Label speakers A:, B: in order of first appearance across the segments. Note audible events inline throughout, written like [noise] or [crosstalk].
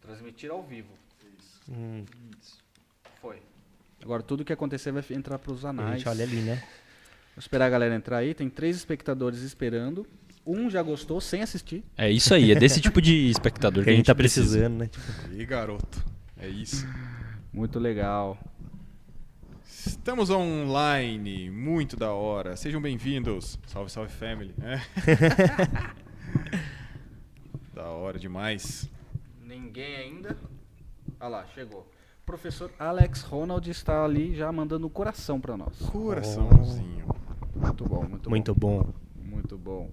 A: Transmitir ao vivo.
B: Hum,
A: Foi. Agora tudo que acontecer vai entrar pros
B: a
A: anais.
B: gente olha ali, né?
A: Vou esperar a galera entrar aí. Tem três espectadores esperando. Um já gostou, sem assistir.
C: É isso aí, é desse tipo de espectador
B: Porque [laughs]
C: que
B: a gente tá
C: precisa.
B: precisando, né? Tipo,
D: E garoto, é isso.
A: Muito legal.
D: Estamos online, muito da hora. Sejam bem-vindos. Salve, salve family. É. [laughs] da hora demais.
A: Ninguém ainda. Ah lá, chegou. Professor Alex Ronald está ali já mandando o coração pra nós.
D: Coraçãozinho.
A: Muito bom, muito,
B: muito bom.
A: bom. Muito bom.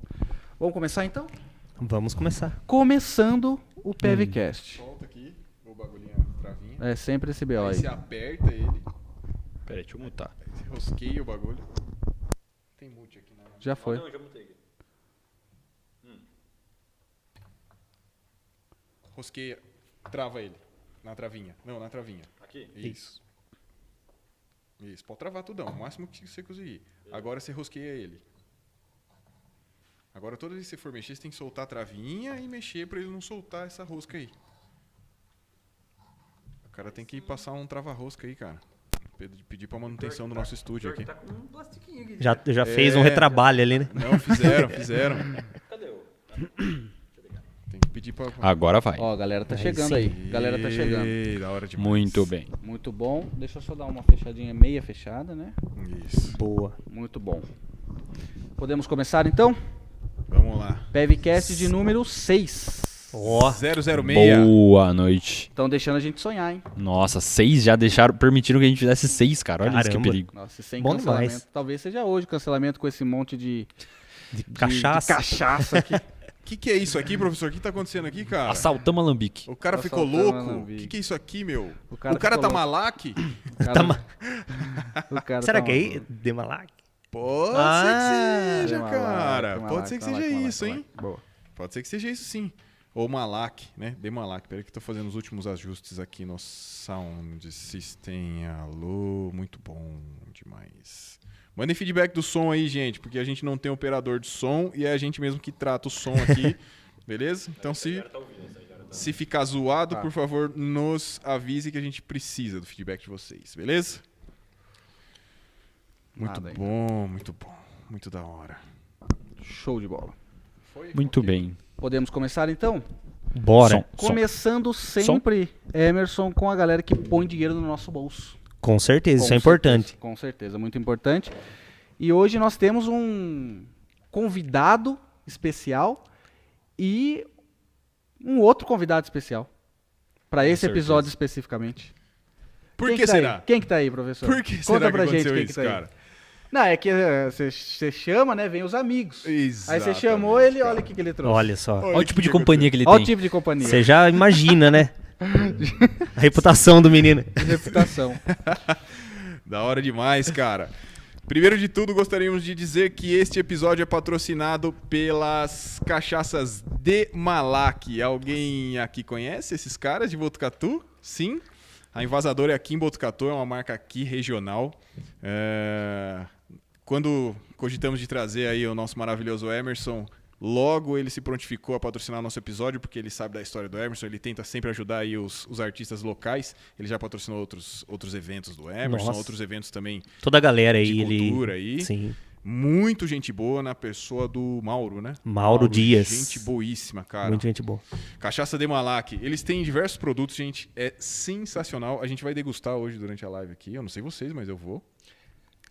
A: Vamos começar então?
B: Vamos começar.
A: Começando o PEVCast.
D: Solta aqui o bagulhinho, a travinha.
A: É sempre esse BO
D: Aí
A: aí.
D: você aperta ele,
C: Peraí, deixa eu mutar.
D: aí você rosqueia o bagulho. Tem mute aqui né? na
A: Já foi.
C: já mutei.
D: Rosqueia, trava ele. Na travinha. Não, na travinha.
C: Aqui?
D: Isso. Isso, pode travar tudão, o máximo que você conseguir. Agora você rosqueia ele. Agora toda vez que você for mexer, você tem que soltar a travinha e mexer pra ele não soltar essa rosca aí. O cara tem que passar um trava-rosca aí, cara. Pe- Pedir pra manutenção do nosso estúdio aqui.
B: Já, já fez um
D: É.
B: retrabalho ali, né?
D: Não, fizeram, fizeram. Tem que pedir pra...
C: Agora vai.
A: Ó, a galera tá
B: Aí
A: chegando
B: sim.
A: aí. Galera tá chegando.
D: Ei, da hora demais.
C: Muito bem.
A: Muito bom. Deixa eu só dar uma fechadinha meia fechada, né?
D: Isso.
B: Boa.
A: Muito bom. Podemos começar então?
D: Vamos lá.
A: PEVCast de número 6.
B: Ó,
D: 006.
C: Boa noite.
A: Estão Então, deixando a gente sonhar, hein?
C: Nossa, seis já deixaram, permitiram que a gente fizesse seis, cara. Olha isso que
B: Caramba.
C: perigo.
A: Nossa, e sem
B: Bom
A: cancelamento.
B: demais.
A: Talvez seja hoje o cancelamento com esse monte de, de-
B: de cachaça.
A: de cachaça aqui.
D: O que, que é isso aqui, professor? O que tá acontecendo aqui, cara?
C: Assaltamos Alambique.
D: O cara
A: Tá
D: ficou
A: soltando
D: louco? O
A: alambique.
D: que, que é isso aqui, meu?
A: O
D: [laughs] O
A: cara
D: cara,
A: ficou
D: tá
A: louco.
D: malaque?
A: O cara-
B: Tá ma-
A: [laughs] o cara
B: Será
A: tá
B: que é
A: maluco.
B: Demalac?
D: Pode
B: Ah,
D: ser que seja,
A: Tem uma
D: cara.
A: lá, tem uma lá,
D: Pode ser que
A: tem uma lá,
D: seja
A: tem uma lá,
D: isso,
A: tem uma
D: hein?
A: lá. Boa.
D: Pode ser que seja isso, sim. Ou malaque, né? De malaque. Peraí que eu tô fazendo os últimos ajustes aqui no Sound System. Alô, muito bom demais. Mandem feedback do som aí, gente, porque a gente não tem operador de som e é a gente mesmo que trata o som aqui, beleza? Então se, se ficar zoado,
A: Tá.
D: por favor, nos avise que a gente precisa do feedback de vocês, beleza? Muito
A: Nada ainda.
D: bom, muito bom, muito da hora.
A: Show de bola.
C: Muito bem.
A: Podemos começar então?
B: Bora.
C: Som, som.
A: Começando sempre, Emerson, com a galera que põe dinheiro no nosso bolso.
B: Com certeza, isso
A: Com
B: é importante.
A: certeza, com certeza, muito importante. E hoje nós temos um convidado especial e um outro convidado especial. Para esse
C: certeza.
A: episódio especificamente.
D: Por
A: Quem
D: que,
A: tá
D: será?
A: aí? Quem que tá aí, professor?
D: Por que
A: Conta
D: será que
A: pra gente
D: aconteceu
A: quem
D: isso,
A: que tá
D: cara?
A: aí. Não, é que você chama, né? Vem os amigos. Aí você
D: Exatamente,
A: chamou ele,
D: cara.
A: olha o que, que ele trouxe.
B: Olha só.
C: Olha o tipo de
D: que
C: companhia que ele
A: Olha o
C: tem.
A: tipo de companhia.
B: Você já imagina,
D: [laughs]
B: né? A reputação do menino.
A: de reputação.
D: Da hora demais, cara. Primeiro de tudo, gostaríamos de dizer que este episódio é patrocinado pelas cachaças de Malac. Alguém aqui conhece esses caras de Botucatu? Sim. A Invasadora é aqui em Botucatu, é uma marca aqui regional. É, Quando cogitamos de trazer aí o nosso maravilhoso Emerson, logo ele se prontificou a patrocinar nosso episódio, porque ele sabe da história do Emerson, ele tenta sempre ajudar aí os, os artistas locais. Ele já patrocinou outros, outros eventos do Emerson,
B: Nossa.
D: outros eventos também
B: Toda a galera aí,
D: de
B: ele.
D: cultura aí.
B: Sim.
D: Muito gente boa na pessoa do Mauro, né?
B: Mauro Dias.
D: Gente boíssima, cara.
B: Muito gente boa.
D: Cachaça de Malac. Eles têm diversos produtos, gente. É sensacional. A gente vai degustar hoje durante a live aqui. Eu não sei vocês, mas eu vou.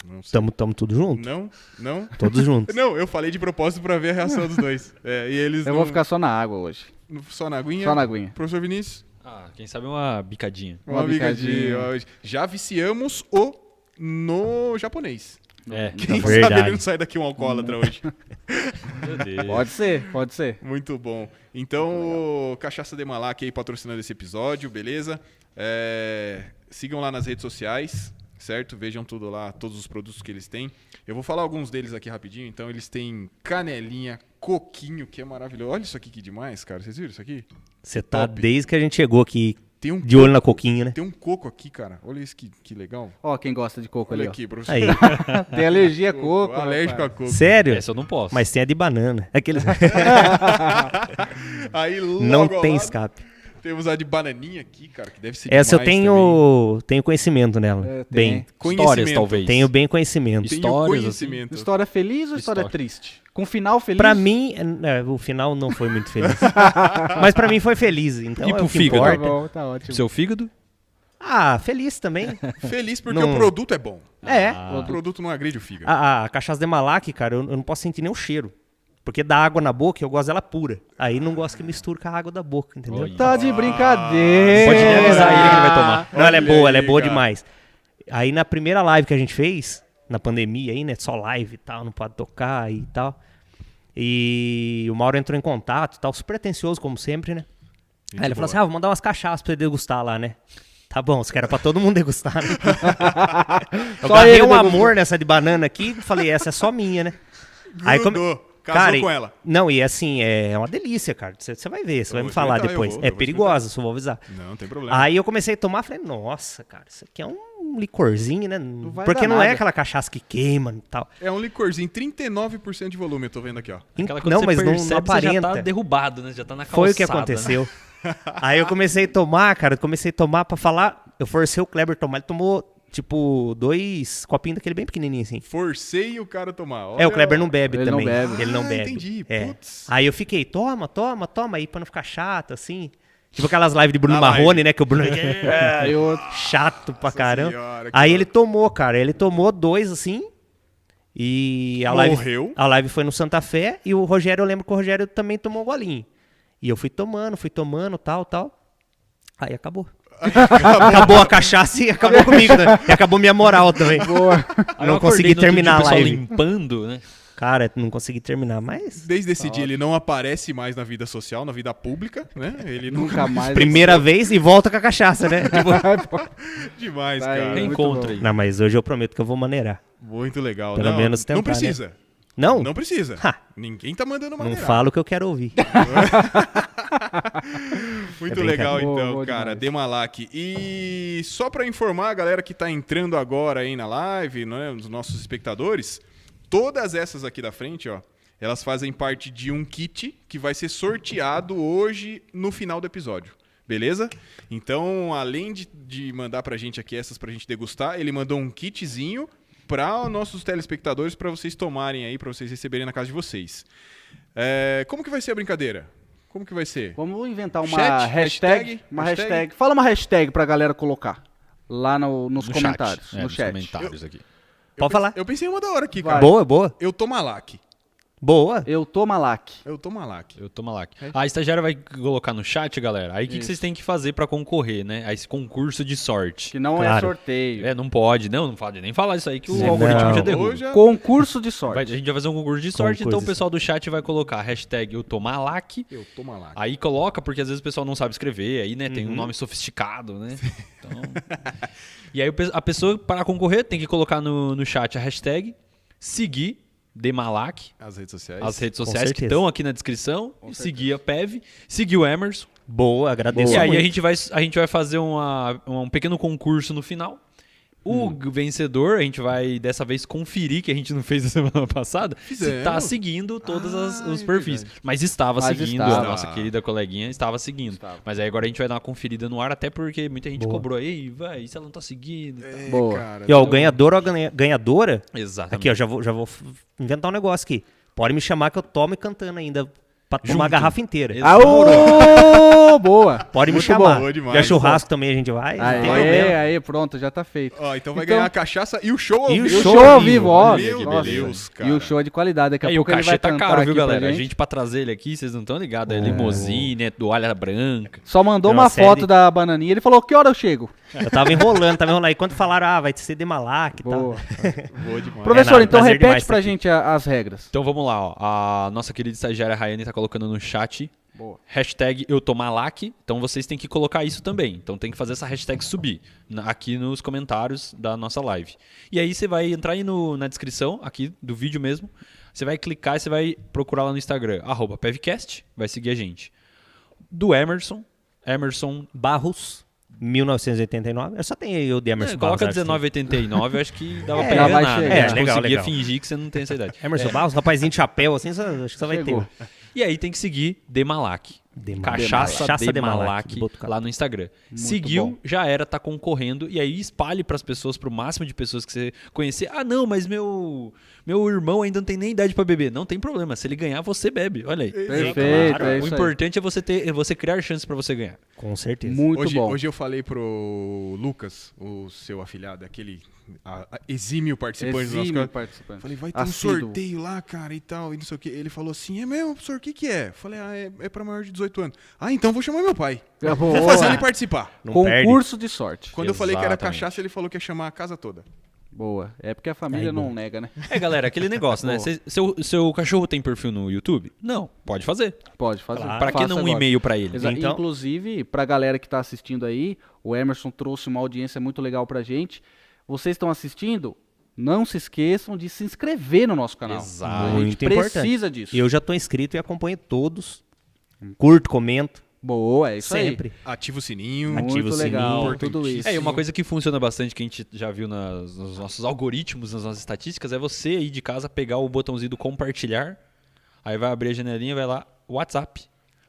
D: Não sei.
B: Tamo, tamo tudo junto.
D: Não, não. [laughs]
B: Todos juntos.
D: Não, eu falei de propósito pra ver a reação dos dois. É, e [laughs] eles.
A: Eu
D: não-
A: vou ficar só na água hoje.
D: só na aguinha.
A: Só na aguinha.
D: Professor Vinícius,
B: tipo-
C: Ah, quem sabe uma bicadinha.
D: uma,
A: Uma
D: bicadinha.
A: bicadinha.
D: hoje. Já viciamos o no japonês.
C: É,
D: Quem sabe
B: Verdade.
D: ele não sai daqui um alcoólatra hoje.
C: meu Deus.
A: Pode ser, pode ser.
D: Muito bom. Então, o Cachaça de Malac aí patrocinando esse episódio, beleza? É, sigam lá nas redes sociais, certo? Vejam tudo lá, todos os produtos que eles têm. Eu vou falar alguns deles aqui rapidinho. Então, eles têm canelinha, coquinho, que é maravilhoso. Olha isso aqui que demais, cara. Vocês viram isso aqui?
B: Você tá
D: Top.
B: desde que a gente chegou aqui
D: Tem um,
B: de olho na coquinha, né?
D: tem um coco aqui, cara. Olha isso que, que legal.
A: Ó, quem gosta de coco
D: Olha
A: ali, ó.
D: aqui, professor.
B: Aí.
A: [laughs]
D: [laughs]
B: é
A: Tem alergia a coco.
D: Alérgico a
A: rapaz.
D: coco.
B: Sério?
C: Essa eu não posso.
B: É
C: [laughs]
B: Mas tem a de banana. Aqueles...
D: Aí, logo
B: não
D: ao
B: tem
D: lado,
B: escape.
D: Temos a de bananinha aqui, cara, que deve ser
B: Essa eu
D: demais
B: tenho, tenho conhecimento nela.
A: É, tem.
B: bem.
D: também.
C: Histórias,
D: Conhecimento.
C: talvez.
B: Tenho bem conhecimento.
C: Isso.
D: Tenho
C: Histórias,
D: conhecimento.
A: História feliz ou história,
C: História.
A: triste? Com final feliz?
B: Pra mim, é, o final não foi muito
C: [laughs]
B: feliz. Mas pra mim foi feliz, então
C: E
B: é
C: pro
B: o que
C: fígado?
A: tá
B: importa.
A: bom, tá ótimo.
C: Seu fígado?
B: Ah, feliz
C: [laughs]
B: também.
D: Feliz porque
B: Não.
D: o produto é bom.
B: é.
C: Ah.
D: O produto não agride o fígado.
B: A, a cachaça de malac, cara, eu, eu não posso sentir nem o cheiro. Porque dá água na boca, eu gosto dela pura. Aí não gosto que misture com a água da boca, entendeu?
C: Olha.
A: Tá de brincadeira.
C: Pode idealizar ele que ele vai tomar.
B: Não, ela é
D: Olha
B: boa, ela é
D: aí,
B: boa
D: cara.
B: demais. Aí na primeira live que a gente fez, na pandemia aí, né? Só live e tal, não pode tocar e tal. E o Mauro entrou em contato e tal, super atencioso, como sempre, né? aí ele falou assim: ah, vou mandar umas cachaças pra você degustar lá, né? Tá bom, isso que era pra todo mundo degustar. Né? [laughs] Eu
A: Só
B: ganhei
A: ele
B: um
A: degustou.
B: amor nessa de banana aqui e falei, essa é só minha, [laughs] né? come-
D: Grudou, casou
B: Cara, e-
D: com ela.
B: Não, e assim, é uma delícia, cara. Você vai ver, você vai
D: vou
B: me falar
D: experimentar, eu
B: depois.
D: vou, eu
B: é
D: vou
B: perigosa, só vou avisar.
D: Não, não tem problema.
B: Aí eu comecei a tomar, falei, nossa, cara, isso aqui é um licorzinho, né?
A: vai
B: Porque
A: dar
B: não é
A: nada.
B: aquela cachaça que queima e tal.
D: É um licorzinho, 39% de volume, eu tô vendo aqui, ó.
C: Aquela quando
B: Não,
C: você
B: mas não,
C: percebe,
B: não
C: Você já
B: aparenta.
C: tá derrubado, né? Já tá na calçada.
B: Foi o que
C: né?
B: aconteceu. [laughs] Aí eu comecei a tomar, cara, eu comecei a tomar pra falar. Eu forcei o Kleber a tomar, ele tomou, tipo, dois copinhos daquele bem pequenininho assim.
D: Forcei o cara a tomar.
B: É, o Kleber não bebe
A: Ele não
B: também.
A: bebe.
B: Ele não
D: Ah,
B: bebe.
D: entendi,
B: É.
D: putz.
B: Aí eu fiquei, toma, toma, toma, aí pra não ficar chato, assim. Tipo aquelas lives de Bruno
D: Na
B: Marrone,
D: live.
B: né? Que o Bruno. [laughs]
A: Aí outro.
B: chato pra
D: Nossa
B: caramba.
D: senhora, que
B: aí
D: horror.
B: ele tomou, cara. Ele tomou dois assim. E a live,
D: Morreu.
B: a live foi no Santa Fé. E o Rogério, eu lembro que o Rogério também tomou um golinho. E eu fui tomando, fui tomando, tal, tal. Aí acabou. acabou a cachaça e acabou comigo, né? E acabou minha moral também.
A: Boa.
C: Aí eu
B: Não
C: acordei
B: consegui
C: no outro dia,
B: terminar a
C: o pessoal
B: live.
C: limpando, né?
B: Cara, não consegui terminar, mas.
D: Desde esse dia ele não aparece mais na vida social, na vida pública, né?
A: [laughs]
D: Ele não... [laughs]
A: Nunca mais.
B: Primeira vez e volta com a cachaça, né? Tipo,
D: Demais,
A: Tá aí.
D: cara.
A: Muito
C: Reencontro
A: bom.
C: aí.
B: não, mas hoje eu prometo que eu vou maneirar.
D: Muito legal.
B: Pelo
D: não,
B: menos
D: Não
B: tentar, né?
D: precisa.
B: Não,
D: Não
B: não,
D: precisa.
B: Ha.
D: Ninguém tá mandando
B: não
D: maneirar.
B: falo o que eu quero ouvir.
D: Muito
B: É
D: legal,
A: brincadeira.
D: então,
A: Boa, boa
D: cara.
A: demais.
D: Demalac. E só pra informar a galera que tá entrando agora aí na live, né, os nossos espectadores, todas essas aqui da frente, ó, elas fazem parte de um kit que vai ser sorteado hoje no final do episódio. Beleza? Então, além de, de mandar pra gente aqui essas pra gente degustar, ele mandou um kitzinho para os nossos telespectadores, pra vocês tomarem aí, pra vocês receberem na casa de vocês. É, como que vai ser a brincadeira? Como que vai ser?
A: Vamos inventar uma
D: Chat,
A: hashtag,
D: hashtag,
A: Uma
D: hashtag.
A: hashtag. Fala uma hashtag pra galera colocar. Lá no- nos
C: No
A: comentários.
C: chat. É,
A: no
C: nos
A: chat.
C: comentários aqui.
D: Eu
B: Pode falar.
D: Eu pensei em uma da hora aqui, cara.
A: Vai.
B: Boa, boa.
D: Eu tô malac.
B: Boa.
A: Eu tô malac.
D: Eu tô malac.
C: Eu tô malac. A estagiária vai colocar no chat, galera. Aí o que, que vocês têm que fazer pra concorrer, né? A esse concurso de sorte.
A: Que não é
B: Claro.
A: sorteio.
C: É, não pode, não, não pode nem falar isso aí que o
B: Sim,
C: algoritmo
B: não.
C: já derruba.
D: Hoje é-
A: Concurso de
C: Vai- a
A: sorte.
C: gente vai fazer um concurso de sorte,
B: Concurso
C: então o
B: de
C: pessoal do chat vai colocar a hashtag eu tô malac.
D: Eu tô malac.
C: Aí coloca, porque às vezes o pessoal não sabe escrever, aí, né? Tem um nome sofisticado, né? Então... [laughs] e aí o pe- a pessoa, para concorrer, tem que colocar no, no chat a hashtag, seguir Demalac,
D: As redes sociais.
C: as redes
B: Com
C: sociais que
B: certeza.
C: estão aqui na descrição, e seguir a PEV, seguir o Emerson.
B: Boa, agradeço.
C: E aí a
B: muito.
C: gente vai, a gente vai fazer uma, um pequeno concurso no final. O
A: Hum.
C: vencedor, a gente vai dessa vez conferir que a gente não fez [laughs] na semana passada, se
D: Fizemos.
C: tá seguindo todos
D: Ah,
C: as- os
D: é
C: perfis. Mas estava
A: Mas
C: seguindo,
A: estava.
C: a nossa querida coleguinha estava seguindo.
A: Estava.
C: Mas aí agora a gente vai dar uma conferida no ar, até porque muita gente
B: Boa.
C: cobrou aí, vai, se ela não tá seguindo. e tal.
D: É,
A: Boa.
D: cara.
B: E ó, o ganhador ou a ganha- ganhadora.
C: Exatamente.
B: Aqui, ó, já vou, já vou f- inventar um negócio aqui. Pode me chamar que eu tomo cantando ainda. Pra tomar a
C: Junto.
B: garrafa inteira.
C: Exato.
A: Aô!
C: [laughs]
A: Boa!
B: Pode me
D: Muito
B: chamar.
D: bom,
B: Já
D: demais.
B: churrasco também a gente vai. não tem
A: Aê,
B: problema.
A: aê, pronto, já tá feito.
D: Ó, então vai
A: Então-
D: ganhar a cachaça e o show ao
B: E o
A: E o
D: vivo.
A: show ao vivo, ó.
D: Meu
A: Nossa.
D: Deus, cara.
A: E o show é de qualidade. Daqui a
C: Aí, o
A: pouco ele
C: cachê
A: vai
C: tá
A: cantar
C: caro, viu,
A: aqui pra
C: galera? A
A: gente.
C: gente pra trazer ele aqui, vocês não estão ligados, é limousine, é toalha branca.
A: Só mandou
B: Tem uma
A: uma
B: série- Tá.
A: foto da bananinha. Ele falou, que hora eu chego?
B: Eu tava enrolando, tava enrolando. E quando falaram, ah, vai ser de malac e tal.
A: Boa.
D: Boa demais.
A: Professor,
B: nada,
A: então
B: prazer
A: repete
B: demais
A: pra
B: tá aqui.
A: gente a- as regras.
C: Então vamos lá, ó. A nossa querida estagiária Rayane tá colocando no chat
A: Boa.
C: Hashtag eu tô malac, então vocês têm que colocar isso também. Então tem que fazer essa hashtag subir na- aqui nos comentários da nossa live. E aí você vai entrar aí no- na descrição aqui do vídeo mesmo. Você vai clicar e você vai procurar lá no Instagram, arroba pevcast, vai seguir a gente. Do Emerson, Emerson...
B: Barros, 1989. Eu só tenho eu de Emerson
C: É,
B: Barros.
C: coloca
B: acho que-
C: 1989, eu acho que dava
B: É,
C: pra
A: já vai
C: enganar, né?
A: chegar.
C: A gente
B: É, legal,
C: conseguia
B: legal.
C: fingir que você não tem essa idade.
B: Emerson Barros, rapazinho de chapéu, assim, só- acho que só vai
A: Chegou.
B: ter.
C: E aí tem que seguir Demalac.
B: De Malac.
C: Cachaça, de, Malac,
B: Botucatu.
C: lá no Instagram.
A: Muito
C: Seguiu,
A: bom.
C: já era, tá concorrendo. E aí espalhe pras pessoas, pro máximo de pessoas que você conhecer. Ah, não, mas meu meu irmão ainda não tem nem idade pra beber. Não tem problema, se ele ganhar, você bebe. Olha aí.
A: Perfeito, é
C: o
A: isso aí.
C: importante é você ter, é você criar chances pra você ganhar.
B: Com certeza.
A: É Muito
D: Hoje,
A: bom.
D: hoje eu falei pro Lucas, o seu afilhado, aquele a- a- exímio participante do nosso
A: Exímio
D: canal.
A: participante.
D: Falei, vai ter um
A: Assíduo.
D: sorteio lá, cara, e tal, e não sei o que. Ele falou assim, é mesmo, professor, o que que é? Falei, ah, é, é pra maior de 18 anos. Ah, então vou chamar meu pai.
A: É,
D: Vou
A: boa.
D: fazer ele participar.
B: Não perde.
A: Concurso de sorte.
D: Quando eu falei que era
C: Exatamente.
D: cachaça, ele falou que ia chamar a casa toda.
A: Boa. É porque a família
B: Aí,
A: não
B: bom.
A: nega, né?
C: É, galera, aquele negócio, né?
A: [laughs] Boa.
C: Cê- seu, seu cachorro tem perfil no YouTube? Não, pode fazer.
A: Pode fazer.
B: Claro.
C: pra que
A: Ah, Faça
C: não um
A: agora.
C: e-mail pra ele?
A: Exa-
B: Então-
A: Inclusive, pra galera que tá assistindo aí, o Emerson trouxe uma audiência muito legal pra gente. Vocês estão assistindo? Não se esqueçam de se inscrever no nosso canal.
C: Exato.
A: A gente
B: Muito
A: precisa
B: importante.
A: disso.
B: E eu já tô inscrito e acompanho todos. Curto, comento.
A: Boa, é isso
B: sempre.
D: Ativa o sininho.
A: aí.
B: Ativa
A: Muito
B: o
A: legal,
B: sininho.
A: tudo isso.
C: É, e uma coisa que funciona bastante, que a gente já viu nas- nos nossos algoritmos, nas nossas estatísticas, é você aí de casa pegar o botãozinho do compartilhar, aí vai abrir a janelinha, vai lá, WhatsApp,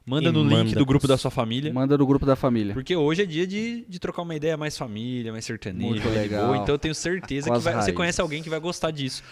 C: manda
B: E
C: no link
B: manda
C: do grupo
B: pros-
C: da sua família,
A: Manda no grupo da família.
C: porque hoje é dia de, de trocar uma ideia mais família, mais sertaneja,
A: Muito
C: mais de
A: legal.
C: boa, então eu tenho certeza
A: Com
C: que
A: as
C: vai- você
A: raízes.
C: conhece alguém que vai gostar disso.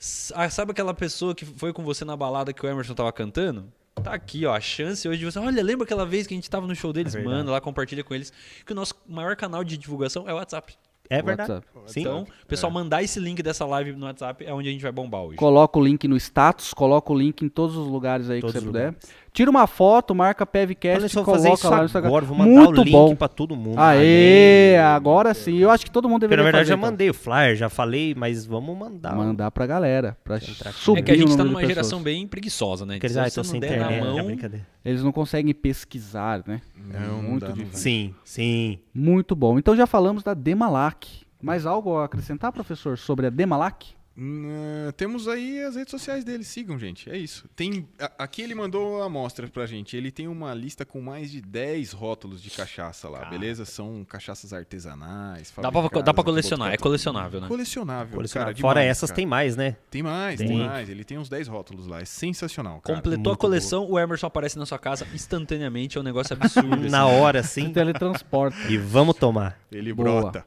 C: S- ah, Sabe aquela pessoa que foi com você na balada que o Emerson tava cantando? Tá aqui, ó, a chance hoje de você. Olha, lembra aquela vez que a gente tava no show deles?
B: É verdade.
C: Manda lá, compartilha com eles. Que o nosso maior canal de divulgação é o WhatsApp.
B: É verdade.
A: WhatsApp.
B: Sim.
C: Então, pessoal, mandar esse link dessa live no WhatsApp é onde a gente vai bombar hoje.
A: É. Coloca o link no status, coloca o link em todos os lugares aí
B: Todos
A: que você
B: os
A: puder.
B: lugares.
A: Tira uma foto, marca
B: Olha,
A: PevCast
B: só
A: e
B: vou fazer
A: coloca
B: isso
A: lá no Instagram.
B: agora. Vou mandar
A: Muito
B: o link
A: bom.
B: pra todo mundo.
A: Aê,
B: Amém.
A: agora sim. Eu acho que todo mundo
B: Porque,
A: deveria
B: na verdade,
A: fazer,
B: já
A: então.
B: mandei o flyer, já falei, mas vamos mandar.
A: Mandar pra galera, pra
B: Entrar aqui.
A: subir
C: É que a
A: o
C: gente tá
A: número de
C: numa
A: pessoas.
C: geração bem preguiçosa, né?
B: Quer dizer,
C: Se
B: ah, eu
C: você
B: tô
C: não
B: sem
C: der na
B: internet, é
C: mão,
B: brincadeira.
A: Eles não conseguem pesquisar, né?
D: Não, não
A: Muito
D: dá, não
A: difícil.
B: Sim, sim.
A: Muito bom. Então já falamos da Demalac. Mais algo a acrescentar, professor, sobre a Demalac?
D: Hum, é, temos aí as redes sociais dele, sigam, gente. É isso. Tem, a- aqui ele mandou a amostra pra gente. Ele tem uma lista com mais de 10 rótulos de cachaça lá, beleza? São cachaças artesanais.
C: dá, pra,
D: fabricadas
C: dá pra
D: em
C: colecionar, é
D: Botucatu.
C: colecionável, né?
D: Colecionável.
B: Colecionar.
D: cara,
B: Fora
D: demais,
B: essas,
D: cara.
B: tem mais, né?
D: Tem mais, tem,
B: Tem.
D: mais. Ele tem uns 10 rótulos lá. É sensacional, cara.
C: Completou a
B: muito
C: coleção, o Emerson aparece na sua casa instantaneamente, é um negócio absurdo. assim.
B: Na hora,
A: Se
B: sim.
A: teletransporta.
B: [laughs] E vamos tomar.
D: Ele
A: Boa.
D: brota.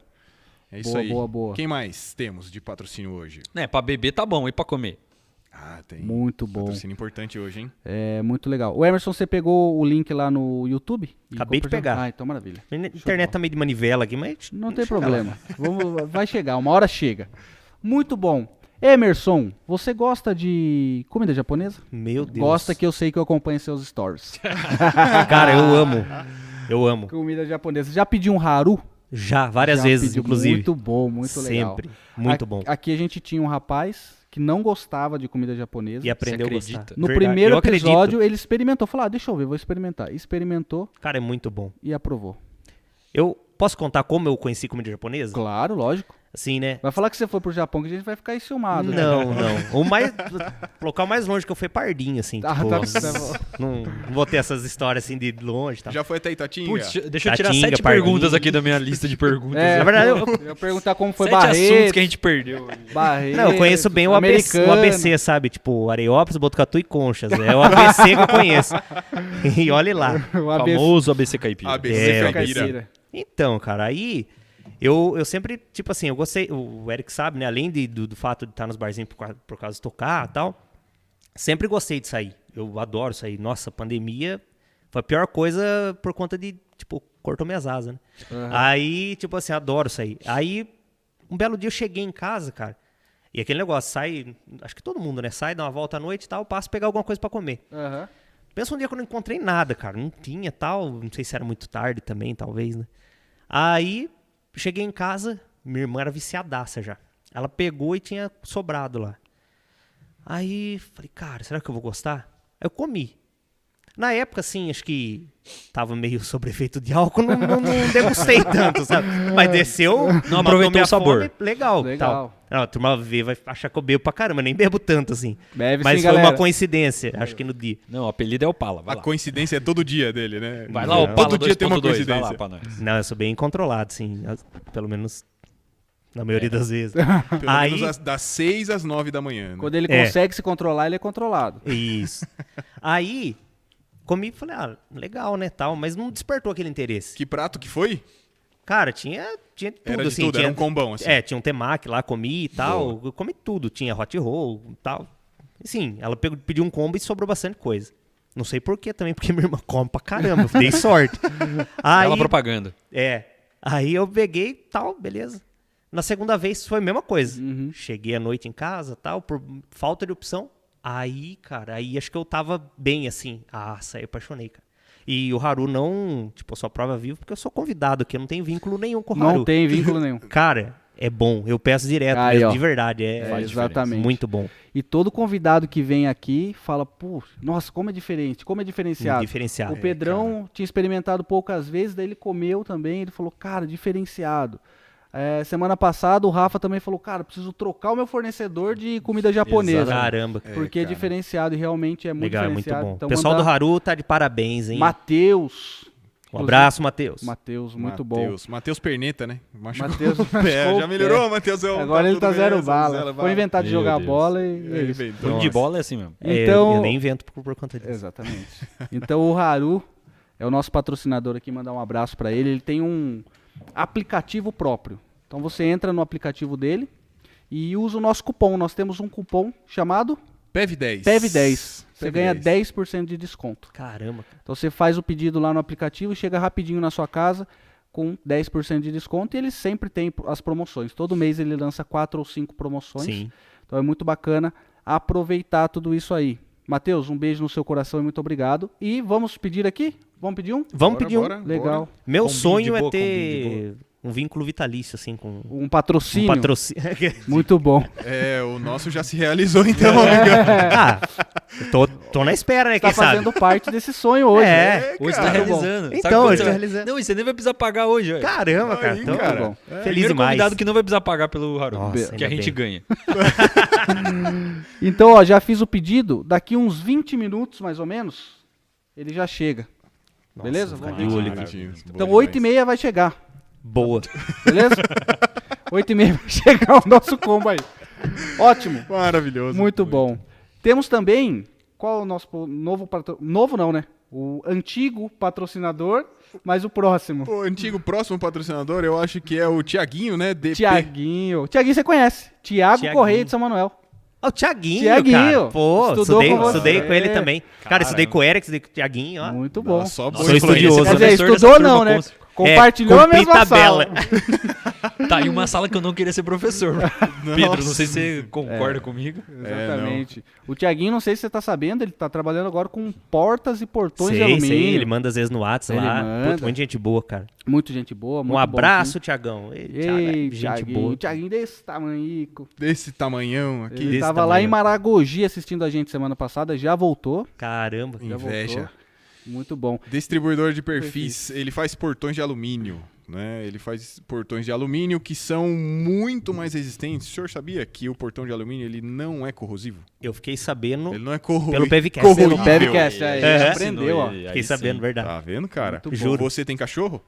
D: É isso
A: Boa,
D: aí.
A: boa, boa.
D: Quem mais temos de patrocínio hoje?
C: Né, pra beber tá bom, e pra comer?
D: Ah, tem.
A: Muito bom.
D: Patrocínio importante hoje, hein?
A: É muito legal. O Emerson, você pegou o link lá no YouTube? E
B: Acabei de
A: compartilhou?
B: pegar.
A: Ah, então maravilha.
B: A internet tá meio de manivela aqui, mas.
A: Não tem problema.
B: [laughs]
A: Vamos- vai chegar, uma hora chega. Muito bom. Emerson, você gosta de comida japonesa?
B: Meu Deus.
A: Gosta que eu sei que eu acompanho seus stories.
B: [laughs] Cara, eu
A: [laughs]
B: amo. Eu amo.
A: comida japonesa. Já pediu um haru?
B: Já, várias
A: Já
B: vezes,
A: pediu.
B: inclusive.
A: Muito bom, muito legal.
B: Sempre. Muito
A: A-
B: bom.
A: Aqui a gente tinha um rapaz que não gostava de comida japonesa.
B: E aprendeu a gostar.
C: acredita?
A: No
B: Verdade.
A: primeiro
B: Eu acredito.
A: episódio, ele experimentou. Falou, ah, deixa eu ver, vou experimentar. Experimentou
B: Cara, é muito bom.
A: e aprovou.
B: Eu posso contar como eu conheci comida japonesa?
A: Claro, lógico.
B: Assim, né?
A: Vai falar que você foi pro Japão que a gente vai ficar enciumado. né? [laughs]
B: Não, não. O mais, o local mais longe que eu fui é Pardinho, assim.
A: Ah,
B: tipo,
A: tá, tá bom.
B: não, não vou ter essas histórias assim de longe. e Tá.
D: Já foi até Itatinga?
C: Putz, deixa eu tirar
B: Tatinga,
C: sete
B: Parguinho.
C: perguntas aqui da minha lista de perguntas. né?
A: É,
B: Na verdade, eu-
A: [laughs] eu ia perguntar como foi
C: sete assuntos
A: Barreto,
C: que a gente perdeu.
A: Barreto.
B: Não, eu conheço bem o ABC, o
A: americano.
B: ABC, sabe? Tipo, Areópolis, Botucatu e Conchas. É o ABC que
A: [laughs]
B: eu conheço. E olhe lá.
A: [laughs] O ABC.
C: Famoso ABC Caipira.
D: ABC.
B: É,
A: Fica
B: o
D: Caipira.
A: caipira.
B: Então, cara, aí eu, eu sempre, tipo assim, eu gostei, o Eric sabe, né? Além de- do, do fato de estar nos barzinhos por, causa- por causa de tocar e tal, sempre gostei de sair. Eu adoro sair. Nossa, pandemia foi a pior coisa por conta de, tipo, cortou minhas asas, né? Aí, tipo assim, adoro sair. Aí, um belo dia eu cheguei em casa, cara, e aquele negócio, sai, acho que todo mundo, né? Sai, dá uma volta à noite e tal, passa a pegar alguma coisa pra comer.
A: Aham.
B: Pensa um dia que eu não encontrei nada, cara. Não tinha tal. Não sei se era muito tarde também, talvez, né? Aí, cheguei em casa, minha irmã era viciadaça já. Ela pegou e tinha sobrado lá. Aí, falei, cara, será que eu vou gostar? Aí eu comi. Na época, assim, acho que tava meio [laughs] sobre efeito de álcool, não, não, não degustei tanto, sabe? Mas
C: [laughs]
B: desceu, matou
C: aproveitou
B: minha
C: o sabor.
B: fome, legal.
A: Legal.
B: Tal. Não, a turma vê, vai achar que eu bebo pra caramba, nem bebo tanto, assim.
A: Bebe
B: Mas
A: sim,
B: foi
A: galera.
B: uma coincidência, acho que no dia.
C: Não, o apelido é Opala, vai
D: A
C: lá.
D: coincidência é todo dia dele, né?
C: Vai lá,
B: Não.
C: Opala
D: Todo dia tem uma
C: 2.2, vai lá
D: coincidência.
C: pra nós.
B: Não, eu sou bem controlado, sim. As- Pelo menos na maioria das vezes.
D: É. [laughs] Pelo
B: Aí,
D: menos às- das 6 às 9 da manhã. né?
A: Quando ele
B: É.
A: consegue se controlar, ele é controlado.
B: isso. Aí, Comi e falei, ah, legal, né, tal. Mas não despertou aquele interesse.
D: Que prato que foi?
B: Cara, tinha, tinha tudo,
D: Era de
B: assim.
D: tudo,
B: tinha,
D: era um combão, assim.
B: É, tinha um temaki lá, comi e tal. Eu comi tudo. Tinha hot roll e tal. Sim, ela pegou- pediu um combo e sobrou bastante coisa. Não sei porquê também, porque [laughs] minha irmã come pra caramba. Eu dei sorte. Aí,
C: Ela propaganda.
B: É. Aí eu peguei tal, beleza. Na segunda vez foi a mesma coisa.
A: Uhum.
B: Cheguei à noite em casa tal, por falta de opção. Aí, cara, aí acho que eu tava bem assim. Ah, saí, apaixonei, cara. E o Haru não, tipo, eu só prova vivo porque eu sou convidado aqui, eu não tenho vínculo nenhum com o Haru.
A: Não tem
B: [laughs]
A: vínculo nenhum.
B: Cara, é bom. Eu peço direto,
A: Aí,
B: mesmo,
A: ó.
B: de verdade. É,
A: É,
C: faz
A: exatamente.
B: muito bom.
A: E todo convidado que vem aqui fala, puxa, nossa, como é diferente, como é diferenciado.
B: Diferenciado.
A: O Pedrão tinha experimentado poucas vezes, daí ele comeu também, ele falou, cara, diferenciado. É, semana passada o Rafa também falou, cara, preciso trocar o meu fornecedor de comida japonesa.
B: Caramba, cara.
A: é Porque é,
D: cara.
A: diferenciado e realmente é muito
B: legal, é muito
A: diferenciado.
B: bom.
A: Então,
B: o pessoal
A: mandar-
B: do Haru tá de parabéns, hein?
A: Matheus.
B: um abraço, Matheus.
A: Matheus, muito bom.
D: Mateus. Matheus Perneta, né? Machucou [laughs]
A: Matheus
D: o pé.
A: machucou
D: Já
A: o
D: melhorou, Matheus. é um-
A: Agora ele
D: tudo
A: tá zero
D: beleza,
A: bala.
D: zero
A: Foi inventado de
C: Meu
A: jogar a
C: Deus.
A: bola e. é
D: Ele
A: isso.
D: inventou.
C: Tudo de bola é assim mesmo.
B: É, eu-
A: Então-
B: eu, nem invento por, por conta disso.
A: Exatamente. Então o Haru é o nosso patrocinador aqui, mandar um abraço pra ele. Ele tem um aplicativo próprio. Então você entra no aplicativo dele e usa o nosso cupom. Nós temos um cupom chamado
D: PEV10.
A: PEV10. Você
D: PEV10.
A: ganha 10% de desconto.
B: Caramba, cara.
A: Então você faz o pedido lá no aplicativo, chega rapidinho na sua casa com 10% de desconto e ele sempre tem as promoções. Todo mês ele lança quatro ou cinco promoções.
B: Sim.
A: Então é muito bacana aproveitar tudo isso aí. Matheus, um beijo no seu coração e muito obrigado. E vamos pedir aqui? Vamos pedir um?
B: Vamos
D: Bora,
B: pedir um.
D: bora,
A: Legal.
D: bora.
B: Meu
C: Combine de
B: sonho é
C: boa, combine
B: ter um vínculo vitalício, assim, com um
A: Um patrocínio? [laughs]
B: patrocínio.
A: Muito
B: [laughs]
A: bom.
D: É, o nosso já se realizou, então, amigão.
B: ah, eu tô, tô na espera, né?
A: É. Tá
B: Quem sabe?
A: fazendo parte desse sonho hoje.
B: É.
A: né?
C: Hoje
A: Muito
C: tá
A: bom.
C: realizando.
B: Então,
C: Sabe quando
B: hoje
C: você
B: tá
C: vai-
B: realizando.
C: Não, e você nem vai precisar pagar hoje, velho.
B: Caramba, cara.
D: Aí,
B: então,
D: cara.
A: Tá
D: É.
A: bom.
B: Feliz
C: Primeiro
B: demais.
C: convidado que não vai precisar pagar pelo Haru.
B: Nossa,
C: que a
B: ainda
C: gente
B: bem.
C: ganha.
A: Então, ó, já fiz o pedido. Daqui uns 20 minutos, mais ou menos, ele já chega.
B: Nossa,
A: Beleza?
B: cara,
A: Vamos ver.
B: olho aqui.
D: Maravilhoso, bom
A: Então,
D: demais.
A: 8h30 vai chegar.
B: Boa. [laughs]
A: Beleza? 8 e meia vai chegar o nosso combo aí. Ótimo.
D: Maravilhoso.
A: Muito bom. Temos também, qual é o nosso po- novo patrocinador? Novo não, né? O antigo patrocinador, mas o próximo.
D: O antigo próximo patrocinador, eu acho que é o Tiaguinho, né? DP.
A: Tiaguinho. Tiaguinho você conhece. Tiago
B: Tiaguinho.
A: Correia de São Manuel.
B: Ah, o Thiaguinho,
A: Thiaguinho,
B: cara. Pô,
A: estudou
B: estudei,
A: com você. É.
B: estudei com ele também. Cara,
C: Caramba.
B: estudei com o Eric, estudei com o Thiaguinho, ó.
A: Muito bom.
D: Nossa, Só
C: Nossa,
D: boa
B: sou
D: influência.
B: estudioso,
A: Quer
B: né?
A: dizer,
C: professor dessa
A: estudou não,
C: turma
A: né?
C: com-
A: Compartilhou a
B: É, cumpri
A: mesma
B: tabela.
A: [laughs] sala.
C: Tá em uma sala que eu não queria ser professor. Pedro, não sei se você concorda comigo.
B: É,
A: Exatamente. o Tiaguinho, não sei se você tá sabendo, ele tá trabalhando agora com portas e portões de
B: Sei,
A: alumínio.
B: sei, ele manda às vezes no WhatsApp
A: Ele
B: lá. Puta,
A: manda.
B: muita gente boa, cara.
A: Muito gente boa, muito
B: um
A: bom
B: abraço, Thiagão. Ei,
A: time.
B: Thiago, é né?
A: Ei,
B: gente
A: Tiaguinho,
B: boa.
A: Tiaguinho desse tamanhico.
D: Desse tamanhão aqui.
A: Ele
B: Desse
A: tava lá
B: tamanho.
A: em Maragogi assistindo a gente semana passada, já voltou.
B: Caramba.
A: Já
D: Inveja.
A: voltou. Muito bom.
D: Distribuidor de perfis. Ele faz portões de alumínio. Né? Ele faz portões de alumínio que são muito mais resistentes. O senhor sabia que o portão de alumínio ele não é corrosivo?
B: Eu fiquei sabendo.
D: Ele não é corroído.
B: Pelo PVCast.
D: corroível.
A: Pelo Pevcast, aí,
B: É.
A: já aprendeu, ó.
C: Ensinou ele,
B: Fiquei
C: aí sim.
B: sabendo, verdade.
D: Tá vendo, cara?
A: Muito bom.
D: Juro. Você tem cachorro?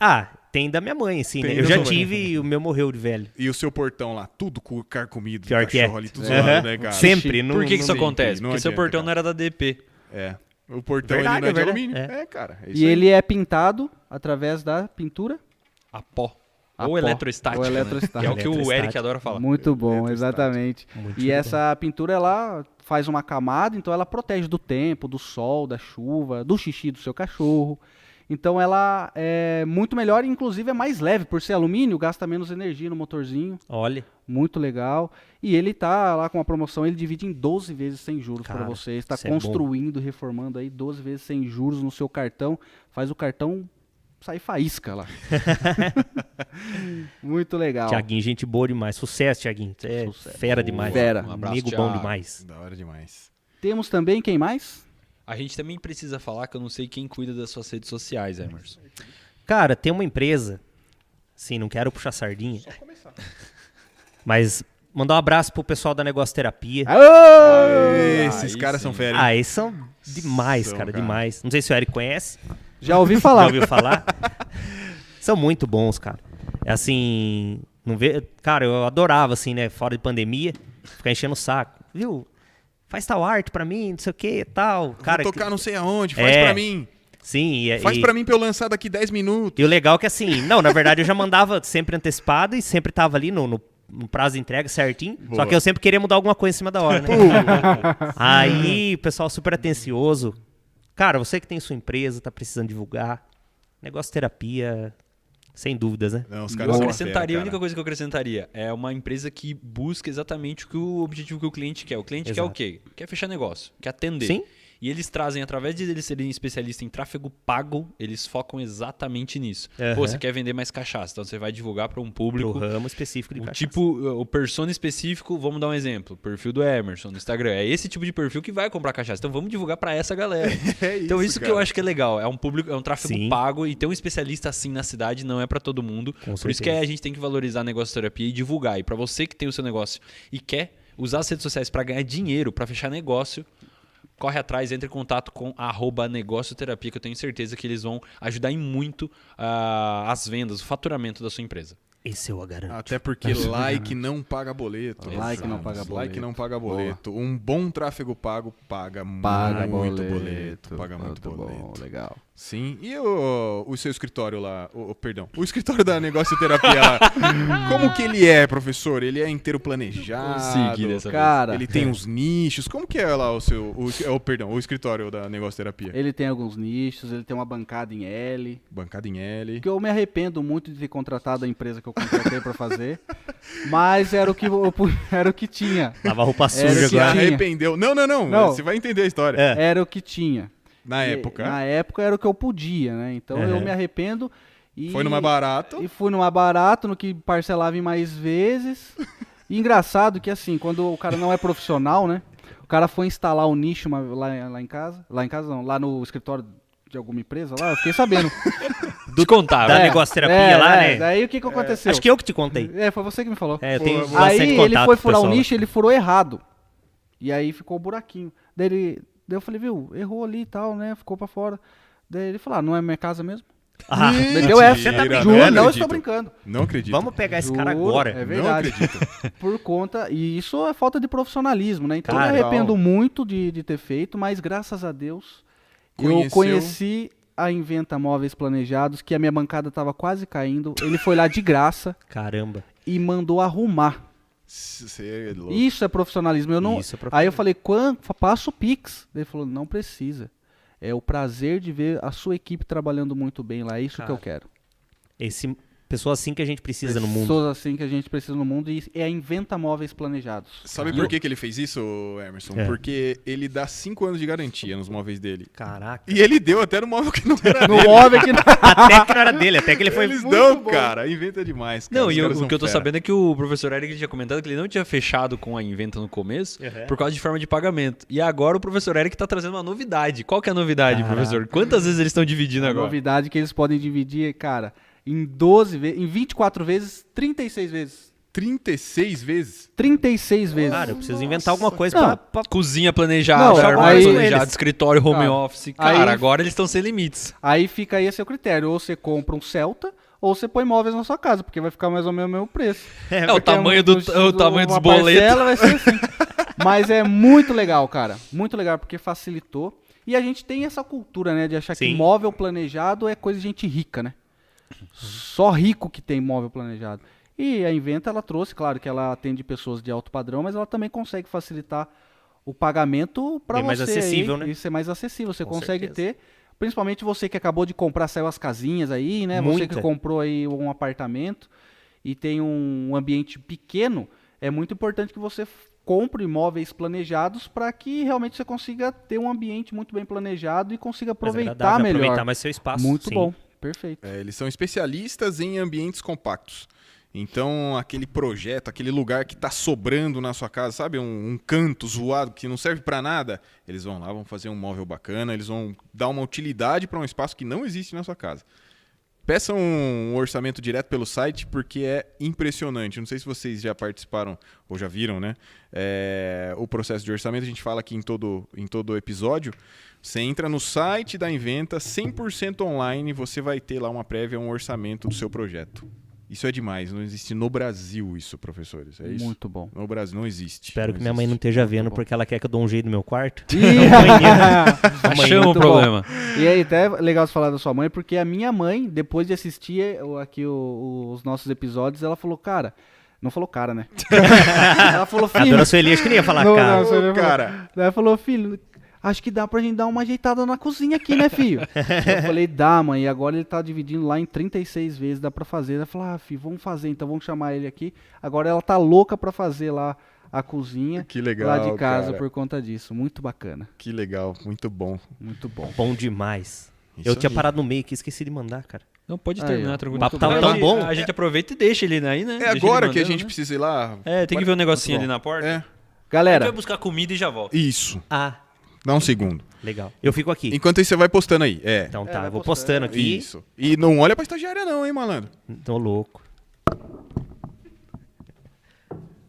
B: Ah, tem da minha mãe, assim,
D: Tem
B: né? Eu
D: da
B: já
D: sua mãe.
B: tive e o meu morreu de velho.
D: E o seu portão lá, tudo com carcomido,
B: Pior que é.
D: cachorro ali, tudo
B: Aham.
D: zoado, né, cara?
B: Sempre. Não,
C: Por que, que isso
B: não-
D: tem,
C: acontece?
D: não
C: Porque seu
D: adianta,
C: portão
D: cara.
C: não era da DP.
D: É. O portão
B: Verdade,
D: ele não é de
B: é verdade.
D: alumínio.
B: É.
D: É, cara. é
A: E
D: isso aí.
A: ele é pintado através da pintura.
C: A pó.
A: A
C: ou
A: pó.
C: eletrostática.
A: Ou
C: né?
A: eletrostática.
C: Que é o que o Eric
B: Eletrostática.
C: adora falar.
A: Muito bom,
D: Eletrostático.
A: exatamente.
B: é Muito
A: e
B: bom.
A: essa pintura ela faz uma camada, então ela protege do tempo, do sol, da chuva, do xixi do seu cachorro. Então ela é muito melhor, e inclusive é mais leve por ser alumínio, gasta menos energia no motorzinho.
B: Olha,
A: Muito legal. E ele tá lá com uma promoção, ele divide em 12 vezes sem juros para
B: Cara,
A: você. Está
B: isso é bom.
A: construindo, reformando aí 12 vezes sem juros no seu cartão. Faz o cartão sair faísca lá. Muito legal.
B: Thiaguinho, gente boa demais. Sucesso, Thiaguinho. Você É
A: Sucesso.
B: fera demais.
A: Fera.
B: Um
C: Um abraço,
B: amigo
C: Thiago.
B: bom demais.
D: Da hora demais.
A: Temos também quem mais?
C: A gente também precisa falar que eu não sei quem cuida das suas redes sociais, Emerson.
B: Cara, tem uma empresa, assim, não quero puxar sardinha, mas mandar um abraço pro pessoal da Negócio Terapia.
D: Ah, Esses
C: aí
D: caras
C: sim.
D: são férias.
B: Ah, eles são demais,
D: é, né? São,
B: cara,
D: cara.
B: demais. Não sei se o Eric conhece.
A: Já ouvi
B: Já
A: falar.
B: ouviu falar? [laughs] São muito bons, cara. É assim, não vê, cara, eu adorava assim, né, fora de pandemia, ficar enchendo o saco. Viu? faz tal arte pra mim, não sei o que, tal. é, Cara,
D: Vou tocar
B: que-
D: não sei aonde, faz
B: É.
D: pra mim.
B: Sim, e, é,
D: Faz
B: e,
D: pra mim pra eu lançar daqui 10 minutos.
B: e o legal é que assim, não, na verdade eu já mandava sempre antecipado e sempre tava ali no, no- no prazo de entrega certinho. Só
D: Boa.
B: que eu sempre queria mudar alguma coisa em cima da hora, né? [laughs] Aí, pessoal super atencioso. Cara, você que tem sua empresa, tá precisando divulgar. Negócio de terapia, sem dúvidas, né?
D: Não, os
C: Eu
D: caras são
C: acrescentaria, a
D: fera,
C: única
D: cara.
C: coisa que eu acrescentaria é uma empresa que busca exatamente o que o objetivo que o cliente quer. O cliente quer o
B: Exato.
C: quê? Quer fechar negócio, quer atender.
B: Sim.
C: E eles trazem, através de eles serem especialistas em tráfego pago, eles focam exatamente nisso.
B: Aham.
C: Pô, você quer vender mais cachaça, então você vai divulgar para um
B: Pro
C: público
B: ramo específico de
C: o
B: cachaça.
C: tipo, o persona específico, vamos dar um exemplo, perfil do Emerson no Instagram. É esse tipo de perfil que vai comprar cachaça. Então vamos divulgar pra essa
B: [laughs]
C: galera.
D: É isso,
C: então isso que eu
D: cara.
C: acho que é legal, é um público, é um tráfego
B: Sim.
C: pago e ter um especialista assim na cidade não é pra todo mundo. Por isso
B: certeza.
C: que a gente tem que valorizar a negócio de terapia e divulgar. E pra você que tem o seu negócio e quer usar as redes sociais pra ganhar dinheiro, pra fechar negócio, corre atrás, entre em contato com arroba negócio terapia que eu tenho certeza que eles vão ajudar em muito ah, as vendas, o faturamento da sua empresa.
B: Esse eu a garanto.
D: Até porque like não paga boleto.
A: Like não paga
D: Like
A: boleto.
D: não paga boleto. Um bom tráfego pago paga,
A: Paga
D: muito
A: boleto,
D: Paga muito
A: Tudo
D: boleto.
A: Bom, legal.
D: Sim. E o, o seu escritório lá? O, o- perdão. O escritório da Negócio
A: [laughs]
D: Terapia lá. Como que ele é, professor? Ele é inteiro planejado?
C: Consegui dessa vez.
A: Cara,
D: Ele tem uns nichos. Como que é lá o seu. O, é, o- perdão, o escritório da Negócio Terapia?
A: ele tem alguns nichos, ele tem uma bancada em L.
D: Bancada em L.
A: que eu me arrependo muito de ter contratado a empresa que eu contratei pra fazer, mas era o que eu pu- [laughs] era o que tinha,
B: Lava roupa suja
A: Era
D: Se
A: que
B: agora.
A: tinha.
D: arrependeu. Não, não, não,
A: Não.
D: Você vai entender a história.
B: É.
A: era o que tinha.
D: [laughs] Na
A: E-
D: época.
A: Na época era o que eu podia, né? Então eu
B: Uhum.
A: me arrependo e
D: Foi numa barata.
A: e fui numa barato no que parcelava em mais
D: [laughs]
A: vezes. E engraçado que assim, quando o cara não é profissional, né? O cara foi instalar o nicho uma- lá, lá em casa, lá em casa não, lá no escritório de alguma empresa lá, eu fiquei sabendo.
C: Do contar,
B: [laughs] Da
A: É,
B: negócio terapia
A: é,
B: lá,
A: é.
B: né?
A: Daí o que que aconteceu?
B: Acho que eu que te contei.
A: É, foi você que me falou.
B: É, eu tenho
D: Aí
B: bastante
A: Aí
B: contato
A: ele
B: com
A: foi
B: o
A: furar o
B: pessoal lá.
A: nicho, ele furou errado. E aí ficou o buraquinho. Daí, ele, daí eu falei, viu, errou ali e tal, né? Ficou pra fora. Daí ele falou, ah, não é minha casa mesmo?
B: Ah,
A: Daí deu essa,
D: Mentira, não
A: juro, não,
D: acredito.
A: estou brincando.
D: Não acredito.
B: vamos pegar esse cara
A: Juro,
B: agora.
A: É
D: Não
A: verdade.
D: acredito.
A: [laughs] Por conta, e isso é falta de profissionalismo, né? Então
B: Cara,
A: eu me arrependo muito de, de ter feito, mas graças a Deus eu
D: Conheceu.
A: conheci a Inventa Móveis Planejados, que a minha bancada tava quase caindo. Ele foi lá de graça
B: Caramba.
A: e mandou arrumar.
D: Você é louco.
A: Isso é profissionalismo. Eu não...
B: Isso é
A: Aí eu falei, "Quan- fa- passa o Pix. Ele falou, não precisa. É o prazer de ver a sua equipe trabalhando muito bem lá. É isso que eu quero.
B: Esse pessoa assim que a gente precisa no mundo.
A: Pessoas assim que a gente precisa no mundo e é a Inventa Móveis
B: [laughs]
A: Planejados.
D: Sabe por que, que ele fez isso, Emerson?
B: É.
D: Porque ele dá 5 anos de garantia nos móveis dele.
B: Caraca.
D: E ele deu até no móvel que não era
A: No móvel
B: [laughs]
A: que não...
B: Até que não era dele, até que ele foi.
D: Eles dão, cara. Inventa demais, cara.
C: Não,
D: Os
C: e eu-
D: caras
C: o
D: são
C: que eu tô
D: fera.
C: sabendo é que o professor Eric tinha comentado que ele não tinha fechado com a Inventa no começo
D: É.
B: Uhum.
C: por causa de forma de pagamento. E agora o professor Eric tá trazendo uma novidade. Qual que é a novidade, professor? Quantas vezes eles estão dividindo
A: A
C: agora?
A: novidade que eles podem dividir, cara, em 12 vezes, em 24 vezes, 36 vezes.
D: 36 vezes?
A: 36 vezes.
B: Cara, eu preciso inventar alguma coisa
A: Não.
B: pra, [laughs] pra-
C: Cozinha planejada,
A: Não,
C: armário
A: aí-
C: planejado, escritório, home
A: Cara,
C: office. Cara,
A: aí-
C: agora eles estão sem limites.
A: Aí fica aí a seu critério. Ou você compra um Celta, ou você põe móveis na sua casa, porque vai ficar mais ou menos o mesmo preço.
C: É, o
A: Porque
C: tamanho,
A: um-
C: do,
A: um-
C: o tamanho dos
A: uma
C: boletos.
A: parcela vai ser assim. Mas é muito legal, cara. Muito legal, porque facilitou. E a gente tem essa cultura, né, de achar que
B: Sim.
A: móvel planejado é coisa de gente rica, né? Só rico que tem móvel planejado. E a Inventa, ela trouxe, claro que ela atende pessoas de alto padrão, mas ela também consegue facilitar o pagamento para você.
B: Bem mais
A: aí,
B: acessível, né?
A: E ser mais acessível. Você
B: Com
A: consegue
B: certeza.
A: ter. Principalmente você que acabou de comprar, saiu as casinhas aí, né? Você que
B: Muita.
A: comprou aí um apartamento e tem um ambiente pequeno, é muito importante que você f- compre imóveis planejados para que realmente você consiga ter um ambiente muito bem planejado e consiga
B: mais
A: aproveitar
B: é agradável,
A: melhor.
B: aproveitar mais seu espaço.
A: muito
B: sim.
A: bom, perfeito.
D: É, eles são especialistas em ambientes compactos. Então, aquele projeto, aquele lugar que tá sobrando na sua casa, sabe? Um, um canto zoado que não serve pra nada. Eles vão lá, vão fazer um móvel bacana, eles vão dar uma utilidade pra um espaço que não existe na sua casa. Peça um orçamento direto pelo site, porque é impressionante. Não sei se vocês já participaram ou já viram, né? É, o processo de orçamento, a gente fala aqui em todo, em todo episódio. Você entra no site da Inventa, 100% online, você vai ter lá uma prévia, um orçamento do seu projeto. Isso é demais. Não existe no Brasil isso, professores. É isso?
A: Muito bom.
D: No Brasil não existe.
B: Espero
D: Não
B: que minha mãe não
D: existe.
B: esteja vendo, porque ela quer que eu dou um jeito no
A: [laughs]
B: meu quarto.
C: Achamos o
A: Tá Muito bom.
C: problema.
A: E aí, até é legal você falar da sua mãe, porque a minha mãe, depois de assistir eh, o- aqui o- os nossos episódios, ela falou, cara. Não falou cara, né? [laughs] ela falou,
B: A
A: filho.
B: dona Sueli acho que nem ia falar,
A: Não,
B: cara.
A: não, você
D: Ô,
A: já falou.
D: cara.
A: Daí ela falou, filho, acho que dá pra gente dar uma ajeitada na cozinha aqui, né, filho? eu falei, dá, mãe. E agora ele tá dividindo lá em 36 vezes, dá pra fazer. Ela falou, ah, filho, vamos fazer, então vamos chamar ele aqui. Agora ela tá louca pra fazer lá a cozinha.
D: Que legal.
A: lá de casa
D: cara.
A: por conta disso. Muito bacana.
D: Que legal. Muito bom.
A: Muito bom.
B: Bom demais.
D: Isso
B: eu tinha
D: aí.
B: parado no meio aqui, esqueci de mandar, cara.
C: Não pode
A: Aí, ó.
C: terminar, tranquilo.
B: O papo tava
C: Mas
B: tão
C: a-
B: bom.
C: A gente aproveita e deixa ele aí, né?
D: É
C: Deixa ele
D: agora que a
C: mandando,
D: gente
C: né?
D: precisa ir lá.
C: É, tem que ver um negocinho
A: Muito
C: ali na porta.
D: É.
C: A gente vai
A: Galera,
C: buscar comida e já volta.
D: Isso.
B: Ah,
D: Dá um segundo.
B: legal. Eu fico aqui.
D: Enquanto isso, você vai postando aí. É.
B: Então
A: É,
B: tá,
A: vai
B: eu vou postando aqui.
D: Isso. E não olha pra estagiária, não, hein, malandro?
B: Tô louco.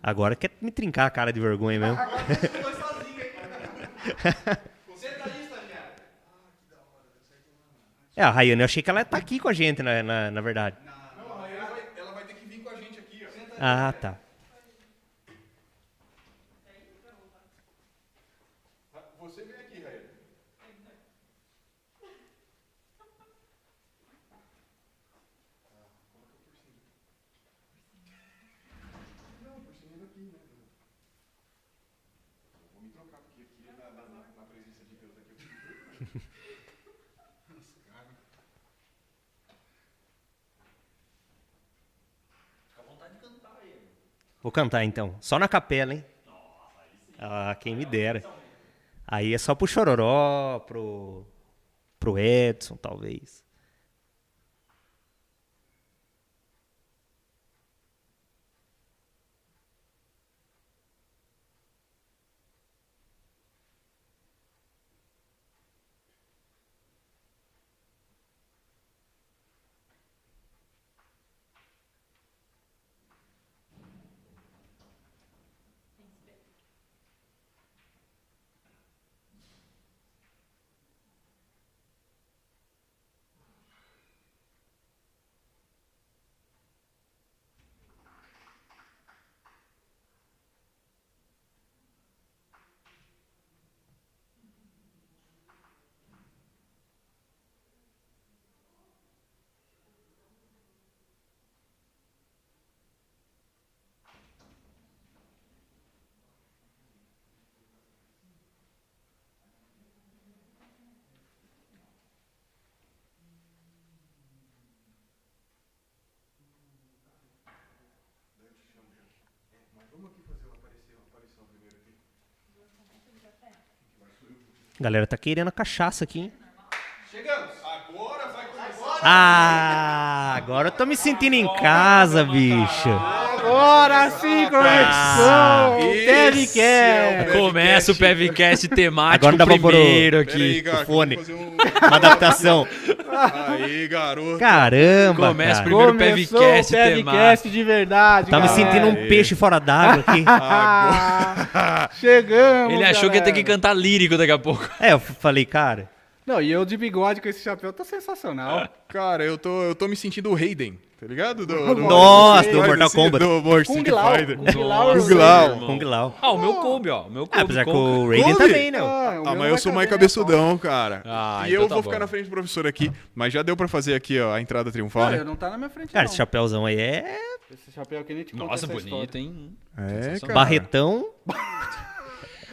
B: Agora quer me trincar a cara de vergonha mesmo. [laughs]
D: tá
B: É, a Rayane, eu achei que ela tá aqui com a gente, na, na, na verdade.
D: Ela vai ter que vir com a gente aqui, ó.
B: Ah, tá.
D: Você vem aqui, Raia.
B: Vou cantar então. Só na capela, hein? Ah, quem me dera. Aí é só pro Chororó, pro, pro Edson, talvez. Galera, tá querendo a cachaça aqui, hein?
D: Chegamos. Agora vai começar.
B: Ah, agora eu tô me sentindo em casa, bicho.
A: Agora sim
B: começou
A: começou!
D: o Esse é o Pevcast.
C: Começa o PevCast temático
B: Agora dá pra pôr o-
C: primeiro
D: Peraí,
C: aqui.
D: cara, que eu
B: fone.
D: vou fazer um-
B: Uma adaptação.
D: Aí,
B: [laughs]
D: garoto.
B: Caramba, cara.
C: Começa primeiro. Começou o Pevcast temático.
A: de verdade,
B: Tá me sentindo um peixe fora d'água aqui.
D: [laughs]
A: Chegamos,
C: Ele achou que ia ter que
A: galera.
C: cantar lírico daqui a pouco.
B: É, eu falei, cara.
A: Não, e eu de bigode com esse chapéu tá sensacional.
D: Cara, eu tô, eu tô me sentindo o Hayden, tá ligado? Do, do-
B: Nossa,
D: do
B: do Mortal
D: Street
B: Kombat.
D: Fighter, Do Mortal
A: Kung
D: Street
A: Lao.
D: Fighter.
A: Kung Lao.
D: Kung Lao.
C: irmão.
B: Kung Lao.
C: Ah, o meu coube, ó. O meu
B: Ah,
C: coube.
B: apesar que
C: Conca.
B: o tá Raiden
D: Kobe?
B: também,
A: o
B: não.
D: Ah,
A: meu
D: mas eu
A: vai
D: sou
A: caber na
D: mais cabeçudão, cara.
C: Ah,
D: e
C: então
D: eu
C: tá
D: vou ficar
C: bom.
D: na frente do professor aqui, mas já deu pra fazer aqui, ó, a entrada
A: minha
D: triunfal,
A: porta.
D: né?
A: Ah, não tá na minha frente,
B: Cara,
A: não.
B: esse chapéuzão aí é
A: Esse chapéu aqui nem te conta
C: Nossa,
A: essa
C: bonito,
A: história.
C: hein?
D: É,
C: Sensacional.
D: cara.
B: barretão.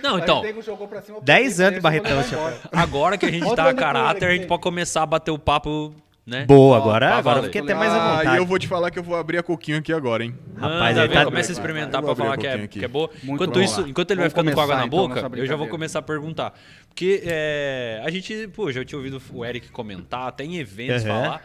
C: Não,
A: Aí
C: então,
A: o Diego jogou pra cima, eu
B: Dez
A: peguei,
B: anos de
A: falei,
B: barretão,
A: "Vai embora."
C: agora que a gente
A: Outra
C: tá a
A: leitura
C: caráter, a
A: que
C: gente
A: tem.
C: pode começar a bater o papo, né?
B: Boa, agora,
C: tá
B: agora eu
C: valendo.
B: fiquei até mais à
D: Ah, e
B: vontade.
D: eu vou te falar que eu vou abrir a coquinha aqui agora, hein?
B: Rapaz,
C: Manda
B: ele
C: ver,
B: tá
C: começa a
B: doido.
C: experimentar
D: Eu
C: pra
D: vou
C: falar
D: abrir
C: que
D: um
C: é,
D: pouquinho
C: que é
D: aqui.
C: boa.
A: Muito
C: enquanto
A: bom.
C: isso,
A: Vamos
C: enquanto ele vai ficando com água
A: começar,
C: na
A: então,
C: boca,
A: nossa
C: eu já vou
A: brincadeira.
C: começar a perguntar. Porque é, a gente, pô, já tinha ouvido o Eric comentar, até em eventos
B: Uhum.
C: falar.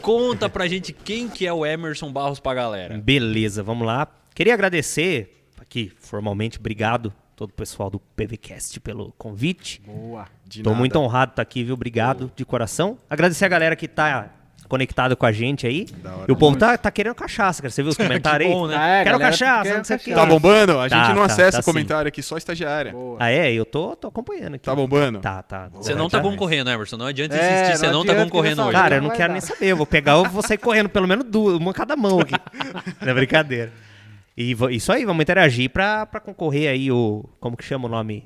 C: Conta pra gente quem que é o Emerson Barros pra galera.
B: Beleza, vamos lá. Queria agradecer aqui, formalmente, obrigado todo o pessoal do PVCast pelo convite.
A: Boa.
D: De
B: Tô
D: nada.
B: muito honrado de estar aqui, viu? Obrigado de coração. Agradecer a galera que tá conectado com a gente aí.
D: Da hora.
B: E o povo tá, tá querendo cachaça, cara.
D: [laughs]
B: Você viu os comentários
C: bom,
B: aí?
C: né?
A: Ah, é,
B: Quero
A: galera,
B: cachaça,
A: quero
B: não sei o quê.
A: cachaça.
D: Tá bombando? A gente
B: Tá,
D: não
B: tá,
D: acessa
B: tá sim.
D: comentário aqui, só estagiária.
A: Boa.
B: Ah, é? Eu tô, tô acompanhando aqui.
D: Tá bombando?
B: Tá, tá.
C: Você não tá
B: Já-
C: concorrendo, Emerson. Não adianta
A: É,
C: insistir, você
A: não
C: não tá
A: adianta que
C: concorrendo
A: nessa
C: hoje.
A: hora-
B: Cara, eu não
A: Vai
B: quero
A: dar.
B: nem saber. Eu vou pegar, eu vou sair correndo pelo menos duas, uma cada mão aqui. Não é brincadeira. E va- isso aí, vamos interagir pra, pra concorrer aí o. Como que chama o nome?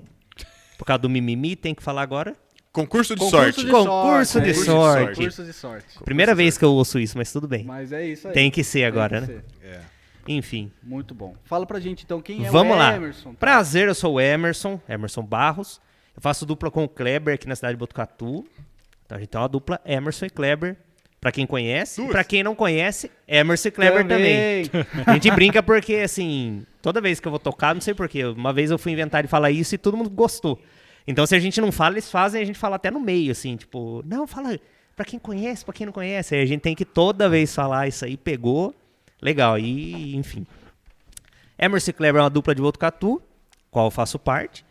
B: Por causa do mimimi, tem que falar agora.
D: Concurso de
A: Concurso
D: sorte.
A: de
B: Concurso
A: sorte,
B: de
A: é isso.
B: sorte.
A: Curso de sorte.
B: Primeira vez que eu ouço isso, mas tudo bem.
A: Mas é isso aí.
B: Tem que ser agora,
A: que
B: né?
A: ser.
D: É.
B: Enfim.
A: Muito bom. Fala pra gente então quem é
B: Vamos
A: o
B: lá.
A: Emerson. tá?
B: Prazer, eu sou o Emerson, Emerson Barros. Eu faço dupla com o Kleber aqui na cidade de Botucatu. Então a gente tem uma dupla Emerson e Kleber. Pra quem conhece, e
D: Duas.
B: pra quem não conhece, Emerson e Kleber também. A gente brinca porque, assim, toda vez que eu vou tocar, não sei porquê, uma vez eu fui inventar de falar isso e todo mundo gostou. Então, se a gente não fala, eles fazem, a gente fala até no meio, assim, tipo, não, fala pra quem conhece, pra quem não conhece. Aí a gente tem que toda vez falar isso aí, pegou, legal, e enfim. Emerson e Kleber é uma dupla de Botucatu, qual eu faço parte.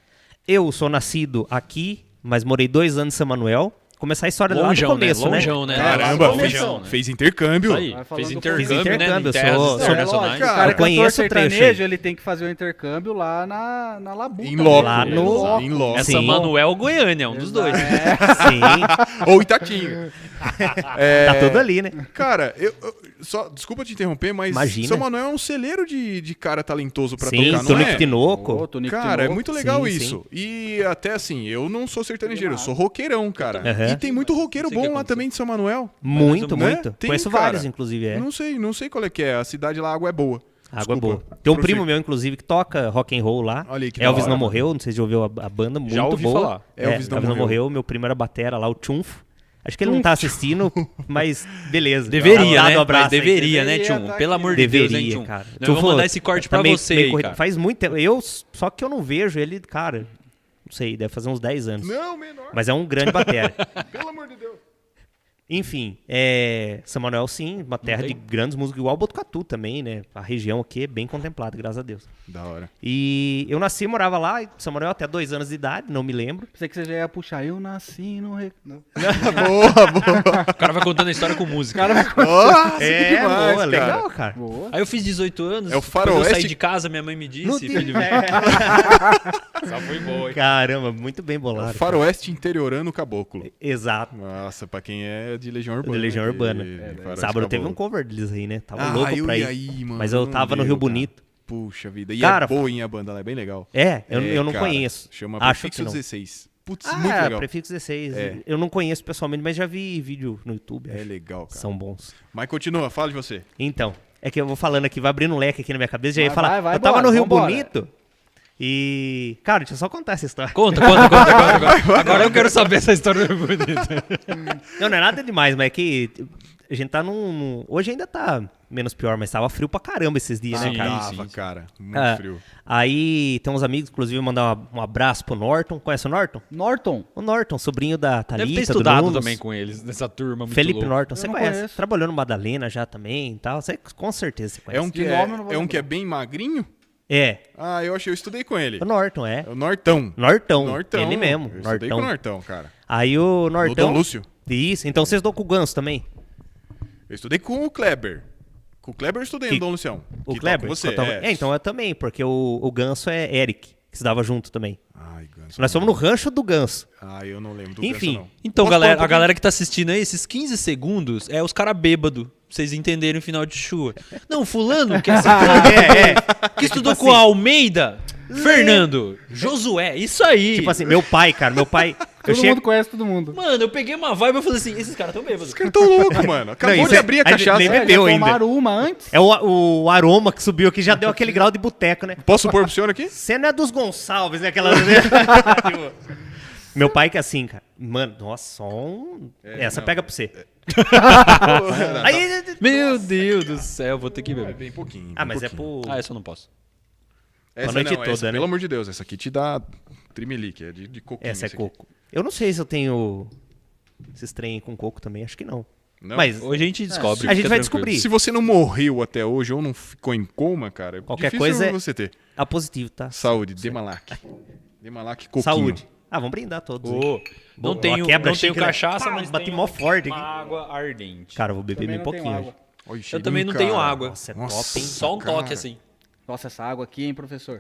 B: Eu sou nascido aqui, mas morei dois anos em São Manuel. Começar a história
C: Longeão,
B: lá do começo,
C: né?
B: né?
C: Longeão, né?
D: Caramba,
C: Longeão,
D: fez,
C: né?
D: fez intercâmbio.
C: Isso aí,
A: Vai falando
C: fez
A: do
C: intercâmbio,
B: Fiz
C: né?
B: intercâmbio, é
C: Em teses,
B: sou-
C: dos
B: sou-
C: personagens.
A: O
D: cara,
A: cara
B: eu conheço o
A: cantor
B: trecho
A: sertanejo,
B: aí.
A: ele tem que fazer o intercâmbio lá na, na Labuta.
D: Em loco.
B: Lá no- Assim,
D: Exato, Em
C: É
D: loco.
B: Sim.
C: São Manuel ou Goiânia, um dos dois.
A: É,
B: [laughs] Sim, [laughs]
D: Ou Itatinho. É,
B: tá tudo ali, né?
D: Cara, eu, eu- só, desculpa te interromper, mas
B: Imagina.
D: São Manuel é um celeiro de, de cara talentoso pra
B: Sim,
D: tocar, não
B: Tonico
D: é?
B: Tinoco.
A: Ô, Tonico
D: Cara, é
A: Tinoco.
D: muito legal
B: Sim,
D: isso. E até assim, eu não sou sertanejeiro, eu
A: Demais.
D: sou roqueirão, cara.
B: Aham.
D: E tem muito roqueiro
C: Sei o que
D: bom lá
C: aconteceu.
D: também de São Manuel.
B: Muito,
D: Né?
B: muito.
D: Tem,
B: Conheço
D: cara.
B: vários, inclusive, é.
D: Não sei, não sei qual é que é. A cidade lá, a água é boa.
B: Água
D: Desculpa.
B: boa. Tem um
D: Prossiga.
B: primo meu, inclusive, que toca rock and roll lá.
D: Olha aí, que da
B: Elvis
D: hora,
B: não
D: mano.
B: morreu, não sei se já ouviu a, a banda, muito
C: Já ouvi
B: boa.
C: falar.
B: É, Elvis, não, morreu. Meu primo era batera lá, o Tchunfo. Acho que ele não tá assistindo, mas beleza.
C: Deveria,
B: Dado
C: né?
B: um
C: Mas
B: abraço aí.
C: deveria, né,
A: Deveria
C: Tchum?
A: tá
C: Pelo
A: aqui.
C: amor de Deus, hein,
B: Deveria,
C: Tchum?
B: cara.
C: Nós vamos
B: Tchum,
C: mandar esse
B: tá
C: corte pra
B: meio-
C: você
B: meio
C: aí,
B: corrido.
C: cara.
B: Faz muito tempo. Eu, só que eu não vejo ele, cara, não sei, deve fazer uns 10 anos.
D: Não, menor,
B: Mas é um grande batera.
D: [laughs] pelo amor de Deus.
B: Enfim, é, São Manuel, sim, uma terra
C: tem.
B: de grandes músicos, igual Botucatu também, né? A região aqui é bem contemplada, graças a Deus.
D: Da hora.
B: E eu nasci e morava lá, em São Manuel, até dois anos de idade, não me lembro.
A: Pensei que você já ia puxar. Eu nasci no. Re... Não.
D: boa, boa.
C: O cara vai contando a história
B: [laughs]
C: com música.
D: Nossa,
B: é,
D: que Ah, demais,
B: boa,
D: cara.
B: legal, cara.
A: Boa.
C: Aí eu fiz 18 anos.
D: É o
C: quando Eu
D: faroeste- É.
C: saí de casa, minha mãe me disse.
B: Não tem-
C: filho,
D: [laughs]
C: Só foi boa, hein?
B: Caramba, muito bem bolado. cara.
D: Faroeste interiorano caboclo.
B: Exato.
D: Nossa, pra quem é de Legião Urbana.
B: Do Legião
D: de-
B: Urbana.
C: É,
D: de Faroeste
B: Sábado teve um
D: Caboclo.
B: cover deles aí, né? Tava
D: É, Ah,
B: louco
D: eu
B: pra
D: ia
B: ir.
D: aí, mano,
B: mas eu
D: não
B: tava no
D: deu,
B: Rio
D: cara.
B: Bonito.
D: Puxa vida. E
B: Cara,
D: é boa, hein, a banda, ela é bem legal.
B: É, eu, eu não
D: cara,
B: conheço.
D: Chama
B: Acho
D: Prefixo
B: que não.
D: 16. Putz,
B: Ah,
D: é muito legal.
B: prefixo 16.
D: É.
B: Eu não conheço pessoalmente, mas já vi vídeo no YouTube.
D: É
B: acho.
D: legal, cara.
B: São bons.
D: Mas continua, fala de você.
B: Então, é que eu vou falando aqui, vai abrindo um leque aqui na minha cabeça, já ia
A: Vai,
B: falar.
A: vai, vai,
B: eu tava
A: bora,
B: no Rio
A: vambora.
B: Bonito e. Cara, deixa eu só contar essa história.
C: Conta, conta, conta. Agora, agora. agora eu quero saber essa história do bonito.
B: Não, não é nada demais, mas é que a gente tá num. num- Hoje ainda tá menos pior, mas tava frio pra caramba esses dias, né,
C: Sim,
B: cara?
D: Tava,
C: sim.
D: Ah, cara. Muito
B: Ah,
D: frio.
B: Aí tem uns amigos, inclusive, mandar uma- um abraço pro Norton. Conhece o Norton?
A: Norton.
B: O Norton, sobrinho da Thalita,
C: Deve ter
B: do
C: estudado
B: Nunos.
C: também com eles, nessa turma muito
B: Felipe
C: louca.
B: Norton,
A: Eu
B: você
A: não
B: conhece.
A: conheço.
B: Trabalhou no Madalena já também e tal. Você com certeza você conhece.
D: É um, que
A: de
D: é,
A: nome eu não vou
D: é um que é
A: lembrar.
D: bem magrinho?
B: É,
D: Ah, eu achei, eu estudei com ele.
B: o Norton, é.
D: É o Nortão.
B: Nortão, ele mesmo,
D: Eu estudei com o
B: Nortão.
D: Nortão, cara.
B: Aí o
D: O Dom
B: Nortão.
D: Lúcio.
B: Isso, então vocês dão com o Ganso também?
D: Eu estudei com o Kleber. Com o Kleber eu estudei
B: Que-
D: no Dom Lucião.
B: O
D: que
B: Kleber?
D: toca Você,
B: Eu tava-
D: é.
B: é, então eu também, porque o, o Ganso é Eric, que se dava junto também.
D: Ai, Ganso.
B: Nós fomos no rancho do Ganso.
D: Ah, eu não lembro do
B: Enfim.
D: Ganso, não.
C: Então,
D: Posso
C: galera,
D: falar
C: a
D: um
C: galera que tá assistindo aí, esses 15 segundos é os caras bêbado. pra Vocês entenderem o final de chuva. Não, fulano, que, é ciclano,
B: [laughs] é, é.
C: que estudou com a Almeida, Fernando, Josué, isso aí.
B: Tipo assim, meu pai, cara, meu pai.
A: [laughs]
B: Eu
A: Todo
B: chego.
A: mundo conhece todo mundo.
C: Mano, eu peguei uma vibe e falei assim, esses caras tão bêbados.
D: Os caras tão
B: [laughs]
D: loucos, mano. Acabou
B: isso
D: de
B: é-
D: abrir a
B: aí
D: cachaça.
B: nem
A: É, já
B: bebeu ainda.
A: Tomaram uma antes?
B: É o, o aroma que subiu aqui, já deu aquele grau de boteco, né?
D: É. Posso pôr pro senhor aqui?
B: Cena dos Gonçalves, né? Aquela. [laughs] Tipo, meu pai que é assim, cara. Mano, nossa, só um.
D: É,
B: Essa pega pra você. Ah.
D: tá,
B: Aí.
C: Meu Deus do céu, vou ter que beber.
D: Bem Um pouquinho.
B: Ah, mas é pro.
C: Ah, essa eu não posso.
D: Essa
B: A noite
D: não, essa,
B: toda, né?
D: Pelo amor de Deus, essa aqui te dá trimelique, é de, de coquinho.
B: Essa é
D: isso aqui.
B: coco. Eu não sei se eu tenho esses trem com coco também, acho que não.
D: Não?
B: Mas
C: Hoje a gente descobre.
B: É, a gente
C: fica
B: vai
C: tranquilo.
B: descobrir.
D: Se você não morreu até hoje ou não ficou em coma, cara,
B: Qualquer
D: difícil
B: coisa é-
D: você ter.
B: a positivo, tá?
D: Saúde, Demalac. Demalac coquinho.
B: Saúde. Ah, vamos brindar todos. aí.
C: Ô, não
B: Boa,
C: tenho,
B: quebra
C: não
B: a
C: tenho
B: xícara.
C: cachaça,
B: Pá,
C: mas
B: bati
C: tenho
B: mó forte
C: uma
B: aqui.
C: água ardente.
B: Cara, eu vou beber
C: um
B: bem pouquinho hoje.
D: Olha o
C: Eu
D: cheirinho,
C: também não tenho
D: cara.
C: água.
B: Nossa, é
D: Nossa.
B: top, hein?
C: Só um toque
D: cara.
C: assim.
A: Nossa, essa água aqui, hein, professor?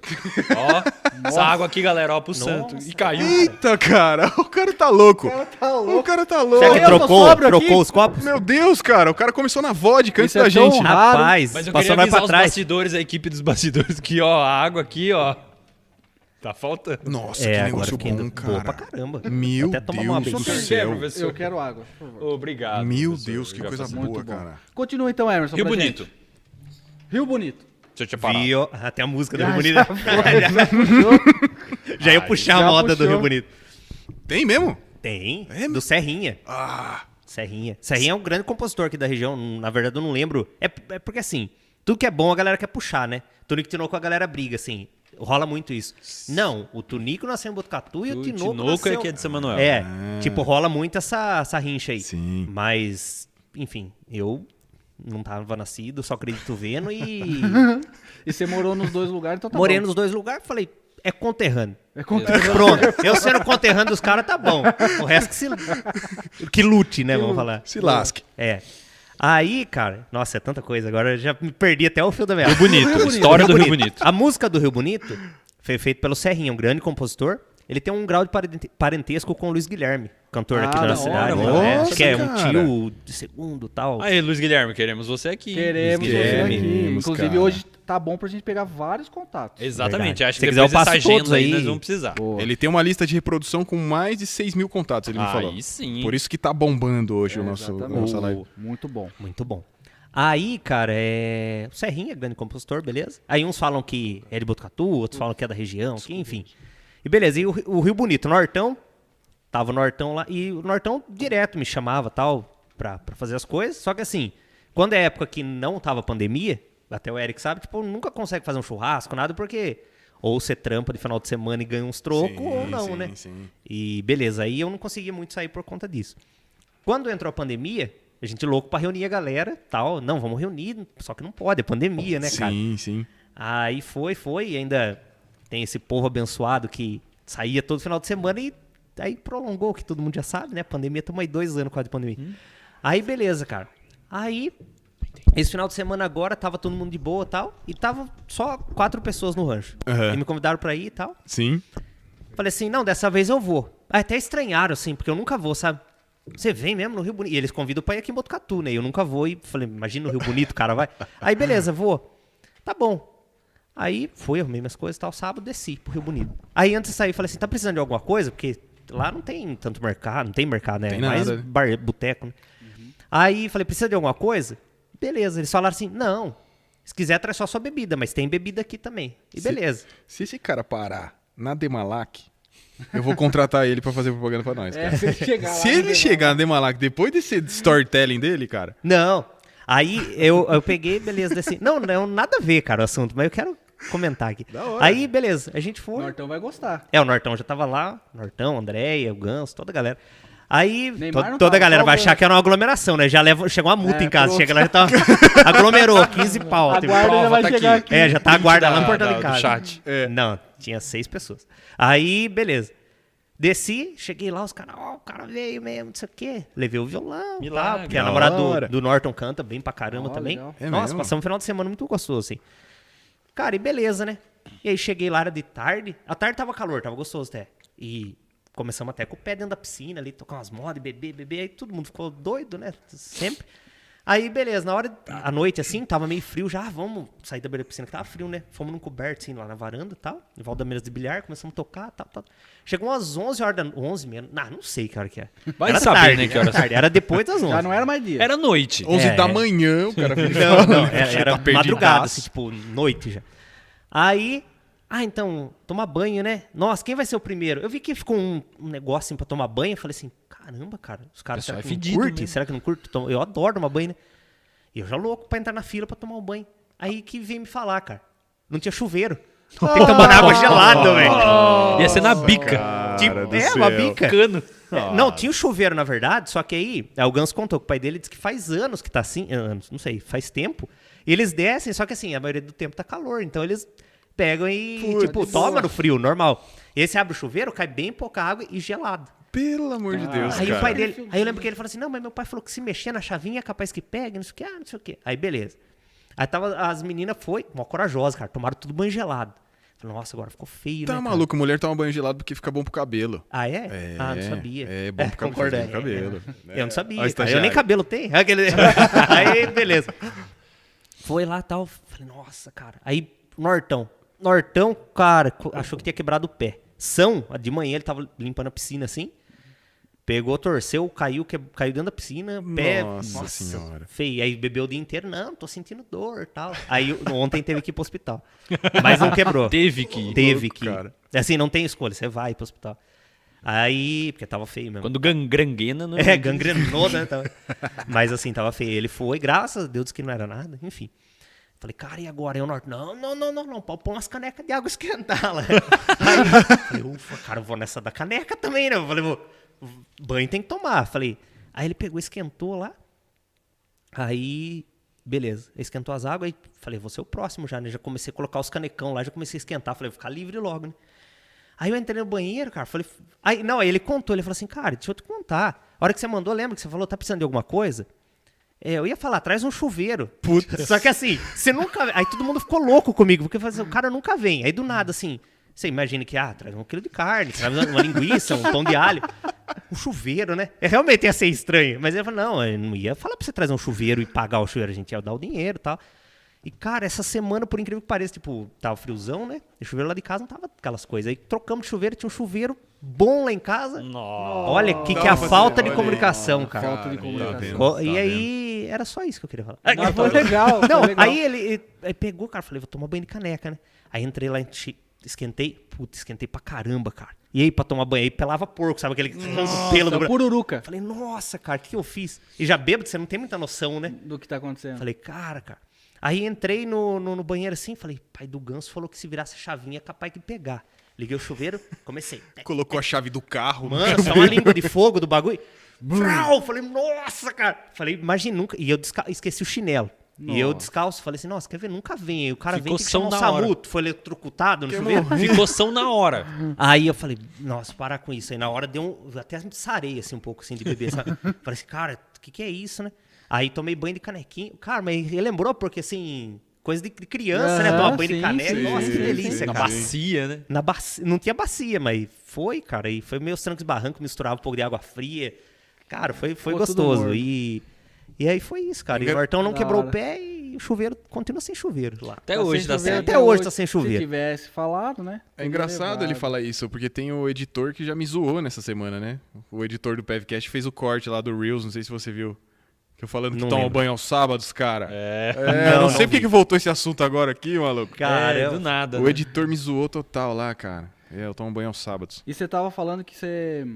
C: Ó, essa água aqui, galera, ó, pro santo. E caiu.
D: Eita, cara, [laughs] o cara tá louco. O cara
A: tá louco.
D: cara tá louco.
B: Será
A: Eu
B: que
A: tô
B: trocou,
A: sóbrio aqui.
B: trocou os copos?
D: Meu Deus, cara, o cara começou na vodka antes
A: Isso é
D: da
A: tão
D: gente.
A: raro.
B: Rapaz,
C: Mas
B: passou
C: eu queria
B: nós
C: avisar
B: pra
C: os
B: trás.
C: bastidores, a equipe dos bastidores, que ó, a água aqui, ó. Tá faltando.
D: Nossa,
B: É,
D: que
B: agora
D: negócio
B: fiquei
D: bom,
B: indo boa pra
D: cara.
B: caramba.
D: Meu
B: Até tomar uma
D: Deus do
B: bebida.
C: Quem
D: céu.
C: quer, professor?
A: Eu quero água, por favor.
C: Obrigado.
D: Meu
C: professor.
D: Deus, que
C: Já
D: coisa
C: faz-
A: tá Muito
D: boa,
A: bom.
D: cara.
A: Continua então, Emerson.
C: Rio
A: pra gente.
C: Bonito. Deixa
A: Rio Bonito.
C: eu te parar.
B: Viu? Ah, tem a música do
A: Ah,
B: Rio Bonito.
A: já
B: [laughs]
A: foi, já puxou.
B: Já ia puxar
A: já
B: a moda
A: puxou.
B: do Rio Bonito.
D: Tem mesmo?
B: Tem.
D: É, meu-
B: do Serrinha.
D: Ah,
B: Serrinha. Serrinha é um grande compositor aqui da região. Na verdade, eu não lembro. É, é porque assim, tudo que é bom a galera quer puxar, né? Tonico e Tinoco a galera briga, assim. Rola muito isso. Não, o Tonico nasceu em Botucatu e o
C: O
B: Tinoco,
C: Tinoco é
B: nasceu...
C: que é de São Manuel.
B: É, tipo, rola muito essa, essa rincha aí.
D: Ah. Sim.
B: Mas, enfim, eu não tava nascido, só acredito vendo e...
D: [laughs]
A: E você morou nos dois lugares, então tá
B: Morei
A: bom.
B: nos dois lugares, falei, é conterrâneo.
A: É conteúdo.
B: Pronto, eu sendo conterrâneo dos caras tá bom. O resto que se. Que lute, né? Vamos falar.
D: se lasque.
B: É. Aí, cara, nossa, é tanta coisa. Agora eu já me perdi até o fio da meada.
C: Rio Bonito. História do Rio Bonito.
B: A música do Rio Bonito foi feita pelo Serrinha, um grande compositor. Ele tem um grau de parente- parentesco com o Luiz Guilherme, cantor
A: Ah,
B: aqui da
A: da
B: nossa cidade.
C: hora,
B: né?
D: mano.
B: É, acho
D: Nossa,
B: que é um
D: cara.
B: tio de segundo tal.
C: Aí, Luiz Guilherme, queremos você aqui. hein?
A: [laughs] Queremos você
D: Queremos,
A: aqui. Inclusive,
D: cara.
A: hoje tá bom pra gente pegar vários contatos.
C: Exatamente.
B: Verdade.
C: Acho
B: Se
C: que
B: quiser, eu
C: depois dessa
B: passo todos
C: agenda aí
B: aí.
C: nós vamos precisar.
A: Boa.
D: ele tem uma lista de reprodução com mais de 6 mil contatos,
B: Ah,
D: ele me falou.
C: Aí sim.
D: Por isso que tá bombando hoje o
B: É,
D: nosso, a
A: Exatamente.
D: nossa live.
A: Muito bom.
B: Muito bom. Aí, cara, é. O Serrinha é grande compositor, beleza? Aí uns falam que é de Botucatu, outros falam que é da região, que, enfim. E beleza, e o, Ri- o Rio Bonito, Nortão. Tava o Nortão lá. E o Nortão direto me chamava tal, pra, pra fazer as coisas. Só que assim, quando é época que não tava pandemia, até o Eric sabe, tipo, nunca consegue fazer um churrasco, nada, porque. Ou você trampa de final de semana e ganha uns trocos,
D: Sim,
B: ou não,
D: sim,
B: né?
D: sim.
B: E beleza, aí eu não conseguia muito sair por conta disso. Quando entrou a pandemia, a gente louco pra reunir a galera, tal, não, vamos reunir, só que não pode, é pandemia, né, cara?
D: Sim, sim.
B: Aí foi, foi, e ainda tem esse povo abençoado que saía todo final de semana e aí prolongou, que todo mundo já sabe, né? Pandemia, estamos aí dois anos quase de pandemia.
D: Uhum.
B: Aí, beleza, cara. Aí, esse final de semana agora, tava todo mundo de boa e tal, e tava só quatro pessoas no rancho.
D: Aham.
B: E me convidaram pra ir e tal.
D: Sim.
B: Falei assim, não, dessa vez eu vou. Aí Até estranharam, assim, porque eu nunca vou, sabe? Você vem mesmo no Rio Bonito. E eles convidam pra ir aqui em Botucatu, né? E Eu nunca vou. E falei, imagina no Rio Bonito, cara, vai. Aí, beleza, vou. Tá bom. Aí, fui, arrumei minhas coisas e tal. Sábado, desci pro Rio Bonito. Aí, antes de sair, falei assim, tá precisando de alguma coisa? Porque lá não tem tanto mercado, não tem mercado, né?
D: Tem
B: Mais
D: nada.
B: bar, boteco, né? Aí, falei, precisa de alguma coisa? Beleza. Eles falaram assim, não. Se quiser, traz só sua bebida, mas tem bebida aqui também. E
D: Se-
B: beleza.
D: Se esse cara parar na Demalac, eu vou contratar ele pra fazer propaganda pra nós,
B: É.
D: cara.
A: É, se ele chegar
D: Se ele chegar na Demalac depois desse storytelling dele, cara,
B: Não. Aí eu, eu peguei, beleza, desci. Não, não, nada a ver, cara, o assunto, mas eu quero comentar aqui.
D: Da hora.
B: Aí, beleza, a gente
A: O
B: foi.
A: Nortão vai gostar.
B: É, o Nortão já tava lá, Nortão, Andréia, o Ganso, toda a galera. Aí,
A: Neymar
B: to-
A: não
B: toda
A: tava,
B: a galera
A: só o
B: vai
A: Ganso.
B: achar que era uma aglomeração, né? Já leva, chegou uma
A: É,
B: multa em casa,
A: pronto.
B: chega lá e já
A: [laughs]
B: tá. aglomerou, 15 pau.
A: A
B: teve
A: guarda
B: prova.
A: já vai
C: tá
A: chegar aqui.
C: aqui.
B: É, já tá a
C: Print
B: guarda
C: da-
B: lá no portão
C: da-
B: de
C: do
B: casa.
C: chat.
D: É.
B: Não, tinha seis pessoas. Aí, beleza. Desci, cheguei lá, os caras, ó, o cara veio mesmo, não sei o quê. Levei o violão, e tal,
C: Milagre.
B: porque a
D: Da
B: namorada
D: hora.
B: do, do Norton canta bem pra caramba
A: Ó,
B: também.
A: legal.
D: É
B: Nossa,
D: mesmo?
B: passamos um final de semana muito gostoso, assim. Cara, e beleza, né? E aí cheguei lá, era de tarde. A tarde tava calor, tava gostoso até. E começamos até com o pé dentro da piscina ali, tocar umas modas, beber, beber. Aí todo mundo ficou doido, né? Sempre. Aí, beleza, na hora, à noite, assim, tava meio frio já, ah, vamos sair da beira da piscina, que tava frio, né? Fomos num coberto, assim, lá na varanda e tal, em Valdameiras de Bilhar, começamos a tocar, tal, tal. Chegou umas 11 horas da... 11 menos, não, não sei que hora que era.
C: Vai
B: era
C: saber,
B: tarde,
C: né, que
B: era
C: horas-
B: tarde, era depois das 11.
A: Já não era mais dia.
C: Era noite.
D: 11
B: É,
D: da
B: é.
D: manhã, o cara fica
B: Não, não,
D: falando,
B: era,
D: você
B: era [laughs]
D: tá perdidaço.
B: madrugada, assim, tipo, noite já. Aí, ah, então, tomar banho, né? Nossa, quem vai ser o primeiro? Eu vi que ficou um, um negócio assim pra tomar banho, eu falei assim, caramba, cara, os caras
C: Pessoal
B: será
C: é
B: que não
C: fedido
B: curtem?
C: mesmo.
B: Será que não curto? Então, Eu adoro tomar banho, né? E eu já louco pra entrar na fila pra tomar um banho. Aí que veio me falar, cara, não tinha chuveiro. Tem que tomar na água gelada, velho.
C: Ia ser na bica.
D: Cara do
B: é, uma
D: céu.
B: bica.
C: Cano.
B: É, Não, tinha o chuveiro, na verdade, só que aí, é, o Ganso contou que o pai dele disse que faz anos que tá assim, anos, não sei, faz tempo. E eles descem, só que assim, a maioria do tempo tá calor, então eles pegam e,
D: Putz.
B: tipo, toma no frio, normal. Esse abre o chuveiro, cai bem pouca água e gelado.
D: Pelo amor de Deus,
B: Ah, aí
D: cara.
B: o pai dele. Aí eu lembro que ele falou assim: não, mas meu pai falou que se mexer na chavinha é capaz que pegue, não sei o que, ah, não sei o que. Aí beleza. Aí tava, as meninas foi, mó corajosas, cara, tomaram tudo banho gelado. Falei, nossa, agora ficou feio, né?
D: Tá
B: cara?
D: maluco, mulher toma banho gelado porque fica bom pro cabelo.
B: [laughs] Ah, é?
D: É,
B: ah, não sabia.
D: é bom pro cabelo,
B: concorda,
D: bom pro cabelo.
B: é. Eu não sabia.
D: Ó,
B: cara, Eu
D: estagiário.
B: nem cabelo tenho.
D: [laughs]
B: Aquele- Aí, beleza. Foi lá e tal. Falei, nossa, cara. Aí, Nortão. Nortão, cara, co- achou que tinha quebrado o pé. São, de manhã ele tava limpando a piscina assim. Pegou, torceu, caiu, que- caiu dentro da piscina, pé.
D: Nossa senhora.
B: Feio. Aí bebeu o dia inteiro. Não, tô sentindo dor e tal. Aí ontem teve que ir pro hospital. Mas não quebrou.
C: Teve que. ir.
B: Teve
D: louco,
B: que.
D: cara.
B: Assim, não tem escolha, você vai pro hospital. Aí, porque tava feio mesmo.
C: Quando gangrena, não.
B: É, gangrenou, né? Tava- Mas assim, tava feio. Ele foi, graças a Deus, que não era nada, enfim. Falei, cara, e agora? Eu, Norte, não, não, não, não, não, pau, põe umas canecas de água esquentar lá. [laughs] Aí, falei, ufa, cara, eu vou nessa da caneca também, né? Eu falei, vou, banho tem que tomar. Falei, aí ele pegou, esquentou lá. Aí, beleza, esquentou as águas. Aí falei, vou ser o próximo já, né? Já comecei a colocar os canecão lá, já comecei a esquentar. Falei, vou ficar livre logo, né? Aí eu entrei no banheiro, cara, falei. Aí, não, aí ele contou, ele falou assim, cara, deixa eu te contar. A hora que você mandou, lembra que você falou, tá precisando de alguma coisa? É, eu ia falar, traz um chuveiro. Putz. Só que assim, você nunca. Aí todo mundo ficou louco comigo, porque fazia- o cara nunca vem. Aí do nada, assim, você imagina que, ah, traz um quilo de carne, traz uma linguiça, um pão de alho. Um chuveiro, né? É, realmente ia ser estranho. Mas ele falou, não, eu não ia falar pra você trazer um chuveiro e pagar o chuveiro, a gente ia dar o dinheiro e tal. E, cara, essa semana, por incrível que pareça, tipo, tava friozão, né? E o chuveiro lá de casa não tava aquelas coisas. Aí trocamos de chuveiro, tinha um chuveiro bom lá em casa.
D: Hum.
C: Nossa.
B: Olha, o que, que é a
D: Nossa,
B: falta de
D: olha aí.
B: comunicação, cara.
A: Falta de comunicação.
D: vendo?
B: Ó,
D: Tá
B: e aí, era só isso que eu queria falar.
A: Mas É, foi legal.
B: [laughs] Não,
A: foi legal.
B: aí ele, ele- aí pegou, cara, falei, vou tomar banho de caneca, né? Aí entrei lá, enchi- esquentei, puta, esquentei pra caramba, cara. E aí, pra tomar banho, aí pelava porco, sabe aquele
A: Nossa,
B: pelo do... bra-
A: Pururuca
B: Falei, nossa, cara, o que eu fiz? E já bêbado, você não tem muita noção, né?
A: do que tá acontecendo.
B: Falei, cara, cara. Aí entrei no, no, no banheiro assim, falei, pai do ganso falou que se virasse a chavinha é capaz de pegar. Liguei o chuveiro, comecei.
D: Colocou a chave do carro.
B: Mano, só uma língua de fogo
A: [laughs]
B: do bagulho. Frau! Falei, nossa, cara. Falei, imagina, nunca. E eu desca- esqueci o chinelo. E eu descalço, falei assim, nossa, quer ver? Nunca vem. Aí o cara vem,
C: Ficou
B: tem que
C: são
B: chamar o
C: na hora.
B: SAMU, foi eletrocutado no chuveiro.
C: Ficou são na hora.
B: Aí eu falei, nossa, parar com isso. Aí na hora deu um. eu Até sarei assim um pouco assim de beber. Sabe? [laughs] falei assim, cara, o que, que é isso, né? Aí tomei banho de canequinho. Cara, mas ele lembrou, porque assim, coisa de de criança, né?
A: Aham,
B: Tomar banho
A: sim,
B: de caneca.
A: sim,
B: nossa, que
A: sim,
B: delícia,
A: sim.
C: Na
B: cara.
C: bacia, né?
B: Na bacia, não tinha bacia, mas foi, cara. E foi meio os trancos e barrancos, misturava um pouco de água fria. Cara, foi, foi
A: Ficou tudo
B: gostoso.
A: morno.
B: E, e aí foi isso, cara. E o
D: Engra-
B: Nortão não
A: Da
B: quebrou
A: hora.
B: o pé e o chuveiro continua sem chuveiro lá.
C: Até
A: Tá sem
C: hoje dá
A: chuveiro,
C: certo.
B: até hoje tá sem
A: Se
B: chuveiro.
A: tivesse falado, né?
D: É engraçado ele falar isso, porque tem o editor que já me zoou nessa semana, né? O editor do Pevcast fez o corte lá do Reels, não sei se você viu. Que eu falando que
B: Não
D: toma
B: lembro.
D: banho aos sábados, cara.
C: É.
D: É, não,
B: [laughs] Não,
D: sei
B: não
D: porque que voltou esse assunto agora aqui, maluco.
B: Cara,
C: É,
B: eu-
C: do nada.
D: O
C: né?
D: editor me zoou total lá, cara. É, eu tomo banho aos sábados.
A: E você tava falando que você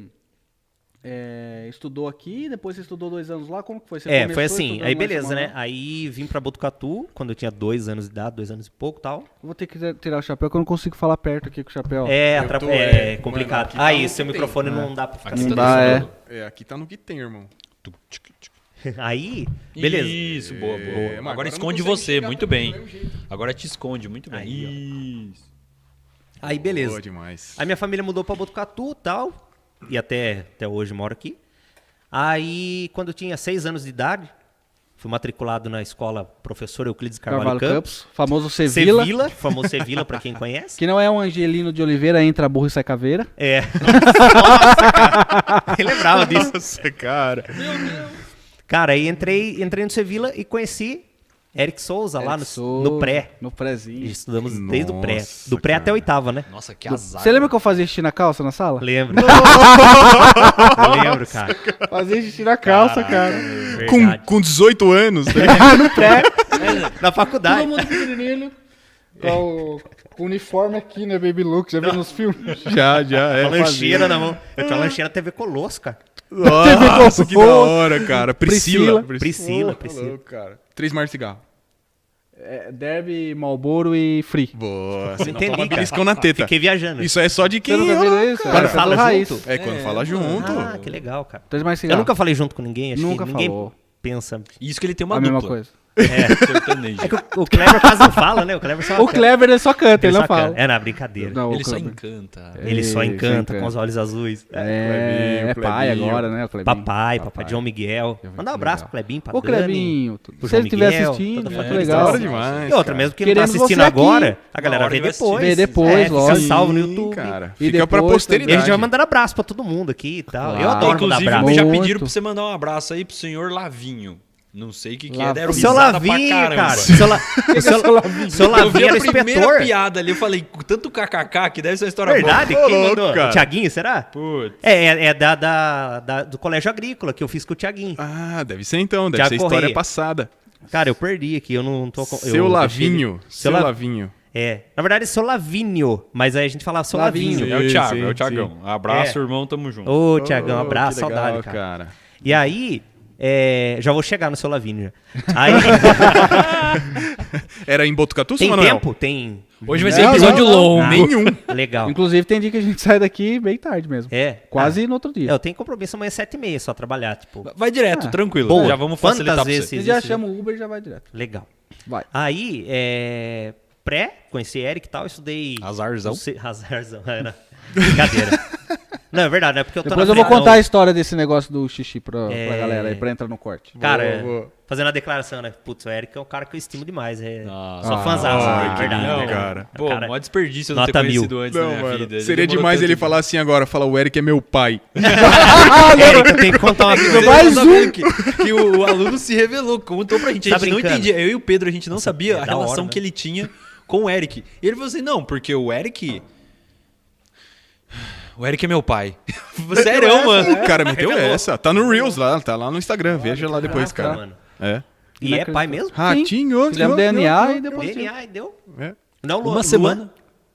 A: é, estudou aqui, depois você estudou dois anos lá, como que foi? Você
B: é,
A: começou
B: foi assim.
A: estudando
B: Aí
A: mais
B: beleza,
A: uma
B: né?
A: lá?
B: Aí vim pra Botucatu, quando eu tinha dois anos de idade, dois anos e pouco e tal.
A: Eu Vou ter que tirar o chapéu, que eu não consigo falar perto aqui com o chapéu.
B: é,
D: eu
B: atra-
D: tô,
B: é,
D: é, mano,
B: complicado.
D: aqui tá
B: aí,
D: muito
B: seu
D: bem.
B: microfone não dá pra ficar
C: Aqui
A: Não
B: assim.
A: dá, é.
D: É, aqui tá no que tem, irmão.
B: [laughs] Aí, beleza.
C: Isso, boa, boa.
D: É, mas
C: agora,
D: agora não
C: esconde
D: consegue
C: você,
D: chegar
C: muito
D: também
C: bem.
D: do
C: Agora te esconde, muito bem. Isso.
B: Aí, beleza. É
D: Boa demais.
B: Aí minha família mudou pra Botucatu e tal. E até, até hoje moro aqui. Aí, quando eu tinha seis anos de idade, fui matriculado na escola Professor Euclides
A: Carvalho
B: Carvalho, Campos.
A: Campos, famoso Sevilla,
B: Sevilla. famoso Sevilla, pra quem conhece.
A: [laughs] que não é um Angelino de Oliveira, entra burro e sai caveira.
B: É. [laughs] Nossa, cara. Eu lembrava disso.
D: Nossa, cara.
B: Cara, aí entrei, entrei no Sevilla e conheci Eric Souza Tá lá no,
A: Eric Souza,
B: no pré.
A: É, No prézinho.
B: Estudamos desde o pré.
D: Nossa,
B: Do pré até a
D: cara.
B: oitava, né?
C: Nossa, que azar.
A: Você lembra que eu fazia xixi na calça na sala?
B: Lembro. Lembro, cara.
A: Fazia xixi na calça, cara.
D: Com,
B: Verdade.
D: com 18 anos, né? [laughs]
B: Na faculdade.
A: Todo mundo pequenininho, com o com o uniforme aqui, né, Baby Luke, já viu nos filmes?
D: já, já. É,
B: Uma lancheira na mão. Eu
A: É.
B: tinha uma lancheira TV Colosso, cara.
D: Nossa, que da
A: Colosso.
D: hora, cara. Priscila.
B: Priscila,
D: Ô,
B: Priscila.
D: louco, cara. Três mais de cigarro.
A: É, Derby, Malboro e Free.
D: Boa. Você não
B: entendi,
D: toma
B: cara.
D: beliscão na teta.
B: Fiquei viajando.
D: Isso é só de quem...
A: Você nunca
D: eu-
A: fez isso?
D: cara.
A: É, você é do
B: Fala
A: raiz.
B: junto.
D: É, quando fala junto.
B: Ah, que legal, cara.
A: Três mais
B: Eu
A: cigarro.
B: nunca falei junto com ninguém, acho
A: Nunca
B: que ninguém
A: falou.
B: pensa.
C: Isso que ele tem uma
A: A
C: dupla.
A: mesma coisa.
C: sertanejo.
A: [laughs]
B: É que o, o Kleber quase não fala, né? O Kleber só
A: O Kleber ele só canta, ele não fala.
B: É na brincadeira.
A: Não, o
C: Ele só
A: Kleber.
C: encanta.
A: É.
C: Então,
B: Ele só
A: Ele só
B: encanta
A: encanta.
B: com os olhos azuis.
A: É,
D: Clebinho,
A: é pai
D: Clebinho.
A: agora, né? o Clebinho.
B: Papai, papai João Miguel.
A: João
B: Manda um
A: Miguel.
B: abraço pro Clebinho, pra
A: Ô,
B: Dani.
A: Clebinho,
B: pro
A: se
B: João
A: ele estiver
B: Miguel,
A: assistindo,
B: toda a
A: muito
B: família.
D: Da
A: legal.
D: hora demais.
B: E outra,
D: cara.
B: mesmo que ele não tá
A: Queremos você
B: assistindo
A: aqui.
B: agora, a
C: Uma
B: galera
C: hora
B: vê
C: ele vai
B: depois. É,
A: assistir. Vê depois,
B: fica
A: lógico.
B: salvo no
D: Sim,
B: YouTube.
D: Cara,
A: E
D: fica pra
A: depois
B: E a
D: posteridade.
B: gente vai mandando abraço pra todo mundo aqui e tal.
A: Claro.
B: Eu adoro
C: Inclusive,
B: mandar abraço.
C: já
A: Muito.
C: pediram pra você mandar um abraço aí pro senhor Lavinho. Não sei o que, que é,
A: Lavinho.
C: deram
B: O seu
C: risada
B: Lavinho,
C: pra caramba.
B: cara. O seu, la... o seu, o seu
C: eu vi
B: Lavinho
C: a
B: era
C: primeira
B: inspetor.
C: piada ali, eu falei, tanto kkk que deve ser uma história
B: Verdade?
D: Ô,
B: Quem
D: louco,
B: mandou?
D: cara.
B: O Tiaguinho, será?
C: boa. Putz.
B: É, é, é da, da- da- do Colégio Agrícola que eu fiz com o Tiaguinho.
D: Ah, deve ser então, deve
B: Tiago
D: ser história
B: Correia.
D: passada.
B: Cara, eu perdi aqui, eu não tô... com- eu
D: seu
B: deixei-
D: Lavinho,
B: Seu
D: seu
B: La-
D: Lavinho.
B: É. Na verdade, é seu Lavinho, mas aí a gente falava seu
A: Lavinho.
B: Lavinho.
C: É o
D: Sim,
C: Thiago,
D: sim,
C: é o Thiagão. Abraço,
B: É.
C: irmão, tamo junto.
B: Ô, Tiagão,
D: Oh,
B: abraço,
D: que legal,
B: saudade, cara. E aí, é, já vou chegar no seu Lavinho. já. Aí,
D: [laughs] Era em Botucatu, seu
B: tem
D: Manuel?
B: tempo? Tem.
C: Hoje vai ser
A: Não,
C: episódio
A: não, não.
C: longo.
D: Nenhum.
B: Legal.
A: Inclusive, tem dia que a gente sai daqui bem tarde mesmo.
B: É.
A: Quase no outro
B: Ah,
A: dia.
B: eu tenho compromisso amanhã às 7h30 só trabalhar, tipo.
C: Vai direto,
A: Ah.
C: tranquilo.
B: Boa.
C: Já vamos
B: Quantas
C: facilitar pra
B: vezes?
C: você.
A: Você já
B: isso,
A: chama o Uber e já vai direto.
B: Legal.
A: Vai.
B: Aí, é, pré, conheci Eric e tal, estudei...
C: Azarzão.
B: não sei- [laughs] Azarzão, era.
D: [laughs]
B: Brincadeira. Não, é verdade, é porque eu tô
A: Depois
B: na
A: eu vou
B: frente,
A: contar a
B: não.
A: história desse negócio do xixi pra,
B: É.
A: pra galera aí, pra entrar no corte.
B: Cara, é,
D: Boa, boa.
B: fazendo a declaração, né? Putz, o Eric é um cara que eu estimo demais. É...
C: Ah.
B: Só
A: Ah,
B: fãzaço,
D: ai,
B: é
D: que
B: verdade.
D: lindo,
B: né?
D: cara.
B: É um
C: Pô,
B: cara-
C: mó desperdício não
B: Nota
C: ter conhecido
B: mil.
C: antes da
D: Não,
C: minha
D: mano,
C: vida. Ele
D: Seria
C: demorou
D: demais
C: tanto
D: ele
C: tempo.
D: falar assim agora, falar o Eric é meu pai.
A: Ah,
B: Eric, eu tenho que contar uma coisa.
A: Mais
C: Eu
A: um.
C: sabia [laughs] Que, que o, o aluno se revelou, contou pra gente.
B: Tá
C: a gente não
B: brincando.
C: entendia. Eu e o Pedro, a gente não sabia
B: da
C: a relação
B: hora, né?
C: que ele tinha com o Eric. E ele falou assim: não, porque o Eric. O Eric é meu pai. [laughs]
B: [laughs] é
C: Sério, mano.
D: O cara meteu essa. Tá no Reels lá, tá lá no Instagram. Veja lá depois,
B: Caraca,
D: cara.
B: mano.
D: É.
B: E é pai mesmo?
D: Ratinho.
A: Fizemos
D: ó,
A: DNA
D: ó,
A: e depois-
B: Ele, ai, deu.
D: É.
B: Não, Luan.
C: Uma semana.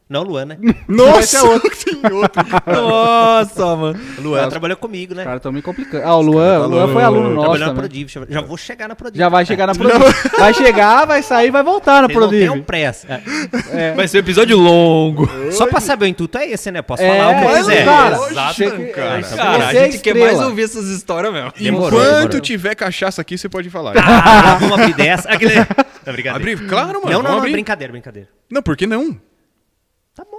B: Não,
A: [laughs]
B: Luan, né?
D: Nossa, [laughs] tem outro.
C: [laughs] Nossa, mano.
B: Luan
A: Cara,
B: trabalhou comigo, né?
A: Os caras tão me complicando. Ah, o Luan, o Luan foi aluno nosso
B: Trabalhou na
A: também.
B: Prodiv. Já vou chegar na Prodiv.
A: Já vai chegar na Prodiv. Vai chegar, vai sair, vai voltar na
B: Vocês um não tenham
A: Prodiv. É.
B: pressa.
C: Vai ser um episódio longo.
B: Só pra saber o intuito é esse, né? Posso falar o que eu
D: mas,
B: quiser.
A: cara,
D: Exato,
A: você que-
D: cara.
A: se
C: Cara, a
A: você é
C: gente quer mais
A: estrela,
C: ouvir essas histórias mesmo.
B: Demorou,
D: Enquanto
B: demorou. [laughs]
D: tiver cachaça aqui, você pode falar.
B: Ah, vamos abrir dessa. Aquele... Não, brincadeira.
D: Abrir? Claro, mano.
B: não, não,
D: vamos
B: não,
D: abrir.
B: brincadeira, brincadeira.
D: Não, por que não?
B: Tá bom.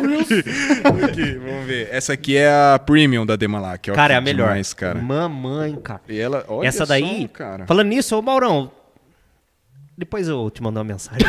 D: Aqui, vamos ver. Essa aqui é a premium da Demalac. ó,
B: Cara, é
D: que
B: a melhor.
D: demais, cara.
B: Mamãe, cara.
D: E ela, olha
B: Essa daí,
D: só, cara.
B: falando nisso, ô Maurão, depois eu te mando uma mensagem.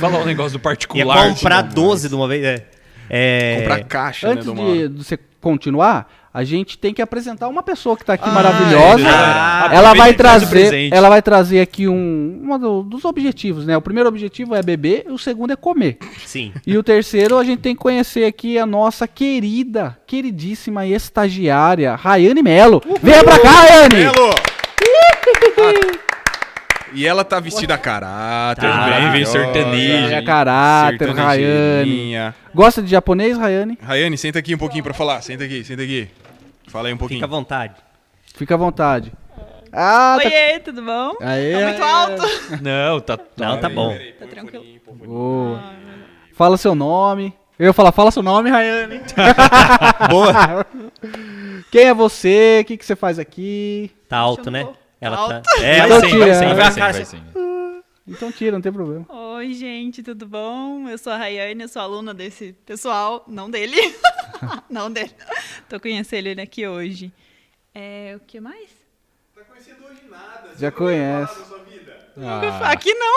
C: Falar um negócio do
B: Ia
C: particular.
B: comprar 12 de uma vez. É, é,
D: Comprar a caixa,
A: Antes
D: né, do
A: de,
D: Mauro?
A: de você continuar, a gente tem que apresentar uma pessoa que tá aqui
D: Ah, é
A: maravilhosa.
B: verdade.
A: ela vai
C: Aproveita e faz o
A: trazer,
C: presente.
A: ela vai trazer aqui um, um do- dos objetivos, né? O primeiro objetivo é beber, o segundo é comer.
B: Sim.
A: E o terceiro, a gente tem que conhecer aqui a nossa querida, queridíssima estagiária, Rayane Melo. Venha pra cá, Rayane!
B: [laughs]
D: Melo! Ah, E ela tá vestida a caráter,
B: Tá.
D: maravilhosa.
C: Bem, veio sertaneja.
A: É caráter, Rayane.
D: Sertanejinha.
A: Gosta de japonês, Rayane?
D: Rayane, senta aqui um pouquinho pra falar. Senta aqui, senta aqui. Fala aí um pouquinho.
B: Fica à vontade.
A: Fica à vontade. Ah, tá...
E: Oiê, tudo bom?
A: Aê,
E: Tá muito alto?
C: Não, tá.
B: Não, tá bom.
E: Tá tranquilo.
A: Boa. Fala seu nome. Eu ia falar, fala seu nome, Rayane.
C: [laughs]
A: Boa. Quem é você? O que, que você faz aqui?
B: Tá alto, né?
E: Chamou.
B: Ela
E: Alto.
B: tá. É,
A: Mas
B: ela
A: eu
B: sim,
A: tiro,
B: vai
A: né?
B: sim,
A: Vai
B: vai
C: sim,
B: sim, vai
C: vai
B: sim.
C: sim.
A: Então tira, não tem problema.
E: Oi, gente, tudo bom? Eu sou a Rayane, eu sou aluna desse pessoal, não dele. não dele. Tô conhecendo ele aqui hoje. É, o que mais?
A: Já conhece.
E: Aqui não.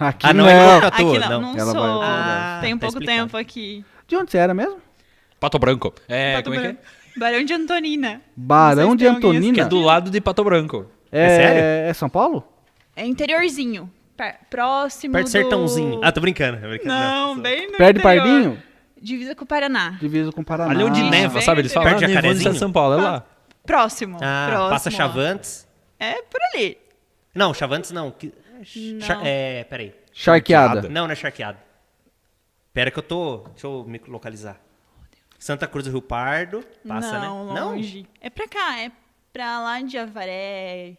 A: Aqui
B: Ah, não,
A: não.
B: é igual
E: Aqui
B: tatu,
E: não, não,
B: não.
A: Ela vai-
E: sou.
B: Ah,
E: Tem um
B: tá
E: pouco
B: explicado.
E: tempo aqui.
A: De onde você era mesmo?
C: Pato Branco. É,
E: Pato
C: como é que
E: Branco. Barão de Antonina.
A: Barão
E: Não sei se
A: de
E: tem alguém
A: Antonina.
E: assim.
C: é? Que é do lado de Pato Branco.
A: É,
B: É sério?
A: é São Paulo?
E: É interiorzinho. per- Próximo
B: Perto do
E: do...
B: sertãozinho. Ah, tô brincando. tô brincando.
E: Não,
B: sou-
E: bem no
A: Perto de
E: interior.
A: Pardinho?
E: Divisa com o Paraná.
A: Divisa com o Paraná.
C: Ali onde
E: Ah.
C: neva, sabe? Eles
E: Perto
C: falam.
B: de
C: "Ah, nevou no
B: Jacarezinho?"
C: estado de São Paulo, é lá.
E: Próximo.
B: Ah,
E: próximo.
B: passa Chavantes.
E: É por ali.
B: Não, Chavantes não. que- Cha-
E: Não.
B: É, peraí.
A: Charqueada.
B: Não, não é charqueado. Pera que eu tô. Deixa eu me localizar. Santa Cruz do Rio Pardo. Passa,
E: não,
B: né?
E: longe. É pra cá, é pra lá de Avaré.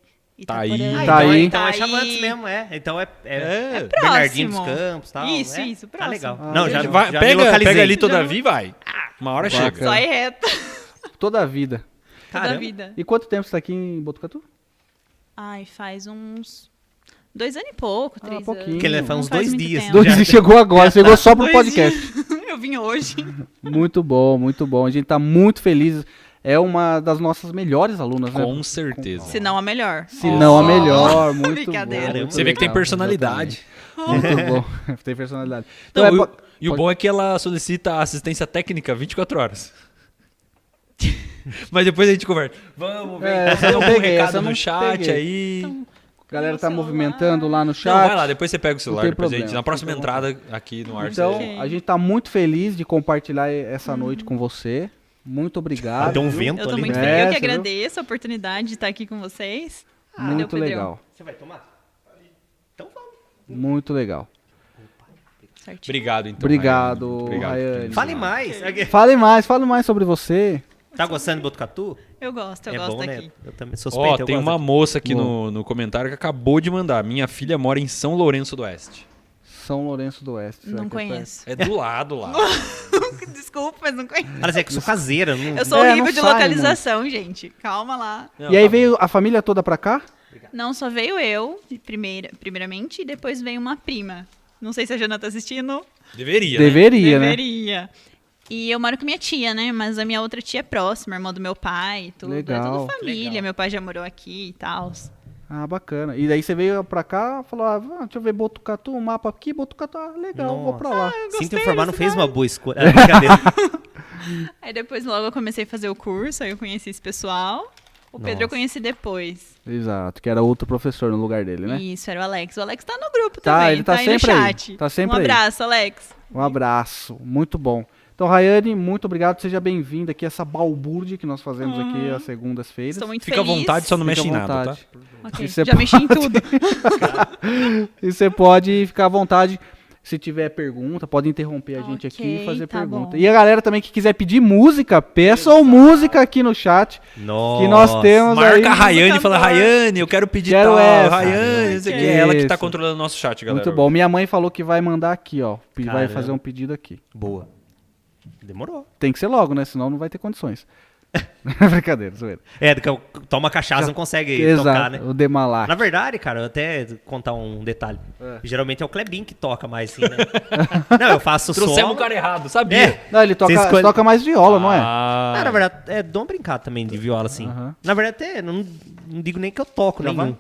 C: Tá aí.
E: Itaporã.
B: Ah,
A: Itaí. Itaí.
B: então, é- então é Chavantes mesmo, é. Então é, é,
C: É. É
B: Bernardino dos
E: próximo.
B: Campos e tal.
E: Isso,
B: é.
E: isso,
B: Tá legal.
A: próximo.
B: não,
A: Ah,
B: já,
A: ele
C: Vai,
B: já me
C: pega,
B: localizei.
C: pega ali Todavi e vai. Uma hora
A: Bacana.
C: chega.
E: Só é reto [laughs]
A: Toda a vida.
E: toda
B: Caramba.
E: a vida.
A: E quanto tempo você tá aqui em Botucatu?
E: Ai, faz uns dois anos e pouco, três
A: Ah, pouquinho.
E: anos.
B: Porque ele
A: Não
B: faz uns
E: faz
B: dois
E: muito
B: dias.
E: tempo.
A: Dois
B: já.
A: e chegou agora, chegou só pro
E: Dois
A: podcast.
E: dias. [laughs] Eu vim hoje.
A: Muito bom, muito bom. A gente tá muito feliz. É uma das nossas melhores alunas, né?
C: Com certeza.
E: Se não, a melhor.
A: Se não a
E: Oh. [laughs]
A: melhor, muito
E: Brincadeira.
A: bom, muito
C: Você vê que tem
A: legal,
C: personalidade.
A: exatamente. Muito bom, [laughs] tem personalidade. Então,
C: Não,
A: é
C: e,
A: po-
C: o- e o bom é que ela solicita assistência técnica 24 horas. [laughs] Mas depois a gente conversa. Vamos, vem.
A: É,
C: É,
A: essa eu
C: algum
A: peguei, essa
C: recado
A: eu não
C: no chat
A: peguei.
C: aí.
A: a galera tá
E: Meu celular.
A: movimentando lá no chat.
C: Não, vai lá, depois você pega o celular.
A: tem
C: Depois a gente,
A: problema,
C: na próxima
A: fica à
C: entrada aqui no ar.
A: Então,
C: você-
E: Ok. Uhum.
A: a gente tá muito feliz de compartilhar essa noite com você. Muito
B: Ah,
A: obrigado.
B: deu um
A: viu?
B: vento
E: Eu tô
B: ali.
E: muito
A: É,
E: feliz. Eu que
A: você viu?
E: agradeço a oportunidade de estar aqui com vocês. Ah, valeu,
A: Muito
E: Pedrão.
A: legal.
B: Você vai tomar? Então vamos.
A: Muito legal.
E: Certinho.
C: Obrigado, então.
A: Obrigado,
C: Rayane. Muito
A: Rayane.
B: Fale mais.
A: Fale mais, fale mais sobre você.
B: Tá gostando de Botucatu?
E: Eu gosto, eu
B: é
E: gosto
B: bom,
E: daqui.
B: né? Eu também sou
C: Ó,
B: suspeito. eu
C: tem
B: gosto
C: uma
B: daqui.
C: moça aqui
A: Boa.
C: no, no comentário que acabou de mandar. Minha filha mora em São Lourenço do Oeste.
A: São Lourenço do Oeste. será
E: Não
A: que é perto?
E: conheço.
C: É do lado
A: [laughs]
C: lá.
E: [laughs] Desculpa, mas não conheço.
B: Parece assim, é que eu sou caseira. Não...
E: Eu sou
A: É, não
E: horrível de
A: sai,
E: localização, gente. Calma lá.
C: Não,
A: E aí
C: tá
A: veio a família toda pra cá?
E: Não, só veio eu, primeira, primeiramente, e depois veio uma prima. Não sei se a Jana tá assistindo.
C: bom. Deveria. né?
A: Deveria, né?
E: Deveria. E eu moro com minha tia, né? Mas a minha outra tia é próxima, irmã do meu pai, tudo. É
A: Legal.
E: tudo família.
B: Legal.
E: Meu pai já morou aqui e tal.
A: Ah, bacana. E daí você veio pra cá, falou, ah, vá, deixa eu ver Botucatu, um mapa aqui, Botucatu, ah, legal, vou pra lá.
B: Sinto informar, não fez
E: né?
B: uma boa escolha. [laughs] Ah, brincadeira.
E: Aí depois logo eu comecei a fazer o curso, aí eu conheci esse pessoal. O Pedro eu
B: Nossa.
E: conheci depois.
A: Exato, que era outro professor no lugar dele, né?
E: Isso, era o Alex. O Alex tá no grupo
A: Tá,
E: também.
A: ele tá
E: aí no
A: sempre aí,
E: chat.
A: tá sempre
E: Um
A: aí.
E: abraço, Alex.
A: Um abraço, muito bom. Então, Rayane, muito obrigado, seja bem-vinda aqui a essa balbúrdia que nós fazemos aqui às segundas-feiras.
E: Estou muito
C: Fica
E: feliz.
C: à vontade, só não mexe
A: Fica
C: em
A: à
C: nada, tá?
A: vontade.
E: Ok,
A: Isso é
E: Já mexi em tudo.
C: [laughs]
A: E você pode ficar à vontade. Se tiver pergunta, pode interromper a gente aqui
E: Ok,
A: e fazer
E: tá
A: pergunta.
E: bom.
A: E a galera também que quiser pedir música, peçam música aqui no chat.
B: Nossa.
A: Que nós temos aí.
C: né? Marca a Rayane e fala,
E: cantor.
C: Rayane, eu quero pedir
A: Quero
C: tal.
A: essa.
C: Rayane, não sei o quê. É
A: Isso.
C: ela que tá controlando o nosso chat, galera.
A: Muito bom. Minha mãe falou que vai mandar aqui, ó. Pe- Vai
B: Caramba.
A: fazer um pedido aqui.
B: Boa. Demorou.
A: Tem que ser logo, né? Senão não vai ter
B: [laughs]
A: condições. Brincadeira, zoeira.
B: É, daqui a- toma cachaça, não consegue tocar,
A: Exato.
B: né?
A: O Demalac.
B: Na verdade, cara, eu até contar um detalhe. Geralmente é o Klebin que toca mais, assim,
A: [laughs]
B: né? não, eu faço
C: Trouxemos
B: solo.
C: o cara errado, sabia?
B: É.
A: Não, ele toca,
B: Você escolhe-
A: toca mais viola, não é?
C: Ah,
B: Ah, na verdade, é dom brincar também de viola, assim.
A: Aham.
B: Na verdade, até não, não digo nem que eu toco
A: Já
B: nenhum.
A: vai?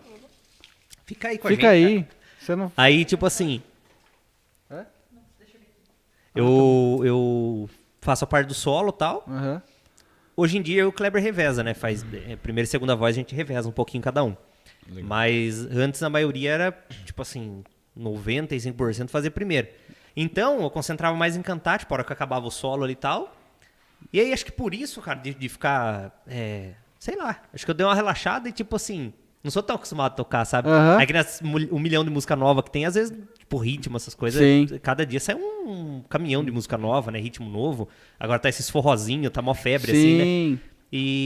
B: Fica aí com
A: Fica
B: a gente. né?
A: aí. É? Você não.
B: cara. Aí, tipo assim...
A: Hã?
B: Eu, eu faço a parte do solo e tal.
A: Aham.
B: Hoje em dia eu e o Kleber reveza, né? Faz é, primeira e segunda voz a gente reveza um pouquinho cada um. Mas antes a maioria era, tipo assim, 95% fazer primeiro. Então eu concentrava mais em cantar, tipo, a hora que eu acabava o solo ali e tal. E aí acho que por isso, cara, de, de ficar. é, sei lá. Acho que eu dei uma relaxada e, tipo assim, não sou tão acostumado a tocar, sabe?
A: Aham.
B: Aí que nas mul- um milhão de música nova que tem, às vezes, tipo, ritmo, essas coisas.
A: Sim.
B: Cada dia sai um caminhão de música nova, né? Ritmo novo. Agora tá esses forrozinhos, tá mó febre, assim, né?
A: Sim.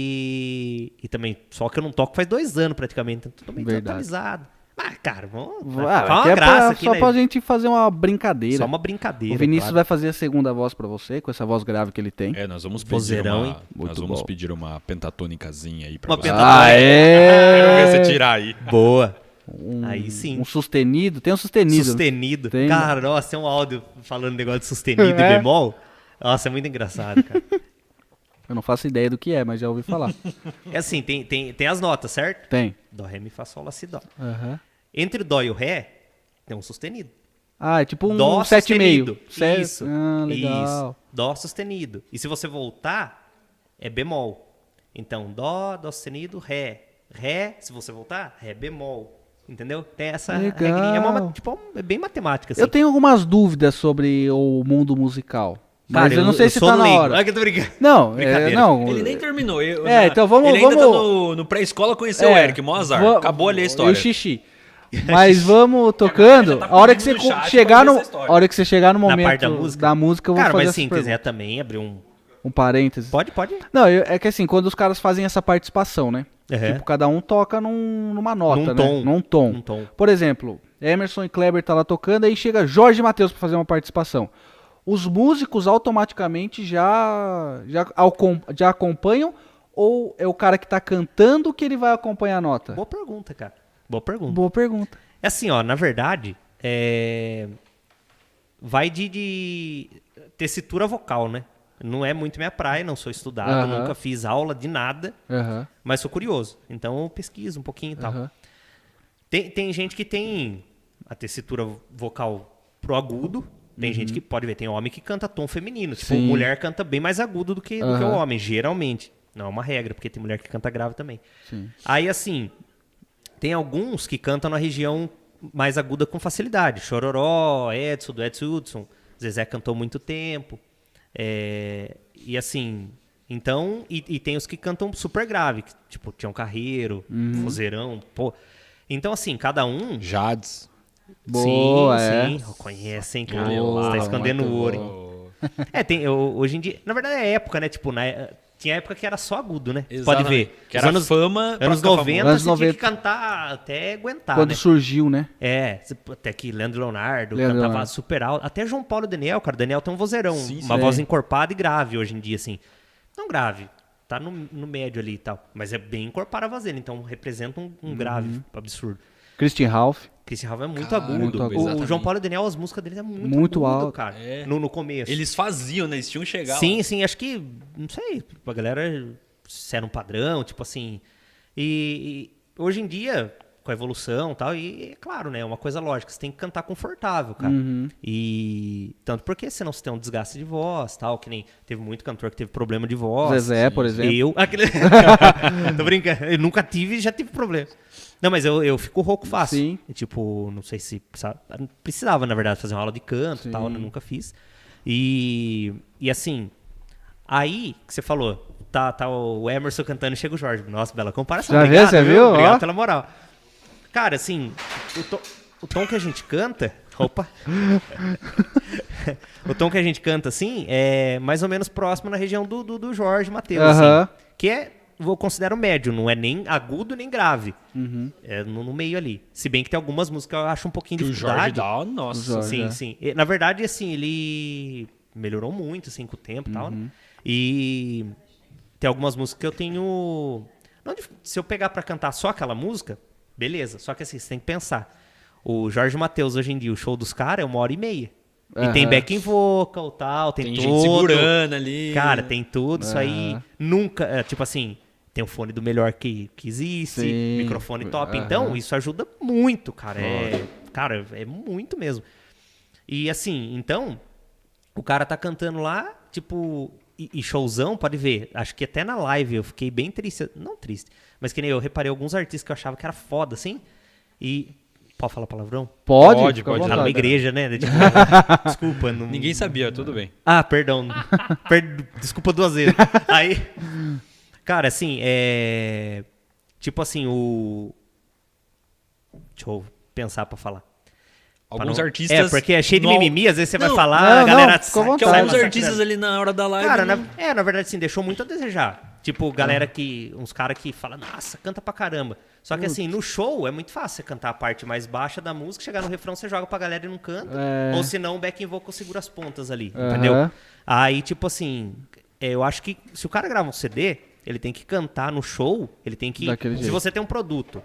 B: E, e também, só que eu não toco faz dois anos praticamente, então tô bem
A: Verdade.
B: atualizado. Mas, cara, vamos.
A: Ah,
B: faz
A: aqui
B: uma
A: é
B: graça
A: pra-
B: aqui,
A: só
B: né?
A: pra gente fazer uma brincadeira.
B: Só uma brincadeira.
A: O Vinícius
B: claro.
A: vai fazer a segunda voz pra você, com essa voz grave que ele tem.
C: É, nós vamos pedir
B: Vozeirão,
C: uma,
B: hein?
C: nós
A: Muito
C: vamos
A: bom.
C: pedir uma pentatônicazinha aí pra
B: Uma
C: você.
B: penta-
A: Ah,
C: Quero ver você
A: é!
C: tirar aí.
B: Boa.
A: Um,
B: Aí sim.
A: Um sustenido. Tem um sustenido. né?
B: Sustenido.
A: Tem,
B: Cara, nossa, tem um áudio falando negócio de sustenido
A: É.
B: e bemol. Nossa, é muito engraçado, cara. [laughs]
A: Eu não faço ideia do que é, mas já ouvi falar.
B: É assim, tem, tem, tem as notas, certo?
A: tem.
B: Dó, ré, mi, fá, sol, lá, si, dó.
A: Aham.
B: Entre o dó e o ré, tem um sustenido.
A: Ah, é tipo um
B: Dó
A: 7,5.
B: sustenido.
A: Sério?
B: Isso.
A: Ah, legal.
B: Isso. Dó sustenido. E se você voltar, é bemol. Então, dó, dó sustenido, ré. Ré, se você voltar, ré bemol. Entendeu? Tem essa
A: Legal.
B: regrinha. É, uma ma- tipo, um- é bem matemática, assim.
A: Eu tenho algumas dúvidas sobre o mundo musical. Mas
B: Cara,
A: eu não sei se
B: sou um
A: tá na
B: leigo.
A: hora.
B: [laughs] Olha que eu tô brincando.
A: Não, é,
B: Brincadeira.
A: não.
C: Ele nem terminou. eu-
A: É, então vamos-
C: Ele ainda
A: vamos-
C: tá no, no pré-escola, conheceu
B: É,
C: o Eric, mó azar.
A: va-
C: Acabou ali a
A: é, E o
B: [laughs]
C: história.
A: xixi. Mas vamos tocando.
C: tá
A: a hora que você
C: pedindo
A: co-
C: no chat
A: chegar
C: pra
A: no,
C: ver essa história.
A: a hora que você chegar no
B: Na
A: momento
B: parte da música?
A: eu vou
B: Cara,
A: fazer
B: mas
A: essas
B: assim,
A: perguntas.
B: quiser também abrir um...
A: um parênteses.
B: Pode, pode.
A: Não, eu- é que assim, quando os caras fazem essa participação, né?
B: Uhum.
A: Tipo, cada um toca num- numa nota,
B: Num
A: né?
B: tom.
A: Num tom.
B: Um tom.
A: Por exemplo, Emerson e Kleber tá lá tocando, aí chega Jorge Matheus para fazer uma participação. Os músicos automaticamente já já, alcom- já acompanham ou é o cara que tá cantando que ele vai acompanhar a nota?
B: Boa pergunta, cara. Boa pergunta.
A: Boa pergunta.
B: É assim, ó, na verdade, é... vai de, de tessitura vocal, né? Não é muito minha praia, não sou estudado,
A: Aham.
B: nunca fiz aula de nada,
A: Aham.
B: mas sou curioso. Então eu pesquiso um pouquinho e tal.
A: aham.
B: Tem, tem gente que tem a tessitura vocal pro agudo. Tem gente que pode ver, tem homem que canta tom feminino. Tipo,
A: Uhum. Sim.
B: mulher canta bem mais agudo do que, do que o
A: Aham.
B: homem, geralmente. Não é uma regra, porque tem mulher que canta grave também.
A: Sim.
B: Aí, assim, tem alguns que cantam na região mais aguda com facilidade. Chororó, Edson, do Edson Hudson. Zezé cantou muito tempo. É, e assim, então, e, e tem os que cantam super grave, que, tipo Tião Carreiro,
A: Uhum.
B: Fozeirão, pô. Então, assim, cada um.
C: Jades.
A: Boa, é.
B: sim, conhecem, cara.
C: Boa,
B: Você tá escondendo
C: muito
B: o ouro. hein? É, tem, eu- hoje em dia. Na verdade, é época, né? Tipo, na, tinha época que era só agudo, né? Pode ver.
C: Que
B: Os
C: era
B: anos,
C: fama. pra
B: anos
C: ficar famoso.
B: 90,
A: Anos
B: você tinha
A: 90.
B: que cantar até aguentar,
A: Quando
B: né?
A: surgiu, né?
B: É, cê- até que Leandro Leonardo
A: Leandro
B: cantava
A: Leonardo.
B: super alto. Até João Paulo e Daniel, cara, Daniel tem um vozeirão,
C: Sim,
B: uma
A: sim.
B: voz encorpada e grave hoje em dia, assim. Não grave, tá no, no médio ali e tal. Mas é bem encorpada a voz dele, então representa um, um
A: Uhum.
B: grave absurdo.
A: Christian Ralph.
B: Christian Ralph é muito
C: Caramba,
B: agudo. O- O,
C: exatamente.
B: João Paulo e Daniel, as músicas deles é muito,
A: Muito
B: agudo,
A: alto.
B: cara.
C: É.
B: No, no começo.
C: Eles faziam, né? Eles tinham chegado.
B: Sim, sim, acho que, não sei, a galera se era um padrão, tipo assim. E, e hoje em dia, com a evolução e tal, e é claro, né, é uma coisa lógica, você tem que cantar confortável, cara.
A: Uhum.
B: E tanto porque senão você tem um desgaste de voz, tal, que nem teve muito cantor que teve problema de voz.
A: Zezé, por exemplo.
B: Eu,
A: [laughs]
B: aquele... tô brincando, eu nunca tive e já tive problema. Não, mas eu, eu fico rouco fácil.
A: Sim.
B: E, Tipo, não sei se precisava, precisava, na verdade, fazer uma aula de canto e tal, eu nunca fiz. E, e assim, aí que você falou, tá, tá o Emerson cantando e chega o Jorge. Nossa, bela comparação.
A: Já viu?
B: Obrigado,
A: Você viu?
B: Obrigado
A: Ó.
B: pela moral. Cara, assim, o, to- o tom que a gente canta. Opa! [laughs] o tom que a gente canta, assim, é mais ou menos próximo na região do, do, do Jorge Matheus.
A: Aham.
B: assim, que é, eu considero médio, não é nem agudo nem grave. É no, no meio ali. Se bem que tem algumas músicas que eu acho um pouquinho
C: Que
B: de
C: o Jorge
B: dificuldade.
C: Down, nossa.
A: Jorge.
B: Sim,
A: é.
B: sim. E, na verdade, assim, ele melhorou muito, assim, com o tempo e tal,
A: Uhum.
B: né? E tem algumas músicas que eu tenho... não dif- se eu pegar pra cantar só aquela música, beleza. Só que assim, você tem que pensar. O Jorge Matheus, hoje em dia, o show dos caras é uma hora e meia. E tem
A: Aham.
B: backing vocal, tal, tem,
C: Tem
B: tudo.
C: gente segurando ali.
B: Cara, tem tudo isso aí.
A: Aham.
B: Nunca, é, tipo assim, tem o fone do melhor que, que existe,
A: Sim.
B: microfone top.
A: Aham.
B: Então, isso ajuda muito, cara. É, cara, é muito mesmo. E assim, então, o cara tá cantando lá, tipo, e, e showzão, pode ver. Acho que até na live eu fiquei bem triste. Não triste, mas que nem eu reparei alguns artistas que eu achava que era foda, assim. E. Pode falar palavrão?
A: Pode?
C: Pode,
A: Fica à
C: pode.
B: Tá
A: vontade.
B: numa igreja, né? Tipo, desculpa, não.
C: Ninguém sabia, tudo bem.
B: Ah, perdão. [laughs] Per- Desculpa duas vezes. Aí. Cara, assim, é. Tipo assim, o. Deixa eu pensar pra falar. Pra
C: Alguns
B: não-
C: artistas.
B: É, porque é cheio de
C: no-
B: mimimi, às vezes você vai
C: Não,
B: falar, a
A: não,
B: galera.
A: não, fica à
B: saca-
C: Que
A: vontade.
B: sai
C: alguns
B: massacrando.
C: artistas ali na hora da live.
B: Cara,
C: né?
B: na, é, na verdade, assim, deixou muito a desejar. Tipo, galera que. Uns caras que falam, nossa, canta pra caramba. Só que assim, no show é muito fácil você cantar a parte mais baixa da música, chegar no refrão, você joga pra galera e não canta.
A: É.
B: Ou senão o backing vocal segura as pontas ali,
A: Aham.
B: entendeu? Aí, tipo assim, é, eu acho que se o cara grava um CD, ele tem que cantar no show, ele tem que.
A: Daquele
B: se
A: jeito.
B: você tem um produto.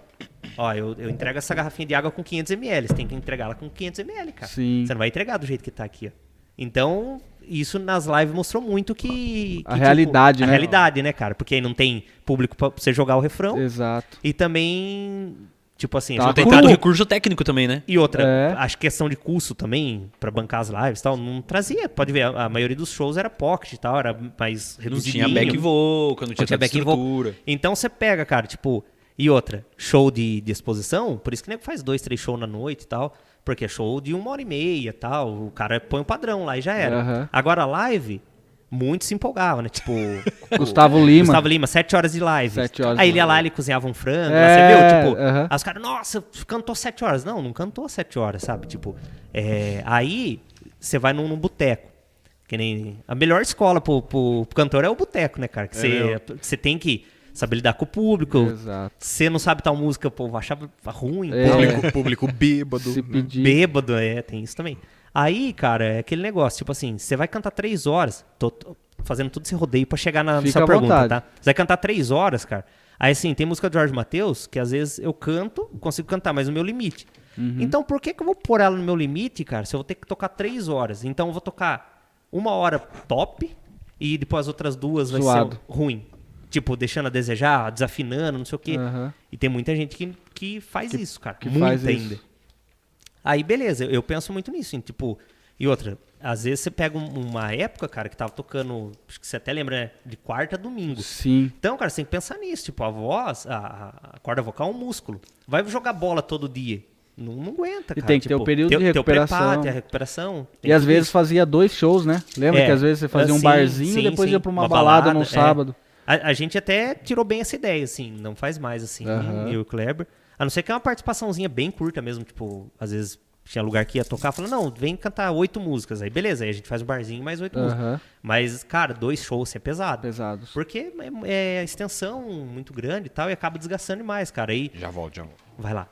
B: Ó, eu, eu entrego essa garrafinha de água com 500ml. Você tem que entregá-la com 500ml, cara.
A: Sim.
B: Você não vai entregar do jeito que tá aqui, ó. Então, isso nas lives mostrou muito que.
A: A
B: que,
A: realidade,
B: a
A: né?
B: realidade, né, cara? Porque aí não tem público pra você jogar o refrão. [laughs]
A: Exato.
B: E também, tipo assim,
A: Tá,
B: acho que
C: Tem
B: o
A: Cru.
C: tanto
B: cara-
C: recurso técnico também, né?
B: e outra,
A: É.
B: acho que questão de custo também, pra bancar as lives e tal, não trazia. Pode ver, a, a maioria dos shows era pocket e tal, era mais
C: Não
B: reduzido.
C: tinha back vocal, não
B: tinha
C: tinha, tanta
B: back vocal.
C: estrutura.
B: Então você pega, cara, tipo, e outra, show de, de exposição, por isso que nego faz dois, três shows na noite e tal, porque é show de uma hora e meia e tal, o cara põe o padrão lá e já era.
A: Aham.
B: Agora a live, muito se empolgava, né?
C: [laughs]
B: Tipo,
A: Gustavo Lima.
B: Gustavo Lima, sete horas de live.
A: Sete horas
B: Aí
A: de
B: ele ia lá,
A: live.
B: ele cozinhava um frango,
A: É,
B: lá, você viu? Tipo,
A: aham.
B: aí os caras, nossa, cantou sete horas. Não, não cantou sete horas, sabe? Tipo, é, aí você vai num, num boteco. Que nem. A melhor escola pro, pro- pro cantor é o boteco, né, cara? Que você você tem que saber lidar com o público.
A: Exato.
B: Você não sabe tal música, pô, achava ruim,
A: É.
B: tal,
D: Público, público bêbado.
A: Se
D: né?
A: pedir.
B: Bêbado, é, tem isso também. Aí, cara, é aquele negócio, tipo assim, você vai cantar três horas, tô, tô fazendo todo esse rodeio pra chegar na
A: Fica
B: sua
A: à
B: pergunta,
A: vontade.
B: tá? Você vai cantar três horas, cara. Aí, assim, tem música do Jorge Matheus que às vezes eu canto, consigo cantar, mas no meu limite.
A: Uhum.
B: Então, por que, que eu vou pôr ela no meu limite, cara, se eu vou ter que tocar três horas? Então, eu vou tocar uma hora top e depois as outras duas vai
A: Zoado.
B: ser ruim. Tipo, deixando a desejar, desafinando, não sei o quê.
A: Aham.
B: E tem muita gente que, que faz isso, cara.
A: que
B: Muita
A: faz isso.
B: ainda. Aí, beleza, eu, eu penso muito nisso. em, tipo, e outra, às vezes você pega um- uma época, cara, que tava tocando, acho que você até lembra, né? De quarta a domingo.
A: Sim.
B: Então, cara, você tem que pensar nisso. Tipo, a voz, a, a corda vocal é um músculo. Vai jogar bola todo dia. Não, não aguenta,
A: E
B: cara.
A: tem que ter
B: Tipo,
A: o período
B: teu-
A: de
B: teu preparo,
A: recuperação.
B: tem a recuperação. tem
A: E às
B: tudo
A: vezes
B: isso.
A: fazia dois shows, né? Lembra
B: É,
A: que às vezes você fazia um
B: assim,
A: barzinho
B: sim,
A: e depois
B: sim,
A: ia pra uma,
B: uma
A: balada,
B: balada,
A: no
B: é.
A: sábado.
B: A, a gente até tirou bem essa ideia, assim. Não faz mais, assim,
A: Aham.
B: eu e o Kleber. A não ser que é uma participaçãozinha bem curta mesmo. Tipo, às vezes tinha lugar que ia tocar. Falando, não, vem cantar oito músicas. Aí, beleza. Aí a gente faz um barzinho, mais oito músicas.
A: Aham.
B: Mas, cara, dois shows, assim, é pesado.
A: Pesados.
B: Porque é, é extensão muito grande e tal. E acaba desgastando demais, cara. Aí...
C: Já volto, já volto.
B: Vai lá.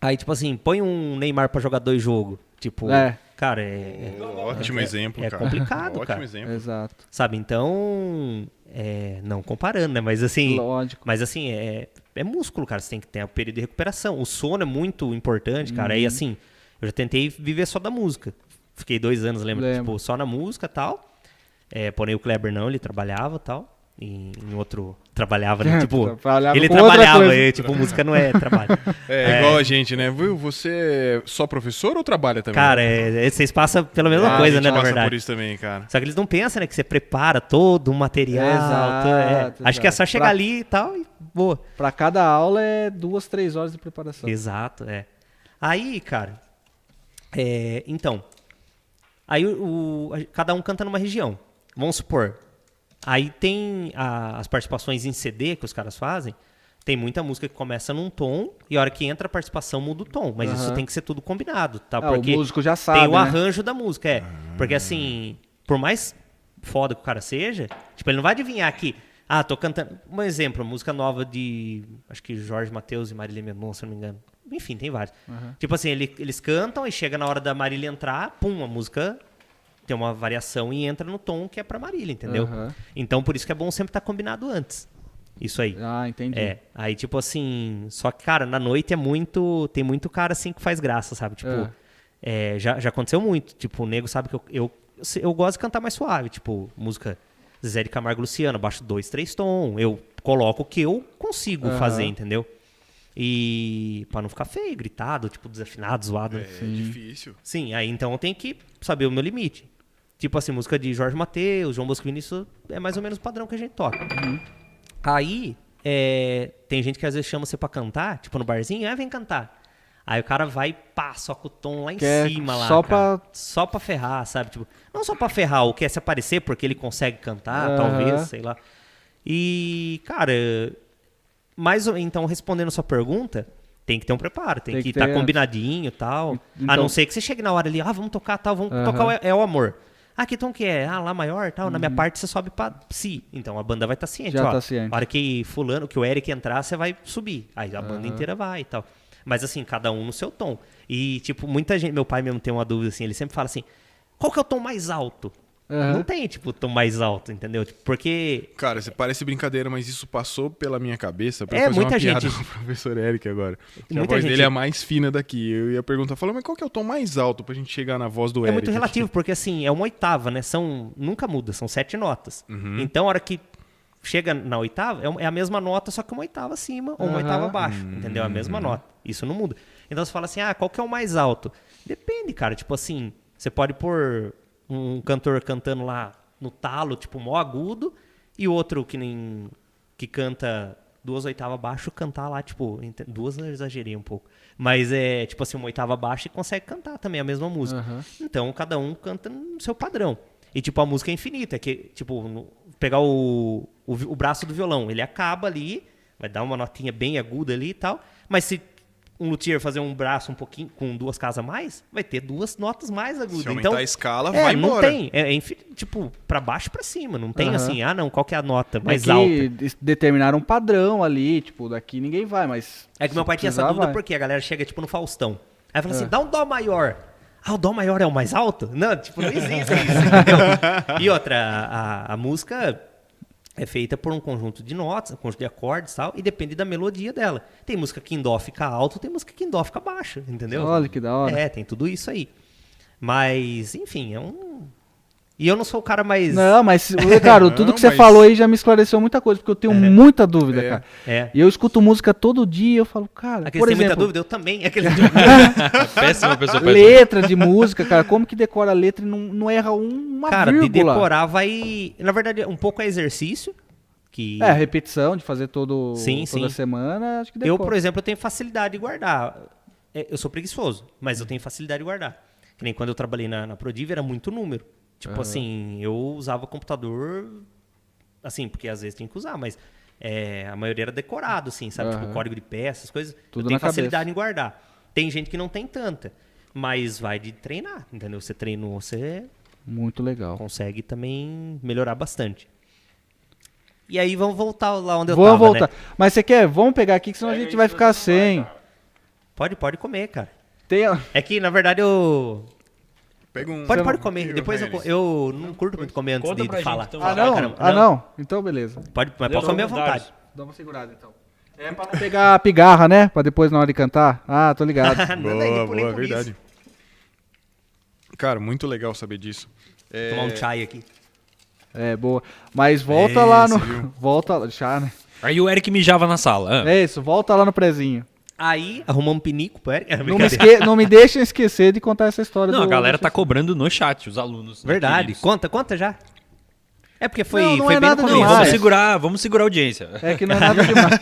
B: Aí, tipo assim, põe um Neymar pra jogar dois jogos. Tipo,
A: É.
B: cara, é, é-
D: Ótimo exemplo,
B: é
D: cara.
B: complicado,
D: Ótimo
B: cara.
D: exemplo.
A: Exato.
B: sabe? Então, é, não comparando, né? Mas assim,
A: Lógico.
B: mas assim, é, é músculo, cara. Você tem que ter o período de recuperação. O sono é muito importante, cara.
A: Uhum.
B: Aí, assim, eu já tentei viver só da música. Fiquei dois anos, lembra?
A: Lembro.
B: Tipo, só na música e tal. É, porém, o Kleber não, ele trabalhava e tal. Em, em outro.
A: [laughs]
B: Trabalhava, né? Tipo,
A: Trabalhava
B: ele
A: com outra
B: trabalhava,
A: coisa.
B: e, tipo, música não é trabalho.
D: [laughs] É, igual a gente, né? Viu? Você é só professor ou trabalha também?
B: Cara, é- é- vocês passam pela mesma
D: né? Ah, a
B: coisa,
D: gente
B: né, na
D: passa
B: verdade.
D: por isso também, cara.
B: Só que eles não pensam, né, que você prepara todo o material.
A: É, exato,
B: tudo, é.
A: exato.
B: Acho que é só chegar
A: Pra-
B: ali e tal e boa.
A: Pra cada aula é duas, três horas de preparação.
B: Exato, é. Aí, cara, é, então, aí o, o- a- cada um canta numa região. Vamos supor, aí tem a- as participações em CD que os caras fazem, tem muita música que começa num tom e a hora que entra a participação muda o tom, mas isso
A: Aham.
B: tem que ser tudo combinado, tá?
A: Ah, o músico já sabe,
B: tem o
A: né?
B: arranjo da música, é. Porque assim, por mais foda que o cara seja, tipo, ele não vai adivinhar que. Ah, tô cantando. Um exemplo, música nova de. Acho que Jorge Matheus e Marília Mendonça, se eu não me engano. Enfim, tem vários. Tipo assim, ele- eles cantam e chega na hora da Marília entrar, pum, a música tem uma variação e entra no tom que é pra Marília, entendeu?
A: Aham.
B: Então por isso que é bom sempre estar combinado antes. Isso aí.
A: Ah, entendi.
B: É, aí tipo assim, só que cara, na noite é muito, tem muito cara assim que faz graça, sabe?
A: Ah.
B: Tipo, é, já, já aconteceu muito, tipo, o nego sabe que eu, eu, eu se- eu gosto de cantar mais suave, tipo, música Zé de Camargo e Luciano, baixo dois, três tom, eu coloco o que eu consigo
A: Aham.
B: fazer, entendeu? E pra não ficar feio, gritado, tipo, desafinado, zoado. né?
D: É difícil.
B: Sim, aí então eu tenho que saber o meu limite. Tipo assim, música de Jorge Mateus, João Bosco e Vinícius é mais ou menos o padrão que a gente toca.
A: Uhum.
B: Aí é, tem gente que às vezes chama você pra cantar, tipo no barzinho, é, vem cantar. Aí o cara vai, pá, só com o tom lá em
A: Que é
B: cima lá.
A: só
B: cara. Só pra ferrar, sabe? Tipo, não só pra ferrar, o que é se aparecer porque ele consegue cantar,
A: Aham.
B: talvez, sei lá. E, cara, mais ou- então respondendo a sua pergunta, tem que ter um preparo, tem,
A: Tem
B: que
A: que
B: estar
A: ter-
B: combinadinho e tal.
A: Então-
B: A não ser que você chegue na hora ali, ah, vamos tocar tal, vamos
A: Aham. Uhum.
B: tocar o é, é o amor. Ah, que tom que é? Ah, lá maior tal. Na minha parte você sobe pra si. Então a banda vai estar ciente.
A: Já
B: ó,
A: tá ciente.
B: A hora que fulano, que o Eric entrar, você vai subir. Aí a banda inteira vai e tal. Mas assim, cada um no seu tom. E tipo, muita gente, meu pai mesmo tem uma dúvida assim, ele sempre fala assim, qual que é o tom mais alto?
A: Aham.
B: Não tem, tipo, tom mais alto, entendeu? Tipo, Porque
D: Cara, isso parece brincadeira, mas isso passou pela minha cabeça pra
B: É,
D: eu fazer
B: muita
D: uma piada
B: gente.
D: com o professor Eric agora. Que a
B: Muita
D: voz
B: gente.
D: dele é a mais fina daqui. Eu ia perguntar, falou, mas qual que é o tom mais alto pra gente chegar na voz do
B: É
D: Eric?
B: muito relativo, porque assim, é uma oitava, né? São, nunca muda, são sete notas. Então, a hora que chega na oitava, é um- é a mesma nota, só que uma oitava acima ou uma
A: Aham. Hum.
B: oitava abaixo, entendeu? É a mesma nota. Isso não muda. Então, você fala assim, ah, qual que é o mais alto? Depende, cara. Tipo assim, você pode pôr um cantor cantando lá no talo, tipo, mó agudo, e outro que nem... que canta duas oitavas abaixo, cantar lá, tipo, ent- duas eu exagerei um pouco. Mas é, tipo assim, uma oitava abaixo e consegue cantar também a mesma música.
A: Aham.
B: Então cada um canta no seu padrão. E tipo, a música é infinita, é que tipo, no- pegar o, o, vi- o braço do violão, ele acaba ali, vai dar uma notinha bem aguda ali e tal, mas se um luthier fazer um braço um pouquinho com duas casas a mais, vai ter duas notas mais agudas.
D: Se aumentar
B: então
D: a escala,
B: é,
D: vai
B: não
D: embora.
B: tem, é, é infinito, tipo, pra baixo e pra cima, não tem
A: Aham.
B: assim, ah não, qual que é a nota mais
A: Mas é
B: alta?
A: que des- determinaram um padrão ali, tipo, daqui ninguém vai, mas.
B: É que meu
A: se
B: pai tinha essa
A: precisar,
B: dúvida
A: vai. É.
B: porque a galera chega, tipo, no Faustão. Aí fala assim, dá um dó maior. Ah, o dó maior é o
A: [laughs]
B: mais alto? Não, tipo, não existe isso, entendeu? E outra, a, a música, é feita por um conjunto de notas, um conjunto de acordes e tal, e depende da melodia dela. Tem música que em dó fica alto, tem música que em dó fica baixa, entendeu?
A: Olha que da hora.
B: É, tem tudo isso aí. Mas, enfim, é um. E eu não sou o cara mais.
A: Não, mas,
B: [laughs]
A: cara, tudo que você
D: mas-
A: falou aí já me esclareceu muita coisa, porque eu tenho muita dúvida,
D: É.
A: cara.
B: É.
A: E eu escuto música todo dia, eu falo, cara,
B: Aqueles
A: por
B: têm muita
A: exemplo,
B: dúvida, eu também. [laughs] Aquele... tipo
C: Péssima pessoa pra isso.
A: letra de música, cara, como que decora a letra e não, não erra um- uma
B: cara, de
A: vírgula?
B: decorar vai. Na verdade, um pouco é exercício. Que
A: É, repetição de fazer todo,
B: Sim,
A: toda
B: sim.
A: semana, acho que
B: Eu,
A: decora.
B: por exemplo, eu tenho facilidade de guardar. É, Eu sou preguiçoso, mas eu tenho facilidade de guardar. Que nem quando eu trabalhei na, na Prodiv, era muito número. Tipo assim, eu usava computador, assim, porque às vezes tem que usar, mas é, a maioria era decorado, assim, sabe? Tipo,
A: Aham.
B: código de peças, coisas.
A: Tudo
B: eu tenho
A: na cabeça.
B: facilidade em guardar. Tem gente que não tem tanta, mas vai de treinar, entendeu? Você treinou, você
A: Muito legal.
B: consegue também melhorar bastante. E aí vamos voltar lá onde eu
A: Vamos
B: tava, né?
A: voltar. Mas você quer? Vamos pegar aqui, que senão a gente vai ficar sem.
B: Pode, pode comer, cara.
A: Tem... a-
B: É que, na verdade, eu.
D: Pega um.
B: Pode,
A: Você
B: pode
A: não-
B: comer.
D: Eu,
B: Depois eu, co-
D: Reyes.
B: eu não curto muito comer antes
C: Conta
B: de,
C: pra
B: de
C: gente,
B: falar.
C: então,
A: Ah,
C: vai.
A: não?
B: Caramba,
A: Ah, não? Então, beleza.
B: Pode, mas
C: Lê os
B: pode comer à
C: comentários.
B: vontade.
A: Dá uma segurada, então. É pra não pegar a pigarra, né? Pra depois na hora de cantar. Ah, tô [laughs] ligado.
B: Nada aí,
D: Boa,
B: pulei
D: boa,
B: por
D: verdade.
B: isso.
D: Cara, muito legal saber disso. É,
B: Tomar um chai aqui.
A: É, boa. Mas volta lá
D: Esse,
A: no...
D: viu?
A: [laughs] Volta lá... Já, né?
C: Aí o Eric mijava na sala. Ah,
A: É isso, volta lá no prezinho.
B: Aí, arrumamos um pinico pro Eric. [laughs]
A: Não me, esque... não me deixem esquecer de contar essa história
C: Não,
A: do...
C: a galera
A: do-
C: tá cobrando no chat, os alunos. né,
B: Verdade.
C: Queridos.
B: Conta, conta já. É porque foi,
A: Não, não
B: foi
A: é
B: bem
A: nada
B: no
C: Não,
B: começo.
A: demais.
C: vamos
A: Ah,
B: né?
C: segurar, vamos segurar a audiência.
A: É que não é nada demais.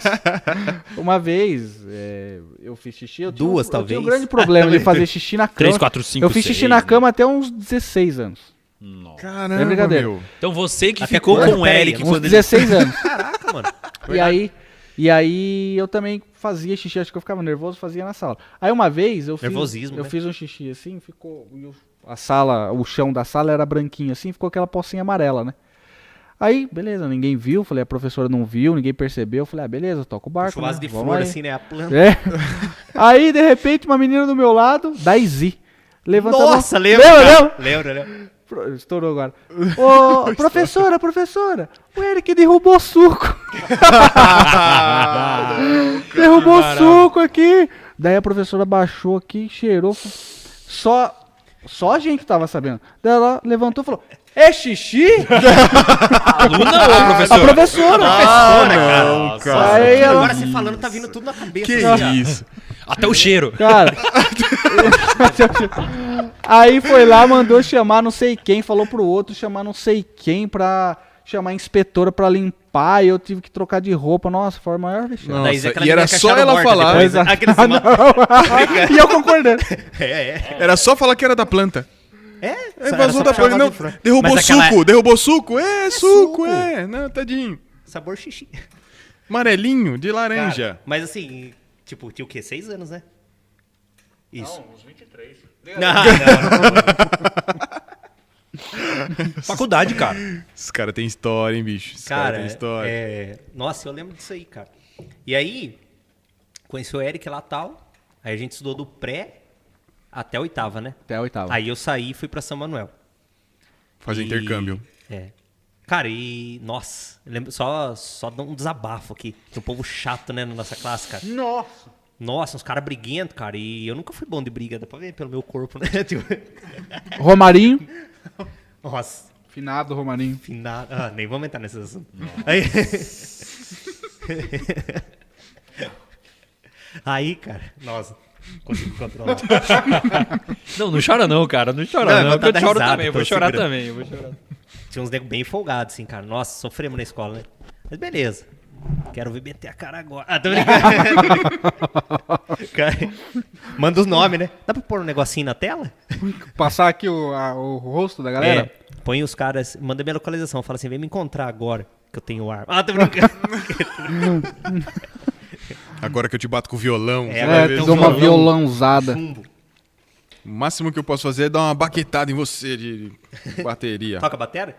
A: Uma vez é, eu fiz xixi. Eu
B: Duas,
A: tinha um, Eu tinha
B: talvez.
A: um grande problema de fazer xixi na cama.
C: Três, quatro, cinco,
A: Eu fiz xixi
C: seis,
A: na
C: né?
A: cama até uns 16 anos.
C: Nossa.
D: Caramba,
A: brincadeira.
D: meu.
C: Então você que
B: Até
C: ficou
B: quando?
C: com o
A: [laughs]
B: Peraí,
C: Eric
A: uns
C: quando ele
A: 16 anos.
B: [laughs] Caraca, mano.
A: E aí, e aí eu também fazia xixi, acho que eu ficava nervoso, fazia na sala. Aí uma vez eu fiz,
B: Nervosismo,
A: eu
B: né?
A: fiz um xixi assim, ficou e o- a sala, o chão da sala era branquinho assim, ficou aquela pocinha amarela, né? Aí, beleza, ninguém viu, falei, a professora não viu, ninguém percebeu, falei, ah, beleza, toca o barco, né?
B: Churrasco de
A: vamos
B: flor,
A: aí.
B: assim, né? A
A: [laughs]
B: planta.
A: É. Aí, de repente, uma menina do meu lado, da Izzy, levanta a mão.
B: Nossa, lembra?
A: Lembra,
B: cara?
A: lembra?
B: Lembra, lembra?
A: Pro- Estourou agora. Ô, professora, professora, o Eric derrubou suco. Derrubou suco aqui. Daí a professora baixou aqui, cheirou. fa- Só, só a gente tava sabendo. Daí ela levantou e falou: É xixi?
C: aluna ou
A: A
C: professora?
A: professora.
D: Ah, não, cara.
A: Aí ela-
B: Agora você falando, tá vindo tudo na cabeça.
D: Que
B: assim, ó.
D: isso?
C: Até o cheiro.
A: Cara. Aí foi lá, mandou chamar não sei quem, falou pro outro chamar não sei quem pra chamar a inspetora pra limpar. E eu tive que trocar de roupa. Nossa, foi o maior vexame.
D: Nossa,
B: Daí, aquela
D: e era
B: menina que
D: só
B: acharam
D: ela
B: morta
D: falar.
B: depois, né? Aquele se mata.
A: [laughs] e eu concordando.
B: É, é.
D: Era só falar que era da planta.
B: É,
D: É, vazou da planta.
B: planta.
D: Não, derrubou
B: Mas aquela-
D: suco, derrubou suco. É, suco,
B: suco.
D: é. Não, tadinho.
B: Sabor xixi.
D: Amarelinho de
B: Cara,
D: laranja.
B: mas assim, tipo, tinha o quê? Seis anos, né? Isso. Não, uns 23. Não, não, não.
C: Faculdade, cara.
D: Esse cara tem história, hein, bicho? Esse cara,
B: Cara,
D: tem história.
B: é, nossa, eu lembro disso aí, cara. E aí, conheci o Eric lá tal. Aí a gente estudou do pré até a oitava, né?
A: Até a oitava.
B: Aí eu saí e fui pra São Manuel.
D: Fazer
B: E-
D: intercâmbio.
B: É. Cara, e. Nossa, eu lembro, só, só dá um desabafo aqui. Tem um povo chato, né, na nossa classe, cara.
A: Nossa.
B: Nossa, uns caras briguentos, cara. E eu nunca fui bom de briga, dá pra ver pelo meu corpo, né? [laughs] Tipo,
A: Romarinho.
B: nossa,
A: Finado Romarinho.
B: final. Ah, nem vamos entrar nesse assunto. Aí... [laughs] Aí, cara, nossa, consigo controlar.
C: Não, não chora não, cara. Não
B: Não,
C: chora não.
B: eu
A: tá
B: vou
C: porque
B: dar
C: eu choro
B: risada,
C: também. Eu vou
B: tô
C: chorar
B: segurando.
C: também. Eu vou chorar.
B: Tinha uns nego bem folgados, assim, cara. Nossa, sofremos na escola, né? Mas beleza. Quero ver meter a cara agora. Ah, tô brincando. [laughs] Cara, Manda os nomes, né? Dá pra pôr um negocinho na tela?
A: Passar aqui o, a- o rosto da galera.
B: É, põe os caras, manda minha localização, fala assim, vem me encontrar agora que eu tenho arma. Ah, tô brincando.
D: Agora que eu te bato com o violão.
B: É,
D: você
B: agora um-
D: vai
A: É,
D: ver.
B: tem um
A: dou uma
B: violão.
A: violãozada.
B: Chumbo.
D: O máximo que eu posso fazer é dar uma baquetada em você de
B: [laughs]
D: de bateria.
B: Toca a batera?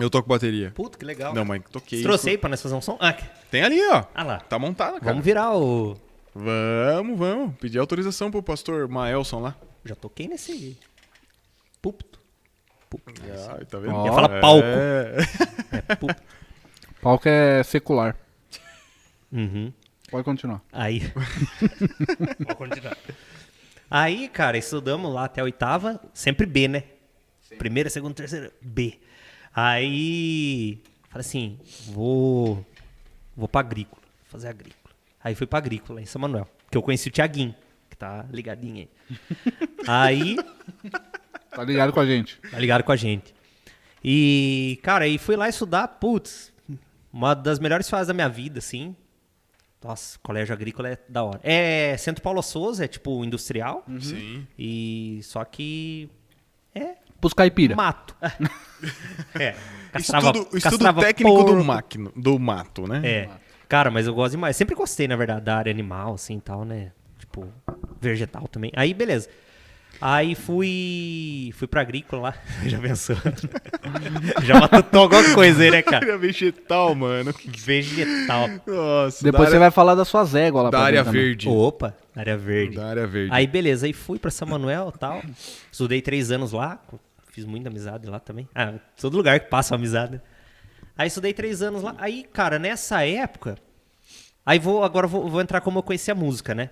D: eu toco bateria.
B: Puta, que legal.
D: Tá. Não, mas toquei.
B: Você
D: isso.
B: trouxe aí pra nós fazer um som? Ah, que-
D: Tem ali, ó.
B: ah lá.
D: Tá montada, cara.
B: Vamos virar o...
D: Vamos, vamos. Pedir autorização pro pastor Maelson lá.
B: Já toquei nesse... Púlpito. Púlpito.
D: Ah, tá vendo?
A: Ó.
D: [laughs]
B: Ia falar palco. É púlpito.
F: Palco é secular.
B: Uhum.
A: Pode continuar.
B: Aí. Vou continuar. Aí, cara, estudamos lá até a oitava, sempre B, né? Primeira, segunda, terceira, B. Aí, falei assim, vou vou pra agrícola, fazer agrícola. Aí fui pra agrícola em São Manuel, que eu conheci o Tiaguinho, que tá ligadinho aí. aí
F: Tá ligado com a gente.
B: tá ligado com a gente. E, cara, aí fui lá estudar, putz, uma das melhores fases da minha vida, assim. Nossa, colégio agrícola é da hora. É Centro Paulo Souza, é tipo industrial.
D: Uhum. Sim.
B: E só que é
A: Pros caipira.
B: mato. é. Castrava,
D: Estudo, o estudo
B: castrava
D: técnico do,
B: porco.
D: máquino, do mato, né? [laughs]
B: É. Cara, mas eu gosto demais. Sempre gostei, na verdade, da área animal, assim e tal, né? Tipo, vegetal também. Aí, beleza. Aí fui. Fui pra agrícola lá. [laughs] Já pensou? Já matou alguma coisa aí, né,
D: [laughs]
B: cara?
D: Área vegetal, mano.
B: Vegetal.
D: Nossa,
A: Depois
D: da
A: você
D: área,
A: vai falar das suas éguas lá
D: da
A: pra
D: área
A: dentro também.
D: verde.
B: Opa, área verde.
D: Da área verde.
B: Aí, beleza, aí fui pra São Manuel e tal. Estudei três anos lá, co- fiz muita amizade lá também. Ah, todo lugar que passa uma amizade. né? Aí estudei três anos lá. Aí, cara, nessa época. Aí vou, agora vou, vou entrar como eu conheci a música, né?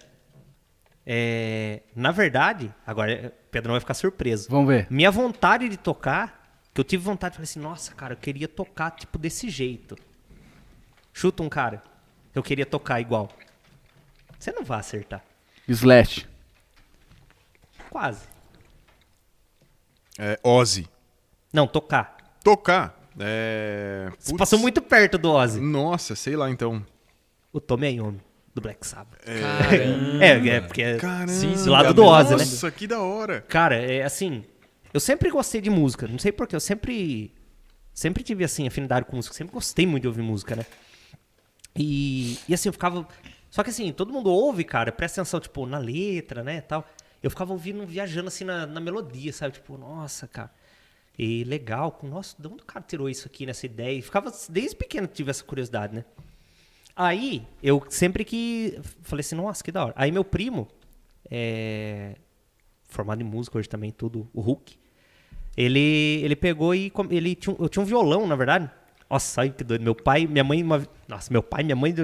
B: É, na verdade, agora é, o Pedrão vai ficar surpreso.
A: Vamos ver.
B: Minha vontade de tocar, que eu tive vontade, falei assim, nossa, cara, eu queria tocar tipo desse jeito. Chuta um cara. Eu queria tocar igual. Você não vai acertar.
A: Slash.
B: Quase.
D: É, Ozzy.
B: Não, tocar.
D: Tocar. É...
B: Você
D: putz,
B: passou muito perto do Ozzy.
D: Nossa, sei lá então.
B: O Tommy Iommi, do Black Sabbath.
C: Caramba.
B: É, é porque... é-
D: Caramba.
C: Sim, sim.
B: Do lado do Ozzy, né?
D: Nossa, que da hora.
B: Cara, é assim... Eu sempre gostei de música. Não sei porquê, eu sempre... Sempre tive, assim, afinidade com música. Sempre gostei muito de ouvir música, né? E, e assim, eu ficava... Só que assim, todo mundo ouve, cara. Presta atenção, tipo, na letra, né, tal. Eu ficava ouvindo, viajando, assim, na, na melodia, sabe? Tipo, nossa, cara. E legal. com- Nossa, de onde o cara tirou isso aqui, nessa ideia? E ficava... Desde pequeno tive essa curiosidade, né? Aí, eu sempre que. Falei assim, nossa, que da hora. Aí, meu primo, é, formado em música hoje também, tudo, o Hulk, ele, ele pegou e. com- Ele tinha, um- eu tinha um violão, na verdade. Nossa, olha que doido. Meu pai, minha mãe. uma- nossa, meu pai, minha mãe.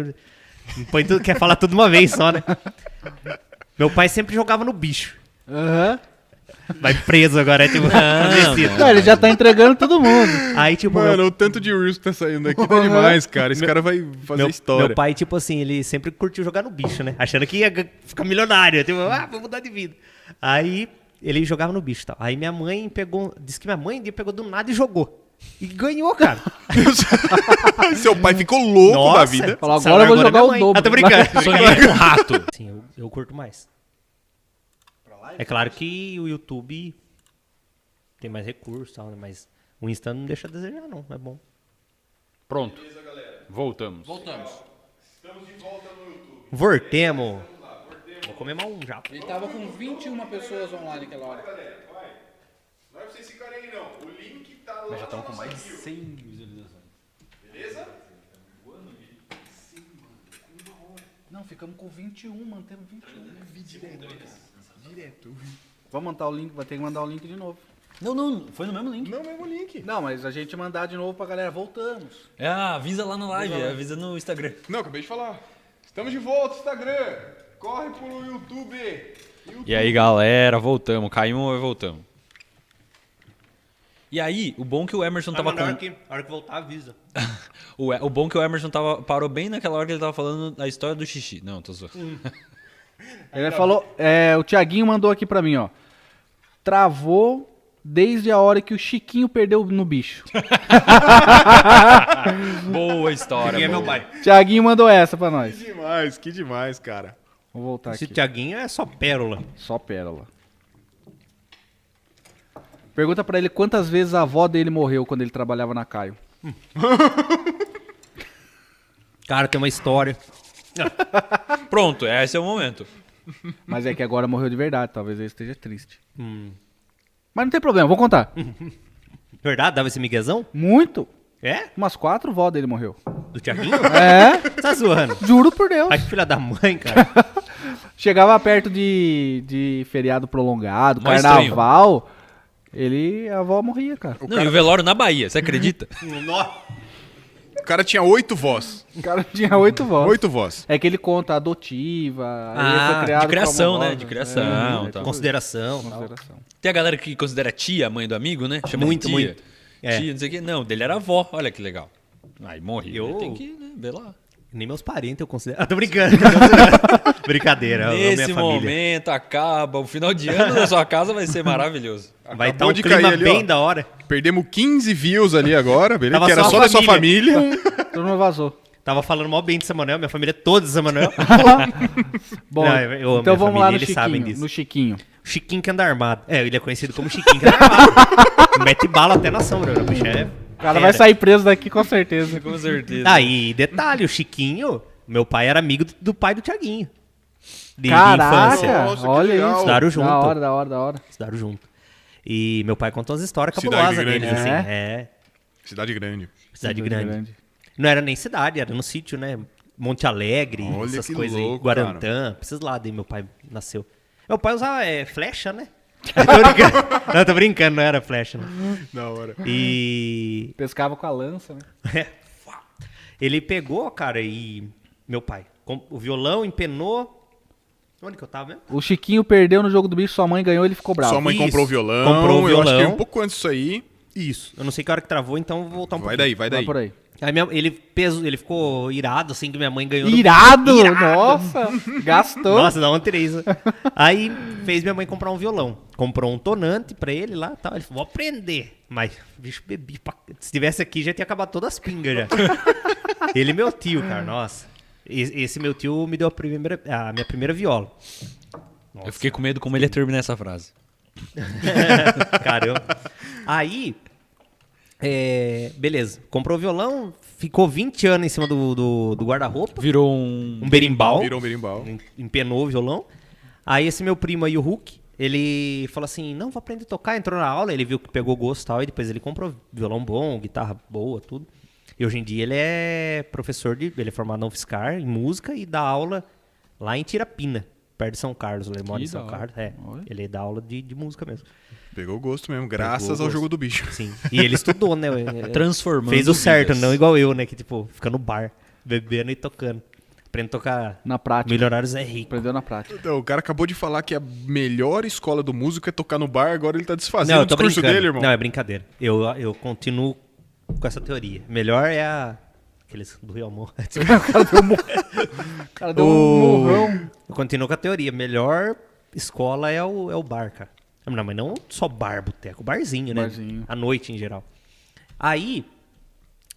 B: Põe tudo, quer falar tudo de uma vez só, né? Meu pai sempre jogava no bicho.
A: Aham.
B: Vai preso agora, é tipo. [laughs] falecido.
A: Não, ele já tá entregando todo mundo.
B: Aí, tipo, meu
D: Mano, o tanto de Reels que tá saindo
F: [laughs]
D: aqui tá demais, cara. Esse cara vai fazer
B: meu,
D: história.
B: meu pai, tipo assim, ele sempre curtiu jogar no bicho, né? Achando que ia g- ficar milionário. Tipo, ah, vou mudar de vida. Aí ele jogava no bicho e tal. Aí minha mãe pegou. Disse que minha mãe um dia pegou do nada e jogou. E ganhou, cara.
D: [laughs] Seu pai ficou louco da vida.
A: Falou,
B: sabe,
A: agora eu vou jogar
B: minha
A: o
B: mãe-
A: dobro.
B: Ah, tô brincando.
C: Sonhei com um rato.
B: [laughs] Sim, eu, eu curto mais. É claro que o YouTube tem mais recursos e tal, né? Mas o Insta não deixa a desejar, não. É bom.
G: Pronto. Voltamos.
H: Voltamos.
B: Vortemo. Vou comer mal um já.
H: Ele tava com 21 pessoas online naquela hora.
A: é tá
G: Mas já estão com mais de 100 visualizações.
H: Não, ficamos com 21, mantemos 21.
A: Vamos mandar o link, vai ter que mandar o link de novo.
G: Não, não, foi no mesmo link.
D: Não, mesmo link.
A: Não, mas a gente mandar de novo pra galera, voltamos.
C: É, avisa lá na live, avisa no Instagram.
D: Não, acabei de falar. Estamos de volta, Instagram. Corre pro YouTube.
C: E aí, galera, voltamos. Caímos e voltamos. E aí, o bom é que o Emerson
G: Tá
C: tava com...
B: a hora que voltar, avisa.
C: O, E- o bom é que o Emerson tava, parou bem naquela hora que ele tava falando da história do xixi. Não, tô zoando.
B: Uhum.
A: Ele falou, é, o Tiaguinho mandou aqui pra mim, ó. Travou desde a hora que o Chiquinho perdeu no bicho.
C: Boa história.
B: Quem é meu
C: boa.
B: pai?
A: Tiaguinho mandou essa pra nós.
D: Que demais, que demais, cara.
A: Vou voltar
B: Esse
A: aqui.
B: Tiaguinho é só pérola.
A: Só pérola. Pergunta pra ele quantas vezes a avó dele morreu quando ele trabalhava na Caio.
B: Cara, tem uma história.
C: Pronto, esse é o momento.
A: Mas é que agora morreu de verdade, talvez eu esteja triste.
B: Hum,
A: Mas não tem problema, vou contar.
B: Verdade? Dava esse miguezão?
A: Muito.
B: É?
A: Umas quatro vó dele morreu.
B: Do [laughs] Tiaguinho?
A: É,
B: tá zoando.
A: juro por Deus.
B: Ai, que filha da mãe, cara.
A: Chegava perto de, de feriado prolongado,
C: Mó
A: carnaval, ele, a avó morria, cara.
C: Não, e o velório na Bahia, você acredita?
B: Nó.
D: cara tinha oito vós.
A: O cara [laughs] tinha oito votos.
D: Oito vós.
A: É que ele conta adotiva,
B: Ah,
A: ele foi
B: de
A: criado
C: de criação,
A: como
C: né?
A: nós,
C: De criação.
A: É,
C: tal.
B: tá. Consideração. tal.
A: Consideração.
C: Tem a galera que considera tia a mãe do amigo, né? Chama
B: Muito,
C: de tia.
B: muito. É.
C: Tia, não sei o quê. Não, dele era avó. Olha que legal. Aí morre.
B: Eu-
C: Tem que né, ver lá.
B: Nem meus parentes eu considero. Ah, tô brincando. tô brincando. [laughs] Brincadeira. eu amo É, minha
C: Nesse
B: família.
C: momento acaba. O final de ano da sua casa vai ser maravilhoso.
B: Vai estar
D: Acabou
B: um
D: de
B: clima
D: cair ali,
B: bem
D: ó.
B: da hora.
D: Perdemos 15 views ali agora, beleza?
B: Tava
D: Que era
B: só
D: só
B: a
D: da sua família.
A: Todo mundo vazou.
B: [laughs] Tava falando mal bem de Samuel, minha família é toda de
D: [laughs]
B: Samuel.
A: Bom,
B: Não, eu- eu amo
A: então
B: minha
A: vamos lá
B: família,
A: no
B: eles sabem
A: Chiquinho,
B: disso.
A: no Chiquinho.
B: Chiquinho que anda armado. É, ele é conhecido como Chiquinho que anda armado. [laughs] Mete bala até na sombra, né, bicho? É
A: O cara
B: fera.
A: vai sair preso daqui com certeza.
C: Com certeza.
B: Ah, e detalhe, o Chiquinho, meu pai era amigo do, do pai do Tiaguinho. De, de infância.
A: Caraca,
D: Nossa, que
A: olha
D: legal.
A: isso.
B: Estudaram junto.
A: Da hora, da hora, da hora.
B: Estudaram junto. E meu pai contou umas histórias
D: Cidade
B: cabulosas
D: grande,
B: deles, assim.
A: né?
B: É,
D: Cidade grande.
B: cidade grande. Não era nem cidade, era no sítio, né? Monte Alegre,
D: Olha
B: essas
D: que
B: coisas aí.
D: louco,
B: Guarantã, pra esses lados aí meu pai nasceu. Meu pai usava é, flecha, né? [laughs] Eu tô brincando. não, eu tô brincando, não era flecha. Não.
D: Da hora.
B: E [laughs]
A: Pescava com a lança, né?
B: ele pegou, cara, e meu pai, com o violão empenou. Onde que eu tava mesmo?
A: O Chiquinho perdeu no jogo do bicho, sua mãe ganhou, ele ficou bravo.
D: Sua mãe
B: Isso.
D: comprou o violão.
B: Comprou o
D: Eu acho que é
B: violão.
D: um pouco antes disso aí.
B: Isso. Eu não sei que hora que travou, então eu vou voltar um
D: Vai
B: pouquinho.
D: daí, vai
A: Vai
D: daí.
A: por aí.
B: Aí minha- ele, pesou, ele ficou irado, assim, que minha mãe ganhou. no-
A: Irado! Nossa! Gastou.
B: Nossa, da onde tirei isso? né? Aí fez minha mãe comprar um violão. Comprou um tonante pra ele lá e tal. Ele falou, vou aprender. Mas, bicho, bebi. Pra... Se tivesse aqui, já tinha acabado todas as pingas já. ele é meu tio, cara, nossa. E- Esse meu tio me deu a, primeira, a minha primeira viola.
C: Eu fiquei com medo como ele ia terminar essa frase.
B: Caramba. Aí, é, beleza. Comprou o violão, ficou 20 anos em cima do, do, do guarda-roupa.
C: Virou um.
B: Um berimbau.
D: Virou um berimbau.
B: Em- empenou o violão. Aí esse meu primo aí, o Hulk, ele falou assim, não, vou aprender a tocar. Entrou na aula, ele viu que pegou gosto e tal, e depois ele comprou violão bom, guitarra boa, tudo. E hoje em dia ele é professor de... Ele é formado na UFSCar em música e dá aula lá em Tirapina, perto de São Carlos. Ele mora
C: Que
B: em
C: da
B: São
C: hora.
B: Carlos, é. Ele dá aula de, de música mesmo.
D: Pegou o gosto mesmo, graças
B: Pegou o
D: ao jogo do bicho. [laughs]
B: Sim. E ele estudou,
C: [laughs]
B: né?
C: Transformando.
B: Fez o certo,
C: vidas.
B: não igual eu, né? Que tipo, fica no bar, bebendo e tocando. Aprende a tocar...
A: Na prática.
B: Milionários é rico.
A: Aprendeu na prática.
D: Então, o cara acabou de falar que a melhor escola do músico é tocar no bar, agora ele tá desfazendo
B: eu
D: o
B: tô
D: discurso
B: brincando.
D: dele, irmão.
B: Não, é brincadeira. Eu, eu continuo com essa teoria. Melhor é a. Aqueles do Rio Amor.
A: [laughs] um O cara deu um murrão.
B: [laughs] eu continuo com a teoria. Melhor escola é o, é o bar, cara. Não, mas não só bar, boteco. Barzinho, né?
A: Barzinho.
B: À noite, em geral. Aí,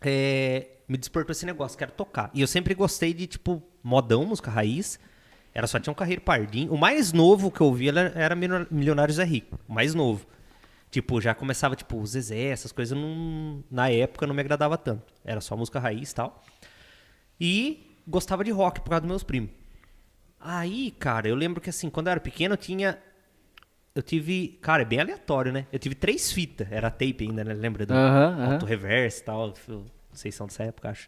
B: é, me despertou esse negócio, quero tocar. E eu sempre gostei de, tipo, modão, música raiz. Era só tinha um carreiro pardinho. O mais novo que eu ouvia era, era Milio- Milionários é Rico. O mais novo. Tipo, já começava, tipo, o Zezé, essas coisas, não, na época não me agradava tanto. Era só música raiz e tal. E gostava de rock por causa dos meus primos. Aí, cara, eu lembro que assim, quando eu era pequeno, eu tinha. Eu tive. Cara, é bem aleatório, né? Eu tive três fitas. Era tape ainda, né? Lembra do
A: Aham, aham.
B: auto reverse e tal? Eu Não sei se são dessa época, acho.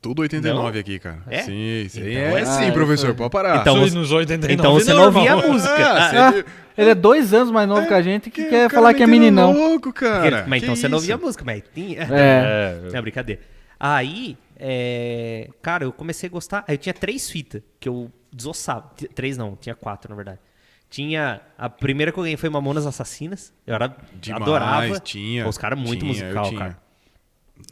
D: Tudo 89 aqui, cara.
B: É?
D: Sim, sim.
B: Então
D: é sim, professor, pode parar.
B: Então,
C: Isso
B: você-
C: nos 89
B: então você não ouvia a
C: irmão.
B: música.
D: Ah,
B: Ah,
D: você-
A: Ah,
D: viu?
A: ele é dois anos mais novo que a gente que
D: o
A: quer
D: cara
A: falar que é
D: metendo
A: meninão.
D: louco, cara.
B: mas então
D: Que
B: você não
D: isso?
B: ouvia a música, mas tinha.
A: É.
B: É brincadeira. Aí, é, cara, eu comecei a gostar. Aí eu tinha três fitas que eu desossava. T- Três não, tinha quatro, na verdade. Tinha. A primeira que eu ganhei foi Mamonas Assassinas. Eu era,
D: Demais,
B: adorava.
D: tinha,
B: Pô, Os caras muito
D: tinha,
B: musical,
D: eu tinha.
B: cara.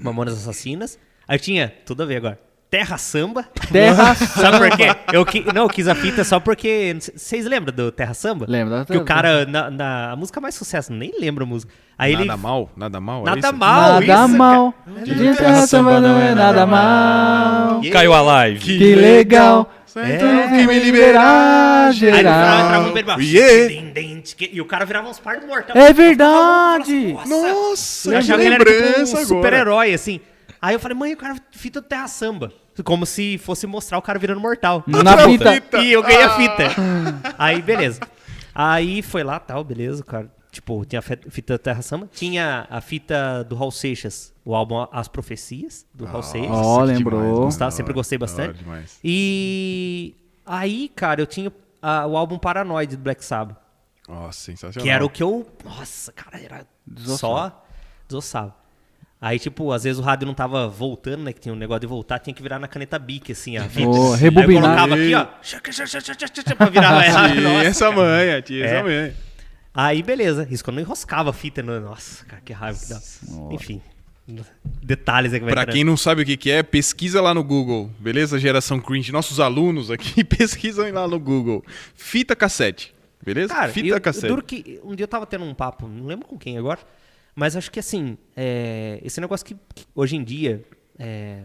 B: Mamonas Assassinas. Aí tinha, tudo a ver agora. Terra Samba.
A: Terra
B: [laughs] Sabe por quê? Eu qui- não, eu quis a fita só porque. c- Vocês lembram do Terra Samba?
A: Lembro.
B: Que o cara, na, na- a música mais sucesso, nem lembro a música. Aí
D: Nada
B: ele.
D: mal, nada mal. era
B: Nada
D: isso?
B: mal,
A: nada
B: isso,
A: mal.
D: Terra
A: Terra samba não é nada mal.
B: cara.
C: Caiu a live.
A: Que legal.
D: Sai
A: É.
D: tudo então que me
B: Aí
D: liberar,
B: no final
D: geral.
B: entrava um berba.
D: Yeah.
B: Din, din, tch, que- E o cara virava uns par de mortal.
A: É verdade.
B: Eu
D: Nossa, que
B: achava que ele era tipo um
D: lembrança agora.
B: super-herói, assim. Aí eu falei, mãe, o cara fita do Terra Samba. Como se fosse mostrar o cara virando mortal.
A: Na fita.
B: E eu
D: Ah.
B: ganhei a fita. Aí, beleza. Aí foi lá, tal, beleza, cara. Tipo, tinha a fe- fita do Terra Samba. Tinha a fita do Raul Seixas, o álbum As Profecias, do Raul Seixas.
A: Ó,
D: que
A: lembrou.
D: demais, mano,
B: Gostava,
D: da
B: sempre
D: hora,
B: gostei
D: da hora
B: bastante.
D: demais.
B: E aí, cara, eu tinha ah, o álbum Paranoid do Black Sabbath.
D: Nossa, sensacional.
B: Que era o que eu. Nossa, cara, era. Só desossava. Aí, tipo, às vezes o rádio não tava voltando, né? Que tinha um negócio de voltar, tinha que virar na caneta bique, assim, a fita.
A: Boa,
B: Aí eu
A: rebobinar.
B: colocava aqui, ó. xaca, xaca, xaca, xaca, xaca, Pra virar a rádio.
D: Tinha
B: [laughs] Nossa,
D: essa
B: cara.
D: manha,
B: É.
D: tinha essa manha.
B: Aí, beleza. Isso quando eu enroscava a fita. No... Nossa, cara, que raiva que dá. Enfim. Detalhes é que vai
D: Pra
B: entrar.
D: quem não sabe o que, que é, pesquisa lá no Google, beleza? Geração cringe. Nossos alunos aqui [laughs] pesquisam lá no Google. Fita cassete, beleza?
B: Cara,
D: Fita
B: eu, eu
D: cassete.
B: duro que um dia eu tava tendo um papo, não lembro com quem agora, mas acho que assim, é, esse negócio que, que hoje em dia, é,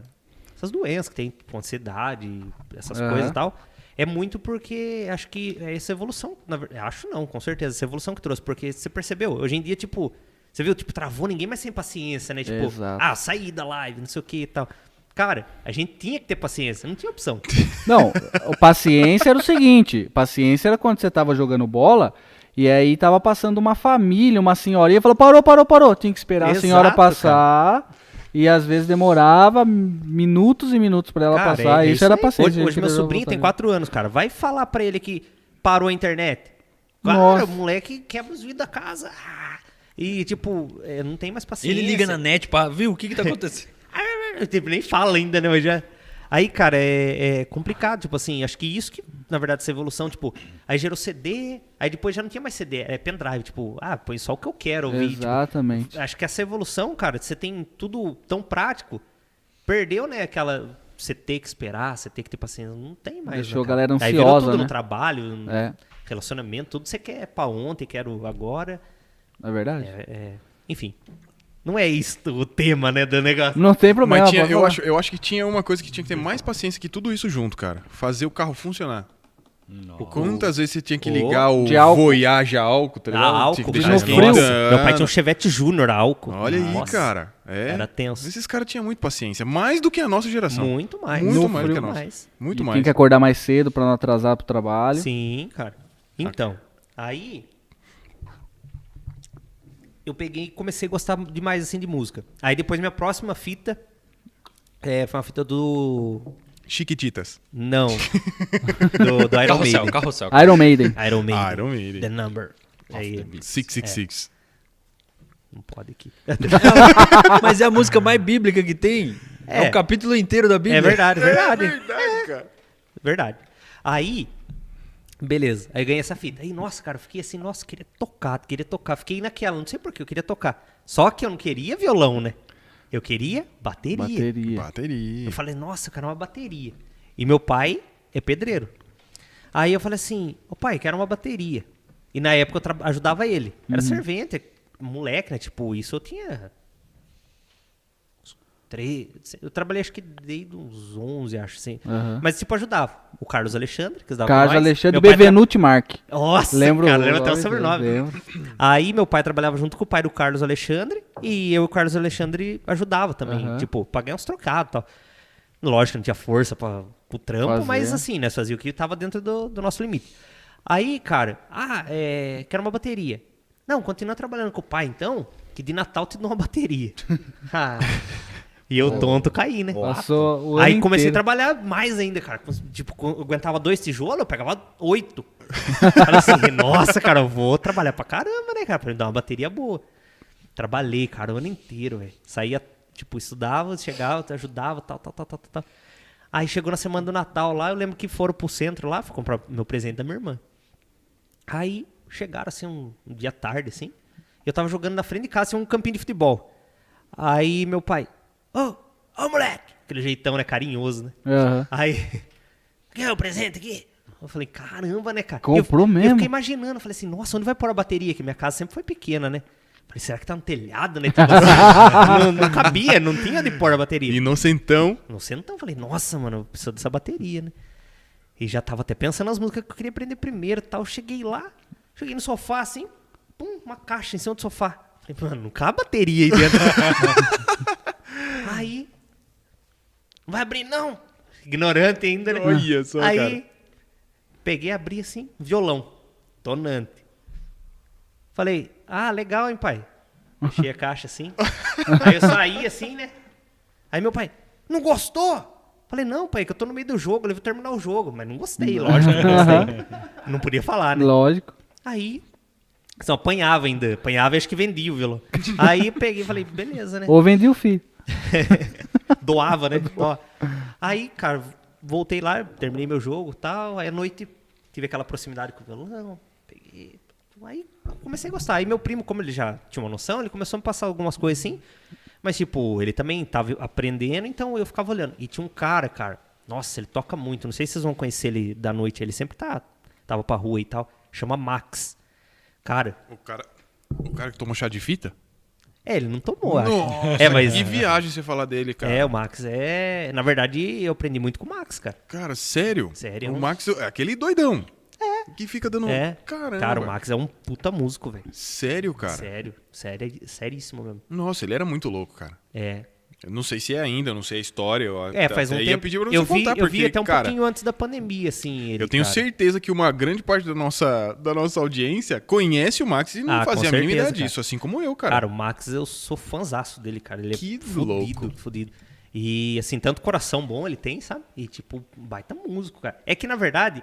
B: essas doenças que tem, tipo, ansiedade, essas
A: Aham.
B: coisas e tal, é muito porque acho que é essa evolução, na ver- acho não, com certeza, essa evolução que trouxe, porque você percebeu, hoje em dia, tipo, você viu, tipo, travou ninguém mais sem paciência, né? Tipo,
A: Exato.
B: ah, saí da live, não sei o que e tal. Cara, a gente tinha que ter paciência, não tinha opção.
A: Não, o paciência era o seguinte: paciência era quando você tava jogando bola e aí tava passando uma família, uma senhorinha, falou: parou, parou, parou. Tinha que esperar a
B: Exato,
A: senhora passar. E às vezes demorava minutos e minutos pra ela
B: Cara,
A: passar.
B: é- é
A: isso, era
B: aí.
A: paciência.
B: Hoje, hoje
A: gente, tá
B: meu
A: queria
B: sobrinho tem
A: voltar.
B: 4 anos, cara. Vai falar pra ele que parou a internet. Cara,
A: Nossa.
B: o moleque quebra os vidros da casa. Ah! E, tipo, é, não tem mais paciência.
C: Ele liga na net pra ver o que, [laughs] que tá acontecendo.
B: Ah, [laughs] tipo, nem fala ainda, né? Mas já... Aí, cara, é, é complicado. Tipo assim, acho que isso que, na verdade, essa evolução, tipo, aí gerou CD, aí depois já não tinha mais CD, é pendrive. Tipo, ah, põe só o que eu quero ouvir. tipo,
A: Exatamente.
B: acho que essa evolução, cara, você tem tudo tão prático, perdeu, né, aquela você ter que esperar, você ter que ter paciência, não tem mais.
A: Deixou
B: né, cara?
A: a galera
B: Aí virou
A: ansiosa,
B: tudo no
A: né?
B: trabalho, no
A: É.
B: relacionamento, tudo você quer pra ontem, quero agora.
A: Não é verdade?
B: é, é, enfim, não é isto o tema, né, do negócio.
A: Não tem problema.
D: Mas tinha-
A: pode
D: eu,
A: falar.
D: acho, eu acho que tinha uma coisa que tinha que ter mais paciência que tudo isso junto, cara. Fazer o carro funcionar. Quantas vezes você tinha que ligar o
A: De álcool.
D: Voyage a álcool, tá ligado?
B: Ah,
D: Tinha
B: álcool,
D: que
A: cara,
D: deixar
A: no
D: esquentando.
A: frio.
B: Meu pai tinha um Chevette Júnior, álcool.
D: Olha aí,
B: Nossa,
D: cara. É.
B: Era tenso.
D: Esses caras tinham muito paciência. Mais do que a nossa geração.
B: Muito mais.
D: Muito
B: No
D: mais do que a
B: frio,
D: nossa.
B: mais.
D: Muito
A: E
D: mais.
A: Tem que acordar mais cedo pra não atrasar pro trabalho.
B: Sim, cara. Então, aí eu peguei e comecei a gostar demais assim de música. Aí depois minha próxima fita é, foi uma fita do
D: Chiquititas.
B: não do, do Iron
C: Carrossel,
B: Maiden.
C: carrossel.
A: Iron Maiden.
B: Iron Maiden.
D: Iron Maiden.
B: The number. Aí,
D: 666.
B: não pode aqui.
C: [laughs] Mas é a música mais bíblica que tem. É,
B: É.
C: um capítulo inteiro da Bíblia.
B: É verdade, é verdade.
D: Verdade, cara.
B: Verdade. Aí, beleza. Aí eu ganhei essa fita. Aí, nossa, cara, eu fiquei assim, nossa, queria tocar, queria tocar. Fiquei naquela, não sei porquê, eu queria tocar. Só que eu não queria violão, né? Eu queria bateria.
A: Bateria.
D: Bateria.
B: Eu falei, nossa, cara, uma bateria. E meu pai é pedreiro. Aí eu falei assim, ô pai, quero uma bateria. E na época eu tra- ajudava ele. Era
A: Uhum.
B: servente, moleque, né? Tipo, isso eu tinha. Tre... Eu trabalhei acho que desde uns 11, acho assim.
A: Aham.
B: Mas tipo, ajudava. O Carlos Alexandre, que dava
A: Carlos
B: nós.
A: Alexandre
B: Meu pai tra-
A: Bevenuti Mark.
B: Nossa,
A: Lembro
B: cara, lembro até o
A: lógico,
B: sobrenome.
A: lembro.
B: Aí meu pai trabalhava junto com o pai do Carlos Alexandre e eu e o Carlos Alexandre ajudava também,
A: Aham.
B: tipo, pra ganhar uns trocados e tal. Lógico, que não tinha força pra, pro trampo,
A: Fazer.
B: mas assim, né, fazia o que tava dentro do, do nosso limite. Aí, cara, ah, é, quero uma bateria. Não, continua trabalhando com o pai então, que de Natal te dou
A: [laughs]
B: uma bateria. Ah, e eu tonto caí, né?
A: É. Passou o
B: Aí
A: ano
B: comecei a
A: inteiro.
B: trabalhar mais ainda, cara. Cons- Tipo, co- eu aguentava dois tijolos, eu pegava oito. [laughs] Falei assim, nossa, cara, eu vou trabalhar pra caramba, né, cara? Pra me dar uma bateria boa. Trabalhei, cara, o ano inteiro, velho. Saía, tipo, estudava, chegava, ajudava, tal, tal, tal, tal, tal. tal. Aí chegou na semana do Natal lá, eu lembro que foram pro centro lá, fui comprar meu presente da minha irmã. Aí chegaram assim um um dia tarde, assim. Eu tava jogando na frente de casa, assim, um campinho de futebol. Aí meu pai, ô, ô moleque! Aquele jeitão, né? Carinhoso, né?
A: Aham.
B: Aí, [laughs] quer o presente aqui? Eu falei, caramba, né, cara?
A: Comprou
B: eu,
A: mesmo.
B: Eu fiquei imaginando, eu falei assim, nossa, onde vai pôr a bateria? Que minha casa sempre foi pequena, né? Falei, será que tá no telhado, né? Tipo [laughs] assim, não, não cabia, não tinha onde pôr a bateria.
D: Inocentão.
B: No sentão, falei, nossa, mano, eu preciso dessa bateria, né? E já tava até pensando nas músicas que eu queria aprender primeiro e tal. Cheguei lá, cheguei no sofá assim, pum, uma caixa em cima do sofá. Falei, mano, não cabe bateria aí [laughs] dentro. aí, não vai abrir não. Ignorante ainda, né?
D: Olha só,
B: aí,
D: cara.
B: peguei, abri assim, violão, tonante. Falei, ah, legal, hein, pai? Fechei a caixa assim. aí eu saí assim, né? Aí meu pai, não gostou? Falei, não, pai, é que eu tô no meio do jogo, eu vou terminar o jogo. Mas não gostei, lógico que não gostei. não podia falar, né?
A: Lógico.
B: Aí Não, apanhava ainda. Apanhava e acho que vendia o violão. Aí peguei e falei, beleza, né?
A: Ou vendi o fi.
B: [laughs] Doava, né? Ó. Aí, cara, voltei lá, terminei meu jogo e tal. Aí à noite tive aquela proximidade com o violão. Peguei. Aí comecei a gostar. Aí meu primo, como ele já tinha uma noção, ele começou a me passar algumas coisas assim. Mas, tipo, ele também tava aprendendo, então eu ficava olhando. E tinha um cara, cara. Nossa, ele toca muito. Não sei se vocês vão conhecer ele da noite. Ele sempre tá, tava pra rua e tal. Chama Max. Cara,
I: O cara, o cara que tomou chá de fita?
B: é, ele não tomou, acho.
I: Nossa,
B: é, mas.
I: que viagem você falar dele, cara.
B: É, o Max é. Na verdade, eu aprendi muito com o Max, cara.
I: Cara, sério?
B: Sério.
I: O Max é aquele doidão. É. Que fica dando...
B: É.
I: Caramba.
B: Cara, o Max é um puta músico, velho.
I: Sério, cara?
B: Sério, sério, é seríssimo mesmo.
I: Nossa, ele era muito louco, cara.
B: É.
I: Eu não sei se é ainda, eu não sei a história. Eu
B: É,
I: até-
B: faz um
I: até ia
B: tempo.
I: pedir pra você
B: eu vi,
I: contar,
B: eu
I: porque,
B: vi até um
I: cara,
B: pouquinho antes da pandemia, assim. Ele,
I: Eu tenho
B: cara.
I: certeza que uma grande parte da nossa, da nossa audiência conhece o Max e não
B: Ah, com
I: fazia a mínima
B: certeza,
I: ideia
B: cara.
I: disso, assim como eu, cara.
B: Cara. o Max, eu sou fãzaço dele, cara. Ele
I: Que
B: é fudido,
I: louco.
B: fudido. E, assim, tanto coração bom ele tem, sabe? E, tipo, um baita músico, cara. É que, na verdade,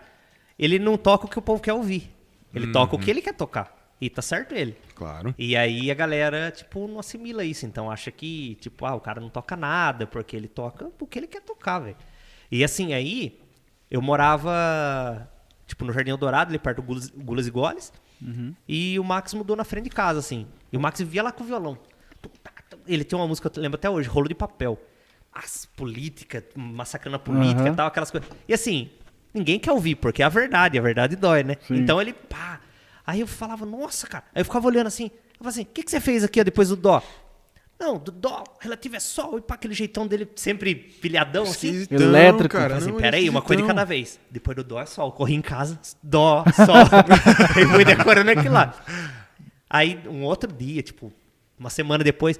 B: ele não toca o que o povo quer ouvir. Ele toca o
I: Uhum.
B: que ele quer tocar. E tá certo ele.
I: Claro.
B: E aí a galera, tipo, não assimila isso. Então acha que, tipo, ah, o cara não toca nada, porque ele toca o que ele quer tocar, velho. E assim, aí eu morava, tipo, no Jardim Eldorado, ali perto do Gulas, Gulas e Goles. E o Max mudou na frente de casa, assim. E o Max via lá com o violão. Tum, tá, tum. Ele tem uma música, eu lembro até hoje, Rolo de Papel. As políticas, massacrando a política e
A: Aham.
B: tal, aquelas coisas. E assim, ninguém quer ouvir, porque é a verdade, a verdade dói, né? Então ele, pá. Aí eu falava, nossa, cara. Aí eu ficava olhando assim, eu falava assim, o que, que você fez aqui ó, depois do dó? Não, do dó, relativo é sol, e pá, aquele jeitão dele sempre pilhadão, assim.
I: Esquisitão,
A: Elétrico.
I: Então, cara.
B: Falei assim,
I: não, ele é
B: peraí, uma coisa de
I: esquisitão.
B: cada vez. Depois do dó é sol. Corri em casa, dó, sol. [laughs] e fui decorando aquilo lá. Aí, um outro dia, tipo, uma semana depois,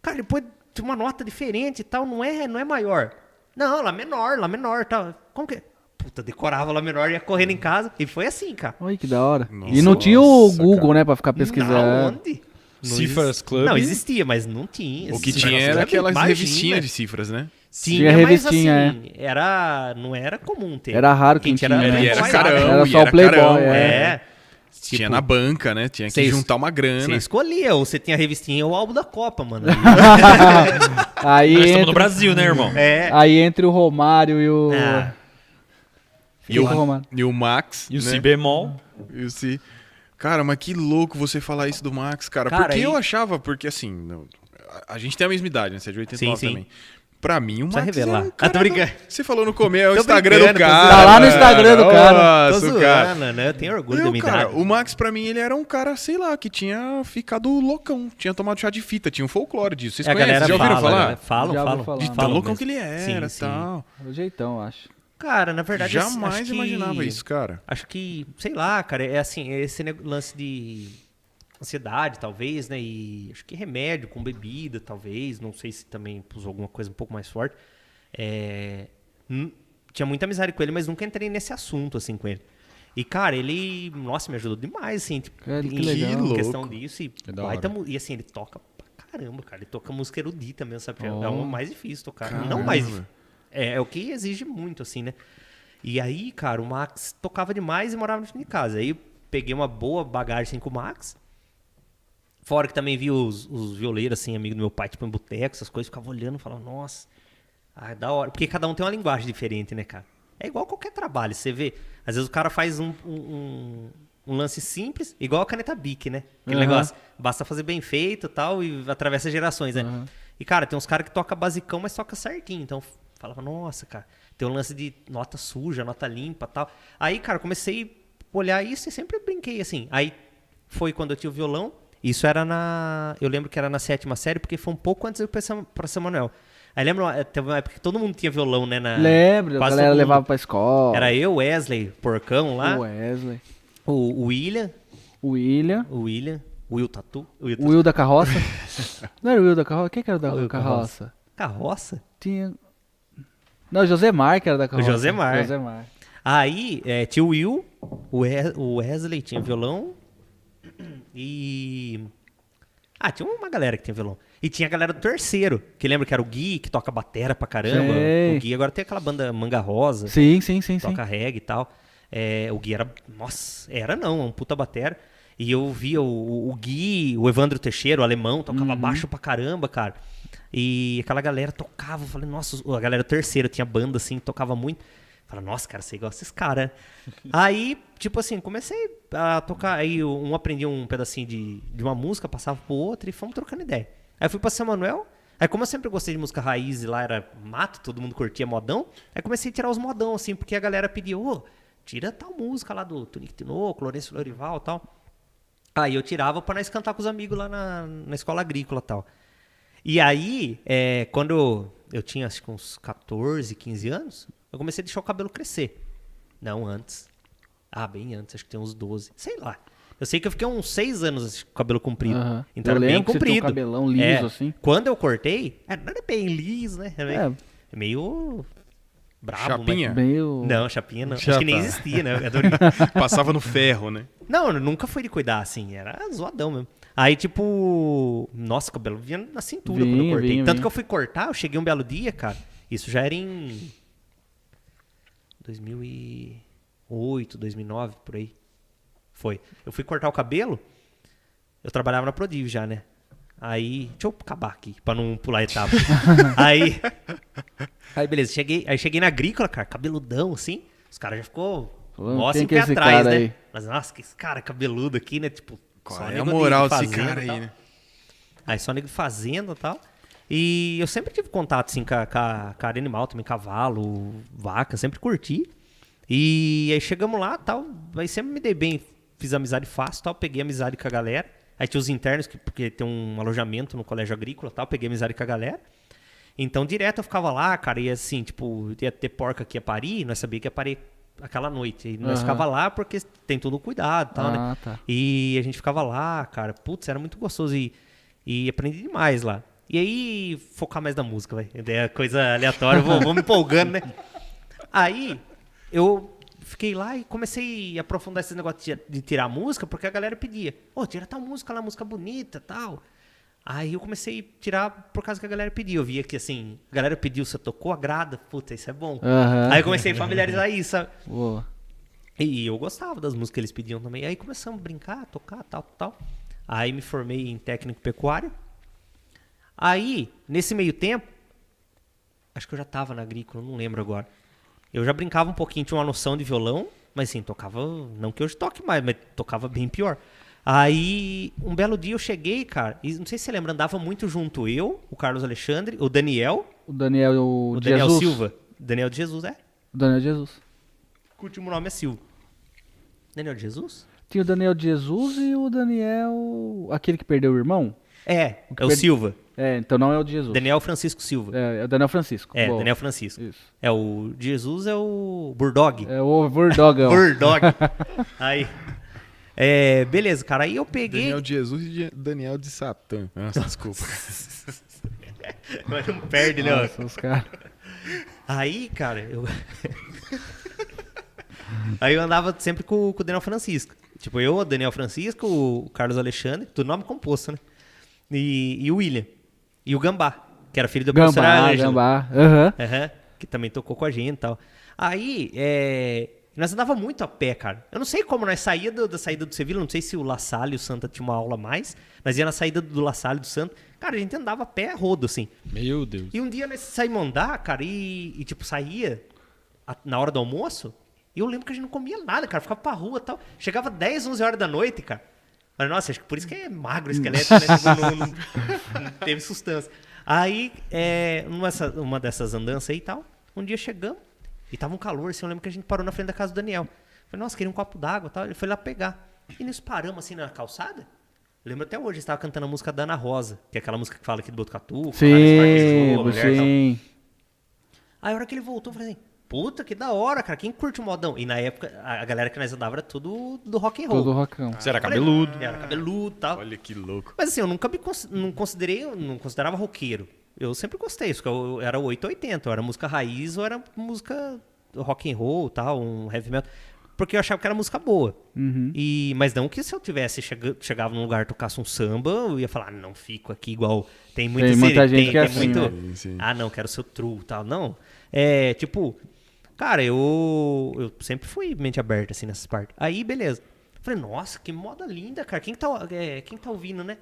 B: cara, depois de uma nota diferente e tal, não é, não é maior. Não, lá menor, lá menor e tal. Como que é? Puta, decorava lá menor, ia correndo em casa. E foi assim, cara.
A: Olha que da hora.
I: Nossa,
A: e não tinha o
I: nossa,
A: Google,
I: cara.
A: né, pra ficar [laughs] pesquisando.
B: Onde?
C: Cifras Club.
B: Não, existia, mas não tinha.
I: O que
B: Cifras
I: tinha era
B: Club,
I: aquelas
B: imagina.
I: revistinhas de cifras, né?
B: Tinha,
A: Tinha
B: mas assim,
A: revistinha, é.
B: era, não era comum ter.
A: Era raro quem
B: Gente,
A: tinha.
B: era-
A: né?
I: E
B: era
I: era
B: mais
I: carão,
B: raro.
A: Era
I: e
A: só o Playboy,
I: carão,
A: é.
B: É.
I: Tinha
B: Tipo,
I: na banca, né? Tinha que
B: Seis-
I: juntar uma
B: Você
I: grana.
B: escolhia, ou você tinha a revistinha ou o álbum da
I: [laughs]
B: Copa, mano.
A: aí,
C: Nós estamos no
A: entre,
C: Brasil, né, irmão?
B: é.
A: aí entre o Romário e o.
B: Ah,
I: E o,
A: Fica com o Romário.
I: e o Max.
C: E o
I: né?
C: si bemol.
I: E o Si. Cara, mas que louco você falar isso do Max, cara.
B: Cara,
I: porque
B: e-
I: eu achava, porque assim, não- a- a gente tem a mesma idade, né? Você é de 89
B: Sim, sim.
I: também. Pra mim, o Max.
B: Precisa revelar.
I: era um
B: Ah,
I: cara
B: tô brincando.
I: do- Você falou no começo, é o
B: Tô
I: Instagram do
B: brincando, tô
I: cara.
A: zoando. Tá lá no Instagram do cara.
B: tô
I: Nossa, o cara.
B: zoando, né? Eu tenho orgulho da
I: Não,
B: minha
I: cara,
B: idade.
I: o Max, pra mim, ele era um cara, sei lá, que tinha ficado loucão. Tinha tomado chá de fita, tinha um folclore disso. Vocês
B: É, a
I: conhecem?
B: galera
I: Já ouviram
B: fala,
I: falar?
B: né? Falam,
A: Já ouvi
B: falam.
A: falar.
I: De tão
B: falam
I: loucão
B: mesmo.
I: que ele era e
B: Sim, sim.
I: tal.
A: O jeitão, eu acho.
B: Cara, na verdade, eu s- acho
I: Jamais
B: que-
I: imaginava isso, cara.
B: Acho que, sei lá, cara, é assim, é esse nego- lance de ansiedade, talvez, né? E acho que remédio com bebida, talvez. Não sei se também pus alguma coisa um pouco mais forte. É, n- tinha muita amizade com ele, mas nunca entrei nesse assunto, assim, com ele. E, cara, ele, nossa, me ajudou demais, assim, tipo,
A: Cara, que
B: em
A: legal.
I: Que
B: questão
I: louco.
B: disso. E,
I: da
B: baita
I: hora.
B: mu- e assim, ele toca pra caramba, cara. Ele toca música erudita mesmo, sabe? É
A: Ó.
B: o mais difícil tocar. Não mais difícil. É, é o que exige muito, assim, né? E aí, cara, o Max tocava demais e morava no fim de casa. Aí eu peguei uma boa bagagem assim, com o Max. Fora que também vi os, os violeiros, assim, amigo do meu pai, tipo, em boteco, essas coisas, ficava olhando, falava, nossa, ah, da hora. Porque cada um tem uma linguagem diferente, né, cara? É igual qualquer trabalho, você vê. Às vezes o cara faz um, um- um- um lance simples, igual a caneta Bic, né? Aquele
A: Aham.
B: negócio, basta fazer bem feito e tal, e atravessa gerações, né? E, cara, tem uns caras que toca basicão, mas toca certinho. Então, falava, nossa, cara, tem um lance de nota suja, nota limpa tal. Aí, cara, comecei a olhar isso e sempre brinquei assim. Aí foi quando eu tinha o violão. Isso era na. Eu lembro que era na sétima série, porque foi um pouco antes de eu ir pra São- pra São Manuel. Aí lembro, eh, teve uma época que todo mundo tinha violão, né? Na...
A: Lembra? A
B: quase
A: galera
B: todo mundo.
A: levava pra escola.
B: Era eu, Wesley, Porcão lá,
A: o Wesley.
B: o, o William,
A: O William.
B: o William, o Will Tatu, o Will
A: O
B: Tatu.
A: Will da Carroça. Não era o Will da Carroça? Quem que era o da
B: Qual Will da
A: Tá, Carroça?
B: Carroça?
A: Tinha. Não, o Josemar que era da Carroça.
B: Josemar.
A: Josemar.
B: Aí, é, tinha o Will, o, We- o Wesley tinha violão e... Ah, tinha uma galera que tinha violão. E tinha a galera do terceiro, que lembra que era o Gui, que toca batera pra caramba.
A: Sei.
B: O Gui agora tem aquela banda Manga Rosa,
A: Sim, sim, sim, sim.
B: toca reggae e tal. É, o Gui era... Nossa, era não, é um puta batera. E eu via o, o Gui, o Evandro Teixeira, o alemão, tocava
A: Uhum.
B: baixo pra caramba, cara. E aquela galera tocava, eu falei, nossa, a galera terceira tinha banda assim, tocava muito. Eu Falei, nossa, cara, você gosta
A: [laughs]
B: desses caras. aí, tipo assim, comecei a tocar. Aí um aprendia um pedacinho de, de uma música, passava pro outro e fomos trocando ideia. Aí fui pra São Manuel. Aí, como eu sempre gostei de música raiz e lá era mato, todo mundo curtia modão, aí comecei a tirar os modão, assim, porque a galera pedia, ô, tira tal música lá do Tunique Tinoco, Lourenço Florival e tal. Aí eu tirava pra nós cantar com os amigos lá na, na escola agrícola e tal. E aí, é, quando eu tinha acho que uns 14, 15 anos, eu comecei a deixar o cabelo crescer. Não, antes. Ah, bem antes, acho que tem uns 12, sei lá. Eu sei que eu fiquei uns 6 anos acho, com o cabelo comprido.
A: Aham.
B: Então
A: Eu
B: era bem
A: lembro que você tinha um
B: comprido.
A: cabelão liso,
B: É.
A: assim.
B: Quando eu cortei, era- não era bem liso, né? Era meio, é. meio brabo. mas-
I: Chapinha?
A: Meio.
B: Não, chapinha não.
I: Já
B: Acho que nem
I: tá.
B: existia, né?
A: [laughs]
B: Eu adorei.
I: [laughs] Passava no ferro, né?
B: Não, eu nunca fui de cuidar, assim, era zoadão mesmo. Aí, tipo, nossa, o cabelo vinha na cintura quando eu
A: Vinha,
B: cortei.
A: vinha,
B: Tanto
A: vinha.
B: que eu fui cortar, eu cheguei um belo dia, cara. Isso já era em 2008, 2009, por aí. Foi. Eu fui cortar o cabelo, eu trabalhava na Prodiv já, né? Aí, deixa eu acabar aqui, pra não pular etapa.
A: [laughs]
B: aí, aí, beleza, cheguei, aí cheguei na agrícola, cara, cabeludão, assim. Os caras já ficou,
A: Falando,
B: nossa,
A: quem
B: em
A: que
B: pé
A: é esse
B: atrás,
A: cara
B: né?
A: aí?
B: Mas, nossa, que esse cara cabeludo aqui, né? Tipo,
I: Qual
B: só
I: é a
B: nego
I: moral
B: de
I: desse
B: fazenda
I: cara
B: e
I: aí,
B: tal.
I: né?
B: Aí só nego de fazenda e tal. E eu sempre tive contato, assim, com, a- com, a- com a área animal também, cavalo, vaca, sempre curti. E aí chegamos lá tal, aí sempre me dei bem, fiz amizade fácil tal, peguei amizade com a galera. Aí tinha os internos, que, porque tem um alojamento no colégio agrícola tal, peguei amizade com a galera. Então, direto eu ficava lá, cara, e assim, tipo, ia ter porca que ia parir, nós sabia que ia parir aquela noite. E nós
A: Aham.
B: ficava lá porque tem todo o cuidado e tal, né?
A: Ah, tá.
B: E a gente ficava lá, cara. Putz, era muito gostoso e, e aprendi demais lá. E aí, focar mais na música, vai. É coisa aleatória, eu vou, vou me
A: [laughs]
B: empolgando, né? Aí, eu fiquei lá e comecei a aprofundar esse negócio de, de tirar música, porque a galera pedia. Ô, tira tal música lá, música bonita tal. Aí eu comecei a tirar por causa que a galera pediu. Eu via que, assim, a galera pediu, você tocou, agrada. Puta, isso é bom.
A: Aham.
B: Aí eu comecei a familiarizar isso, sabe?
A: Boa.
B: E eu gostava das músicas que eles pediam também. Aí começamos a brincar, tocar, tal, tal. Aí me formei em técnico pecuário. Aí, nesse meio tempo, acho que eu já tava na agrícola, não lembro agora. Eu já brincava um pouquinho, tinha uma noção de violão, mas sim, tocava, não que hoje toque mais, mas tocava bem pior. Aí, um belo dia eu cheguei, cara, e não sei se você lembra, andava muito junto eu, o Carlos Alexandre, o Daniel,
A: O Daniel o
B: o,
A: de
B: Daniel
A: Jesus.
B: Silva. Daniel de Jesus, é?
A: O Daniel de Jesus.
B: O último nome é Silva. Daniel de Jesus?
A: Tinha o Daniel de Jesus e o Daniel. aquele que perdeu o irmão?
B: É,
A: que
B: é o
A: per-
B: Silva.
A: É, então não é o de Jesus.
B: Daniel Francisco Silva.
A: É, é o Daniel Francisco.
B: É,
A: Boa.
B: Daniel Francisco.
A: Isso.
B: É o de Jesus, é o Burdog.
A: É o Overdogão. [laughs]
B: Burdog. Aí. É, beleza, cara. Aí eu peguei.
I: Daniel de Jesus e de- Daniel de Satã. Nossa, desculpa.
B: Mas não perde, né? ó?
A: Nossa, os caras.
B: Aí, cara, eu. [laughs] Aí eu andava sempre com, com o Daniel Francisco. Tipo, eu, o Daniel Francisco, o Carlos Alexandre, tudo nome composto, né? E, e o William. E o Gambá, que era filho do professor
A: Gambá,
B: Ângelo.
A: gambá. Aham.
B: Aham, que também tocou com a gente e tal. Aí, é, nós andava muito a pé, cara. Eu não sei como nós saía do- da saída do Sevilla, não sei se o La Salle e o Santa tinha uma aula a mais, mas ia na saída do La Salle e do Santa. Cara, a gente andava a pé a rodo, assim.
C: Meu Deus.
B: E um dia nós saímos andar, cara, e, e, tipo, saía a- na hora do almoço, e eu lembro que a gente não comia nada, cara, ficava pra rua e tal. Chegava 10, 11 horas da noite, cara. Mas, nossa, acho que por isso que é magro esqueleto, né? Tipo, não, não- não teve sustância. Aí, é, numa essa- uma dessas andanças aí e tal, um dia chegamos, e tava um calor, assim, eu lembro que a gente parou na frente da casa do Daniel. Falei, nossa, queria um copo d'água e tal. Ele foi lá pegar. E nós paramos, assim, na calçada. Lembro até hoje, estava cantando a música da Ana Rosa, que é aquela música que fala aqui do
A: é
B: Botucatu, fala desse parque de
A: Sim,
B: rua, é mulher tá e tal.
A: sim.
B: Aí a hora que ele voltou, eu falei assim, puta que da hora, cara, quem curte o modão? E na época, a a galera que nós andava era tudo do rock and roll.
A: Todo rocão.
C: Você era
B: Falei, "É,
C: cabeludo.
B: Era cabeludo e tal.
I: Olha que louco.
B: Mas assim, eu nunca me cons- não considerei, eu não considerava roqueiro. Eu sempre gostei, isso que eu eu era 880, eu era música raiz, ou era música rock and roll, tal, um heavy metal, porque eu achava que era música boa.
A: Uhum.
B: E mas não que se eu tivesse chega- chegava num lugar e tocasse um samba, eu ia falar, "Ah, não fico aqui igual tem muita
A: Tem muita gente que é assim,
I: né? Sim.
B: Ah, não, quero ser o true, tal, não. É, tipo, cara, eu eu sempre fui mente aberta assim nessas partes. Aí, beleza. Falei, nossa, que moda linda, cara. Quem que tá, é, quem tá ouvindo, né?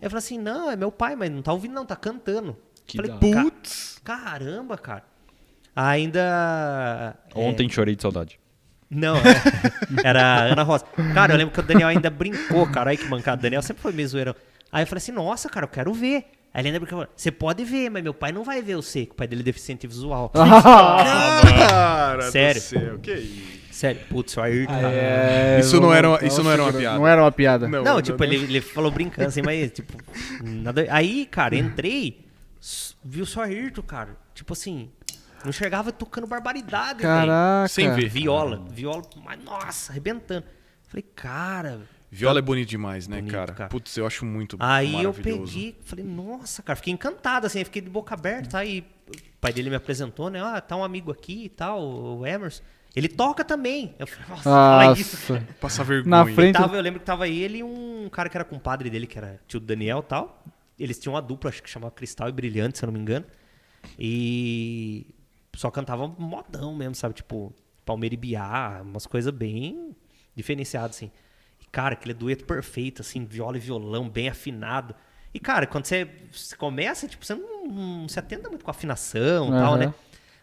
B: Eu falei assim, não, é meu pai, mas não tá ouvindo, não, tá cantando.
C: Que
B: falei,
C: da
B: "Ca- Caramba, cara. Ainda. é,
C: Ontem chorei de saudade.
B: não, é- era a Ana Rosa. Cara, eu lembro que o Daniel ainda brincou, cara. Olha que mancada. O Daniel sempre foi meio zoeirão. Aí eu falei assim, nossa, cara, eu quero ver. Aí ele ainda brincou, você pode ver, mas meu pai não vai ver você, que o pai dele é deficiente visual.
D: Cara,
B: Sério.
D: do céu, que isso?
B: Sério, putz, o Ayrton.
D: É,
A: é,
D: Isso não era, isso não era uma piada.
F: Não era uma piada.
D: Não,
B: Não, tipo, Ele, ele falou brincando assim, mas, tipo, nada. Aí, cara, entrei, s- viu só Ayrton, cara. Tipo assim, não enxergava tocando barbaridade, velho.
F: Caraca.
D: Sem ver.
B: Viola, viola, mas nossa, arrebentando. Falei, cara,
D: Viola é bonito demais, né,
B: tá Bonito,
D: cara?
B: cara.
D: Putz, eu acho muito
B: Aí eu
D: maravilhoso.
B: peguei, falei, nossa, cara, fiquei encantado, assim, eu fiquei de boca aberta, tá? E o pai dele me apresentou, né? Ah, tá um amigo aqui e tal, o Emerson. Ele toca também. Eu falei, nossa,
A: Ah,
B: fala isso.
F: Nossa.
D: Passa vergonha.
F: Na
B: E
F: frente.
B: tava- eu lembro que tava ele e um cara que era compadre dele, que era tio do Daniel e tal. Eles tinham uma dupla, acho que chamava Cristal e Brilhante, se eu não me engano. E só cantavam modão mesmo, sabe? Tipo, Palmeira e Biá, umas coisas bem diferenciadas, assim. E, cara, aquele dueto perfeito, assim, viola e violão, bem afinado. E, cara, quando você, você começa, tipo, você não, não se atenta muito com a afinação e tal,
F: Aham.
B: né?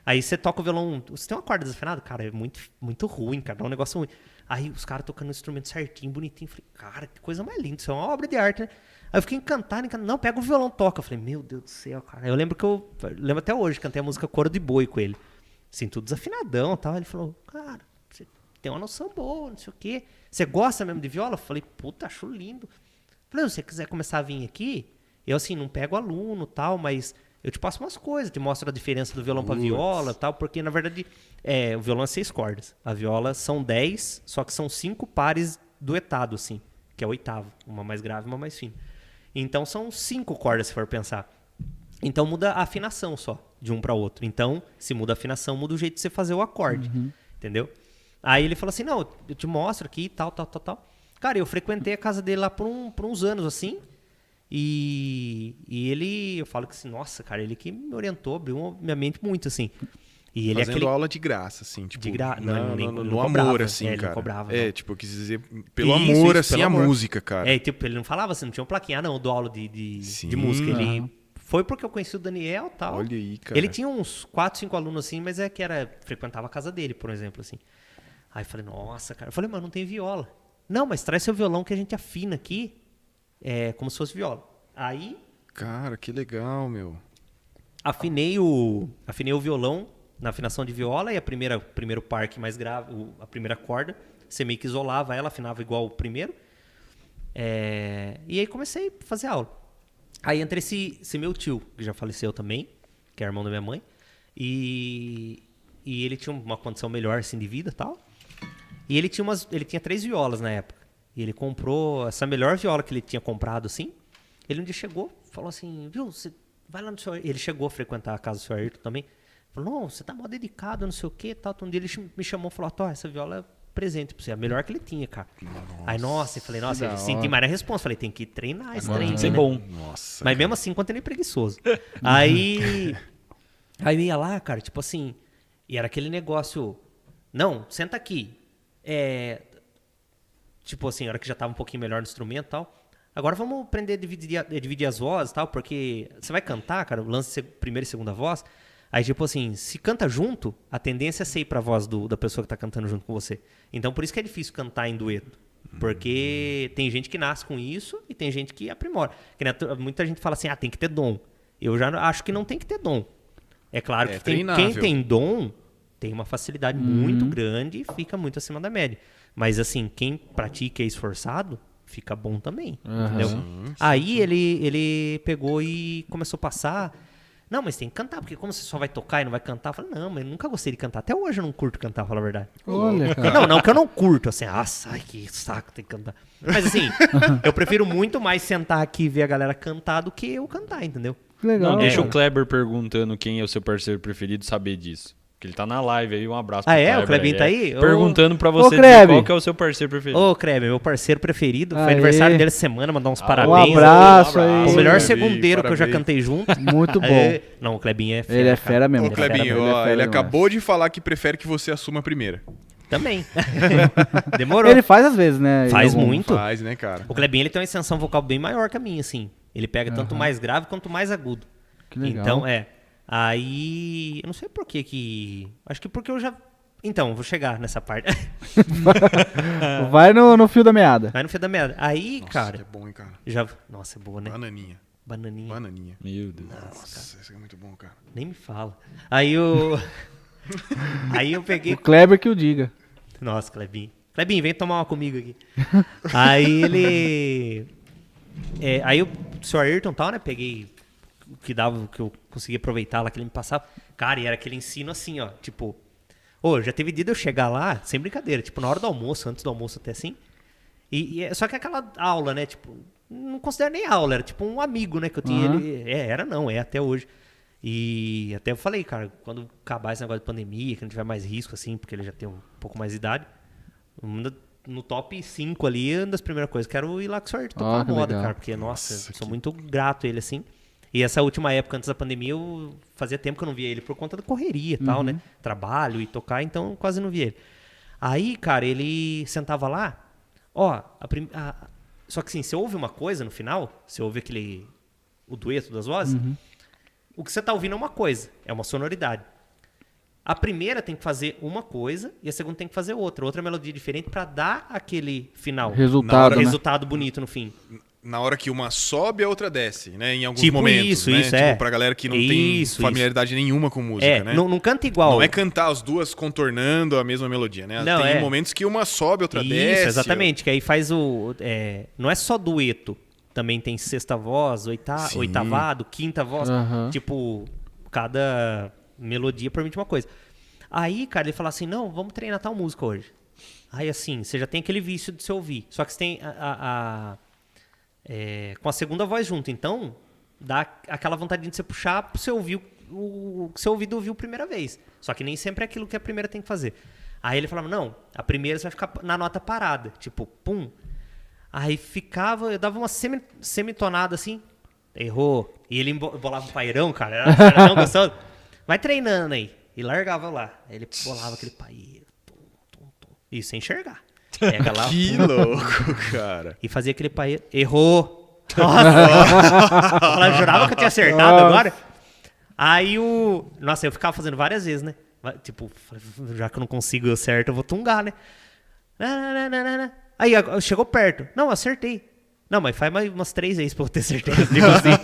B: Aí você toca o violão. Você tem uma corda desafinada? Cara, é muito, muito ruim, cara. É um negócio ruim. Aí os caras tocando o instrumento certinho, bonitinho. Falei, cara, que coisa mais linda. Isso é uma obra de arte, né? Aí eu fiquei encantado, encantado. Não, pega o violão, toca. Eu falei, meu Deus do céu, cara. Eu lembro que eu. eu Lembro até hoje, cantei a música Coro de Boi com ele. Assim, tudo desafinadão e tal. Ele falou, cara, você tem uma noção boa, não sei o quê. Você gosta mesmo de viola? Eu falei, puta, acho lindo. Falei, se você quiser começar a vir aqui, eu assim, não pego aluno tal, mas eu te passo umas coisas, te mostro a diferença do violão pra viola tal, porque na verdade é, o violão é seis cordas, a viola são dez, só que são cinco pares duetado, assim, que é oitavo, uma mais grave, uma mais fina. Então são cinco cordas, se for pensar. Então muda a afinação só, de um para outro. Então, se muda a afinação, muda o jeito de você fazer o acorde. Entendeu? Aí ele falou assim: não, eu te mostro aqui, tal, tal, tal, tal. Cara, eu frequentei a casa dele lá por, um- por uns anos, assim. E, e ele, eu falo que assim, nossa, cara, ele que me orientou, abriu minha mente muito, assim. E ele
D: Fazendo
B: é aquele.
D: aula de graça, assim, tipo,
B: De gra- não,
D: na-
B: nem-
D: na- no,
B: não
D: amor,
B: cobrava,
D: assim,
B: é, ele não
D: cara.
B: cobrava,
D: é,
B: não.
D: tipo, eu quis dizer, pelo
B: Isso,
D: amor,
B: isso,
D: assim,
B: pelo
D: a
B: amor.
D: música, cara.
B: É, tipo, ele não falava assim, não tinha um plaquinha, ah, não, eu dou aula de, de, de
D: Sim,
B: música. Ele
F: aham.
B: foi porque eu conheci o Daniel e tal.
D: Olha aí, cara.
B: Ele tinha uns 4, 5 alunos assim, mas é que era. Frequentava a casa dele, por exemplo, assim. Aí eu falei, nossa, cara. Eu falei, mas não tem viola. Não, mas traz seu violão que a gente afina aqui, é, como se fosse viola. Aí
D: Cara, que legal, meu.
B: afinei o afinei o violão na afinação de viola e a primeira primeiro par que mais grave o- a primeira corda você meio que isolava ela afinava igual o primeiro É, e aí comecei a fazer aula aí entra esse, esse meu tio que já faleceu também que é irmão da minha mãe e e ele tinha uma condição melhor assim de vida e tal e ele tinha umas ele tinha três violas na época e ele comprou essa melhor viola que ele tinha comprado assim ele um dia chegou, falou assim, viu, você vai lá no seu... Ele chegou a frequentar a casa do seu Ayrton também. Falou, não, você tá mó dedicado, não sei o que tal. Um dia ele ch- me chamou e falou, Tó, essa viola é presente pra você, a melhor que ele tinha, cara. Aí, nossa, eu falei, nossa, eu senti mais a resposta. Falei, tem que treinar esse treino.
C: Tem que ser
B: né?
C: bom.
D: Nossa.
B: Mas mesmo assim, continuei preguiçoso. aí. Aí eu ia lá, cara, tipo assim. E era aquele negócio. Não, senta aqui. É. Tipo assim, a hora que já tava um pouquinho melhor no instrumento e tal. Agora vamos aprender a dividir, a- eh, dividir as vozes e tal, porque você vai cantar, cara, o lance de ser primeira e segunda voz. Aí, tipo assim, se canta junto, a tendência é ser ir pra voz do- da pessoa que tá cantando junto com você. Então, por isso que é difícil cantar em dueto. Porque
D: Hum.
B: tem gente que nasce com isso e tem gente que aprimora. Que nem a tu- muita gente fala assim, ah, tem que ter dom. Eu já acho que não tem que ter dom. É claro
D: É
B: que tem- quem
D: treinável.
B: tem dom tem uma facilidade muito grande e fica muito acima da média. Mas assim, quem pratica e é esforçado, fica bom também. entendeu? Aí ele, ele pegou e começou a passar. Não, mas tem que cantar, porque como você só vai tocar e não vai cantar, eu falei, não, mas eu nunca gostei de cantar. Até hoje eu não curto cantar, falar a verdade.
F: Olha,
A: Ah.
F: cara.
B: Não, não, que eu não curto, assim, nossa, ai, que saco, tem que cantar. Mas assim, eu prefiro muito mais sentar aqui e ver a galera cantar do que eu cantar, entendeu?
F: Que legal.
C: Não, deixa o
F: cara.
C: Kleber perguntando quem é o seu parceiro preferido saber disso. Que ele tá na live aí, um abraço
B: Ah,
C: pro
B: é? O
C: Kleber
B: Klebinho tá aí?
C: é. Perguntando pra você dizer
A: Kleber.
C: qual que é o seu parceiro preferido.
B: Ô, Kleber, meu parceiro preferido, foi
A: Aê.
B: aniversário dele essa semana, mandar uns
A: Um
B: parabéns.
A: abraço
B: O
A: aí.
D: Ô,
B: melhor
D: Klebinho,
B: segundeiro que eu já
D: parabéns.
B: cantei junto.
A: [laughs] Muito bom.
B: É, não, o Klebinho é fera.
A: Ele é
B: cara.
A: fera mesmo.
D: Ô,
B: Ele é fera
D: Clebinho,
A: mesmo, ele é
D: ó,
A: fera
D: ele
A: demais.
D: acabou de falar que prefere que você assuma a primeira.
A: [laughs]
B: Também. [laughs] Demorou.
A: Ele faz às vezes, né?
B: é Faz
A: Ele-
B: muito.
D: Faz, né, cara?
B: O Klebinho ele tem uma extensão vocal bem maior que a minha, assim. Ele pega tanto mais grave quanto mais agudo.
A: Que legal.
B: Então, é. Aí, eu não sei por que que... Acho que porque eu já... Então, vou chegar nessa parte. [laughs]
A: Vai no, no fio da meada.
B: Aí no fim da merda. Aí, cara,
D: É bom, hein, cara?
B: já... Nossa, é boa, né? Hum.
D: Bananinha.
B: Bananinha.
D: Bananinha.
C: Meu Deus.
D: Nossa, isso é muito bom, cara.
B: Nem me fala. Aí eu... [laughs] Aí eu peguei...
A: O Kleber que o diga.
B: Nossa, Clebinho. Clebinho, vem tomar uma comigo aqui. aí ele. é, aí o senhor Ayrton tal, né? Peguei o que dava, o que eu consegui aproveitar lá, que ele me passava. Cara, e era aquele ensino assim, ó. Tipo, ô, já teve dia de eu chegar lá, sem brincadeira, tipo, na hora do almoço, antes do almoço até assim. E, e é- só que aquela aula, né? Tipo, não considero nem aula, era tipo um amigo, né? Que eu tinha.
A: Aham.
B: Ele, é, era não, é até hoje. E até eu falei, cara, quando acabar esse negócio de pandemia, que não tiver mais risco, assim, porque ele já tem um pouco mais de idade, um da- no top 5 ali, é uma das primeiras coisas, quero ir lá com o senhor tocar
A: Ah,
B: a
A: que
B: moda,
A: legal.
B: cara, porque, nossa, sou muito grato a ele, assim. E essa última época, antes da pandemia, eu fazia tempo que eu não via ele, por conta da correria e
A: Uhum.
B: tal, né? Trabalho e tocar, então eu quase não via ele. Aí, cara, ele sentava lá, ó, a prim- a- só que assim, você ouve uma coisa no final, você ouve aquele, o dueto das vozes,
A: Uhum.
B: o que você tá ouvindo é uma coisa, é uma sonoridade. A primeira tem que fazer uma coisa e a segunda tem que fazer outra, outra melodia diferente pra dar aquele final. um
A: Resultado, né?
B: Resultado bonito no fim.
D: Na hora que uma sobe, a outra desce, né? Em alguns
B: Tipo
D: momentos.
B: isso,
D: né?
B: isso,
D: tipo,
B: é.
D: Pra galera que não
B: Isso,
D: tem familiaridade nenhuma com música,
B: é,
D: né?
B: não, não canta igual.
D: Não é cantar as duas contornando a mesma melodia, né?
B: Não,
D: Tem
B: é.
D: momentos que uma sobe, outra
B: Isso,
D: desce.
B: exatamente, que aí faz o. é, não é só dueto. Também tem sexta voz, oita,
D: Sim.
B: oitavado, quinta voz.
A: Aham.
B: Tipo, cada melodia permite uma coisa. Aí, cara, ele fala assim: não, vamos treinar tal música hoje. Aí, assim, você já tem aquele vício de se ouvir. Só que você tem a. a- a- é, com a segunda voz junto. Então, dá aquela vontade de você puxar pro seu ouvir o o que seu ouvido ouviu a primeira vez. Só que nem sempre é aquilo que a primeira tem que fazer. Aí ele falava: não, a primeira você vai ficar na nota parada. Tipo, pum. Aí ficava, eu dava uma semi, semitonada assim, errou. E ele embo- bolava um pairão, cara. Era, era tão gostoso. Vai treinando aí. E largava lá. Aí ele bolava aquele pairo. Tum, tum, tum. E sem enxergar. Pega lá.
D: Que louco, [laughs] cara.
B: E fazia aquele paê. Errou!
D: [laughs]
B: Nossa! Ela jurava que eu tinha acertado agora. Aí o. Nossa, eu ficava fazendo várias vezes, né? Va- Tipo, falei, já que eu não consigo eu certo, eu vou tungar, né? Na, na, na, na, na. Aí ag- chegou perto. Não, acertei. Não, mas faz mais umas três vezes pra eu ter certeza. Tipo assim.
D: [laughs]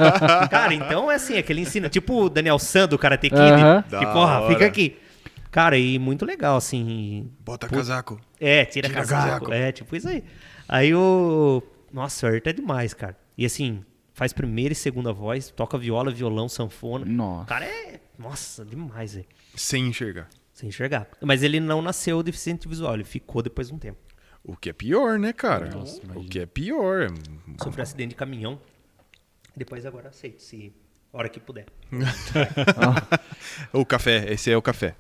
B: Cara, então é assim, aquele ensina. Tipo o Daniel San do Karate Kid.
A: Aham.
B: Que
D: Da
B: porra,
D: hora.
B: fica aqui. Cara, e muito legal, assim.
D: Bota casaco.
B: É, tira,
D: Tira
B: casaco.
D: casaco.
B: É, tipo isso aí. Aí o. Nossa, o Ayrton é demais, cara. E assim, faz primeira e segunda voz, toca viola, violão, sanfona.
A: Nossa.
B: O cara é. Nossa, demais, velho.
D: Sem enxergar.
B: Sem enxergar. Mas ele não nasceu deficiente visual, ele ficou depois de um tempo.
D: O que é pior, né, cara? o que é pior.
B: Sofreu acidente de caminhão. Depois agora aceito, se. a Hora que puder.
D: [laughs] O café, esse é o café.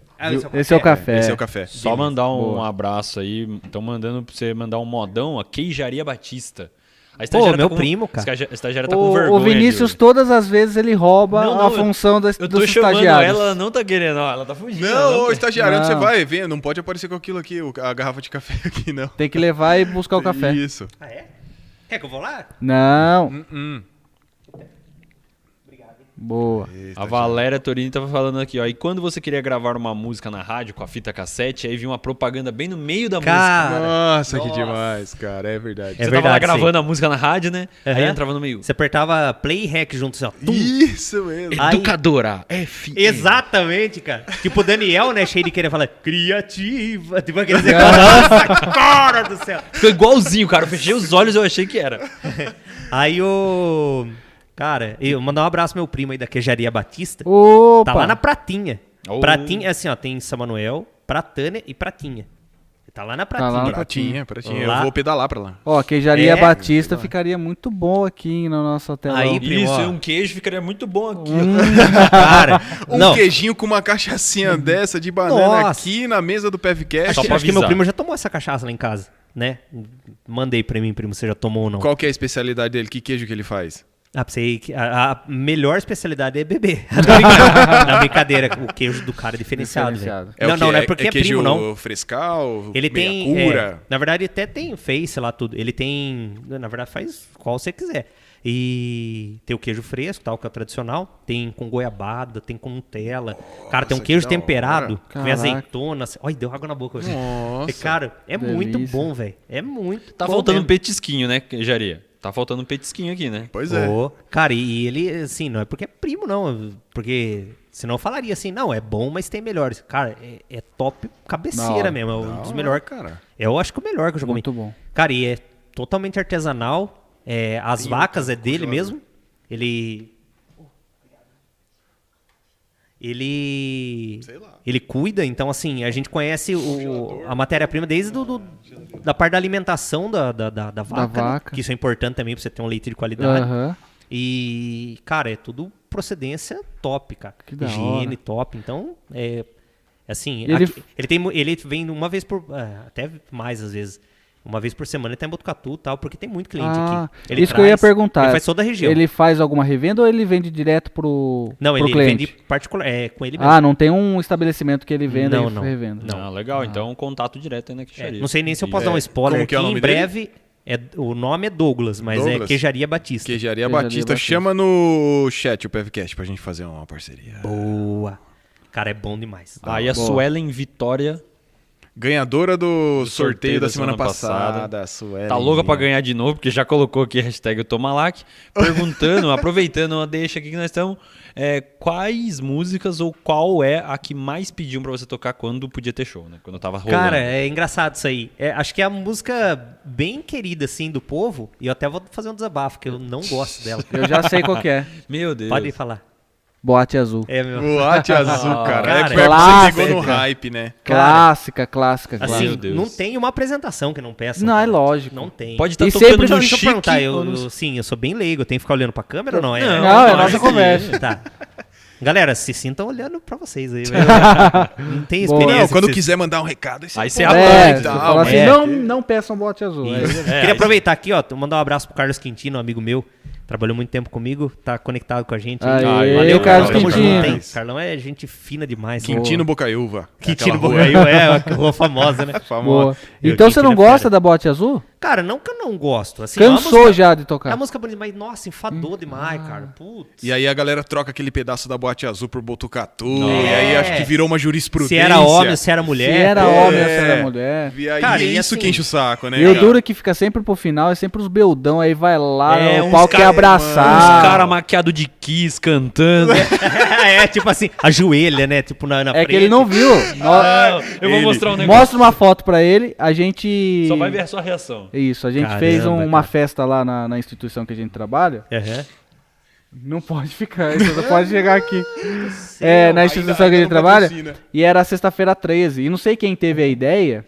A: Esse é o café.
D: Esse é o café.
C: Só mandar um abraço aí. Estão mandando pra você mandar um modão a Queijaria Batista. A estagiária
B: meu
C: tá com-
B: primo, cara.
C: a estagiária- A estagiária tá com
A: O,
C: vergonha.
A: o Vinícius,
C: de-
B: tá
A: todas as vezes, ele rouba
C: Não,
A: a
C: não, eu-
A: função das,
C: Eu tô
A: dos
C: chamando ela,
A: estagiários.
C: ela não tá querendo, ó, ela tá fugindo. ela
D: Não, ô
C: quer.
D: estagiário, onde você
A: Não.
D: vai? Vem, não pode aparecer com aquilo aqui, o- a garrafa de café [laughs] aqui, não.
A: Tem que levar e buscar o café.
D: Isso.
B: Ah, é? Quer que eu vou lá?
A: Não.
D: Hum,
A: Boa.
C: A Valéria Torini tava falando aqui, ó. E quando você queria gravar uma música na rádio com a fita cassete, aí vinha uma propaganda bem no meio da música.
B: Cara,
D: Nossa, que demais, cara. É verdade.
B: É
C: você tava lá
B: verdade,
C: gravando a música na rádio, né? Aí
B: Aham.
C: entrava no meio.
B: você apertava play e rec junto, assim, ó. Tum,
D: Isso mesmo.
B: Aí-
C: Educadora, F.
B: Exatamente, cara. Tipo o Daniel, né? Cheio de querer falar criativa. Tipo aquele negócio. cara do céu.
C: Ficou igualzinho, cara. Eu fechei os olhos e eu achei
B: [laughs]
C: que era.
B: Aí o. Cara, eu mandar um abraço pro meu primo aí da Queijaria Batista.
A: Opa.
B: Tá lá na Pratinha.
C: Ô.
B: Pratinha, é assim, ó, tem Samanuel, Pratânia e Pratinha. Tá lá na Pratinha.
A: lá na
D: Pratinha, pratinha.
B: Lá.
D: Eu vou pedalar pra lá.
A: Ó, queijaria
B: É.
A: Batista ficaria muito bom aqui na nossa tela.
B: Aí, primo,
C: Isso,
B: ó.
C: e um queijo ficaria muito bom aqui. [laughs]
B: Cara,
D: Um
B: não.
D: queijinho com uma cachaçinha dessa de banana
B: Nossa.
D: aqui na mesa do PevCast.
C: Só
B: Acho,
C: pra
B: acho que é- meu
C: avisar.
B: primo já tomou essa cachaça lá em casa, né? Mandei pra mim, primo, você já tomou ou não.
D: Qual que é a especialidade dele? Que queijo que ele faz?
B: Ah, pra você ir que- a, a melhor especialidade é beber. [laughs] Na brincadeira, o queijo do cara é diferenciado.
F: Diferenciado.
B: velho. não, não, não é porque é, primo, não.
I: frescal,
B: Ele
I: meia
B: tem.
I: cura.
B: é, na verdade, até tem face lá tudo. Ele tem. Na verdade, faz qual você quiser. E tem o queijo fresco, tal, que é o tradicional. Tem com goiabada, tem com Nutella. cara, tem um
I: que
B: queijo
I: da hora.
B: temperado, que vem
A: Caraca.
B: azeitona. assim. Olha, deu água na boca. velho. E, Cara, é muito
A: delícia.
B: bom, velho. É muito
C: Tá
B: bom
C: faltando
B: mesmo.
C: um petisquinho, né, Jaria? Tá faltando um petisquinho aqui, né?
I: Pois é.
B: Ô, cara, e ele, assim, não é porque é primo, não. Porque senão eu falaria assim, não, é bom, mas tem melhores. Cara, é, é top
A: Da
B: cabeceira
A: hora.
B: mesmo. É um
I: Da
B: dos
I: hora,
B: melhores.
I: cara.
B: Eu acho que o melhor que eu já comi.
A: Muito bom.
B: Cara, e é totalmente artesanal. é, as vacas é dele mesmo. Ele. Ele. Ele cuida, então assim, a gente conhece o, a matéria-prima desde do, do- da parte da alimentação da, da, da, da vaca. né?
A: vaca.
B: Que isso é importante também pra você ter um leite de qualidade.
A: Aham.
B: E, cara, é tudo procedência top, cara.
A: Que da
B: Higiene
A: hora.
B: top. Então, é. Assim,
A: E ele-
B: aqui- ele, tem, mu- ele vem uma vez por. é, Até mais às vezes. Uma vez por semana ele tá em Botucatu e tal, porque tem muito cliente
A: Ah,
B: aqui. Ele
A: isso que eu ia
B: traz-
A: perguntar.
B: Ele faz toda a região.
A: Ele faz alguma revenda ou ele vende direto pro,
B: não,
A: pro
B: ele
A: cliente?
B: vende particular. É, com ele mesmo.
A: Ah, não tem um estabelecimento que ele venda
B: Não,
A: e
B: não.
A: revenda.
B: Não.
C: Ah, legal. Então, contato direto aí na
B: É,
C: queixaria.
B: não sei nem se eu
C: E-
B: posso dar um spoiler
I: Como
B: aqui.
I: que é o
B: em
I: nome dele?
B: breve, é, o nome é Douglas, mas é
I: Douglas?
B: Queijaria Batista.
I: Queijaria
A: Queijaria
I: Batista.
A: Batista.
I: Chama no chat o PevCast pra gente fazer uma parceria.
B: Boa. Cara, é bom demais.
C: Aí Ah, a Suelen Vitória tá
I: Ganhadora do sorteio,
C: sorteio
I: da
C: da
I: semana,
C: semana
I: passada,
C: passada.
I: Suelen.
C: tá louca pra ganhar de novo, porque já colocou aqui a hashtag
B: [laughs]
C: Tomalac, perguntando, aproveitando a deixa aqui que nós estamos, é, quais músicas ou qual é a que mais pediam pra você tocar quando podia ter show, né? Quando tava rolando.
B: Cara, é engraçado isso aí. É, acho que é a música bem querida, assim, do povo. E eu até vou fazer um desabafo, que eu não gosto dela.
A: Eu já sei qual que
B: [laughs]
A: é.
C: Meu Deus.
B: Pode falar.
A: Boate Azul.
B: É, meu.
I: Boate azul, cara.
B: cara.
I: é que você
A: Clássica.
I: pegou no hype, né?
A: Clássica, clássica,
B: Assim,
A: clássica.
C: Meu Deus.
B: não tem uma apresentação que não peça. né?
A: Não, é lógico.
B: Não tem.
C: Pode
A: E
C: estar tocando
A: sempre
C: no
A: eu-
B: Deixa eu
C: chique.
B: perguntar, eu,
C: ou no-
B: eu- sim, eu sou bem leigo, eu tenho que ficar olhando pra câmera ou não? É,
C: Não,
A: Não, é
C: Não,
A: nossa
C: isso
A: conversa.
B: Tá. Galera, se sintam olhando pra vocês aí. velho. Não tem
A: Boa.
B: experiência.
I: Não, quando
B: vocês-
I: quiser mandar um recado, aí você
C: Aí você
I: pô,
C: abre
A: É,
I: e
A: você
I: tal, né?
A: fala assim,
B: é.
A: não, não peçam boate azul. É.
B: Isso. Queria aproveitar aqui, ó, mandar um abraço pro Carlos Quintino, um amigo meu. Trabalhou muito tempo comigo, tá conectado com a gente. Ah,
A: Aê,
C: Ai,
B: valeu,
C: valeu,
A: Carlos
B: Carlos
I: Carlão,
B: Carlão.
A: Quintino.
B: Tem, Carlão é gente fina demais. né?
I: Quintino Bocaiúva.
B: Quintino
I: Aquela rua
B: Bocaiu, é, a rua famosa, né?
A: Boa.
I: Famosa.
B: Eu
A: Então
B: tinha
A: você não
B: que ir na
A: gosta
B: feira.
A: da boate azul?
B: Cara, não que eu não gosto. Assim, é uma
A: Cansou
B: música,
A: já Ah. de
B: É uma
A: tocar.
B: música bonita, mas nossa, enfadou demais, cara. Putz.
I: E aí a galera troca aquele pedaço da Boate Azul por Botucatu.
B: É.
I: E aí acho que virou uma jurisprudência.
B: se era homem, se era mulher.
A: Se era homem, se
I: É.
A: era mulher.
I: E aí
B: Cara,
I: é
B: e
I: isso
B: assim-
I: que enche o saco, né?
A: E o
I: cara?
A: duro que fica sempre pro final é sempre os beldão, aí vai lá,
B: É, uns
A: o pau quer
B: cara-
C: Os
A: abraçar.
C: caras maquiados de
B: [laughs]
C: Kiss cantando.
B: [laughs] é, tipo assim, a joelha, né? Tipo na, na
A: É que
B: frente. é
A: ele não
B: [laughs]
A: viu.
C: Ah, eu vou
I: Ele-
C: [laughs] mostrar um negócio.
A: Mostra uma foto pra ele, a gente...
C: Só vai ver a sua reação.
A: Isso, a gente
B: Caramba,
A: fez um- uma
B: cara.
A: festa lá na, na instituição que a gente trabalha.
B: Aham.
A: Não pode ficar, você não pode chegar aqui. É, na instituição que a gente
I: não
A: trabalha.
I: patrocina.
A: E era sexta-feira 13. E não sei quem teve a ideia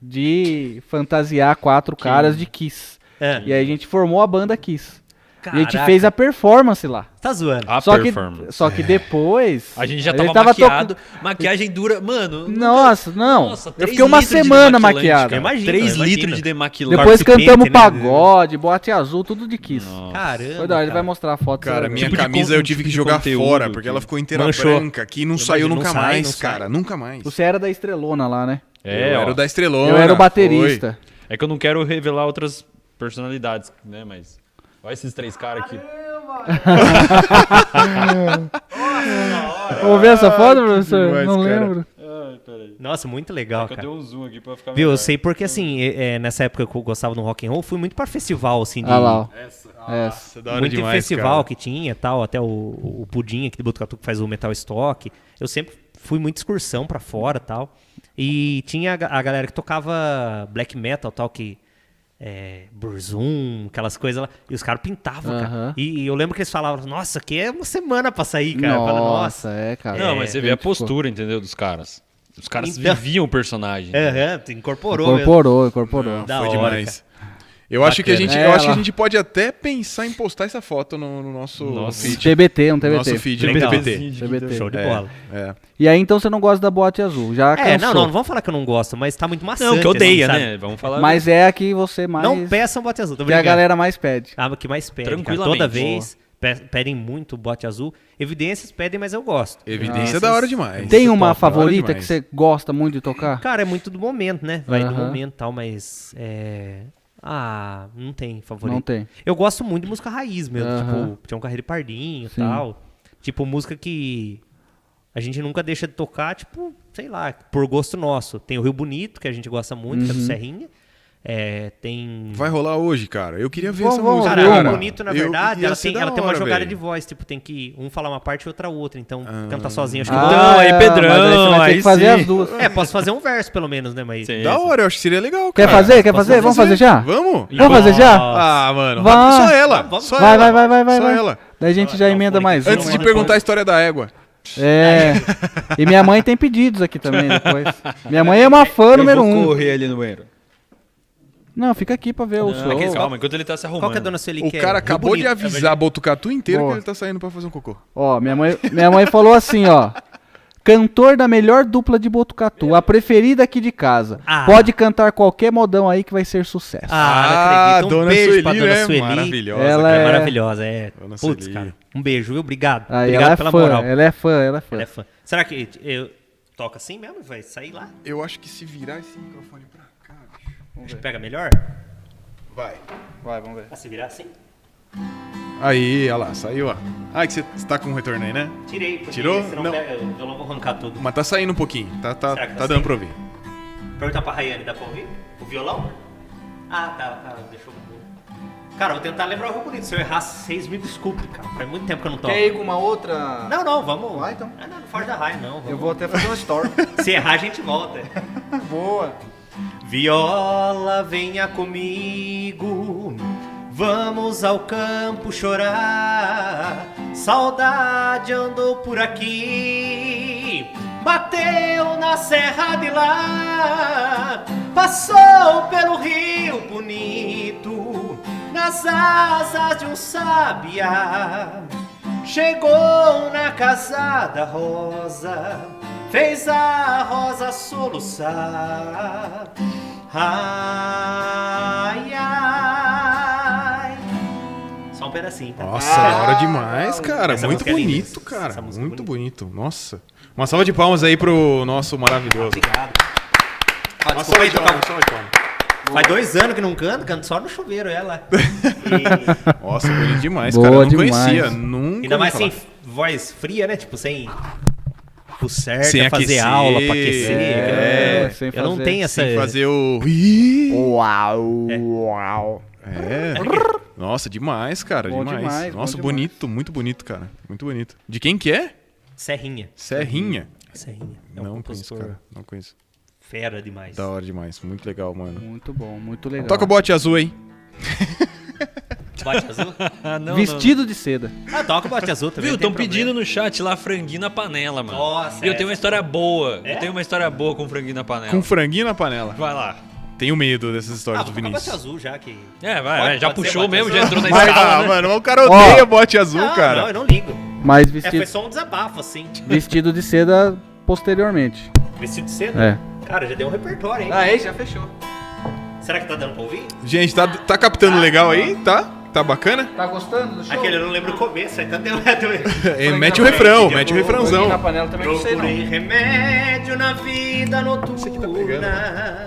A: de fantasiar quatro caras de Kiss.
B: É.
A: E aí a gente formou a banda Kiss. E a gente
B: Caraca,
A: fez a performance lá.
B: Tá zoando.
C: A
A: Só que,
C: performance.
A: só que depois.
C: A gente já
A: ele
C: tava,
A: to-
C: maquiado. Maquiagem dura. Mano.
A: Nossa, não.
C: Nossa,
A: eu
C: três
A: fiquei uma
C: litros de
A: semana
C: demaquilante,
A: maquiado.
B: cara. Imagina,
C: 3
B: imagina.
C: litros de demaquilante.
A: Depois
B: Participante,
A: cantamos
B: né?
A: pagode, boate azul, tudo de Kiss.
B: Caramba.
A: Foi da hora, ele
B: cara.
A: vai mostrar a foto.
I: Cara,
A: sabe?
I: minha
C: Tipo de
I: camisa
C: con-
I: eu tive
C: tipo
I: que
C: de
I: jogar
C: conteúdo,
I: fora,
C: tipo.
I: porque ela ficou inteira
B: Manchou.
I: branca, que não
B: Eu
I: saiu
B: imagino,
I: nunca
B: não sai,
I: mais,
B: não sai.
I: cara. Nunca mais.
A: Você era da estrelona lá, né?
C: É,
I: eu
C: ó,
I: era o da Estrelona.
A: eu era o
I: foi.
A: baterista.
C: é que eu não quero revelar outras personalidades, né? Mas. Olha esses três caras aqui.
A: Vamos ver essa foto, professor?
I: Ah, demais,
A: não
I: cara.
A: lembro.
C: Ai, peraí.
B: Nossa, muito legal,
C: Eu
B: cara.
C: dei um zoom aqui pra ficar
B: Viu, eu
I: Uhum.
C: melhor.
B: sei porque assim, é, é, nessa época que eu gostava do rock and roll, fui muito pra festival, assim, de
A: Olha Ah, lá, ó. Essa.
I: Nossa, da hora
B: muito
I: demais,
B: festival
I: cara.
B: que tinha tal, até o, o Pudim aqui de Botucatu que faz o Metal Stock. Eu sempre fui muito excursão pra fora tal. E tinha a, ga- a galera que tocava black metal tal, que. É, Burzum, aquelas coisas lá. E os caras pintavam, cara.
A: Aham.
B: E, e eu lembro que eles falavam, nossa, aqui é uma semana pra sair, cara. Eu
A: Nossa,
B: falo, nossa.
A: é, cara.
C: Não, mas você vê a
A: Ficou.
C: postura, entendeu, dos caras. Os caras
B: Então-
C: viviam o personagem. né?
B: Aham, tu incorporou, mesmo.
A: Incorporou, incorporou.
I: Não,
B: Da
I: foi
B: hora,
I: demais.
D: Eu acho, que a
B: Bacana.
D: gente, eu acho que a
A: Ela.
D: gente pode até pensar em postar essa foto no, no nosso
C: Nossa.
D: feed.
A: TBT, um TBT.
D: Nosso feed,
B: Legal. um
D: nem TBT.
A: TBT.
B: Show de
D: É.
B: bola.
D: É.
A: E aí então você não gosta da boate azul. Já
B: É, não,
A: cansou.
B: não, não vamos falar que eu não gosto, mas tá muito maçante.
C: Não, que odeia,
B: assim,
C: né? Vamos falar.
A: Mas é a que você mais.
B: sabe? Não peçam bote azul, tô
A: que a
B: brincando.
A: galera mais pede.
B: Ah, mas que mais pede, cara.
C: Tranquilamente.
B: Toda vez pe- pedem muito bote azul. Evidências pedem, mas eu gosto.
D: Evidência é da hora demais.
A: Tem uma
D: Top, da hora
A: favorita
D: demais.
A: que você gosta muito de tocar?
B: Cara, é muito do momento, né? Vai do
A: Aham.
B: momento e tal, mas... é, Ah, não tem favorito.
A: Não tem.
B: Eu gosto muito de música raiz mesmo,
A: Aham.
B: tipo, Tião Carreiro e Pardinho e
A: Sim.
B: tal. Tipo, música que a gente nunca deixa de tocar, tipo, sei lá, por gosto nosso. Tem o Rio Bonito, que a gente gosta muito, que é do
A: Uhum.
B: Serrinha. É, tem...
D: Vai rolar hoje, cara. Eu queria ver
A: Vamos,
D: essa
A: vamos,
D: música.
B: Cara,
A: Cara,
B: o bonito, na
D: eu
B: verdade,
D: queria
B: ela
D: ser
B: tem,
D: da
B: ela tem uma
D: hora,
B: jogada
D: velho.
B: de voz, tipo, tem que um falar uma parte e outra outra, então cantar sozinho, acho que
A: Ah,
B: não.
C: Então, aí,
A: mas
C: Pedrão,
A: você vai ter
C: aí
A: que fazer
C: sim.
A: as duas.
B: É, posso fazer um verso pelo menos, né, mas...
C: Sim.
D: Da hora, eu acho que seria legal,
A: Quer
D: cara.
A: fazer? Quer
B: posso
A: fazer? Vamos fazer já?
D: Vamos?
A: Vamos fazer já?
B: Nossa.
D: Ah, mano.
A: Vá.
D: Só ela.
B: Vamos,
D: só
A: Vai,
D: ela.
A: vai, vai, vai, vai.
D: Só
A: vai.
D: ela.
A: Daí a gente já emenda mais
D: Antes
A: uma.
D: de perguntar a história da égua.
A: É. E minha mãe tem pedidos aqui também depois. Minha mãe é uma fã número
C: Eu vou
A: um.
C: correr é ali no banheiro.
A: Não, fica aqui pra ver o show.
C: Aqui, calma, enquanto ele tá se arrumando.
B: Qual que é a dona Sueli
D: O
B: quer?
D: cara
B: Rio
D: acabou de
B: Bonito. é
D: avisar Botucatu inteiro
A: Boa.
D: que ele tá saindo pra fazer um cocô.
A: Ó, minha mãe, minha mãe falou assim, ó. Cantor da melhor dupla de Botucatu, a preferida aqui de casa.
B: Ah.
A: Pode cantar qualquer modão aí que vai ser sucesso.
B: Ah, não acredito. Um beijo pra dona Sueli.
D: é Maravilhosa.
A: Ela
B: É,
A: É.
B: maravilhosa, é.
D: Dona
B: Putz,
D: Sueli.
B: cara. Um beijo, viu? Obrigado.
A: Aí
B: Obrigado
A: ela é
B: pela
A: fã,
B: moral.
A: ela é fã, ela é fã.
B: Ela é fã. Será que eu toca assim mesmo? Vai sair lá?
D: Eu acho que se virar esse microfone pra cá.
B: Acho que pega melhor?
D: Vai.
A: Vai, vamos ver.
B: Ah, se virar assim?
D: Aí, olha lá, saiu, ó. Ah, que você você tá com um retorno aí, né?
B: Tirei. porque
D: Tirou?
B: Senão
D: Não.
B: pega- eu não vou arrancar tudo.
D: Mas tá saindo um pouquinho. Tá, tá,
B: Será que
D: tá,
B: tá saindo?
D: dando pra ouvir.
B: Perguntar pra Rayane, dá pra ouvir? O violão? Ah, tá, tá. Deixa eu... Cara, eu vou tentar lembrar o Rio Bonito. Se eu errar, vocês me desculpem, cara. Faz muito tempo que eu não toco.
A: Quer ir com uma outra?
B: Não, não, vamos.
A: Vai, então.
B: Ah, não, não foge da raia, não. Vamos.
A: Eu vou até fazer uma story.
B: Se errar, a gente volta.
A: Boa.
B: Viola, venha comigo, vamos ao campo chorar. Saudade andou por aqui, bateu na serra de lá, passou pelo rio bonito, nas asas de um sabiá. Chegou na casa da rosa, fez a rosa soluçar. Ai, ai. Só um pedacinho, tá?
D: Nossa, da hora demais, cara.
B: Essa
D: muito
B: música é linda.
D: bonito, cara.
B: Essa música é
D: Muito bonito. Nossa. Uma salva de palmas aí pro nosso maravilhoso.
B: Obrigado. Ah,
D: Uma salva de palmas, uma salva de palmas.
B: Faz dois anos que não canto, canto só no chuveiro é
D: [laughs]
B: ela.
D: Nossa, bonito demais,
A: Boa
D: cara. Eu não
A: demais.
D: conhecia. Nunca.
B: E, ainda
D: ouvi
B: mais
D: falar.
B: sem voz fria, né? Tipo, sem. O certo
D: Sem
B: é fazer
D: aquecer,
B: aula pra aquecer.
D: é,
B: eu-
A: sem
B: eu não
A: fazer-
B: tenho essa.
D: Sem fazer o.
A: [laughs]
D: Ih!
A: Uau, uau.
D: É. Nossa, demais, cara.
A: Bom
D: demais.
A: demais, bom
D: Nossa,
A: demais.
D: bonito, muito bonito, cara. Muito bonito. De quem que é?
B: Serrinha.
D: Serrinha.
B: Serrinha. É um
D: Não conheço,
B: compositor
D: cara. Não conheço.
B: Fera demais.
D: Da hora demais. Muito legal, mano.
A: Muito bom, muito legal.
D: Toca o bote azul, hein?
B: Bote azul?
C: Ah, não,
A: Vestido de seda.
B: [laughs] Ah, toca o bote azul também.
C: Viu?
B: não tem
C: Estão
B: problema.
C: pedindo no chat lá franguinho na panela, mano.
B: Nossa,
C: E eu
B: é.
C: tenho uma história boa.
B: É?
C: Eu tenho uma história boa com franguinho na panela.
D: Com franguinho na panela.
C: Vai lá.
D: Tenho medo dessas
B: Ah,
D: histórias do
B: vou tocar bote
D: Vinícius.
B: azul já que.
C: É, vai,
B: Pode-
C: vai, já
B: pode ser,
C: puxou
B: pode
C: mesmo,
B: ser.
C: já entrou na
D: Mas,
C: escala,
D: ah,
C: né?
D: mano, mas o cara odeia bote azul,
B: não,
D: cara.
B: Ah, não, eu não ligo.
A: Mas
B: É, foi
A: vestido,
B: só um desabafo, assim.
A: vestido de seda posteriormente.
B: Vestido de seda.
A: É.
B: Cara, já deu um repertório, hein?
A: Aí já fechou.
C: Ah.
B: Será que tá dando pra ouvir?
D: Gente, tá, tá captando legal aí? Tá? Tá bacana?
A: Tá gostando do show?
B: Aquele eu não lembro o começo, aí tanto eu
D: É, mete o refrão, mete o refrãozão.
A: Na panela também não sei não.
B: Procurei remédio na vida noturna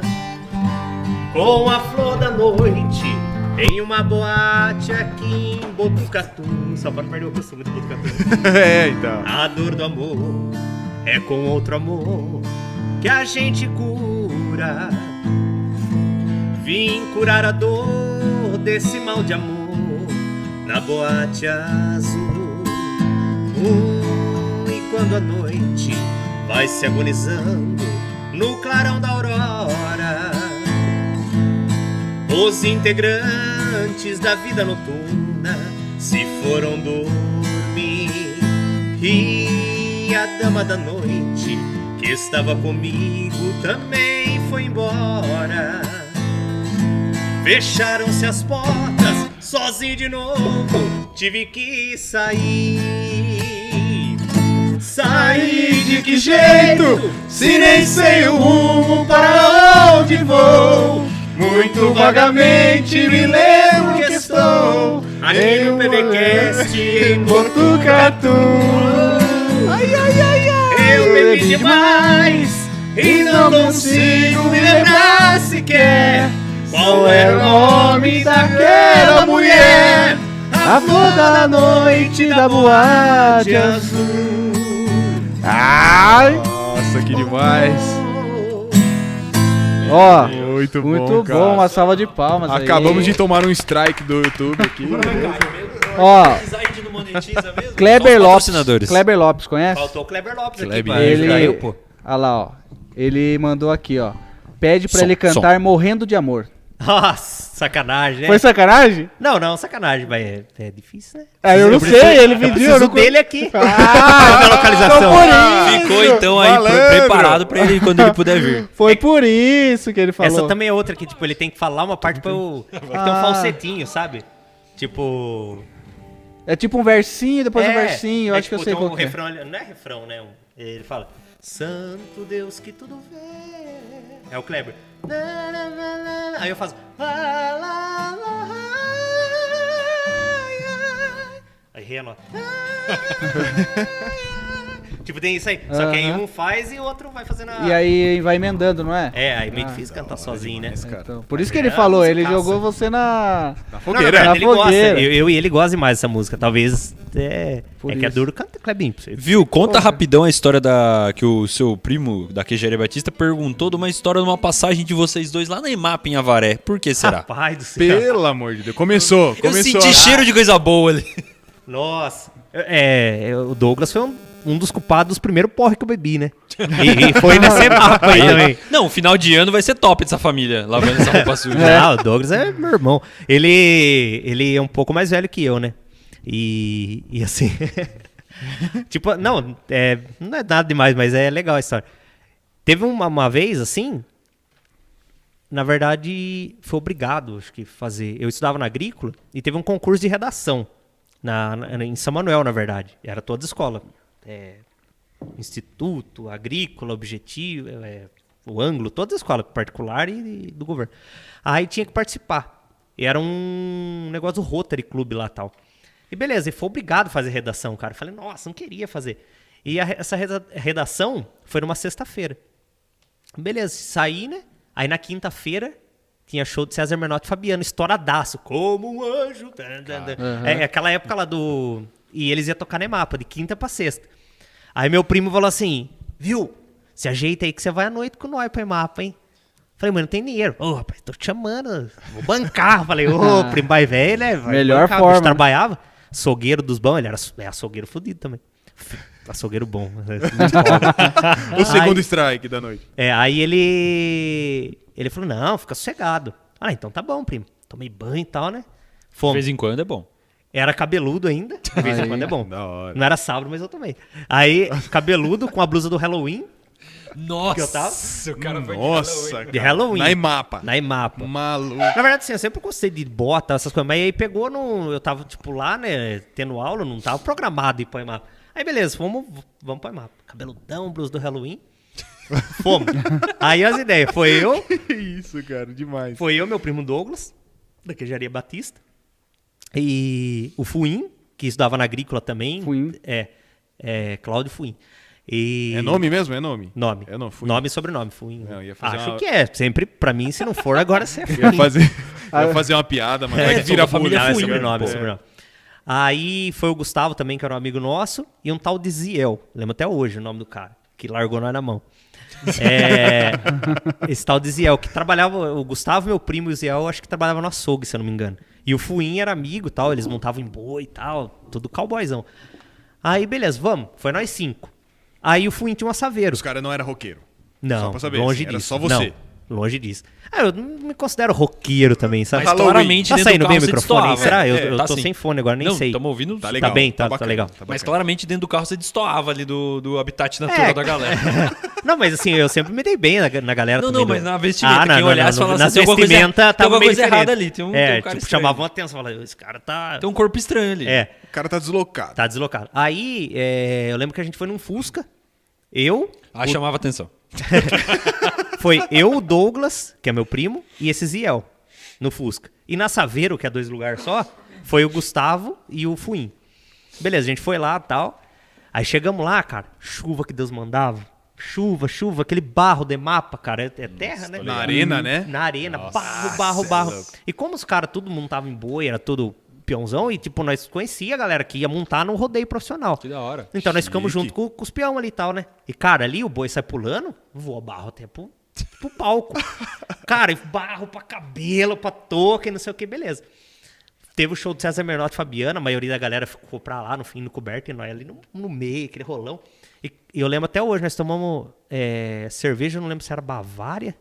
B: Com a flor da noite Em uma boate aqui em Botucatu Só pra não perder o costume do Botucatu
D: [laughs] é, então.
B: A dor do amor É com outro amor Que a gente cura Vim curar a dor Desse mal de amor Na boate azul Uh, e quando a noite vai se agonizando no clarão da aurora, os integrantes da vida noturna se foram dormir. E a dama da noite que estava comigo também foi embora.
J: Fecharam-se as portas, sozinho de novo, tive que sair. Sair de que jeito? Se nem sei o rumo para onde vou. Muito vagamente me lembro que estou um aqui no PBcast em Botucatu. Ai, ai, ai, ai. Eu bebi demais e não consigo me lembrar sequer qual era o nome daquela mulher. A flor da noite da boate azul.
A: Ai!
D: Nossa, que demais.
A: Ó,
D: Muito bom,
A: Ah, muito
D: cara.
A: bom, uma salva de palmas aí.
D: Acabamos de tomar um strike do YouTube aqui.
A: Ó,
B: Design não monetiza mesmo?
A: Kleber
C: Só os
A: Lopes.
C: patrocinadores.
A: Kleber Lopes, conhece?
B: Faltou o Kleber Lopes aqui,
D: Kleber,
B: pai.
A: ele-
B: Caiu, pô.
A: Olha lá, ó. Ele mandou aqui, ó. Pede pra
C: Som,
A: ele cantar Morrendo de Amor.
B: Nossa, sacanagem, né?
A: É. Foi sacanagem?
B: Não, não, sacanagem, mas é, é difícil, né?
A: Ah, eu não
J: um
B: preciso-
A: sei, ele pediu, eu
B: Eu preciso
A: não con-
B: dele é aqui.
A: Ah,
B: na localização. Ah,
C: Ficou então aí pre-
D: Malandro.
C: preparado pra ele quando ele puder vir.
A: Foi por isso que ele falou.
B: Essa também é outra que, tipo, ele tem que falar uma parte pra eu. Ele tem um
A: Ah.
B: falsetinho, sabe? Tipo.
A: É tipo um versinho, depois um
B: é,
A: versinho. Eu
B: é
A: acho que eu
B: tipo,
A: sei
B: tem
A: qual
B: um
A: que é.
B: refrão, ele- Não é refrão, né? Um- Ele fala. Santo Deus que tudo vê. É o Kleber. Na, na, na, na, na. Aí eu faço. Lá, lá, lá, ai, ai. Aí errei a nota. Ai, ai, ai. tipo, tem isso aí. Só que aí
A: Aham.
B: um faz e o outro vai fazendo a.
A: E aí vai emendando, não é?
B: É, aí é meio difícil cantar sozinho, né?
A: Então, por isso que ele
B: É,
A: falou,
B: mas
A: ele
B: caça.
A: jogou você na.
B: Não, não,
A: Na
B: mas ele gosta.
A: fogueira.
B: Eu, eu e ele gosta mais dessa música. Talvez. É,
A: Por
B: é que é
A: isso.
B: duro canta Clebinho pra você.
C: Viu? Conta rapidão a história da que o seu primo da Quejaria Batista perguntou de uma história de uma passagem de vocês dois lá na EMAP em Avaré. Por que será?
B: [laughs] Rapaz do céu.
D: Pelo amor de Deus. Começou,
C: Eu
D: começou.
C: senti cheiro de coisa boa ali.
B: Nossa. É, é, o Douglas foi um, um dos culpados do primeiro porre que eu bebi, né? E, e
A: [laughs]
B: foi nessa etapa aí também.
C: [laughs] Não, final de ano vai ser top dessa família, lavando essa roupa suja.
B: Não, o Douglas é meu irmão. Ele, ele é um pouco mais velho que eu, né? E, e assim. [laughs] tipo, não, é, não é nada demais, mas é legal a história. Teve uma, uma vez, assim. Na verdade, foi obrigado, acho que, fazer. Eu estudava na agrícola e teve um concurso de redação na, na- em São Manuel, na verdade. Era toda a escola. É, Instituto, Agrícola, Objetivo, é, o Ângulo, todas as escolas, particular e, e do governo. Aí tinha que participar. E era um negócio do Rotary Club lá tal. E beleza, e foi obrigado a fazer redação, cara. Eu Falei, nossa, não queria fazer. E a re- essa reda- redação foi numa sexta-feira. Beleza, saí, né? Aí na quinta-feira tinha show de César Menotti e Fabiano, estouradaço, como um anjo. tan, tan, tan. É, é aquela época lá do. E eles iam tocar na mapa, de quinta pra sexta. Aí meu primo falou assim: viu? Se ajeita aí que você vai à noite com nós pra mapa, hein? Falei, mano, não tem dinheiro. Ô, rapaz, tô te chamando. Vou bancar. [laughs] Falei, ô,
A: [laughs]
B: primo vai velho, né? Vai
A: Melhor
B: bancar. O
A: forma,
B: bicho
A: né?
B: trabalhava. Açougueiro dos bons, ele era aço- é, açougueiro fudido também. Açougueiro bom. [laughs] né? Ai. [laughs]
D: O segundo strike da noite.
B: É, aí ele. Ele falou: não, fica sossegado. Ah, então tá bom, primo. Tomei banho e tal, né?
C: De
B: Fomos.
C: vez em quando é bom.
B: Era cabeludo
D: [laughs]
B: ainda. De vez em quando é bom.
D: Da hora.
B: Não era sábado, mas eu tomei. Aí, cabeludo com a blusa do Halloween.
C: Nossa,
B: Que eu tava?
C: o cara foi
D: Nossa,
B: De Halloween.
D: Na Imapa.
B: Na Imapa.
D: Maluco. [laughs]
B: Na verdade, assim, eu sempre gostei de bota, essas coisas, mas aí pegou no. Eu tava, tipo, lá, né, tendo aula, não tava programado ir pra mapa. Aí, beleza, fomos, vamos pra mapa. Cabeludão, blusa do Halloween.
D: [laughs]
B: Fomos. aí as ideias. Foi eu,
D: Que isso, cara, demais.
B: Foi eu, meu primo Douglas, da Queijaria Batista, e o Fuim, que estudava na agrícola também.
A: Fuim.
B: É, é Cláudio Fuim. E...
D: É nome mesmo? É nome?
B: Nome.
D: É nome, Fuim.
B: Nome e sobrenome, Fuim.
D: Não, ia fazer
B: Acho
D: uma-
B: que é. Sempre, pra mim, se não for, agora você é
D: Eu [laughs] ia
B: Fuim. [laughs]
D: fazer, eu ia fazer uma piada, mas vai que vira a família
B: Não, é
D: Fui,
B: sobrenome,
D: né?
B: é sobrenome. Aí foi o Gustavo também, que era um amigo nosso, e um tal de Ziel, lembro até hoje o nome do cara, que largou nós na mão. É, esse tal de Ziel, que trabalhava, o Gustavo, meu primo, e o Ziel, acho que trabalhava no açougue, se eu não me engano. E o Fuim era amigo e tal, eles montavam em boi e tal, tudo cowboyzão. Aí, beleza, vamos, foi nós cinco. Aí o Fuim tinha um assaveiro.
D: Os caras não eram roqueiro.
B: Não,
D: Só pra saber,
B: longe
D: assim, era
B: disso.
D: só você.
B: Não. Longe disso. Ah, eu não me considero roqueiro também, sabe?
C: Mas claramente
B: tá
C: dentro do
B: saindo
C: carro
B: bem o
C: você
B: microfone?
C: destoava.
B: Será? Eu,
C: É,
B: eu
C: tá
B: tô
C: sim.
B: sem fone agora, nem
C: Não,
B: sei.
C: estamos ouvindo.
D: Tá
C: Tá
D: legal.
B: bem, tá- tá
D: bacana,
B: legal.
C: Mas claramente dentro do carro você destoava ali do, do habitat natural
B: É. [laughs]
C: da galera.
B: [laughs] Não, mas assim, eu sempre me dei bem na, na galera
C: Não,
B: também. Ah,
C: não,
B: do-
C: mas na vestimenta, quem olhasse falasse,
B: na
C: "Tem alguma coisa-
B: vestimenta
C: tem
B: tava
C: alguma
B: meio
C: coisa
B: diferente.
C: errada ali, tem um-
B: é,
C: tem um cara
B: tipo,
C: estranho.
B: chamavam atenção, falavam, esse cara tá...
C: Tem um corpo estranho ali.
B: É,
D: O cara tá deslocado.
B: tá deslocado. Aí, é, eu lembro que a gente foi num Fusca, eu...
C: Ah,
B: o-
C: chamava atenção.
B: Foi eu, o Douglas, que é meu primo, e esse Ziel, no Fusca. E na Saveiro, que é dois lugares só, foi o Gustavo e o Fuim. Beleza, a gente foi lá tal. Aí chegamos lá, cara, chuva que Deus mandava. Chuva, chuva, aquele barro de mapa, cara. É, é terra, né?
I: Na arena, né? é
B: Na arena, barro, barro, barro. E como os caras, todo mundo tava em boi, era todo peãozão, e tipo, nós conhecia a galera que ia montar num rodeio profissional.
C: Que da hora.
B: Então nós ficamos junto com, com os peão ali e tal, né? E, cara, ali o boi sai pulando, voa barro até pro, pro palco.
C: [laughs]
B: cara, e barro pra cabelo, pra touca e não sei o que, beleza. Teve o show do César Menotti e Fabiana, a maioria da galera ficou pra lá, no fim, no coberto, e nós ali no, no meio, aquele rolão. E, e eu lembro até hoje, nós tomamos é, cerveja, eu não lembro se era Bavária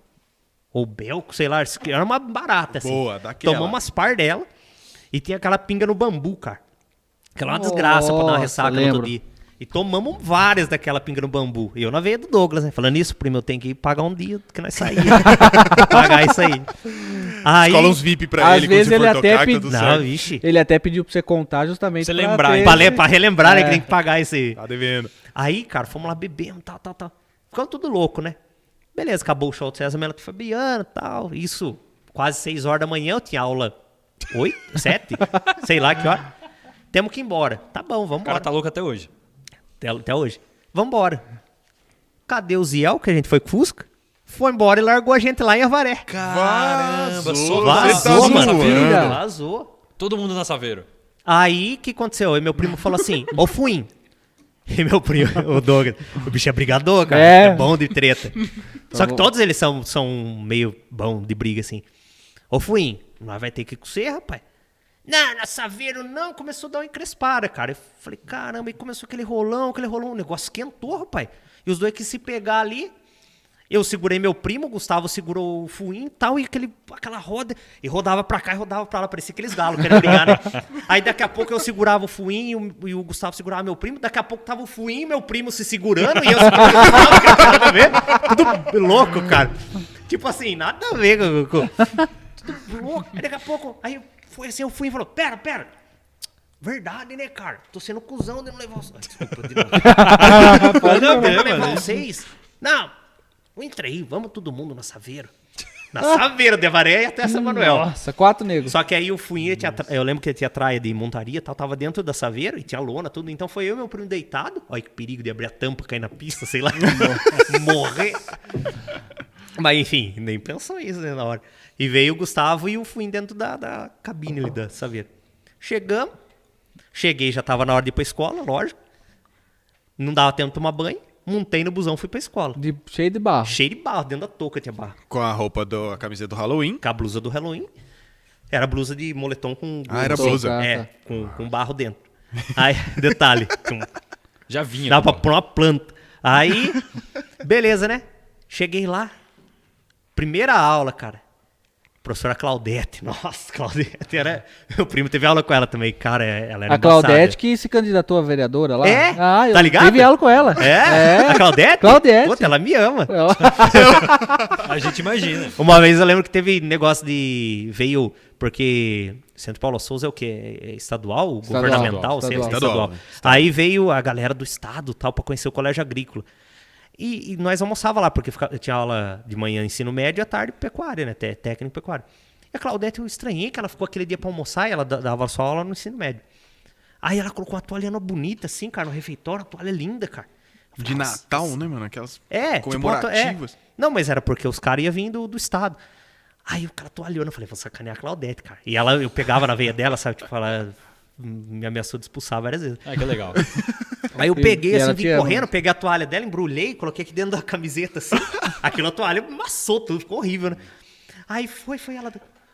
B: ou Belco, sei lá, era uma barata, assim.
D: Boa, daquela.
B: Tomamos umas par dela e tinha aquela pinga no bambu, cara. Aquela é uma desgraça pra dar uma
A: Nossa,
B: ressaca no outro
A: lembro.
B: dia. E tomamos várias daquela pinga no bambu. E eu na veia do Douglas, né? Falando isso, primo, eu tenho que pagar um dia que
A: [laughs]
B: nós saímos. pagar isso aí. aí
I: Cola uns VIP pra
A: Às
I: ele quando
A: vezes
I: você for
A: ele
I: tocar,
A: até
I: que tá
A: pedi-
I: tudo
B: Não,
I: certo.
B: vixe.
A: Ele até pediu pra você contar justamente
C: Você
A: pra
C: lembrar,
A: ter-
C: hein?
B: Pra, le- pra relembrar, né? Que tem que pagar esse.
I: Tá devendo.
B: Aí, cara, fomos lá bebendo, tal, tal, tal. Ficamos tudo louco, né? Beleza, acabou o show do César Melo com Fabiano tal. Isso, quase 6 horas da manhã, eu tinha aula [laughs] 8, 7, sei lá que hora. Temos que ir embora. Tá bom, vamos
C: O cara
B: embora.
C: tá louco até hoje.
B: Até, até hoje. Vambora. Cadê o Ziel, que a gente foi com o Fusca? Foi embora e largou a gente lá em Avaré.
I: Caramba, sou
B: Vazou,
A: tá
B: mano.
A: zoando.
B: Vazou.
C: Todo mundo na Saveiro.
B: Aí, o que aconteceu? E meu primo falou assim, ô Fuim. E meu primo, o Douglas, o bicho é brigador, cara. É,
A: É.
B: bom de treta. Só que todos eles são, são meio bom de briga, assim. Ô Fuim, nós vai ter que ir com você, rapaz. Não, na Saveiro não, começou a dar uma encrespada, cara. Eu falei, caramba, e começou aquele rolão, aquele rolão, o negócio esquentou, rapaz. E os dois que se pegar ali, eu segurei meu primo, o Gustavo segurou o Fuim e tal, e aquele, aquela roda. E rodava pra cá e rodava pra lá, parecia aqueles galos querendo brigar, né? Aí daqui a pouco eu segurava o Fuim e o, e o Gustavo segurava meu primo. Daqui a pouco tava o Fuim e meu primo se segurando e eu segurando [laughs] o Gustavo, que nada a ver. Tudo louco, cara. Tipo assim, nada a ver com. com- Tudo louco. Aí daqui a pouco, aí foi assim, o Fuim falou: pera, pera. Verdade, né, cara? Tô sendo cuzão de não levar os. Ai, Desculpa, de novo. não, não, levar vocês. Não, entra aí, vamos todo mundo na Saveiro. Na Saveiro, Devaré e até São Manuel.
A: Nossa, quatro negros.
B: Só que aí o Fuinha, tinha tra- eu lembro que ele tinha traia de montaria e tal, tava dentro da Saveiro e tinha lona, tudo. Então foi eu e meu primo deitado. Olha que perigo de abrir a tampa, cair na pista, sei lá. Morrer. Mas enfim, nem pensou isso né, na hora. E veio o Gustavo e o Fuim dentro da, da cabine ali da Saveiro. Chegamos. Cheguei, já tava na hora de ir pra escola, lógico. Não dava tempo de tomar banho. Montei no busão, fui pra escola.
A: De, cheio de barro.
B: Cheio de barro, dentro da touca tinha barro.
I: Com a roupa, do, a camisa do Halloween.
B: Com a blusa do Halloween. Era blusa de moletom com.
I: Ah, era
B: com-
I: blusa.
A: tá.
B: É, com, com barro dentro. Aí, [laughs] detalhe. com-
C: Já vinha.
B: dava pra
C: pô.
B: pôr uma planta. Aí, beleza, né? Cheguei lá. Primeira aula, cara. Professora Claudete. [laughs] Nossa, Claudete era. Meu primo teve aula com ela também. Cara, é, ela era
A: A Claudete que se candidatou a vereadora lá.
B: É?
A: Ah, eu
B: Tá ligado?
A: Tive aula com ela.
B: embaçada. É? A Claudete?
A: Claudete.
B: Puta, ela me ama.
A: [laughs] Ela-
C: A gente imagina.
B: [laughs] Uma vez eu lembro que teve negócio de. Veio. Porque Centro Paulo Souza é o quê? É estadual?
A: Estadual.
B: governamental? sei lá,
I: Estadual.
B: estadual. Aí veio a galera do estado tal, pra conhecer o colégio agrícola. E, e nós almoçava lá, porque fica- tinha aula de manhã ensino médio e à tarde pecuária, né? Té- Técnico pecuária. E a Claudete, eu estranhei que ela ficou aquele dia pra almoçar e ela da- dava só aula no ensino médio. Aí ela colocou uma toalhona bonita, assim, cara, no refeitório, uma toalha linda, cara. Eu
I: De
B: falei, "Nossa,
I: Natal, né, mano? Aquelas
B: é,
I: comemorativas.
B: Tipo, é. Não, mas era porque os caras iam vir do, do estado. Aí o cara toalhou, eu falei, vou sacanear a Claudete, cara. E ela, eu pegava na veia dela, sabe? Tipo, ela me ameaçou de expulsar várias vezes.
C: Ah,
B: [laughs]
C: que legal.
B: Aí eu
A: E-
B: peguei,
A: e
B: assim,
A: ela te
B: vim
A: ama.
B: correndo, peguei a toalha dela, embrulhei, coloquei aqui dentro da
A: [laughs]
B: camiseta, assim. Aquilo, a toalha amassou tudo, ficou horrível, né? Aí foi, foi ela,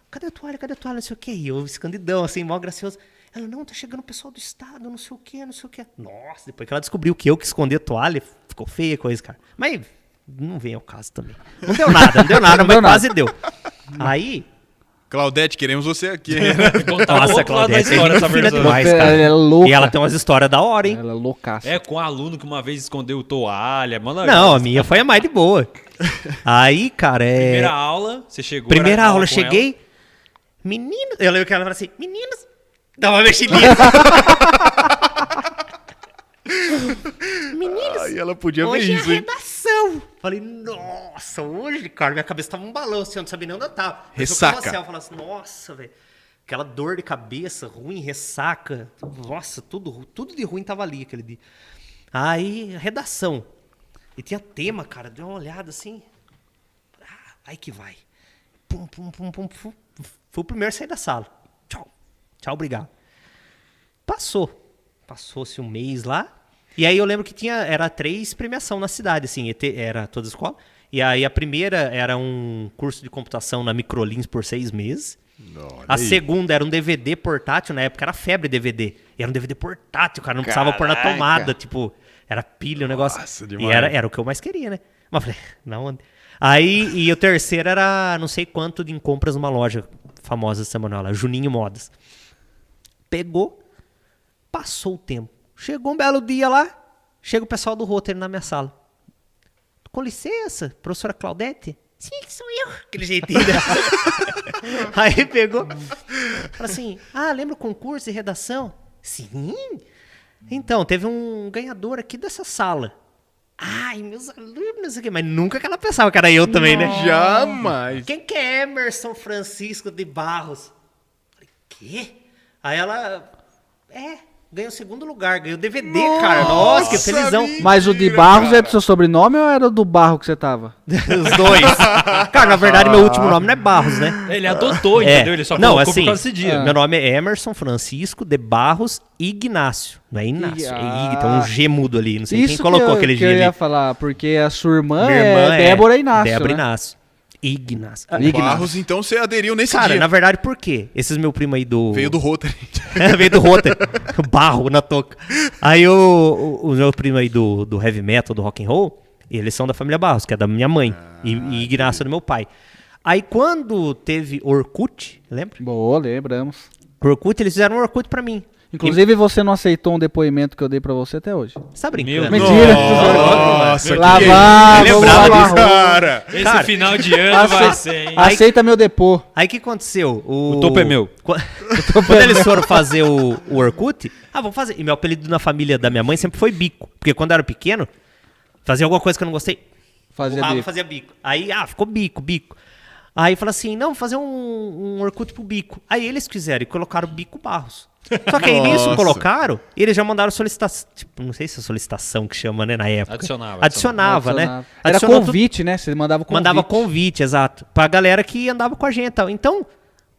B: cadê a toalha, cadê a toalha, não sei o quê. E eu, escandidão, assim, mó gracioso. Ela, não, tá chegando o pessoal do estado, não sei o quê, não sei o quê. Nossa, depois que ela descobriu que eu que escondi a toalha, ficou feia a coisa, cara. Mas Não vem ao caso também. Não deu nada,
A: [laughs]
B: não deu nada, mas quase deu. Aí.
I: Claudete, queremos você
B: [laughs]
I: aqui.
C: Contar o
B: nossa,
C: Então tá outro lado da
B: Claudete,
C: história
B: é
C: essa
B: fina
C: versão.
B: demais,
A: Ela
B: cara.
A: é louca.
B: E ela tem umas histórias da hora, hein?
A: Ela é loucaça.
C: É, com um aluno que uma vez escondeu toalha. Manda
B: Não, a minha foi a mais de boa. Aí, cara, é.
C: Primeira aula, você chegou.
B: Primeira
C: era
B: aula,
C: com
B: cheguei. Meninos. Eu lembro que ela falou assim: meninos. Dá uma mexidinha. meninos.
I: Aí ela podia ver
B: Hoje é a
I: isso, hein?
B: redação. Falei, nossa, hoje, cara, minha cabeça tava um balão, assim, eu não sabia nem onde eu tava. Mas
I: Ressaca.
B: Eu tava assim, eu falava assim, nossa, velho. Aquela dor de cabeça, ruim, ressaca. Nossa, tudo, ru- tudo de ruim tava ali aquele dia. Aí, redação. E tinha tema, cara, deu uma olhada assim. Ah, aí que vai. Pum, pum, pum, pum, pum. Fui o primeiro a sair da sala. Tchau. Tchau, obrigado. Passou. Passou-se um mês lá. E aí eu lembro que tinha era três premiação na cidade, assim, ET era toda a escola. E aí a primeira era um curso de computação na Microlins por seis meses. a segunda era um DVD portátil, na época era febre DVD. E era um DVD portátil, cara, não precisava pôr na tomada, tipo, era pilha o negócio. e era, era o que eu mais queria, né? Mas eu falei, [laughs] não. onde? Aí, e o terceiro era não sei quanto de em compras numa loja famosa de São Manuel, lá, Juninho Modas. Pegou, Passou o tempo. Chegou um belo dia lá, chega o pessoal do Rotary na minha sala. Com licença, professora Claudete? Sim, sou eu. Aquele jeitinho. né? Aí pegou. Falou assim: Ah, lembra o concurso de redação? Sim. Então, teve um ganhador aqui dessa sala. Ai, meus alunos, não sei o quê. Mas nunca que ela pensava que era eu também, né?
I: Jamais.
B: Quem que é Emerson Francisco de Barros? Falei, quê? Aí ela. É, ganhou segundo lugar, ganhou DVD, cara. Nossa, que felizão.
A: Mas o de
I: Mentira,
A: Barros é
I: cara.
A: do seu sobrenome ou era do barro que você tava?
B: Os dois. Cara, na verdade, meu último nome não é Barros, né?
C: ela. Ele adotou, entendeu? Ele só
B: não,
C: colocou
B: assim,
C: por causa desse dia.
B: Meu nome é Emerson Francisco de Barros Ignácio. Não é Inácio, é Ig, tem um G mudo ali. Não sei quem colocou
A: que eu,
B: aquele
A: que
B: G
A: eu ia
B: ali.
A: falar, porque a sua irmã, é, Débora Inácio,
B: Débora
A: né? Ah,
B: Inácio. Ignácio.
I: Barros, então você aderiu nesse
B: Cara,
I: dia.
B: na verdade, por quê? Esses meu primo aí do.
I: Veio do Rotary.
B: É, veio do Rotary. [laughs] Barro na toca. Aí o, o, o meu primo aí do, do heavy metal, do rock and roll, eles são da família Barros, que é da minha mãe. e, e Ignácio é do meu pai. Aí quando teve Orkut, lembra?
A: Boa, lembramos.
B: Orkut, eles fizeram um Orkut pra mim.
A: Inclusive, você não aceitou um depoimento que eu dei pra você até hoje.
B: E- Você tá
C: Meu
B: brincando?
C: Deus.
A: Mentira!
I: Nossa,
A: Lá
I: que
A: vai,
I: que-
A: vamos lá,
B: lembrava disso.
A: arroz.
I: Cara,
C: Esse
B: Cara, [laughs]
C: final de ano vai ser, hein?
A: Aceita meu depô.
B: Aí o que aconteceu? O,
C: O topo é meu. [laughs] é
B: Qu- [laughs] Quando eles foram fazer o, o Orkut, ah, vamos fazer. E meu apelido na família da minha mãe sempre foi bico. Porque quando eu era pequeno, fazia alguma coisa que eu não gostei,
A: Fazia
B: O Rafa
A: bico.
B: fazia bico. Aí, ah, ficou bico, bico. Aí fala assim, não, vou fazer um, um Orkut pro bico. Aí eles quiseram e colocaram bico Barros. Só que aí nisso
I: Nossa.
B: colocaram, e eles já mandaram solicitação. Tipo, não sei se é solicitação que chama, né, na época.
C: Adicionava,
B: Adicionava, né?
A: Era
B: Adicionou tu-
A: convite, né? Você mandava convite.
B: Mandava convite, exato. Pra galera que andava com a gente e tal. Então,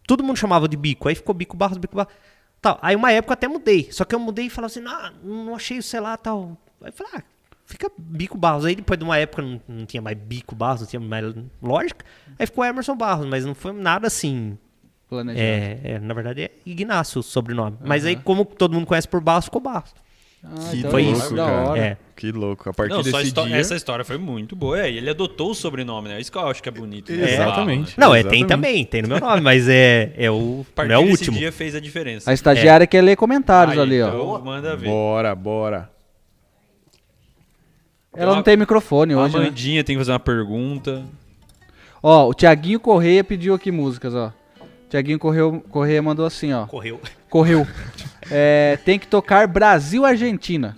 B: todo mundo chamava de bico. Aí ficou bico barros, bico barros. Tal. Aí uma época eu até mudei. Só que eu mudei e falava assim, ah, não achei o sei lá tal. Aí eu falei, ah, fica bico barros. Aí depois de uma época não, não tinha mais bico barros, não tinha mais lógica. Aí ficou Emerson Barros, mas não foi nada assim.
A: Planejado.
B: É, é, na verdade é Ignácio o sobrenome. Mas aí, como todo mundo conhece por barros, ficou barros.
A: Ah,
I: que
A: então
B: foi
A: é
I: louco,
B: isso,
A: da
I: cara.
A: hora.
B: É.
I: Que louco. A partir
C: Não, só a
I: desse
C: histó-
I: dia...
C: essa é história foi muito boa. É, e ele adotou o sobrenome, né? Isso que eu acho que é bonito. né?
I: Exatamente.
B: Não, é, tem
I: Exatamente.
B: também, tem no meu nome, mas é, é o,
C: A
B: não
C: partir
B: é o
C: desse
B: último.
C: dia fez a diferença.
A: A estagiária quer ler comentários
C: Aí,
A: ali, ó.
C: então, manda ver.
I: Bora, bora.
A: Ela não tem microfone
C: A
A: hoje, né?
C: Amandinha tem que fazer uma pergunta.
A: Ó, o Tiaguinho Correia pediu aqui músicas, ó. Tiaguinho Correu- Correia mandou assim, ó.
B: Correu.
A: Correu. É, tem que tocar Brasil-Argentina.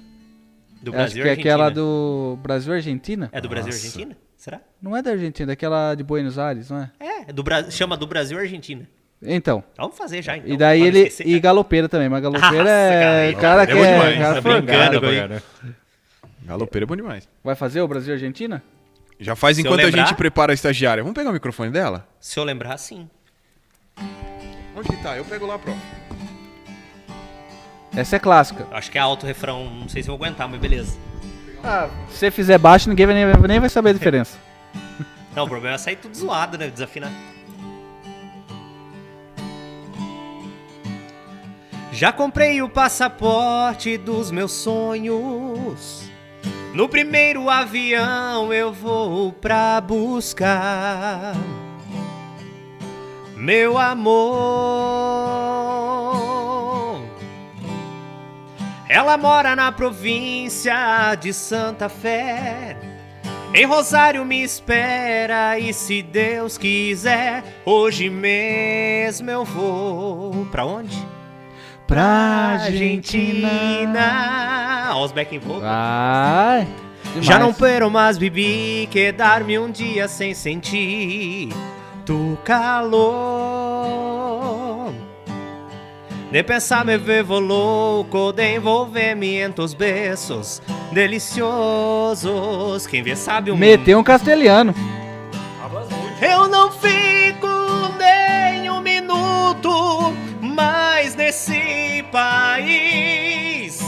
B: Do
A: Eu Acho
B: Brasil
A: que é
B: Argentina.
A: aquela do Brasil-Argentina.
B: É do Brasil e Argentina? Será?
A: Não é da Argentina, é aquela de Buenos Aires, não é?
B: É, é do Bra... chama do Brasil e Argentina.
A: Então,
B: Então vamos fazer já. Então,
A: e daí
B: pra não
A: ele.
B: esquecer.
A: E galopeira também, mas galopeira
B: Nossa,
A: é.
B: cara,
A: Cara, que
I: Galopeira é bom
A: é.
I: demais,
A: Cara
B: tá
A: forgado.
B: brincando com ele.
I: Galopeira é bom demais.
A: Vai fazer o Brasil e Argentina?
I: Já faz
B: Se eu
I: enquanto a
B: lembrar-
I: gente prepara a estagiária. Vamos pegar o microfone dela?
B: Se eu lembrar, sim.
I: Onde que tá? Eu pego lá, pronto.
A: Essa é clássica.
B: Eu Acho que é alto o refrão, não sei se eu vou aguentar, mas beleza.
A: Se você fizer baixo, ninguém vai, nem- nem vai saber a diferença.
B: Não, o problema é sair tudo zoado, né? Desafinar. Já comprei o passaporte dos meus sonhos. No primeiro avião eu vou pra buscar meu amor. Ela mora na província de Santa Fé. Em Rosário me espera e se Deus quiser, hoje mesmo eu vou. Pra onde?
A: Pra
B: Argentina. Ó, os back in vocal.
A: Vai.
B: Já
A: Demais.
B: não quero mais beber, quedar-me um dia sem sentir tu calor. De pensar me vivo louco, de envolver-me em tus beijos deliciosos. Quem vê sabe o
A: Meteu um castelhano.
B: eu não fico nem um minuto mais nesse país.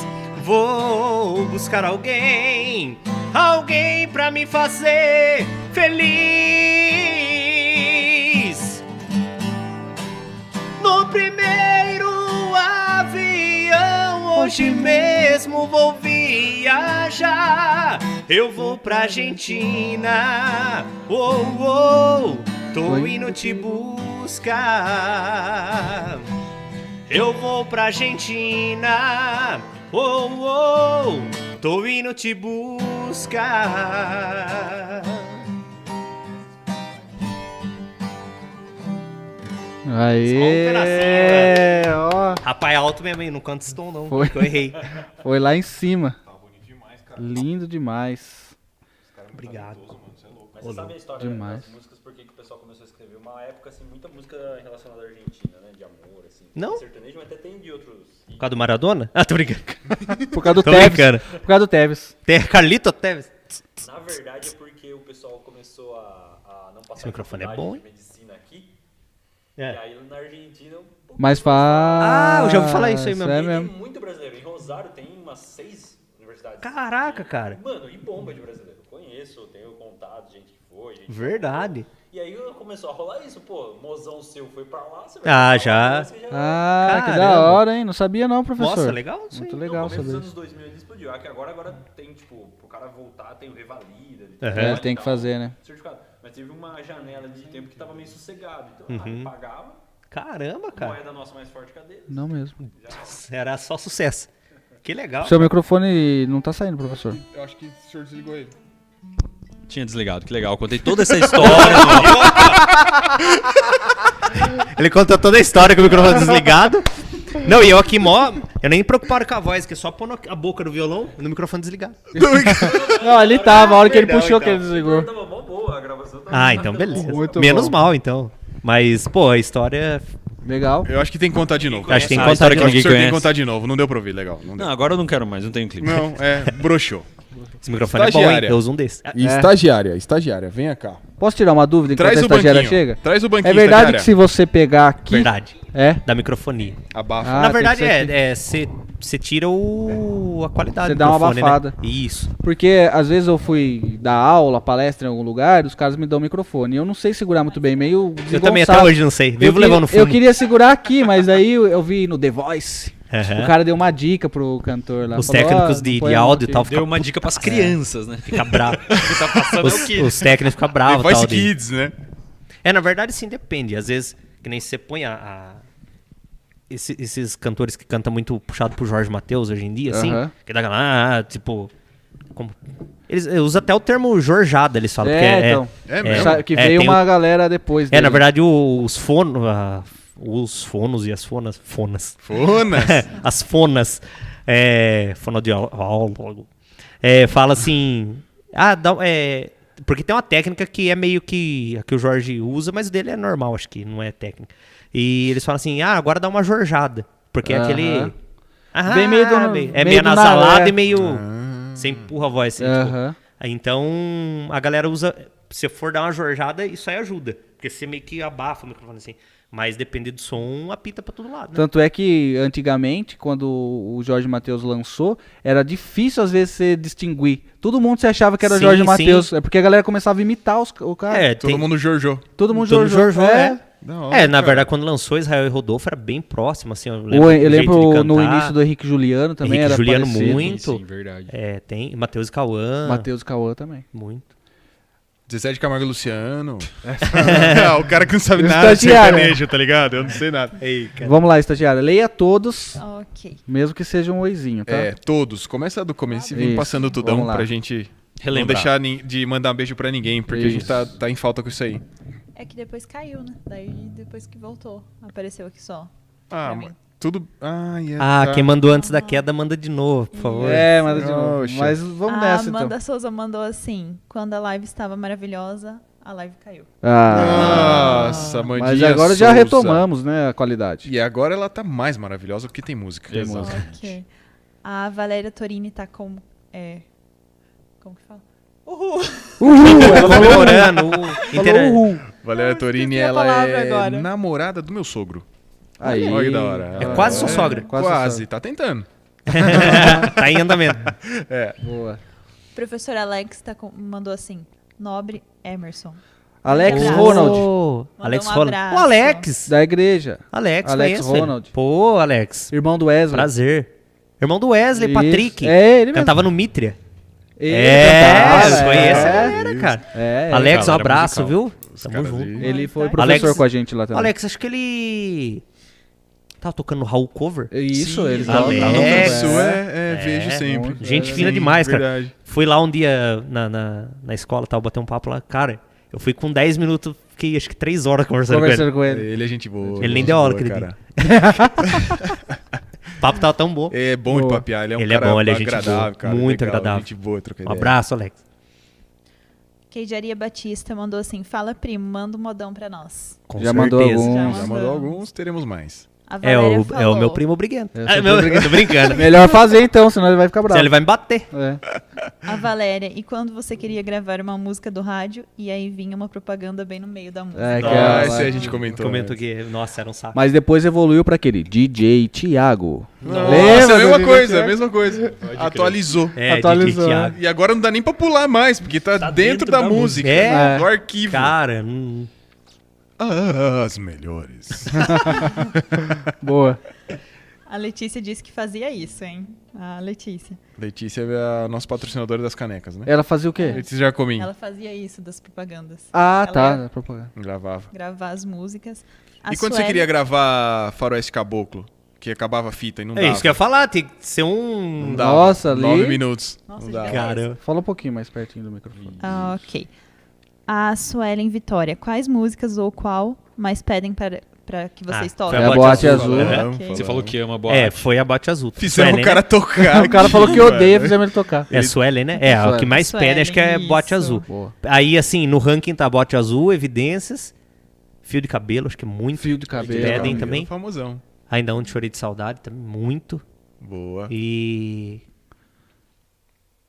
B: Vou buscar alguém, alguém pra me fazer feliz. No primeiro avião, hoje mesmo vou viajar. Eu vou pra Argentina. Oh, oh, tô
A: Oi.
B: indo te buscar. Eu vou pra Argentina. Oh, oh, tô indo te buscar.
K: um
A: Aê.
K: né?
A: Ó,
B: Rapaz, é alto mesmo, hein? Não canto estou, não.
A: Foi.
B: Eu errei.
A: foi lá em cima. Lindo demais.
B: Obrigado.
C: Mas você sabe a história
A: Demais.
C: das músicas, por que que o pessoal começou a escrever? Uma época, assim, muita música relacionada à Argentina, né? De amor, assim.
K: Não?
C: Sertanejo, mas até tem de outros.
K: Por causa do Maradona? [laughs] Ah, tô brincando.
A: Por causa do
K: Tô
A: Tevez.
K: brincando.
A: Por causa do Tevez.
K: Ter Carlito Tevez.
C: Na verdade, é porque o pessoal começou a, a não passar
K: Esse microfone é
C: faculdade
K: bom,
C: de
K: hein?
C: medicina aqui.
K: É.
C: E aí na Argentina, um pouco-
A: Mas fala.
K: Ah, eu já ouvi falar isso aí mesmo.
A: É
C: e tem
A: mesmo.
C: muito brasileiro. Em Rosário tem umas seis universidades.
K: Caraca, cara.
C: Mano, e bomba de brasileiro. Conheço, tenho contato, gente que foi. Gente...
K: Verdade.
C: E aí começou a rolar isso, pô. Mozão seu foi pra lá, você vai
K: Ah,
C: pra lá,
K: já.
C: você já...
A: Ah, que da
K: Caramba.
A: hora, hein? Não sabia não, professor.
K: Nossa, legal isso aí.
A: Muito
C: No
A: legal
C: começo dos
A: saber
C: anos
A: isso.
C: 2000 ele explodiu. É que agora, agora tem, tipo, pro cara voltar, tem o Revalida. ele
K: Aham.
C: que
A: É,
C: dar
A: tem que
C: um
A: fazer, né?
C: Certificado. Mas teve uma janela de tempo que tava meio sossegado. Então, ah, ele pagava,
K: Caramba,
B: Tá.
C: a
K: cara.
C: moeda nossa mais forte que a dele.
A: Não mesmo.
K: Era só sucesso. Que legal.
A: Seu microfone não tá saindo, professor.
K: [laughs]
D: Eu acho que o senhor desligou ele.
L: Tinha desligado, que legal. Contei toda
K: [laughs]
L: essa história.
K: Ele conta toda a história com o microfone desligado. Não, e eu aqui mó. Eu nem me preocupado com a voz, que é só pôr no- a boca do violão no microfone desligado.
A: Não, ali tava, a hora que ele
K: Perdão,
A: puxou que
K: então.
A: ele desligou.
C: [laughs] Tava mó boa a gravação. Tava
K: Ah, então beleza.
A: Muito
K: Menos
A: bom.
K: mal, então. Mas, pô, a história.
A: Legal.
D: Eu acho que tem que contar de novo.
K: Acho que tem que
L: a
K: contar
L: história
K: de
L: que
D: Eu acho
K: novo.
D: que
L: ninguém
D: o senhor tem que
L: conhece.
D: contar de novo. Não deu pra ouvir, legal. Não, deu.
L: Não, agora eu não quero mais, não tenho clipe.
D: não é, broxou.
K: Esse microfone é bom, hein?
D: Estagiária.
K: Eu uso um desse.
M: E estagiária, estagiária, venha cá.
A: Posso tirar uma dúvida enquanto
D: Traz
A: a
D: o
A: estagiária
D: banquinho.
A: chega?
D: Traz o banquinho,
A: É verdade que
D: estagiária.
A: se você pegar aqui.
K: Verdade.
A: É?
K: Da microfonia.
D: Abafa.
A: Ah,
K: Na
A: tem
K: verdade,
A: que ser aqui.
K: é. Você tira o. a qualidade
A: Você
K: do
A: dá uma
K: microfone, né?
A: abafada.
K: Isso.
A: Porque às vezes eu fui dar aula, palestra em algum lugar, e os caras me dão o microfone. E Eu não sei segurar muito bem, meio
K: Eu também até
A: desengonçado.
K: hoje não sei.
A: Eu
K: Vivo
A: que-
K: levando fundo.
A: Eu queria segurar aqui, mas aí eu, eu vi no The Voice.
K: Aham.
A: O cara deu uma dica pro cantor lá.
K: Os
A: falou,
K: técnicos
A: "Ó,
K: de,
A: põe
K: de
A: a mão
K: áudio e
A: aqui."
K: tal
L: Deu
K: ficam
L: uma dica pras crianças, né?
K: fica bravos.
L: [laughs] Que tá passando é o
K: Os,
L: que.
K: os técnicos ficam
B: Ah,
K: bravos.
D: Voice
K: tal, de-
D: Kids, né?
K: É, na verdade, sim, depende. Às vezes, que nem você põe a. a- esse- esses cantores que cantam muito puxado pro Jorge Matheus hoje em dia, assim.
A: Aham.
K: Que dá aquela. ah, tipo. Como, eles eh, usam até o termo jorjada, eles falam.
A: É,
K: porque
A: então.
D: É mesmo?
A: Sa- que
K: é,
A: veio
K: tem o-
A: uma galera depois
K: É,
A: dele.
K: na verdade, o- os fonos. os fonos e as fonas. Fonas. [laughs]
D: Fonas.
B: [laughs]
K: as fonas. É, fonoaudiólogo. É, fala assim. Ah, dá, é, porque tem uma técnica que é meio que. A que o Jorge usa, mas o dele é normal, acho que não é técnica. E eles falam assim: ah, agora dá uma jorjada. Porque é
A: Aham.
K: aquele. Ah,
A: Bem meio do-
K: é
A: meio
K: meio
A: do nada,
K: nasalado
A: é. Ah.
K: e meio. Você empurra a voz. Assim, tipo,
A: Aham.
K: Aí, Então, a galera usa. Se for dar uma jorjada, isso aí ajuda. Porque você meio que abafa o microfone assim. Mas depender do som, apita pra todo lado. Né?
A: Tanto é que antigamente, quando o Jorge Matheus lançou, era difícil às vezes você distinguir. Todo mundo se achava que era
K: Sim,
A: Jorge
K: sim.
A: Matheus. É porque a galera começava a imitar os, ca- o cara.
K: é,
D: Então, Todo
K: tem-
D: mundo Jojo.
A: Todo mundo
K: todo
A: Jorge.
K: Jorjô, é.
D: Da hora,
B: É, na
D: cara.
B: verdade, quando lançou Israel e Rodolfo era bem próximo, assim. Eu
A: É. Eu, eu
B: lembro, do jeito de
A: lembro no
B: cantar.
A: início do Henrique Juliano também
B: Henrique
A: era
B: Juliano
A: parecido.
B: muito.
C: Sim, verdade.
B: É, tem. Matheus e Cauã.
A: Matheus Cauã também.
B: Muito.
D: 17 Camargo e Luciano. Ah, o cara que não sabe nada de
A: Estagiário.
D: sertanejo, tá ligado? Eu não sei nada.
A: Vamos lá, estagiário. Leia todos,
E: Ok.
A: mesmo que seja um oizinho, tá?
D: É, todos. Começa do começo e vem
A: Isso,
D: passando tudão
A: vamos lá.
D: pra gente não
C: Relembrar.
D: deixar nin- de mandar um beijo pra ninguém, porque a gente
A: Isso.
D: tá, tá em falta com isso aí.
E: É que depois caiu, né? Daí depois que voltou, apareceu aqui só.
D: Ah,
E: Pra
D: mas
E: mim.
D: tudo. Ah, yeah,
B: Ah,
D: tá.
B: quem mandou antes da queda, manda de novo, por favor.
A: É, manda de novo.
D: Oxe.
A: Mas vamos
E: a
A: nessa então.
E: Amanda Souza mandou assim: quando a live estava maravilhosa, a live caiu.
A: Ah,
D: Nossa, Mandinha
A: mas agora já
D: Souza.
A: retomamos, né, a qualidade.
D: E agora ela tá mais maravilhosa porque tem música.
C: Exato.
E: Ok. A Valéria Torini tá com. É. Como que fala? Uhul!
A: Uhul!
B: Tô
A: Ela falou, né?
B: comemorando. o
A: falou
B: inter-
A: uhul.
D: Valéria Torini,
E: Ah, esqueci a
D: ela
E: palavra
D: é
E: agora.
D: namorada do meu sogro.
A: Aí.
D: Olha que da hora.
B: É quase sua sogra.
D: Quase,
A: Quase
D: tá tentando.
A: né?
B: [laughs] tá em andamento.
A: Boa.
E: Professor Alex tá com- mandou assim: Nobre Emerson.
A: Alex
E: Abraço.
A: Ronald,
B: Ô,
E: Mandou
B: Alex
E: um
B: Ronald.
E: abraço.
B: Ô, Alex!
A: da igreja.
B: Alex,
A: Alex
B: conheço ele.
A: Ronald.
B: Pô, Alex.
A: Irmão do Wesley.
B: Prazer. Irmão do Wesley,
A: Isso.
B: Patrick.
A: É, ele mesmo.
B: Cantava no Mitria.
A: Ele
B: é,
A: cantava,
B: eu conheço a
A: é.
B: galera, cara.
A: É, ele-
B: Alex, um
C: Galera
B: abraço,
C: musical.
B: viu?
D: Os
B: Tamo
D: caras
B: junto.
D: de-
A: ele foi
E: Alex-
A: professor com a gente lá também.
B: Alex, acho que ele. Tava tocando no Raul Cover.
A: Isso,
D: Sim,
A: ele
D: tá
A: tava-
B: Alex.
D: lá
A: tava
D: no
A: no-
D: Isso
A: é.
D: é, é,
B: né? É,
D: vejo sempre.
A: muito.
B: Gente
D: É,
B: fina
D: sim,
B: demais, cara.
D: verdade.
B: Fui lá um dia na, na, na escola, tal, bater um papo lá. Cara, eu fui com 10 minutos, fiquei acho que 3 horas conversando com ele.
A: Conversando com ele.
D: Ele é gente boa.
B: Ele nem
D: gente
B: deu aula
D: boa,
B: aquele
D: cara.
B: O papo tava tão bom.
D: É bom de
A: Boa.
D: papiar, ele é um
B: Ele é
D: cara
B: bom, ele é gente
D: agradável,
B: boa,
D: cara.
B: muito
D: legal,
B: agradável.
D: Gente boa,
B: Um
D: troca
A: é.
D: ideia.
B: abraço, Alex.
E: Queijaria Batista mandou assim: Fala, primo, manda um modão pra nós.
B: Com
A: Já mandou
B: certeza.
A: algum.
D: Já mandou alguns, teremos mais.
E: A
B: É
E: Valéria
B: o,
E: falou,
B: é o meu primo briguento.
A: É o
B: Ah,
A: seu
B: meu,
A: primo briguento.
B: tô
A: [laughs]
B: brincando.
A: Melhor fazer então, senão ele vai ficar
B: Senão
A: bravo.
B: ele vai me bater.
A: É.
E: A Valéria, e quando você queria gravar uma música do rádio e aí vinha uma propaganda bem no meio da música.
A: É, que
D: Ah,
A: é-
D: esse aí a gente comentou.
B: Comenta
D: né?
B: aqui. Nossa, era um saco.
A: Mas depois evoluiu pra aquele DJ Thiago.
D: Nossa, é
A: Lembra
D: a
A: do
D: mesma
A: DJ
D: coisa, a
A: Thiago?
D: mesma coisa. Atualizou.
B: é,
A: atualizou,
B: DJ Thiago.
D: E agora não dá nem pra pular mais, porque tá, dentro, da, música, né?
B: É.
D: do arquivo.
B: Cara, hum,
D: As melhores.
A: Boa.
E: A Letícia disse que fazia isso, hein? A Letícia.
D: Letícia é a nossa patrocinadora das canecas, né?
A: Ela fazia o quê?
D: Letícia Jacomim.
E: Ela fazia isso das propagandas.
A: Ah,
E: Ela
D: é-
A: tá. propaganda.
D: Gravava.
E: Gravar as músicas. A
D: e quando você
E: Sueli-
D: queria gravar Faroeste Caboclo? Que acabava a fita e não
B: é
D: dava.
B: isso que eu ia falar. Tem que ser um.
D: Não dava.
A: Nossa, ali-
D: Nove minutos.
E: Nossa,
D: não
E: ele
D: dava.
E: gravava isso.
B: Cara,
A: Fala um pouquinho mais pertinho do microfone.
E: Ah, ok. A Suelen Vitória, quais músicas ou qual mais pedem para, para que vocês
B: Ah,
E: toquem?
B: foi
A: É a boate azul. É,
E: Azul.
D: Falamos,
E: Ok.
D: falamos.
C: Você falou
D: [laughs]
C: que ama boa.
B: é, foi a Bate Azul.
D: Fizemos
B: Suelen,
D: o cara tocar.
A: O cara falou que odeia,
D: velho.
A: fizemos ele tocar.
B: Né? É Suelen, né? É, o que
A: Suelen.
B: mais pedem acho que é
E: Suelen,
B: Bote
E: isso.
B: Azul.
A: Boa.
B: Aí, assim, no ranking tá Bote Azul, Evidências, Fio de Cabelo, acho que é muito.
A: Fio de cabelo.
B: pedem também.
D: Famosão.
B: Ainda Onde Chorei de Saudade, também muito.
D: Boa.
B: E...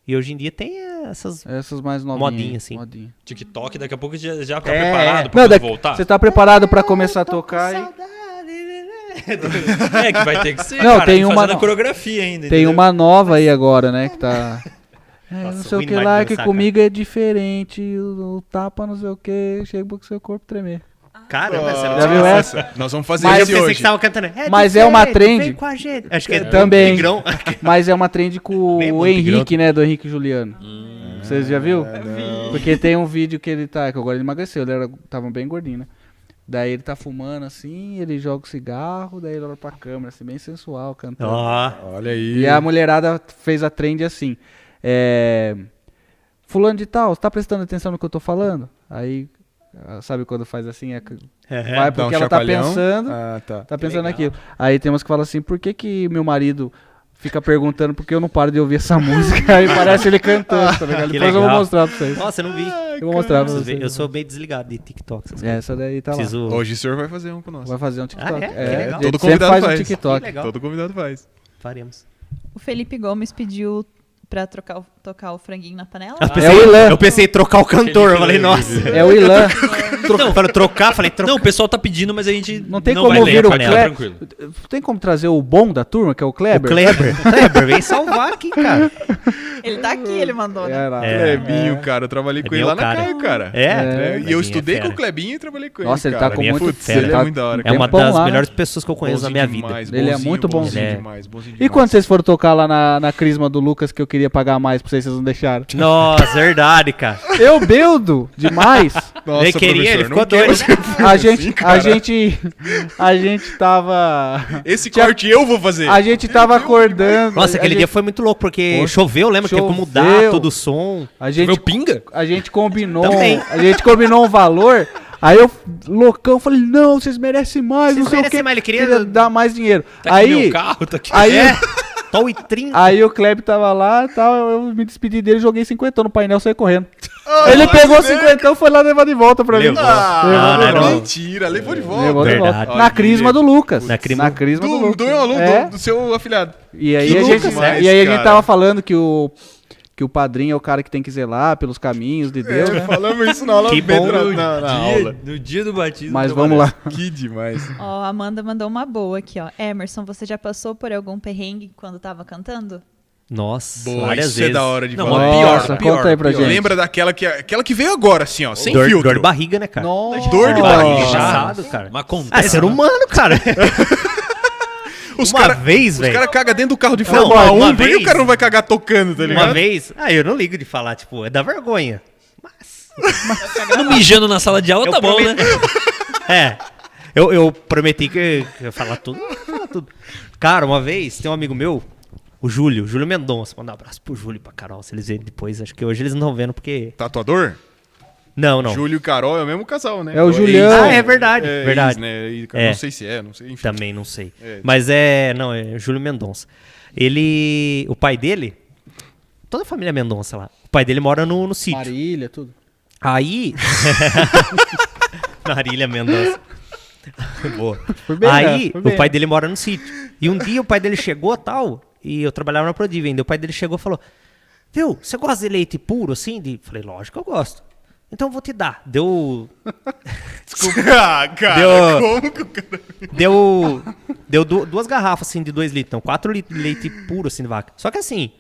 B: E hoje em dia tem essas...
A: Essas mais novinhas.
B: Modinha, assim.
A: Modinha.
C: TikTok, daqui a pouco já, já tá
B: É.
C: preparado pra
A: Não,
C: quando
A: daqui-
C: voltar.
A: Você tá preparado pra começar a tocar e...
C: [laughs] É que vai ter que ser,
A: Não,
C: cara,
A: tem uma-
C: fazendo a coreografia ainda.
A: Tem
C: entendeu?
A: uma nova aí agora, né? Que
B: [laughs]
A: tá. É,
B: Nossa,
A: não sei
B: ruim
A: o que
B: demais
A: lá,
B: de
A: que
B: dançar,
A: comigo é diferente. O, o tapa, não sei o que, chega pro seu corpo tremer.
B: Cara, você não
A: Já viu essa?
D: Nós vamos fazer
B: Mas eu
D: esse
B: pensei
D: hoje.
B: que tava cantando. "É
A: Mas é uma
B: diferente, vem
A: trend."
B: com a gente." Acho que é
A: Também.
B: Tigrão.
A: [laughs] Mas é uma trend com
B: Nem é
A: o
B: muito Hum.
A: Henrique,
B: grande.
A: né? Do Henrique Juliano. Vocês já viu?
B: É,
A: Porque tem um vídeo que ele tá. Que agora ele emagreceu, ele era, tava bem gordinho, né? Daí ele tá fumando assim, ele joga o cigarro, daí ele olha pra câmera, assim, bem sensual, cantando.
B: [laughs] Ó,
D: Olha aí.
A: E a mulherada fez a trend assim. É, Fulano de tal, você tá prestando atenção no que eu tô falando? Aí, ah, sabe quando faz assim? É, que- vai
D: Dá um
A: porque ela tá
D: chacoalhão.
A: pensando.
D: Ah, tá.
A: Tá pensando naquilo. Aí tem umas que falam assim, por que que meu marido fica perguntando por que eu não paro de ouvir essa [laughs] música? Aí parece ele cantando, tá ligado?
B: [laughs] que
A: Depois eu vou
B: legal.
A: mostrar pra vocês.
B: Nossa, eu não vi.
A: Eu vou mostrar pra
B: Preciso ver.
A: vocês.
B: Eu sou meio desligado de TikTok. essas coisas.
A: Essa daí tá lá.
B: Preciso...
D: Hoje o senhor vai fazer um com nós.
A: Vai fazer um TikTok.
B: Ah, é? Que legal.
A: a gente
D: Todo
A: sempre
D: convidado
A: faz um
D: faz.
A: TikTok.
B: legal.
D: Todo convidado faz.
B: Faremos.
E: O Felipe Gomes pediu pra trocar o- tocar o franguinho na panela.
D: Ah.
B: Eu
A: É o Ilan.
B: Eu pensei em trocar o cantor. Eu falei, nossa. [laughs]
A: É o Ilan.
B: Tro... Para trocar, falei, trocar.
C: Não, o pessoal tá pedindo, mas a gente
A: Não tem
B: vai
A: como
B: ler
A: ouvir
B: a
A: o
B: panela,
A: Kleber.
C: tranquilo.
A: Tem como trazer o bom da turma, que é o
B: O
A: Kleber?
B: Kleber. Kleber, vem salvar aqui, [laughs] cara.
E: Ele tá aqui, ele mandou, né?
A: Era-
B: É.
D: Clebinho, cara. Eu trabalhei com
B: Clebinho
D: ele
B: é
D: lá
B: o
D: na
B: cara.
D: Caio, cara.
B: É.
D: É, E
B: Clebinho
D: eu
B: é
D: estudei com
B: fera.
D: o Clebinho e trabalhei com ele.
A: Nossa, ele tá
D: cara.
A: com
B: Clebinho é
A: muito.
B: fera.
A: ele tá-
D: muito da hora,
B: É uma
A: tempão
B: das
A: lá, né?
B: melhores pessoas que eu conheço na
D: Bonzinho
B: minha vida.
D: demais,
A: Ele é muito bonzinho.
B: Ele é.
D: demais, bonzinho
A: E
D: demais.
A: quando vocês foram tocar lá na, na crisma do Lucas que eu queria pagar mais pra vocês, vocês não deixaram?
B: Nossa, verdade, cara.
A: Eu beldo demais.
D: Nossa,
B: ele queria, ele
D: professor, não
B: ficou doido.
A: A gente, a gente, a gente tava,
D: Esse corte eu vou fazer.
A: a gente tava acordando.
B: Nossa, aquele
A: a
B: dia
A: gente,
B: foi muito louco, porque
A: Poxa,
B: choveu, lembra? Teve que mudar
A: choveu.
B: todo o som.
A: a
B: Tá
C: Meu
A: gente,
C: pinga?
A: a gente combinou,
B: Também.
A: a gente combinou um valor. Aí eu, loucão, falei, não, vocês merecem mais,
B: Vocês
A: não sei o
B: merecem
A: quê.
B: mais, ele queria-
A: dar mais dinheiro.
C: Tá aqui
A: aí,
C: meu carro, tá aqui.
A: aí,
B: É, Tô e
D: Ah,
B: 30.
A: Aí o Kleb tava lá tal, eu me despedi dele, joguei cinquentão no painel, saí correndo. ele pegou cinquentão, foi lá levar de volta pra mim.
B: Levou.
A: Levou
D: Ah,
A: de
B: não,
A: volta.
B: não.
D: Mentira, levou de volta.
A: Levou de
B: Verdade.
A: volta. Na crisma do Lucas.
B: Na crisma-
A: crisma do,
D: Do,
A: Lucas.
D: do meu aluno,
A: É.
D: do, do seu afilhado.
A: E aí,
D: Que
A: a
D: louco
A: gente,
D: demais,
A: e aí a
D: cara.
A: gente tava falando que o, que o padrinho é o cara que tem que zelar pelos caminhos de Deus, né?
D: Falamos isso na aula
B: Que bom.
D: na, na- na
C: Dia-
D: aula.
C: no dia do batismo.
A: Mas
C: então,
A: vamos lá.
D: Que demais.
E: Ó, a Amanda mandou uma boa aqui, ó. Emerson, você já passou por algum perrengue quando tava cantando?
B: Nossa,
D: Boa,
B: várias
D: isso
B: vezes.
D: é da hora de
C: Não,
D: falar.
C: mas pior,
A: Nossa,
C: pior,
A: conta aí pra
C: pior.
A: gente.
D: Lembra daquela que, aquela que veio agora, assim, ó, sem
B: dor,
D: filtro.
B: dor de barriga, né, cara?
A: Nossa.
D: Dor de barriga.
A: um
B: Barriga,
C: Nossa.
B: assado, cara.
C: Mas
B: Ah, é
C: acontece.
B: ser humano, cara.
D: [laughs] Os
B: uma
D: caras
B: vez,
D: os
B: velho.
D: cara cagam dentro do carro de
B: Não,
D: Fórmula
B: uma
D: 1, por que
B: vez.
D: o cara não vai cagar tocando, tá
B: Uma
D: ligado?
B: vez. Ah, eu não ligo de falar, tipo, é da vergonha.
C: No Tá mijando na sala de aula
B: Eu
C: tá bom, né?
B: prometi- [laughs] É. Eu, eu prometi que que eu ia falar tudo. eu ia falar tudo. Cara, uma vez tem um amigo meu, o Júlio, o Júlio Mendonça. Manda um abraço pro Júlio e pra Carol, se eles verem depois. Acho que hoje eles não estão vendo porque.
D: Tatuador?
B: Não, não.
D: Júlio e Carol é o mesmo casal, né?
A: É o
D: Ex-
A: Julião.
B: Ah, é verdade.
D: é,
B: verdade.
D: ex, né? E-
B: É.
D: Não sei se é, não sei, enfim.
B: Também não sei.
D: É.
B: Mas é. Não, é Júlio Mendonça. Ele. O pai dele. Toda a família Mendonça lá. O pai dele mora no, no sítio.
A: Marília, tudo.
B: [laughs] Aí. Marília Mendonça. Boa.
A: Foi bem,
B: Aí,
A: né? Foi
B: o
A: bem.
B: pai dele mora no sítio. E um dia o pai dele chegou tal, e eu trabalhava na Prodiv ainda. O pai dele chegou e falou: Viu, você gosta de leite puro assim? De... Falei, lógico que eu gosto. Então eu vou te dar. Deu.
D: [laughs] ah, cara,
B: Deu-
D: como que o cara...
B: Deu. deu du- duas garrafas assim de dois litros. Não, quatro litros de leite puro assim de vaca. Só que assim.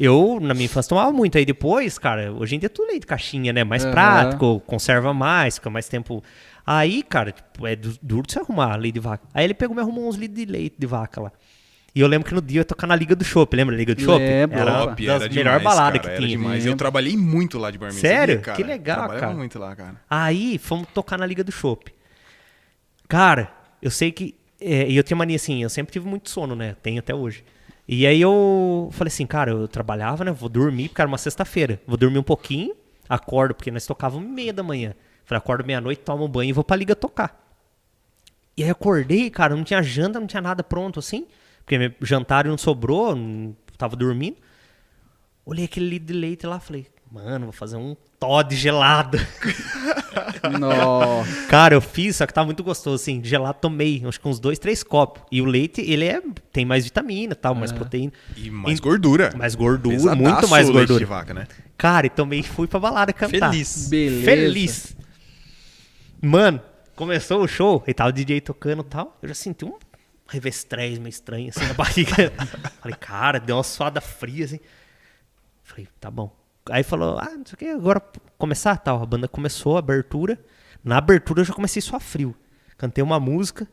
B: Eu, na minha infância, tomava muito. Aí depois, cara, hoje em dia é tudo leite de caixinha, né? Mais
A: Aham.
B: prático, conserva mais, fica mais tempo. Aí, cara, tipo, é du- duro de você arrumar leite de vaca. Aí ele pegou e me arrumou uns litros de leite de vaca lá. E eu lembro que no dia eu ia tocar na Liga do Chopp, lembra? Liga do Chopp?
A: Lembro.
B: Era uma
D: Top,
B: das
D: era
B: melhor
D: demais,
B: balada
D: cara,
B: que
D: era
B: tinha.
D: demais. Eu trabalhei muito lá de barman.
B: Sério?
D: sabia, cara?
B: Que legal,
D: Trabalhava
B: cara.
D: muito lá, cara.
B: Aí fomos tocar na Liga do Chopp. Cara, eu sei que. é, E eu tinha mania assim, eu sempre tive muito sono, né? Tenho até hoje. E aí eu falei assim, cara, eu trabalhava, né? Vou dormir, porque era uma sexta-feira. Vou dormir um pouquinho, acordo, porque nós tocávamos meia da manhã. Falei, acordo meia-noite, tomo um banho e vou pra Liga tocar. E aí eu acordei, cara, não tinha janta, não tinha nada pronto assim, porque meu jantar não sobrou, não- tava dormindo. Olhei aquele litro de leite lá, falei, mano, vou fazer um Todd gelado. [laughs]
A: Nossa.
B: Cara, eu fiz, só que tá muito gostoso, assim, de gelado tomei, acho que uns dois, três copos. E o leite, ele é, tem mais vitamina, tal, mais proteína,
D: É. E mais
B: Em-
D: gordura.
B: mais gordura,
D: Pesadaço
B: muito mais
D: o leite de
B: gordura. Então tá.
D: vaca, né?
B: Cara, e tomei e fui pra balada cantar.
C: Feliz.
A: Beleza.
B: Feliz. Mano, começou o show, e tava o DJ tocando e tal, eu já senti um revestrez meio estranho, assim, na [laughs] barriga. Falei, cara, deu uma suada fria, assim. Falei, tá bom. Aí falou, ah, não sei o que, agora p- começar tal. A banda começou a abertura. Na abertura eu já comecei só frio. Cantei uma música.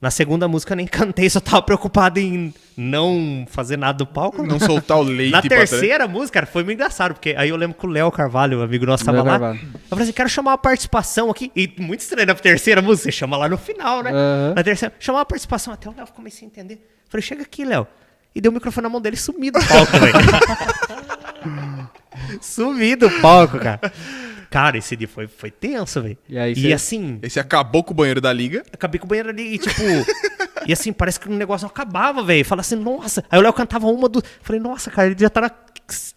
B: Na segunda música eu nem cantei, só tava preocupado em não fazer nada do palco.
D: Não soltar o leite
B: Na
D: pra trás.
B: terceira música, cara, foi muito engraçado, porque aí eu lembro que o Léo Carvalho, o amigo nosso, tava
A: Léo
B: lá.
A: Carvalho.
B: Eu falei assim, quero chamar uma participação aqui. E muito estranho, na terceira música, você chama lá no final, né?
A: Aham.
B: Na terceira, chamar uma participação. Até o Léo comecei a entender. Eu falei, chega aqui, Léo. E deu o microfone na mão dele e sumido do palco, velho. [laughs] sumido do palco, cara. Cara, esse dia foi, foi tenso, velho.
A: E aí você-
B: assim,
D: Esse acabou com o banheiro da liga.
B: acabei com o banheiro ali e tipo. [laughs] e assim, parece que o negócio não acabava, velho. Fala assim, nossa. Aí o Léo cantava uma do. Falei, nossa, cara, ele já tá na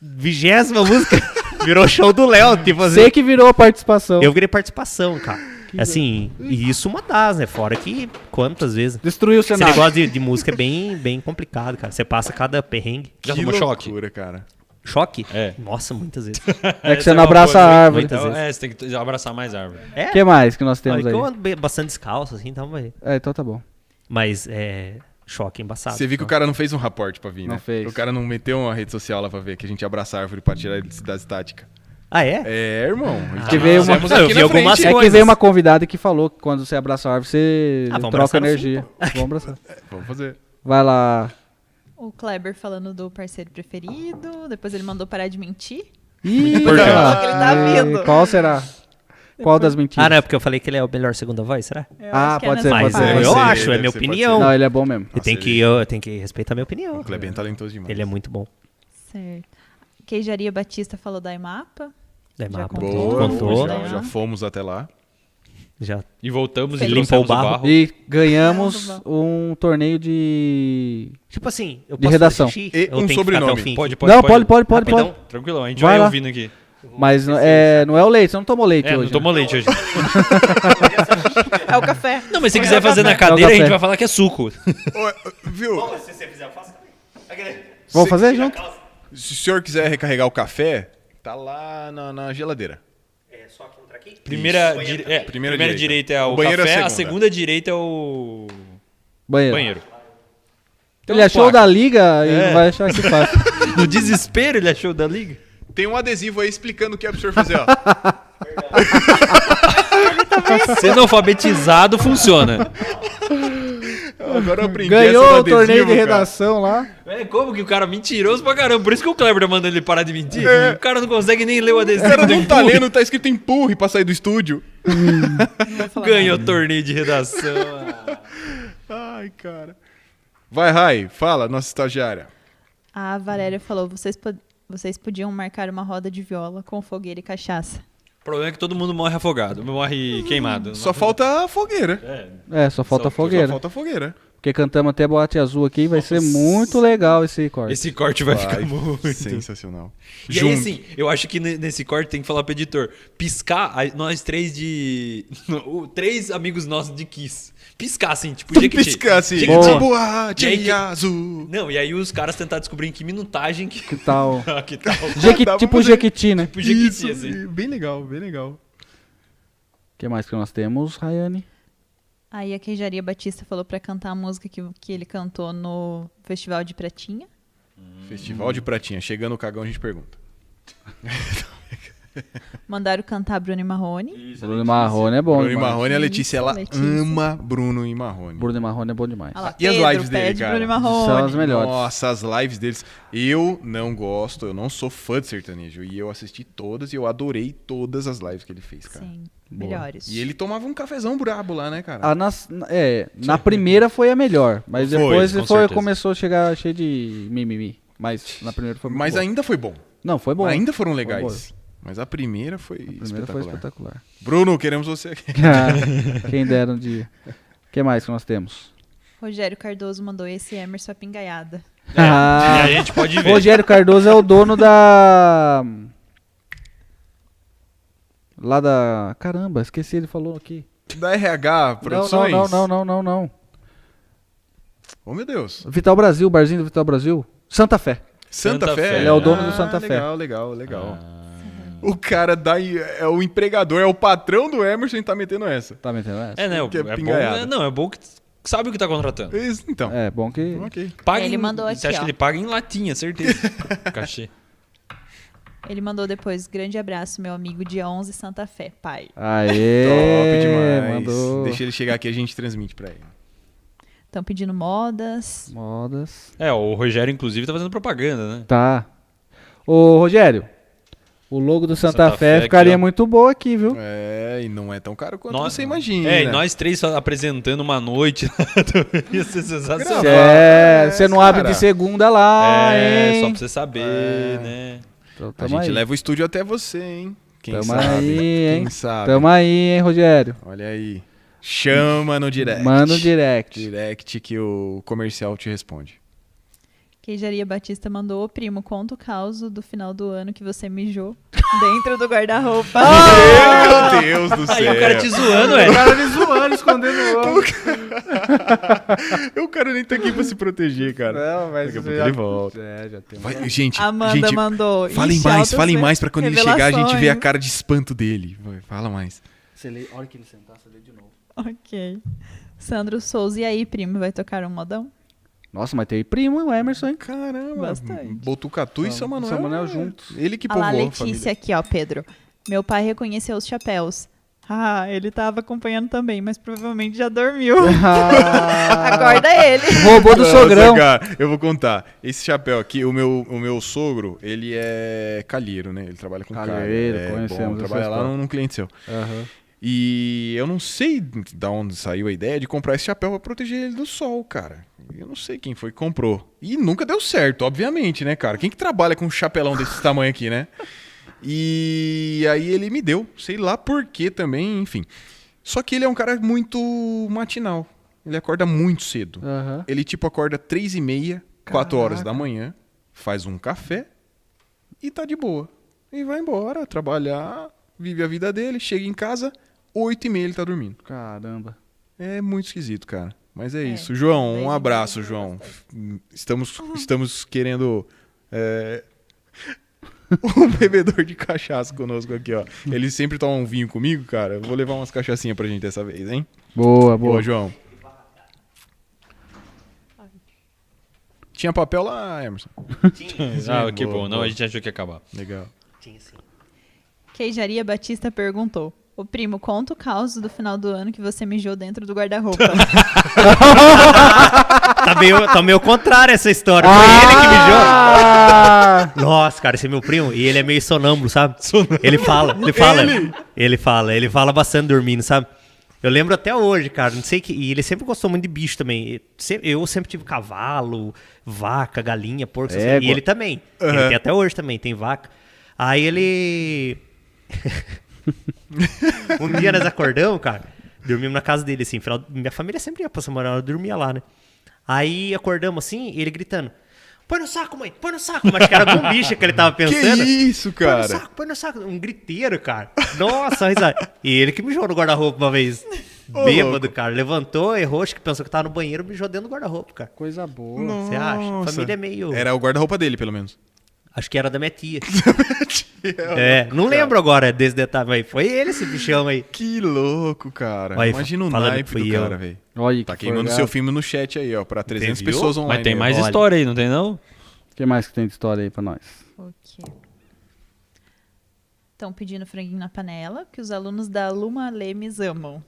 B: vigésima música. [laughs] Virou show do Léo, tipo assim.
A: Você que virou a participação.
B: Eu virei participação, cara. Assim, e isso uma das, né? Fora que quantas vezes.
A: Destruiu o
B: Esse
A: cenário.
B: negócio de, de música é bem, bem complicado, cara. Você passa cada perrengue.
C: Já
D: que
C: tomou choque?
D: loucura, cara.
B: Choque?
C: É.
B: Nossa, muitas vezes.
A: É que
C: Essa
A: você não
C: uma
A: abraça
C: boa,
A: a
C: né?
A: árvore.
B: Muitas
C: Então,
B: vezes.
C: é, você tem que abraçar mais a árvore.
B: É,
A: O que mais que nós [laughs] temos
B: olha
A: aí?
B: que eu ando bem- bastante descalço, assim, então, mas,
A: É, então tá bom.
B: mas é choque embaçado.
D: Você viu que o cara não fez um raporte pra vir, né?
A: Não fez.
D: O cara não meteu uma rede social lá pra ver que a gente abraça a árvore pra tirar ele da estática.
B: Ah, é?
D: É, irmão. a gente
A: Que veio uma-
D: fizemos
B: Ah, eu vi
D: aqui na
B: algumas
D: frente.
A: É que
B: coisas.
A: veio uma convidada que falou que quando você abraça a árvore, você
B: Ah, vamos
A: troca
B: abraçar no
A: energia. Vamos abraçar.
D: Vamos fazer.
A: Vai lá.
E: O Kleber falando do parceiro preferido, depois ele mandou parar de mentir.
A: Ih,
E: Por quê?
A: cara.
E: Ele tá vindo.
A: Ei, Qual será? Qual das mentiras?
B: Ah, não, é porque eu falei que ele é o melhor segunda voz, será?
E: Eu
A: Ah,
E: acho que
A: pode
E: é
A: ser,
E: nessa
A: pode
B: Mas
A: ser.
E: fase.
B: eu,
D: Pode ser,
B: acho, é
D: deve
B: minha
D: ser,
B: opinião.
A: Não, ele é bom mesmo.
B: E tem
D: Nossa,
B: que, eu, tem que respeitar a minha opinião.
D: O Kleber é talentoso demais.
B: Ele é muito bom.
E: Certo. Queijaria Batista falou da IMAPA.
B: Daí mapa,
E: contou.
D: Boa,
B: é contou,
D: já, já fomos até lá.
B: já
C: E voltamos e
B: Ele limpou
C: limpou o
B: o barro.
C: barro.
A: E ganhamos
E: Caramba.
A: um torneio de.
B: Tipo assim, eu
A: De
B: posso
A: redação.
B: fazer xixi?
D: E
B: Eu
D: um
B: tenho que ficar até o
D: sobrenome.
B: fim.
C: Pode, pode, Então,
A: Não, pode, pode, pode,
B: Rapidão.
A: pode.
C: Tranquilo, a gente
A: Vai
C: vai,
A: lá.
C: ouvindo aqui.
A: Mas é, não é o leite, você não tomou leite
C: É, não
A: hoje. né?
C: tomou leite hoje.
E: É o café.
C: Não, mas se quiser fazer na
A: cadeira, a
C: cadeira,
A: café.
C: a gente
A: gente vai
C: vai falar que é suco.
D: é, Viu?
B: Se você fizer, faça.
A: né? Vamos fazer junto?
D: Se o senhor quiser recarregar o café, tá lá na, na geladeira.
B: É só aqui entrar aqui.
C: Primeira, dire- é,
D: Primeira
C: primeira,
D: direita.
C: direita é
D: O
C: o
D: banheiro é a
C: café, a
D: segunda.
C: segunda direita é o
A: Banheiro.
C: banheiro. Então,
A: Ele achou
C: placa.
A: da liga e
C: É.
A: não vai achar que fácil.
C: No desespero ele achou da liga?
D: Tem um adesivo aí explicando o que é pro senhor fazer, [laughs] ó.
C: Sendo alfabetizado, funciona.
D: Agora eu aprendi essa
A: Ganhou
D: do
A: o torneio
D: adesivo,
A: de
D: cara.
A: redação lá.
C: É como que o cara é mentiroso pra caramba? Por isso que o Kleber tá mandando ele parar de mentir. O cara não consegue nem ler o
D: É. O
C: adesivo
D: cara
C: do
D: não tá
C: empurre.
D: lendo, tá escrito empurre pra sair do estúdio.
C: [laughs] Ganhou torneio de redação.
D: Ai, cara. Vai, Rai, fala, nossa estagiária.
E: A Valéria falou: vocês, po- vocês podiam marcar uma roda de viola com fogueira e cachaça.
C: O problema é que todo mundo morre afogado, morre queimado.
D: Só falta a fogueira.
A: É, só falta
C: Só-
A: fogueira.
D: Só falta a fogueira.
A: Porque cantamos até boate azul aqui, vai ser muito legal esse corte.
C: Esse corte vai,
D: Ai,
C: ficar muito.
D: Sensacional.
C: E aí,
D: Junto.
C: assim, eu acho que ne- nesse corte tem que falar pro editor: piscar, a- nós três de. [laughs] o- três amigos nossos de Kiss. Piscar, assim, tipo, Jequiti.
D: [laughs] Pisca assim.
C: Jequiti.
A: Boa.
D: Boate
C: E aí que-
D: azul.
C: Não, e aí os caras tentar descobrir em que minutagem que. [laughs]
A: Que tal?
C: Ah, que tal?
D: [laughs]
A: Jequi-
D: Dá pra
A: tipo
D: fazer.
A: Jequiti, né?
C: Tipo, Jequiti, assim.
D: e Bem legal, bem legal.
A: O que mais que nós temos, Rayane?
E: Aí a Queijaria Batista falou pra cantar a música que, que ele cantou no Festival de Pratinha.
D: Festival de Pratinha. Chegando o cagão, a gente pergunta.
E: Mandaram cantar Bruno e Marrone.
A: Bruno e Marrone é bom.
D: Bruno e
A: demais.
D: Marrone, a Letícia, ela
E: Letícia.
D: ama Bruno e Marrone.
A: Bruno e Marrone é bom demais.
E: Olha lá,
D: E as
E: Pedro
D: lives dele,
E: pede
D: cara?
E: Bruno e
A: São as
E: Marrone.
A: melhores.
D: Nossa, as lives deles. Eu não gosto, eu não sou fã de sertanejo. E eu assisti todas e eu adorei todas as lives que ele fez, cara.
E: Sim, melhores.
D: E ele tomava um cafezão brabo lá, né, cara?
A: Ah, nas- é, na primeira foi a melhor, mas
C: Foi,
A: depois
C: com
A: foi-
C: certeza.
A: começou a chegar cheio de mimimi. Mas na primeira foi muito
D: Mas
A: boa.
D: ainda foi bom.
A: Não, foi bom.
D: ainda foram
A: Foi
D: legais. Mas a primeira foi
A: boa. A primeira
D: espetacular.
A: foi espetacular.
D: Bruno, queremos você aqui. [laughs]
A: Ah, Quem dera um dia. O que mais que nós temos?
E: Rogério Cardoso mandou esse Emerson a pingaiada.
A: Ah,
C: E a gente pode ver.
A: Rogério Cardoso é o dono da. Lá da. Caramba, esqueci, ele falou aqui.
D: Da RH
A: Não,
D: Produções.
A: Não, não, não, não, não,
D: Oh, meu Deus.
A: não. Vital Brasil, barzinho do Vital Brasil. Santa Fé.
D: Santa,
C: Santa
D: Fé. Ah,
C: Fé. Ah. Ele é o
A: dono do Santa Fé.
D: Legal, legal, legal. O cara dá, é o empregador, é o patrão do Emerson e tá metendo essa.
A: Tá me entendendo? essa?
C: É, né?
D: Que é
C: É bom,
D: pingaiada.
C: é- não, é bom que sabe o que tá contratando.
D: Isso, Então,
A: É, bom que.
D: ok.
C: Paga
E: É, Ele
C: em-
E: mandou
C: Você
E: aqui,
C: acha
E: ó.
C: que ele paga em latinha, certeza.
D: [laughs]
C: Cachê.
E: Ele mandou depois, grande abraço, meu amigo de 11 Santa Fé, pai.
A: Aê!
D: Top demais.
A: É, Mandou.
D: Deixa ele chegar aqui, a gente transmite pra ele.
E: Estão pedindo modas.
A: Modas.
C: É, o Rogério, inclusive, tá fazendo propaganda, né?
A: Tá. Ô, Rogério, o logo do Santa,
C: Santa
A: Fé,
C: Fé
A: ficaria
C: aqui, ó.
A: muito boa aqui, viu?
D: É, e não é tão caro quanto
C: Nós-
D: você imagina.
C: É, e nós três só apresentando uma noite. [laughs] Ia ser sensacional.
A: Você
D: É,
A: não
D: cara.
A: abre de segunda
E: Ah,
A: lá,
C: É, só
A: hein?
C: pra você saber,
D: É.
C: né?
A: Então,
D: A
A: tamo
D: gente
A: aí.
D: leva o estúdio até você, hein? Quem
A: Tamo
D: sabe?
A: aí,
D: Quem
A: hein?
D: sabe?
A: Tamo aí, hein, Rogério?
D: Olha aí. Chama no direct.
A: Manda um direct.
C: [laughs]
D: Direct que o comercial te responde.
E: Queijaria Batista mandou, ô primo, conta o caos do final do ano que você mijou [laughs] dentro do guarda-roupa.
D: Meu Deus do
C: Aí o cara te
D: céu.
A: [laughs]
C: zoando, é.
A: O cara me zoando, escondendo o ano.
D: Eu quero nem tá aqui pra se proteger, cara.
A: Não, mas
D: Daqui a
A: você
D: pouco
A: já-
D: ele volta.
A: É, já tem.
D: Vai, gente,
E: Amanda
D: gente,
E: mandou.
D: falem
E: "Ixi,
D: mais,
E: altas
D: falem mais pra quando ele chegar a gente ver a
E: revelações."
D: cara de espanto dele. Vai, Fala mais.
A: Você lê, a hora que ele sentar, você lê de novo.
E: Ok. Sandro Souza, e aí, primo, vai tocar um modão?
A: Nossa, mas tem primo e o
D: [laughs]
A: Emerson, hein?
D: Caramba.
E: Bastante.
D: Botucatu e São Manuel.
A: São Manuel juntos.
D: Ele que
E: Olha lá,
D: povoou
E: a
D: a
E: Letícia aqui, ó, Pedro. Meu pai reconheceu os chapéus. Ah, ele tava acompanhando também, mas provavelmente
D: [laughs]
E: já dormiu. [laughs] Acorda ele.
A: [laughs] Roubou do
D: Nossa,
A: sogrão.
D: cara, eu vou contar. Esse chapéu aqui, o meu, o meu sogro, ele é calheiro, né? Ele trabalha com calha.
A: Calheiro,
D: É
A: conhecemos
D: Bom,
A: essa
D: trabalha lá
A: história.
D: num, num cliente seu.
A: Aham.
D: E eu não sei da onde saiu a ideia de comprar esse chapéu pra proteger ele do sol, cara. Eu não sei quem foi que comprou. E nunca deu certo, obviamente, né, cara? Quem que trabalha com um chapelão desse [laughs] tamanho aqui, né? E aí ele me deu, sei lá por que também, enfim. Só que ele é um cara muito matinal. Ele acorda muito cedo.
A: Aham.
D: Ele tipo acorda três e meia, quatro horas da manhã, faz um café e tá de boa. E vai embora, trabalhar, vive a vida dele, chega em casa, oito e meia ele tá dormindo.
A: Caramba.
D: É muito esquisito, cara. Mas é,
E: É,
D: isso. João,
E: talvez
D: um
E: ele
D: abraço, João. Estamos, estamos querendo. é, [laughs] um bebedor de cachaça conosco aqui, ó. Ele sempre toma um vinho comigo, cara. Eu Vou levar umas cachaçinhas pra gente dessa vez, hein?
A: Boa, boa.
D: Boa, João. Tinha papel lá, Emerson.
C: Ah, que
D: boa,
C: bom. Não,
D: é boa.
C: a gente achou que ia acabar.
D: Legal.
E: Queijaria Batista perguntou. Ô primo, conta o caos do final do ano que você mijou dentro do guarda-roupa.
B: Tá meio, tá meio contrário essa história. Foi ele que mijou.
A: Ah!
B: Nossa, cara, esse é meu primo e ele é meio sonâmbulo, sabe? Ele fala, ele fala. Ele? fala, ele fala bastante dormindo, sabe? Eu lembro até hoje, cara, não sei que. E ele sempre gostou muito de bicho também. E se- Eu sempre tive cavalo, vaca, galinha, porco, essas coisas.
A: Égua.
B: E ele também. Ele tem até hoje também, tem vaca. Aí ele. um dia nós acordamos, cara, dormimos na casa dele, assim. Final... Minha família sempre ia pra São Manuel, eu dormia lá, né? Aí acordamos assim, ele gritando: Põe no saco, mãe, põe no saco. Mas que era bombicha [laughs] que ele tava pensando.
D: Que isso,
B: Põe no
D: cara?
B: saco, põe no saco. Um griteiro, cara. Nossa, risada. E ele que mijou no guarda-roupa uma
D: [laughs]
B: vez. Bêbado, cara. Levantou, errou, acho que pensou que tava no banheiro, mijou dentro do guarda-roupa, cara.
A: Coisa boa.
B: Você acha? A família é meio.
D: Era o guarda-roupa dele,
B: [laughs]
D: pelo menos.
B: Acho que era da minha
D: [laughs]
B: tia. é, não lembro agora desse detalhe, mas foi ele esse bichão aí.
D: Que louco, cara.
B: Olha,
D: Imagina o
B: falando que
D: naipe
B: fui
D: do
B: eu.
D: cara, velho.
A: Olha aí,
D: Tá
A: que
D: queimando
A: folgado.
D: seu filme no chat aí, ó, pra 300
B: Entendeu?
D: pessoas online.
C: Mas tem mais
B: Olha.
C: história aí, não tem não?
A: O que mais que tem de história aí pra nós?
E: ok. Estão pedindo franguinho na panela, que os alunos da Luma Lemes amam.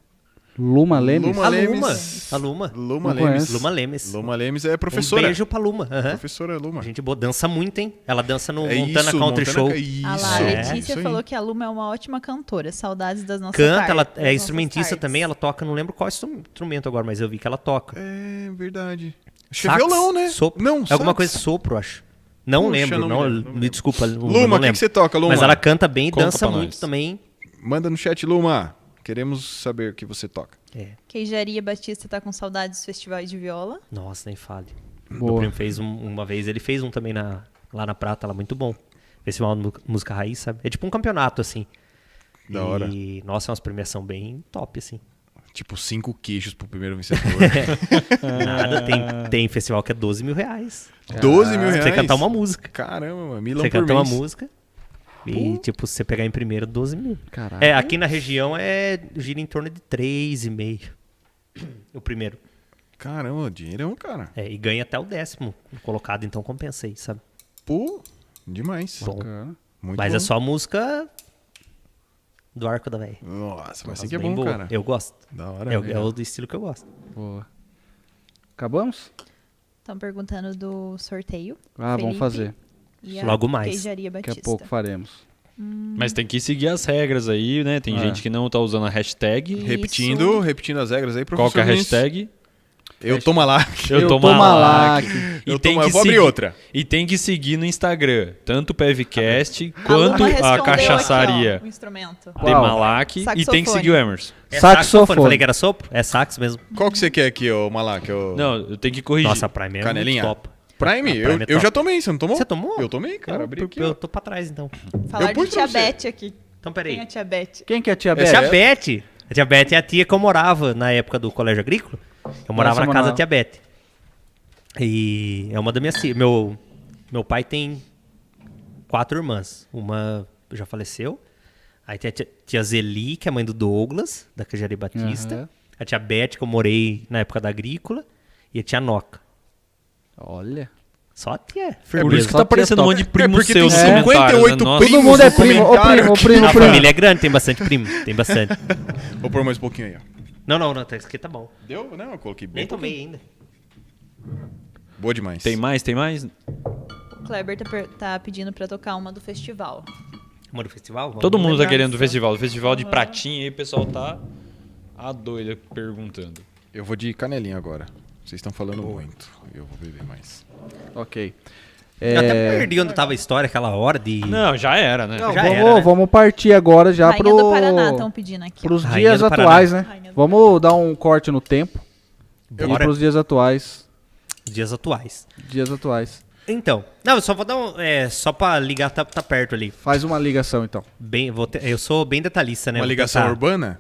A: Luma Lemes?
D: Luma
B: A Luma.
D: Lemes.
B: A Luma.
D: Luma
A: Não
D: Lemes.
A: conheço.
B: Luma Lemes.
D: Luma Lemes é
B: Um
D: professora.
B: beijo pra Luma. aham.
D: Professora Luma.
B: Gente boa, dança muito, hein? Ela dança no
D: é
B: Montana
D: isso,
B: Country
D: Montana
B: Show.
D: Ca- Isso.
E: Ah lá, a
B: é.
E: Letícia
D: isso aí.
E: falou que a Luma é uma ótima cantora. Saudades das nossas
B: Canta, ela
E: tar- das
B: é
E: nossas
B: instrumentista
E: tardes.
B: também, ela toca, não lembro qual instru- instrumento agora, mas eu vi que ela toca.
D: É verdade. Acho que é
B: Sax,
D: violão, né?
B: Sopro.
D: Não,
B: É alguma
D: sax.
B: coisa de sopro, acho. Não
D: Puxa,
B: lembro,
D: não
B: não,
D: me lembro, não me lembro.
B: me desculpa, Luma, não
D: Luma, o que,
B: lembro.
D: que você toca, Luma?
B: Mas ela canta bem,
C: Conta
B: dança
C: pra
B: muito
C: nós.
B: também.
D: Manda no chat, Luma. Queremos saber o que você toca.
C: É.
E: Queijaria Batista tá com saudades dos festivais de viola.
B: Nossa, nem fale. Meu
A: Boa.
B: primo fez um- uma vez, ele fez um também na, lá na Prata, lá muito bom. Festival de mu- música raiz, sabe? É tipo um campeonato, assim.
D: Da
B: e,
D: hora.
B: nossa, é umas premiação bem top, assim.
D: Tipo, cinco queijos pro primeiro
B: [laughs]
D: vencedor.
C: Ah.
B: Nada, tem, tem festival que é 12 mil reais.
D: 12 mil
B: Pra
D: reais.
B: você cantar uma música.
D: Caramba, mano. Milão
B: Você
D: por
B: canta uma
D: mês.
B: música e, tipo, se você pegar em primeiro, 12 mil.
A: Caralho.
B: É, aqui na região é gira em torno de 3,5. O primeiro.
D: Caramba, dinheiro é um cara.
B: É, e ganha até o décimo colocado, então compensa aí, sabe?
D: Pô, demais.
B: Bom.
A: Cara.
D: Muito
B: Mas
D: bom.
B: é só música do arco da véia.
D: Nossa, mas assim
B: Nossa,
D: que é
B: bem
D: bom,
B: boa.
D: cara.
B: Eu gosto.
D: Da hora. né?
B: É, o- é o do estilo que eu gosto.
A: Boa. Acabamos?
E: Estão perguntando do sorteio.
A: Ah, vamos
E: Felipe
A: fazer.
E: e a
B: Logo mais.
E: Queijaria Batista.
A: Daqui a pouco faremos.
E: Hum.
C: Mas tem que seguir as regras aí, né? Tem
D: Ah.
A: É.
C: gente que não tá usando a hashtag.
D: Repetindo, repetindo as regras aí,
C: Qual
D: professor.
C: que é a
D: Vinícius.
C: hashtag?
D: Eu tomo lá.
A: Eu tomo a
C: Malak.
A: Malak.
C: E
D: Eu
C: tem
D: tomo-
C: que
D: eu vou abrir
C: seguir-
D: outra.
C: E tem que seguir no Instagram, tanto o PevCast
E: Luma
C: quanto
E: respondeu
C: a
E: aqui,
C: cachaçaria
E: ó, o instrumento.
B: Ah,
C: de
A: Qual?
C: Malak. E tem
E: Saxofone.
C: que seguir o Emerson.
B: É
A: Saxofone.
B: saxofone. Falei que era sopro? É sax mesmo.
D: Qual que você quer aqui, ô Malak? Ô...
C: Não, eu tenho que corrigir.
B: Nossa, a Prime é muito
D: Canelinha.
B: top.
D: Prime,
B: Ah,
D: eu,
B: Prime é
D: eu
B: top.
D: já tomei, você não tomou?
B: Você tomou?
D: Eu tomei, cara.
B: eu,
D: abri aqui,
B: eu
D: ó.
B: tô pra trás, então.
E: Falar de
D: pus pra você.
E: diabetes aqui.
B: Então,
E: Quem é
B: peraí.
E: diabetes?
A: Quem que é a tia
B: É
A: Beth?
B: a Bete. A tia Bete é a tia que eu morava na época do colégio agrícola. Eu morava
A: Nossa,
B: na
A: mano.
B: casa da tia Bete. E é uma das minhas... ti- Meu, meu pai tem quatro irmãs. Uma já faleceu. Aí tem a tia, tia Zeli, que é mãe do Douglas, da Cajari Batista.
A: Aham.
B: A tia Bete, que eu morei na época da agrícola. E a tia Noca.
A: Olha.
B: Só a tia. é
C: Por isso que tá aparecendo um monte de primo
D: É porque
C: seu
D: tem
C: nos comentários,
D: 58
C: né? Nossa.
A: Todo mundo é primo, ô
D: comentário
A: primo, ô primo,
B: A
A: primo.
B: família é grande, tem bastante primo. Tem bastante.
D: Vou pôr mais um pouquinho aí, ó.
B: Não, não, não. tá- Isso aqui tá bom.
D: Deu? Não, eu coloquei bem.
B: Nem tomei ainda.
D: Boa demais.
C: Tem mais, tem mais?
E: O Kleber tá, per- tá pedindo pra tocar uma do festival.
B: Amor do festival? vamos
C: Todo mundo tá
B: lembrar.
C: querendo o festival. O festival de pratinha aí, o pessoal tá a doida perguntando.
D: Eu vou de canelinha agora. Vocês estão falando muito. Eu vou beber mais.
A: Ok.
B: Eu até
A: É,
B: perdi onde tava a história aquela hora de.
C: Não, já era, né?
A: não,
B: já
A: vamos,
B: era, né?
A: vamos partir agora já
E: Rainha do Paraná
A: pro,
E: estão pedindo aqui.
A: pros
B: Rainha
A: dias
B: do Paraná.
A: atuais, né?
E: Rainha do
A: Vamos dar um corte no tempo e
B: Bora
A: pros dias atuais.
B: dias atuais.
A: Dias atuais.
B: Então. Não, eu só vou dar um. É, só pra ligar, tá, tá perto ali.
A: Faz uma ligação então.
B: Bem, vou ter- eu sou bem detalhista, né?
D: Uma
B: Vou
D: ligação
B: tentar.
D: urbana?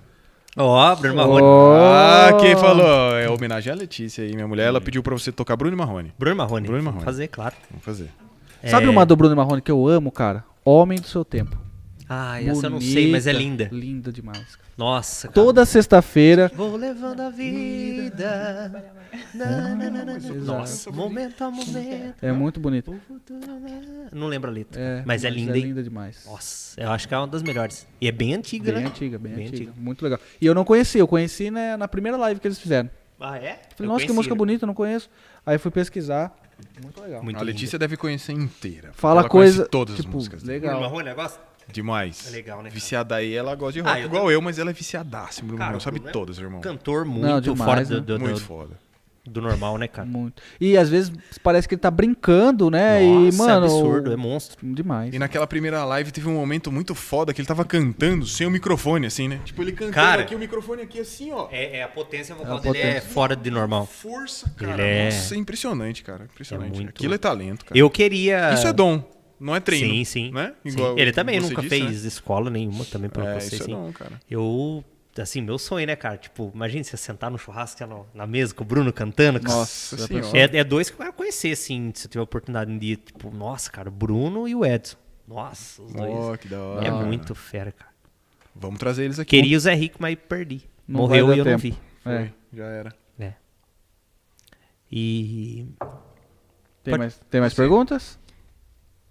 B: Ó, Bruno Marrone.
A: Oh!
D: Ah, quem falou? É homenagem à Letícia aí, minha mulher. Ela pediu pra você tocar Bruno e Marrone.
B: Bruno Marrone.
D: Bruno
B: Bruno
D: Marrone.
B: Marrone. Fazer, claro.
D: Vamos fazer.
A: Sabe
B: É-
A: uma do Bruno Marrone que eu amo, cara? Homem do seu tempo.
B: Ah, essa eu não sei, mas é
A: Bonita.
B: linda.
A: Linda demais. cara.
B: Nossa, cara.
A: Toda sexta-feira.
B: Vou levando a vida. Na, na, na, na, na. Nossa, momento a momento.
A: É muito bonita.
B: Não lembro a letra.
A: É,
B: mas é linda,
A: é
B: hein?
A: linda demais.
B: Nossa, eu acho que é uma das melhores. E é bem antiga,
A: Bem
B: né?
A: antiga, bem, antiga. Muito legal. E eu não conheci, eu conheci né, na primeira live que eles fizeram.
B: Ah, é?
A: Falei, nossa, que música bonita, eu não conheço. Aí fui pesquisar. Muito legal.
B: Muito
D: a Letícia deve conhecer inteira.
A: Fala
D: ela conhece
A: coisa,
D: Todas
A: tipo,
D: as músicas. dela.
A: legal.
B: negócio?
D: Demais.
B: É legal, né, cara?
D: Viciada aí, ela gosta de
B: Ah,
D: rock.
B: eu
D: igual eu, mas ela é viciadaça. em Bruno
B: Cara,
D: Marrone.
B: o
D: sabe
B: Bruno é
D: todas, irmão.
B: Cantor muito
A: Não, demais,
B: fora
A: né?
B: do, do,
D: Muito
B: do-
D: foda.
B: do normal, né, cara?
A: Muito. E às vezes parece que ele tá brincando, né? e,
B: Nossa,
A: mano.
B: é absurdo, é monstro.
A: Demais.
D: E naquela primeira live teve um momento muito foda que ele tava cantando sem o microfone, assim, né? Tipo, ele cantando
B: Cara.
D: aqui, o microfone aqui, assim, ó.
B: É, a potência
A: vocal É a dele é potência.
B: fora de normal.
D: Força, cara.
B: Ele é-
D: Nossa, é impressionante, cara. Impressionante.
B: É muito-
D: Aquilo é talento, cara.
B: Eu queria...
D: Isso é dom, não é treino.
B: Sim, sim.
D: Né?
B: Sim.
D: Igual
B: Ele também
D: você
B: nunca
D: disse,
B: fez escola nenhuma, também, pelo
D: Né? É,
B: que eu sei,
D: isso é
B: sim.
D: dom, cara.
B: Eu... Assim, meu sonho, né, cara? Tipo, imagina você sentar no churrasco, na, na mesa com o Bruno cantando. cara.
A: Nossa
D: Nossa
A: senhora.
B: É, é dois que eu quero conhecer, assim, se eu tiver oportunidade um dia. Tipo, nossa, cara, o Bruno e o Edson. Nossa, os dois.
D: Ó, que da hora.
B: É
D: cara.
B: muito fera, cara.
D: Vamos trazer eles aqui.
B: Queria o Zé Rico, mas perdi.
A: Não
B: Morreu
A: vai
B: e
A: dar
B: eu não
A: tempo.
B: vi.
A: É,
D: Já era.
B: E.
A: tem, mais, tem mais perguntas?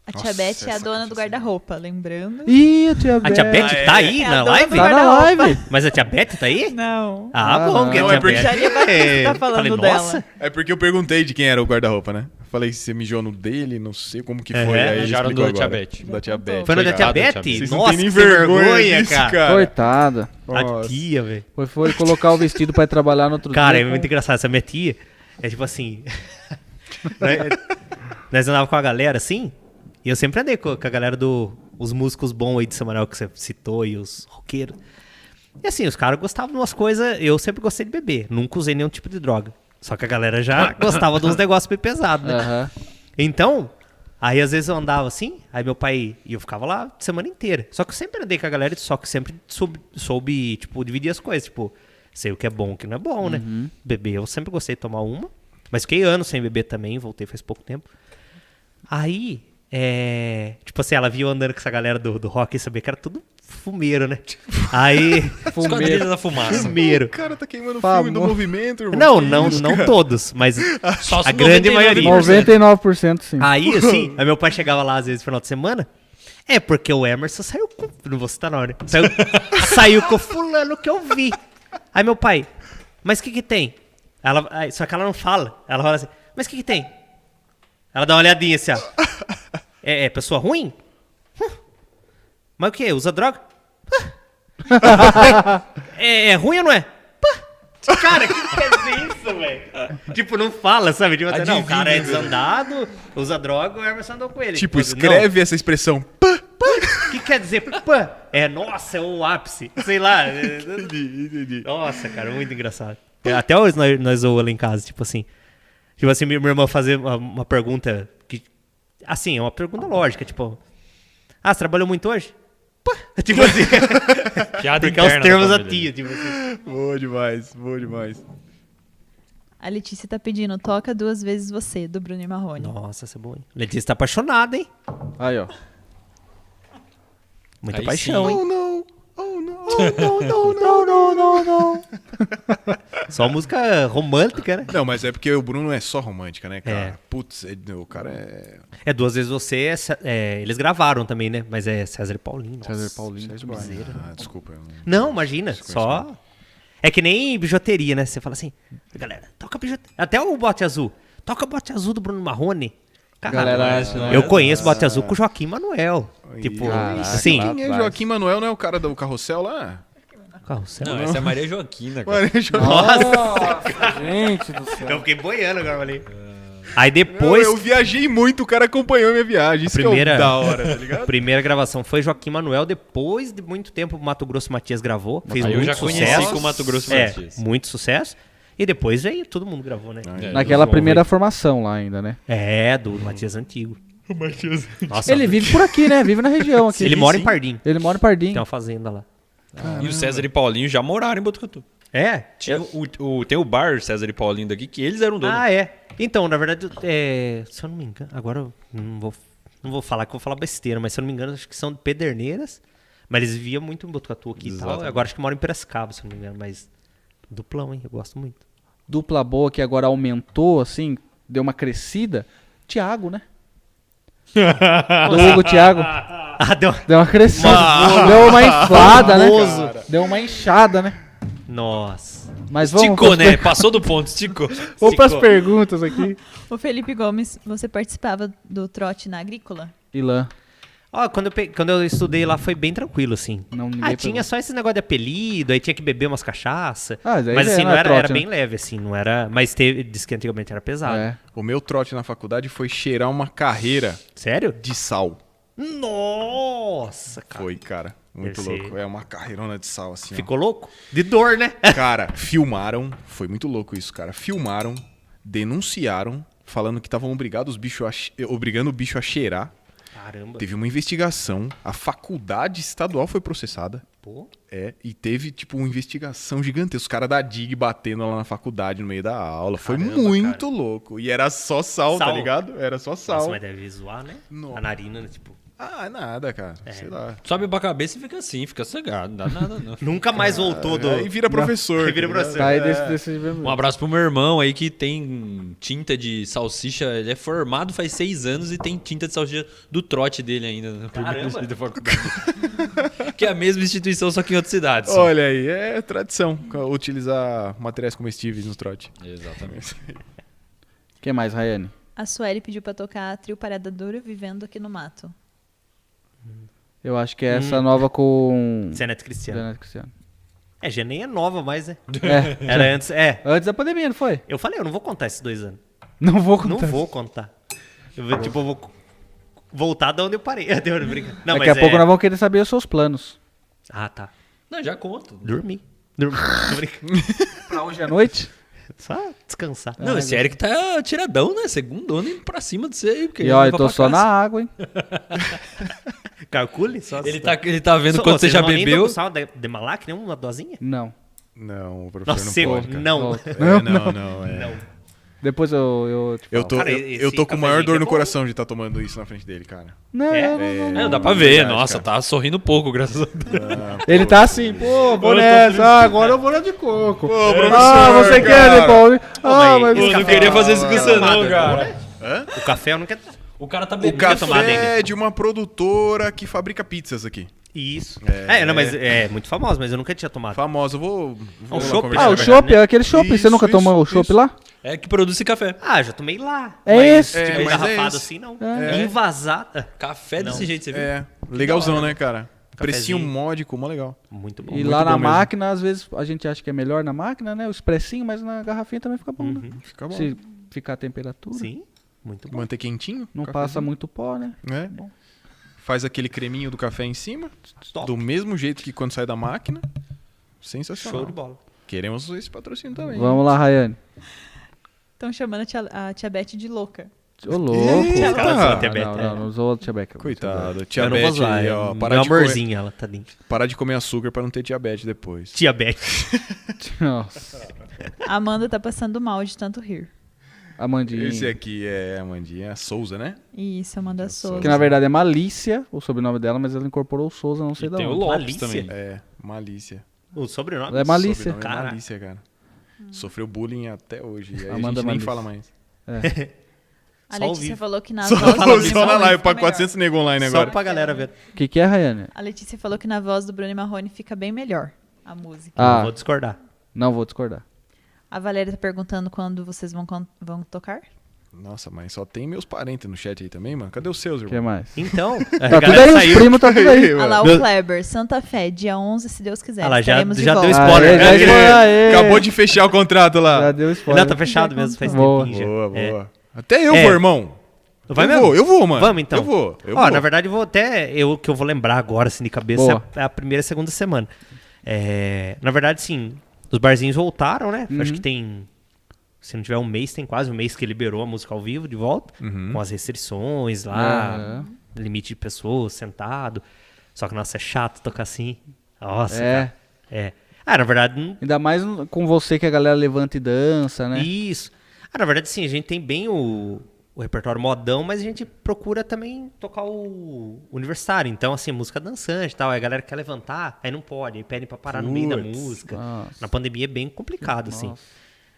E: A tia
D: Nossa,
E: Beth é a
D: essa
E: dona do guarda-roupa, lembrando.
A: Ih, a tia Beth.
B: A tia Beth tá aí
E: É a
B: na
E: dona
B: live?
A: Tá
E: do
A: na
E: guarda-roupa.
A: live.
B: Mas a tia Beth tá aí?
E: Não.
B: Ah,
A: Ah,
B: bom, porque a
D: não,
B: tia
D: é porque-
B: Beth.
E: Jaria
B: [laughs]
E: Batista tá
B: Falei,
E: falando
B: nossa.
E: dela.
D: É porque eu perguntei de quem era o guarda-roupa, né? Falei que você mijou no dele, não sei como que
B: É,
D: foi. aí ele
C: mijaram do
D: explicou
C: Tia
D: agora.
C: Beth.
D: Da Tia Beth.
B: Foi na da tia
C: Coitada da tia
B: Beth?
C: Beth.
D: Vocês não
B: Nossa,
D: têm nem
B: que vergonha,
D: [laughs] vergonha disso,
B: cara.
D: cara.
A: Coitada.
B: A tia, velho.
A: Foi, foi colocar o vestido pra ir trabalhar no outro
B: Cara, é
A: dia.
B: muito engraçado. Essa minha tia é tipo assim. [laughs] né, Nós andávamos com a galera assim. E eu sempre andei com com a galera dos músicos bons aí de Samaral que você citou e os roqueiros. E assim, os caras gostavam de umas coisas. Eu sempre gostei de beber. Nunca usei nenhum tipo de droga. Só que a galera já gostava de uns negócios bem pesados, né?
A: Aham.
B: Então, aí às vezes eu andava assim, aí meu pai. E eu ficava lá a semana inteira. Só que eu sempre andei com a galera, só que sempre soube, soube, tipo, dividir as coisas. Tipo, sei o que é bom e o que não é bom, né?
C: Uhum.
B: Beber, eu sempre gostei de tomar uma. Mas fiquei anos sem beber também, voltei faz pouco tempo. Aí, é. Tipo assim, ela viu eu andando com essa galera do, do rock e sabia que era tudo fumeiro,
C: [laughs]
B: né? Aí.
C: Esquadrilha da fumaça.
B: fumeiro.
D: O cara tá queimando o
A: Famo-
D: filme do movimento, irmão.
B: Não,
D: Que
B: não,
D: isso,
B: não
D: cara?
B: todos, mas
C: Só
B: a
C: os
B: grande
C: 99%.
B: maioria.
A: 99% sim.
B: Aí, assim, aí meu pai chegava lá às vezes no final de semana. É porque o Emerson saiu com. Não vou citar na hora. Saiu, saiu com o fulano que eu vi. Aí meu pai, mas o que que tem? Ela, aí, só que ela não fala. Ela fala assim, mas o que que tem? Ela dá uma olhadinha assim, ó. É, é pessoa ruim? Hum. Mas o que? Usa droga? [laughs] Hum. é, é ruim ou não é? Pá. Cara, que que é isso, velho? Tipo, não fala, sabe? Tipo, até, não, o cara é desandado, usa droga, o Emerson andou com ele.
D: Tipo,
B: Mas, não,
D: escreve essa expressão. Pá,
B: O que quer dizer pã? É, nossa, é o ápice. Sei lá. é, Nossa, cara, muito engraçado. É, Até hoje nós, nós zoamos lá em casa, tipo assim. Tipo assim, minha minha irmã fazer uma, uma pergunta que. Assim, é uma pergunta lógica, tipo. Ah, você trabalhou muito hoje? Pá! [laughs] Tipo assim.
C: Piada
B: porque é os
C: interna da
B: termos da tia,
C: família.
B: tipo assim.
D: Boa demais, boa demais.
E: A Letícia tá pedindo, toca duas vezes você, do Bruno e Marrone.
B: Nossa, essa é boa, hein? Letícia tá apaixonada, hein?
A: Aí, ó.
B: Muita
C: Aí
B: paixão,
C: sim.
B: hein?
D: Oh não, oh
B: [laughs]
D: não.
B: Só música romântica, né?
D: Não, mas é porque o Bruno é só romântica, né, cara?
B: É.
D: Putz, ele- o cara é.
B: É, duas vezes você. é Cé- é, eles gravaram também, né? Mas é César e Paulinho. nossa.
A: César Paulinho.
D: Ah, desculpa. eu não-
B: Não, imagina. Só. É que nem bijuteria, né? Você fala assim, galera, toca bijuteria. Até o bote azul. Toca bote azul do Bruno Marrone. Caralho,
C: Ah,
A: Galera,
C: é,
A: acha, né?
B: eu conheço bote azul com o Joaquim Manuel. Tipo,
A: Caraca,
B: sim.
A: lá
D: Quem é
A: atrás.
D: Joaquim Manuel, não é o cara do carrossel lá?
B: Carrossel.
C: Não, essa é a Maria Joaquina, cara.
D: Mano, eu-
A: Nossa, gente do céu.
B: Então Eu fiquei boiando agora, falei. É. Aí depois,
D: eu viajei muito, o cara acompanhou minha viagem. Isso
B: primeira-
D: que é o da hora, tá ligado?
B: a primeira gravação foi Joaquim Manuel. Depois de muito tempo, o Mato Grosso Matias gravou. Fez
C: Aí eu
B: muito
C: já conheci
B: sucesso.
C: com o Mato Grosso
B: é,
C: Matias.
B: muito sucesso. E depois aí todo mundo gravou, né?
C: É,
A: Naquela
C: eu-
A: primeira formação lá ainda, né?
B: É, do Matias Antigo. Nossa,
A: Ele vive por aqui, né? Vive na região aqui.
B: ele mora Então. em Pardim.
A: Ele mora em Pardim.
B: Tem uma fazenda lá.
C: E o César e Paulinho já moraram em Botucatu.
B: É?
C: Tinha o, o- tem o bar César e Paulinho daqui, que eles eram donos.
B: Ah, é. Então, na verdade, é, se eu não me engano, agora eu não vou, não vou falar que eu vou falar besteira, mas se eu não me engano, acho que são de Pederneiras, mas eles viviam muito em Botucatu aqui e tal.
C: Exatamente.
B: Agora acho que moram em Piracicaba, se eu não me engano, mas duplão, hein? Eu gosto muito.
A: Dupla boa que agora aumentou, assim, deu uma crescida. Tiago, né? Do Hugo Tiago.
B: Ah, deu...
A: Deu uma crescida. Deu uma inflada, né? Deu uma inchada, né?
B: Nossa.
A: Mas vamos,
C: Esticou,
A: vamos,
C: né? Passou do ponto, esticou.
A: vamos pras perguntas aqui.
E: O Felipe Gomes, você participava do trote na agrícola?
A: Ilan,
B: Ó, quando eu, pe- quando eu estudei lá foi bem tranquilo, assim.
A: não ninguém
B: Ah, tinha
A: pergunta.
B: só esse negócio de apelido, aí tinha que beber umas cachaça.
A: Ah, daí
B: mas
A: já
B: assim,
A: era
B: não era, era
A: trote, né?
B: bem leve, assim, não era. Mas teve, diz que antigamente era pesado.
A: É.
D: [laughs] O meu trote na faculdade foi cheirar uma carreira
B: Sério?
D: de sal.
B: Nossa, cara.
D: Foi, cara. Muito
B: Deve
D: louco.
B: ser.
D: É uma carreirona de sal, assim. ó.
B: Ficou louco? De dor, né?
D: Cara, filmaram. Foi muito louco isso, cara. Filmaram, denunciaram, falando que estavam obrigados os bichos a che- obrigando o bicho a cheirar.
B: Caramba.
D: Teve uma investigação. A faculdade estadual foi processada.
B: Pô.
D: É, e teve, tipo, uma investigação gigantesca. Os caras da DIG batendo lá na faculdade no meio da aula. Foi
B: Caramba,
D: muito louco. E era só sal, tá
B: Sal.
D: ligado? Era só
B: Nossa,
D: sal.
B: mas deve zoar, né?
D: Não.
B: A narina, né? tipo.
D: Ah, nada, cara.
B: É.
D: Sei lá.
C: Sobe pra cabeça e fica assim, fica cegado, não dá nada não.
B: Nunca mais voltou do.
D: Aí vira professor.
B: Aí vira
D: tá
B: professor. É.
D: ligado?
A: Tá aí desse, desse...
C: Um abraço pro meu irmão aí que tem tinta de salsicha. Ele é formado faz seis anos e tem tinta de salsicha do trote dele ainda. né? na primeira
B: Caramba.
C: vez da faculdade. [laughs] que é a mesma instituição, só que em outras cidades.
D: Olha aí, é tradição co- utilizar materiais comestíveis no trote.
C: Exatamente.
A: O que mais, Rayane?
E: A Sueli pediu pra tocar a trio Parada Dura Vivendo Aqui no Mato.
A: Eu acho que é essa nova com...
B: Zeneto é Cristiano.
A: Leonardo Cristiano.
B: É, já nem é nova mais, né?
A: É,
B: Era antes. É.
A: antes da pandemia, não foi?
B: Eu falei, eu não vou contar esses dois anos.
A: [laughs] Não vou
B: Não
A: contar.
B: vou contar. Eu vou, tipo, eu vou voltar da onde eu parei. [laughs] Eu não brinco. Não,
A: Daqui a
B: mas
A: pouco
B: é...
A: nós vamos querer saber os seus planos.
B: Ah, tá.
C: Não, já conto.
B: Dormi. Dormi. [laughs] Tô brincando.
A: Pra hoje à noite?
B: Só descansar.
A: Ah,
C: Não, esse Eric tá tiradão, né? Segundo ano indo pra cima de você aí. porque
A: E
C: ele
A: ó,
C: vai
A: eu tô
C: pra
A: só
C: casa.
A: na água, hein?
B: Calcule só.
C: Ele tá, ele tá vendo
B: Só-
C: quando você
B: vocês
C: já
B: não nem
C: bebeu.
B: tomam sal de, de malac, nem uma dosinha?
A: Não.
D: Não, o professor
B: Nossa,
D: não
B: eu-
D: pode, cara.
B: não.
A: Volta.
D: É, não, não, é.
A: Depois eu, eu tipo, te
D: Eu
A: falo.
D: tô,
B: Cara,
D: eu,
B: esse
D: eu tô com
B: cafezinho
D: maior dor
B: aqui é
D: no
B: bom.
D: coração de estar tomando isso na frente dele, cara.
A: Não,
B: É.
A: não, não, não.
C: É, dá pra ver.
D: Verdade,
C: Nossa, tá sorrindo pouco, graças a Deus.
A: Ele tá assim, pô, vou nessa, ah, agora eu vou na de coco.
D: Ô, professor,
A: ah, você quer,
D: cara.
A: De Paulo? Ah,
B: mas
A: mas...
B: esse
C: Eu não
B: café-
C: queria fazer isso com você, não,
B: Tomada,
C: cara.
B: O café eu não quero.
C: O cara tá
D: O
C: bebendo.
B: tomada
D: café
B: ainda.
D: é de uma produtora que fabrica pizzas aqui.
B: Isso. É, não, mas é muito famoso, mas eu nunca tinha tomado.
D: Famosa, eu vou, vou
B: Ah. Um
D: lá
B: chopp?
D: conversar
A: Ah,
D: com
A: o
D: ela.
A: chopp, é aquele chopp.
D: Isso,
A: Você nunca
D: isso,
A: tomou o
D: isso.
A: chopp lá?
C: É que produz esse café.
B: Ah, já tomei lá.
A: É
B: mas,
A: esse.
B: Tipo,
D: É, mas é
B: engarrafado
D: esse.
B: assim, não.
A: É.
B: Envasada.
C: Café desse
B: Não.
C: jeito, você viu?
D: É, legalzão, né, cara? Precinho
B: Um Cafezinho.
D: módico, mó legal.
B: Muito bom.
A: E lá na
D: bom mesmo.
A: máquina, às vezes a gente acha que é melhor na máquina, né? O expressinho, mas na garrafinha também fica bom, né?
D: Fica bom.
A: Se ficar a temperatura,
B: Sim, muito bom.
D: Manter quentinho.
A: não
D: cafezinho,
A: passa muito pó, né?
D: né? Faz aquele creminho do café em cima.
B: Top.
D: Do mesmo jeito que quando sai da máquina.
B: Show
D: Sensacional.
B: de bola.
D: Queremos esse patrocínio também.
A: Vamos lá, Rayane.
E: Estão chamando a tia, a tia Beth de louca.
A: Ô, louco.
B: Os caras zoam a Tia
A: Ah,
B: Beth,
A: não,
B: né?
A: não, não zoa o Tia Beck.
I: Coitado,
B: Eu
I: tia
B: não vou
I: Beth
B: zoar.
I: aí,
B: é
I: ó.
B: um-
I: Parar
B: meu
I: de, comer,
B: amorzinho, ela tá dentro.
I: parar de comer açúcar pra não ter diabetes depois.
B: Tia Beth.
A: [laughs] Nossa.
E: A Amanda tá passando mal de tanto rir.
A: Amandinha.
I: Esse aqui é a Mandinha Souza, né?
E: Isso, Amanda Souza.
A: Que na verdade é Malícia, o sobrenome dela, mas ela incorporou o Souza, não sei
C: E
A: da
C: tem o
A: onde.
C: Lopes
B: Malícia.
C: também.
I: É, Malícia.
B: O sobrenome.
A: Ela é Malícia.
I: Sobrenome é
B: Caraca.
I: Malícia, cara.
B: Hum.
I: Sofreu bullying até hoje. E aí
A: Amanda
I: a gente nem
A: Malícia.
I: fala mais.
E: A
B: Só ao
E: Letícia
B: vivo.
E: falou que nas
I: Só,
E: vozes do Bruno
I: só na
E: Marrone
I: live,
E: fica
I: pra
E: melhor.
I: 400 nego online
B: Só
I: agora.
B: pra galera ver.
A: O que, que é, Rayane?
E: A Letícia falou que na voz do Bruno Marrone fica bem melhor a música.
B: Não
A: Ah,
B: Vou discordar.
A: não vou discordar.
E: A Valéria tá perguntando quando vocês vão, con- vão tocar.
I: Nossa, mas só tem meus parentes no chat aí também, mano. Cadê os seus,
A: O que
I: irmão?
A: mais?
B: Então, a
A: Tá tudo
B: galera
A: aí, os
B: saiu.
A: primos tá tudo
B: [laughs]
A: aí.
E: Olha lá, o
B: Meu-
E: Kleber, Santa Fé, dia 11, se Deus quiser.
B: Ah lá, já-
E: estaremos de
B: já deu
E: volta.
B: Spoiler,
A: Aê, já
B: né?
A: deu- aê.
I: É, Acabou de fechar o contrato
A: Já
I: lá.
A: deu
B: Não,
A: spoiler.
B: tá fechado mesmo, faz
A: Boa.
B: tempinho já.
I: Boa,
B: É.
I: boa. Até eu
B: É.
I: vou, irmão.
B: Vai
I: eu
B: mesmo?
I: vou, eu vou, mano.
B: Vamos então.
I: Eu vou. Eu
B: Ó,
I: vou.
B: na verdade, eu vou até. Eu que eu vou lembrar agora, assim, de cabeça,
A: Boa.
B: é a, é a primeira e segunda semana. É, na verdade, sim, os barzinhos voltaram, né?
I: Uhum.
B: Acho que tem. Se não tiver um mês, tem quase um mês que liberou a música ao vivo de volta,
I: Uhum.
B: com as restrições lá,
I: É.
B: limite de pessoas, sentado. Só que, nossa, é chato tocar assim. Nossa,
A: É.
B: cara. É. Ah, na verdade, não-
A: Ainda mais no- com você que a galera levanta e dança, né?
B: isso. Ah, na verdade, sim, a gente tem bem o, o repertório modão, mas a gente procura também tocar o universitário. Então, assim, música dançante e tal. Aí a galera quer levantar, aí não pode, aí pedem pra parar no meio da
I: Puts,
B: música.
A: nossa.
B: Na pandemia é bem complicado, assim.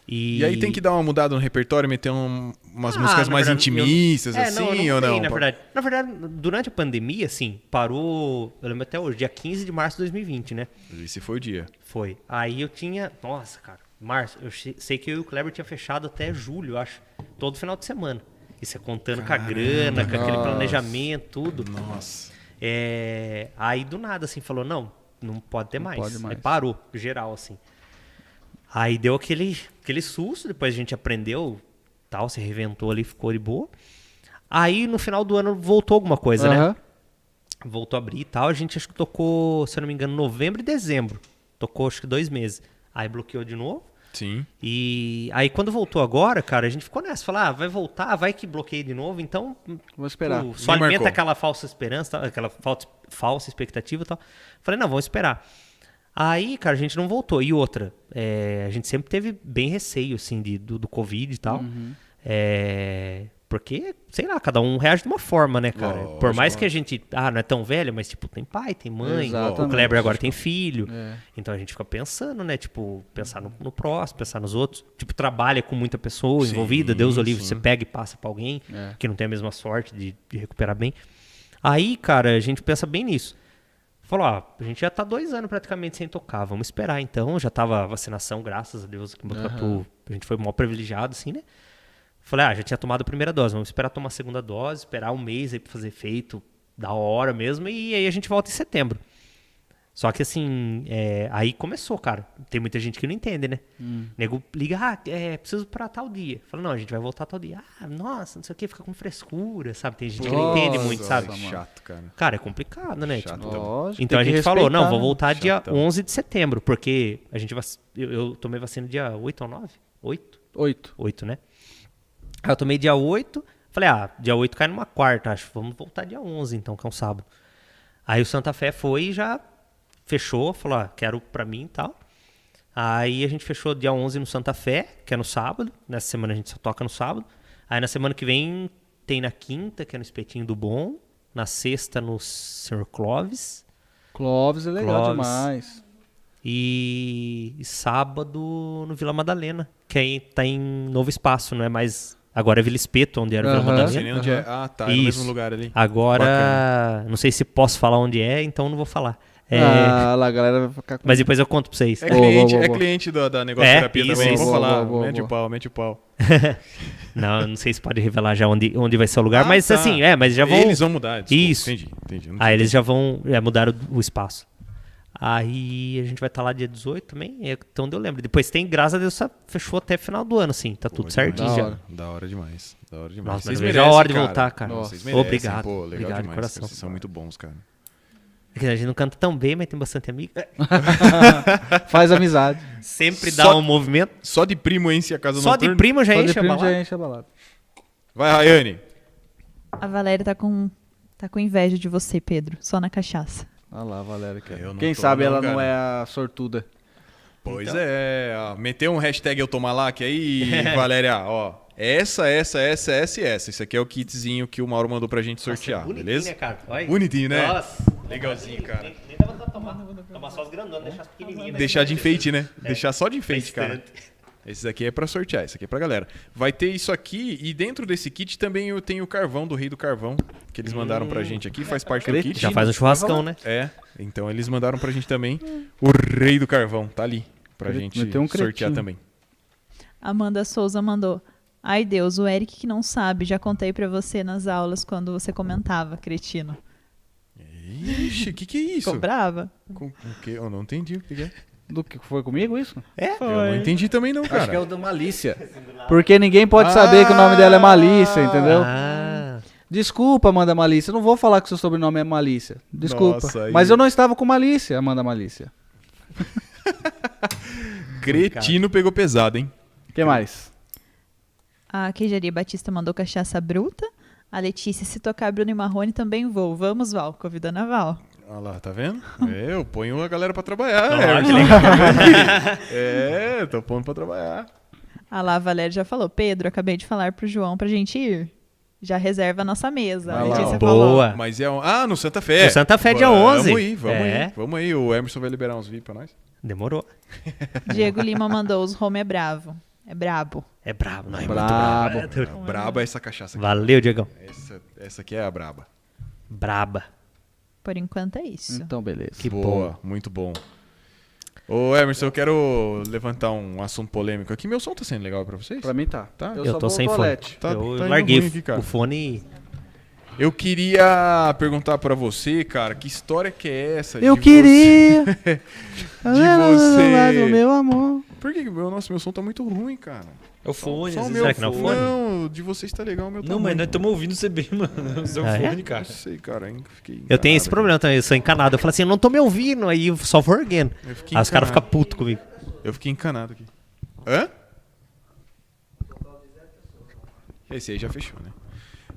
B: E...
I: E aí tem que dar uma mudada no repertório, meter um- umas
B: Ah,
I: músicas
B: na
I: mais
B: verdade, eu-
I: intimistas,
B: É,
I: assim,
B: não, eu
I: ou
B: sei,
I: não?
B: Na verdade, na verdade, durante a pandemia, assim, parou, eu lembro até hoje, dia 15 de março de 2020, né?
I: Esse foi o dia.
B: Foi. Aí eu tinha. Nossa, cara. Março. Eu che- sei que eu e o Kleber tinha fechado até julho, eu acho. Todo final de semana. Isso é contando com a grana, com aquele planejamento, tudo. Nossa. Aí do nada, assim, falou: não, não pode ter mais.
A: pode mais.
B: Aí parou, geral, assim. Aí deu aquele, aquele susto, depois a gente aprendeu, tal, se reventou ali, ficou de boa. Aí no final do ano voltou alguma coisa, né?
A: Aham.
B: voltou a abrir e tal. A gente acho que tocou, se eu não me engano, novembro e dezembro. Tocou acho que dois meses. Aí bloqueou de novo.
I: Sim.
B: E aí quando voltou agora, cara, a gente ficou nessa. Falar, ah, vai voltar, vai que bloqueia de novo. Então,
A: Vou esperar.
B: pô,
I: Me
B: só alimenta
I: marcou.
B: aquela falsa esperança, tal, aquela falsa, falsa expectativa e tal. Falei, não, vamos esperar. Aí, cara, a gente não voltou. E outra, é, a gente sempre teve bem receio, assim, de, do, do Covid e tal.
A: Uhum.
B: É, porque, sei lá, cada um reage de uma forma, né, cara? Por mais que a gente, ah, não é tão velho, mas, tipo, tem pai, tem mãe. O
A: Exatamente.
B: Kleber agora tem filho.
A: É.
B: Então a gente fica pensando, né? Tipo, pensar no, no próximo, pensar nos outros. Tipo, trabalha com muita pessoa envolvida, Deus o livre, você pega e passa pra alguém
A: É.
B: que não tem a mesma sorte de, de recuperar bem. Aí, cara, a gente pensa bem nisso. Falou, ó, a gente já tá dois anos praticamente sem tocar, vamos esperar então. Já tava vacinação, graças a Deus, que em Botucatu. A gente foi mal privilegiado, assim, né? Falei, ah, já tinha tomado a primeira dose, vamos esperar tomar a segunda dose, esperar um mês aí pra fazer efeito da hora mesmo, e aí a gente volta em setembro. Só que assim, é, aí começou, cara. Tem muita gente que não entende, né?
A: Hum.
B: Nego liga, ah, é, preciso parar tal dia. Fala, não, a gente vai voltar tal dia. Ah, nossa, não sei o que, fica com frescura, sabe? Tem gente que não entende muito, sabe?
I: Chato, cara.
B: Cara, é complicado, né? Tipo,
A: Lógico,
B: então a
A: tem que
B: gente falou,
A: respeitar,
B: não, vou
A: né?
B: voltar dia 11 de setembro, porque a gente vac... eu, eu tomei vacina dia 8 ou 9? 8?
A: Oito.
B: 8, né? Aí eu tomei dia 8, falei, ah, dia 8 cai numa quarta, acho, vamos voltar dia 11 então, que é um sábado. Aí o Santa Fé foi e já fechou, falou, ah, quero pra mim e tal. Aí a gente fechou dia 11 no Santa Fé, que é no sábado, nessa semana a gente só toca no sábado. Aí na semana que vem tem na quinta, que é no Espetinho do Bom, na sexta no Sr. Clóvis
A: Clóvis é legal
B: Clóvis.
A: demais.
B: e, e sábado no Vila Madalena, que aí tá em novo espaço, não é mais... Agora é Vila Espeto, onde era o Vila
A: Aham.
I: Não sei
B: Madalena.
I: nem onde é. Ah, tá. É no
B: Isso.
I: mesmo lugar ali.
B: Agora,
I: Bacana.
B: não sei se posso falar onde é, então não vou falar. É,
A: Ah, lá a galera vai ficar com...
B: Mas depois eu conto pra vocês.
I: É
A: Boa,
I: cliente,
A: boa,
I: é
A: boa.
I: cliente da, da negócio-terapia
B: É,
I: também.
B: isso,
I: Vou
A: isso.
I: falar.
A: Boa, boa,
I: mete
A: boa.
I: o pau, mete o pau.
B: Não, eu não sei se pode revelar já onde, onde vai ser o lugar,
I: Ah,
B: mas
I: tá.
B: assim, é, mas já vão.
I: Eles vão mudar. desculpa,
B: Isso.
I: Entendi, entendi. Não
B: Ah, eles já vão. É, mudaram o espaço. Aí a gente vai estar lá dia 18 também, é, então eu lembro. Depois tem, graças a Deus, só fechou até final do ano, assim, tá tudo certinho
A: Da
B: já.
A: hora.
I: Da hora demais. Da hora demais.
D: é
B: Nossa,
I: Vocês
B: mas vejo a hora de
I: cara.
B: voltar, cara.
I: Nossa, vocês
B: Obrigado.
I: Pô, legal
B: obrigado de
I: demais. cara.
B: coração.
I: Vocês são muito bons, cara.
B: Quer dizer, A gente não canta tão bem, mas tem bastante amigo.
A: Faz amizade.
B: Sempre
D: Só-
B: dá um movimento.
D: Só de primo, hein, se a casa
B: Só
D: noturna.
B: de primo já
A: Só de
B: enche a
A: primo
B: balada.
A: já enche a balada.
D: Vai, Rayane.
E: A Valéria tá com, tá com inveja de você, Pedro. Só na cachaça.
A: Olha lá, Valéria. cara.
D: Eu não
A: Quem
D: tô
A: sabe
D: não,
A: ela
D: cara.
A: não é a sortuda.
D: Pois
I: Então.
D: é, ó, meteu um hashtag eu tomar lá,
I: [laughs]
D: que aí,
I: É.
D: Valéria, ó. Essa, essa, essa, essa e essa. Isso aqui é o kitzinho que o Mauro mandou pra gente
I: é
D: sortear,
B: Bonitinho,
D: beleza?
B: né, cara? Olha aí.
D: Bonitinho, né?
B: Nossa.
I: assim.
D: Legalzinho, cara.
B: Nem, nem dá vontade de tomar. Tomar só as grandonas, deixar as pequenininhas. né?
D: Deixar de enfeite, né? Deixar só de enfeite, cara. Esse daqui é pra sortear, esse aqui é pra galera. Vai ter isso aqui e dentro desse kit também eu tenho o carvão do Rei do Carvão, que eles mandaram pra gente aqui, faz parte do kit.
B: Já faz um churrascão, né?
D: É, então eles mandaram pra gente também o Rei do Carvão, tá ali, pra
A: Cre-
D: gente
A: meteu um
D: sortear
A: cretino.
D: também.
E: Amanda Souza mandou. Ai Deus, o Eric que não sabe, já contei pra você nas aulas quando você comentava, cretino.
D: Ixi, o que que é isso?
E: Ficou brava?
D: Com, com o quê? Eu não entendi o que que é.
A: Do que foi comigo isso?
D: Eu não entendi também não,
A: É, Acho que é
D: cara.
A: o da Malícia. Porque ninguém pode saber que o nome dela é Malícia, entendeu?
B: Ah,
A: Desculpa, Amanda Malícia. eu Não vou falar que seu sobrenome é Malícia. Desculpa.
D: Nossa, aí-
A: Mas eu não estava com Malícia, Amanda Malícia.
D: Cretino pegou pesado, hein?
A: O que mais?
E: A Queijaria Batista mandou cachaça bruta. A Letícia, se tocar Bruno e Marrone, também vou. Vamos, Val, convidando a Val.
D: Olha lá, tá
A: [laughs]
D: vendo? É, eu ponho a galera pra trabalhar.
B: Olha
D: é,
B: que
D: [laughs]
B: legal.
D: é, tô pondo pra trabalhar.
E: A lá, a Valéria já falou. Pedro, acabei de falar pro João pra gente ir. Já reserva a nossa mesa. A
A: Vai lá.
E: Letícia falou.
B: Boa.
D: Mas é. on- Ah, no Santa Fé.
B: No Santa Fé, dia 11.
D: Vamos aí, vamos
B: É.
D: aí. Vamos aí. O Emerson vai liberar uns vídeos pra nós.
B: Demorou.
E: Diego Lima mandou. Os Rome é bravo. É brabo.
B: É brabo, não é muito
A: Brabo.
B: brabo. É duro.
D: Braba essa cachaça aqui.
B: Valeu, Diegão.
D: Essa, essa aqui é a braba.
B: Braba.
E: Por enquanto é isso.
A: Então, beleza.
B: Que
D: Boa, muito bom. Ô, Emerson, eu quero levantar um assunto polêmico aqui. Meu som tá sendo legal pra vocês?
A: Pra mim tá.
D: Tá.
A: Eu,
B: Eu,
A: só
B: tô
A: vou
B: sem
A: ao
B: fone.
A: toalete.
D: Tá-
B: eu
D: tá indo
B: larguei
D: ruim aqui, cara.
B: o fone.
D: Eu queria perguntar pra você, cara, que história que é essa?
A: Eu
D: de
A: queria.
B: [laughs] Ah,
D: você-
A: Do Ah, meu amor.
D: Você... Por que que meu, nossa, meu som tá muito ruim, cara?
C: É o fone,
D: Só
C: às
D: o
C: vezes
D: meu
B: será
C: é
B: que não é o
C: fone.
B: fone?
D: Não, de vocês tá legal, o meu tá
C: Não, mas
D: ruim.
C: nós estamos ouvindo você bem, [laughs] mano. Você é um
B: Ah, é?
C: fone, cara.
D: Não sei, cara. hein, fiquei
B: Eu tenho esse
D: encanado,
B: problema também, eu sou encanado. Eu falo assim, eu não tô me ouvindo, aí eu só vou erguendo.
D: Eu fiquei
B: Aí os caras
D: encanado.
B: ficam putos comigo.
D: Eu fiquei encanado aqui. Hã? Esse aí já fechou, né?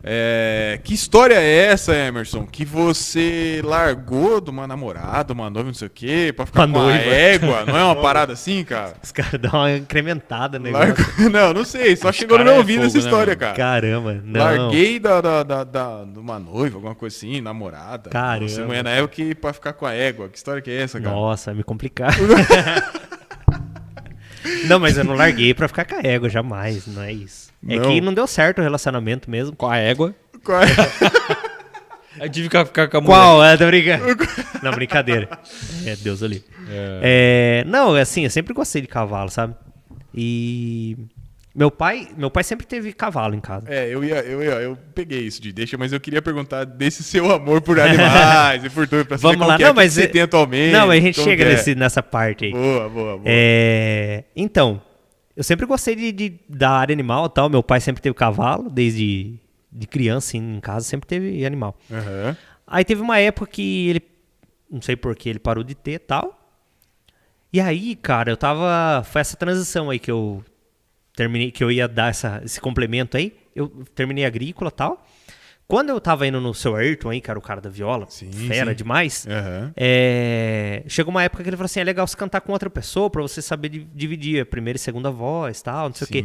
D: É, que história é essa, Emerson? Que você largou de uma namorada, uma noiva, não sei o quê, pra ficar
B: Uma
D: com uma
B: noiva.
D: égua? Não é uma parada assim, cara?
B: Os caras [laughs] dão uma incrementada né? no negócio.
D: Largou- [laughs] Não, não sei, só chegou no
C: cara
D: meu
C: é
D: ouvido
C: fogo,
D: essa
C: né,
D: história,
C: mano?
D: cara.
B: Caramba, não.
D: Larguei da, da, da, da- de uma noiva, alguma coisa assim, namorada.
B: Caramba.
D: Nossa, não é na época que pra ficar com a égua. Que história que é essa, cara?
B: Nossa, me complicar. [laughs] não, mas eu não larguei pra ficar com a égua, jamais, não é isso. É
D: Não.
B: que não deu certo o relacionamento mesmo.
C: Com a égua.
D: Com a-
C: Aí tive que ficar com a mulher.
B: Qual? É, tô brincando. Não, brincadeira. É, Deus ali. É, não, assim, eu sempre gostei de cavalo, sabe? E meu pai, meu pai sempre teve cavalo em casa.
D: É, eu ia, eu ia, eu peguei isso de deixa, mas eu queria perguntar desse seu amor por animais e fortuna pra saber
B: Vamos
D: como
B: lá,
D: que é,
B: não,
D: o que
B: mas
D: que você
B: é-
D: tem atualmente.
B: Não, mas a gente
D: como
B: chega
D: que é.
B: nesse- nessa parte aí.
D: Boa, boa, boa.
B: É, então, eu sempre gostei de, de- da área animal e tal. Meu pai sempre teve cavalo, desde de criança assim, em casa, sempre teve animal.
D: Aham.
B: Aí teve uma época que ele, não sei por que, ele parou de ter e tal. E aí, cara, eu tava. Foi essa transição aí que eu terminei, que eu ia dar essa- esse complemento aí. Eu terminei agrícola e tal. Quando eu tava indo no seu Ayrton aí, que era o cara da viola,
D: Sim,
B: fera
D: sim.
B: demais.
D: Aham.
B: É, chegou uma época que ele falou assim: é legal você cantar com outra pessoa pra você saber di- dividir a primeira e segunda voz, tal, não sei o quê.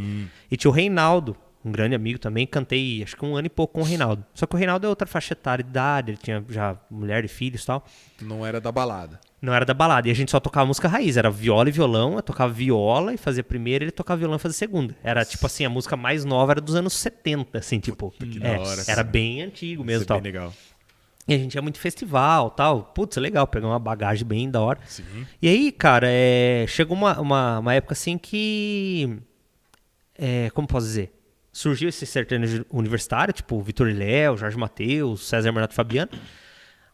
B: E tinha o Reinaldo, um grande amigo também, cantei acho que um ano e pouco com o Reinaldo. Só que o Reinaldo é outra faixa etária de idade, ele tinha já mulher e filhos tal.
D: Não era da balada.
B: Não era da balada, e a gente só tocava música raiz, era viola e violão, eu tocava viola e fazia a primeira, ele tocava violão e fazia a segunda. Era tipo assim, a música mais nova era dos anos 70, assim, tipo.
D: da
B: é,
D: hora,
B: era
D: cara.
B: bem antigo mesmo
D: Isso é
B: tal.
D: bem legal.
B: E a gente ia muito em festival tal. Putz, é legal, pegar uma bagagem bem da hora. E aí, cara, é, chegou uma, uma, uma época assim que. é, como posso dizer? Surgiu esse sertanejo universitário, tipo Vitor e Léo, Jorge Matheus, César Bernardo e Fabiano.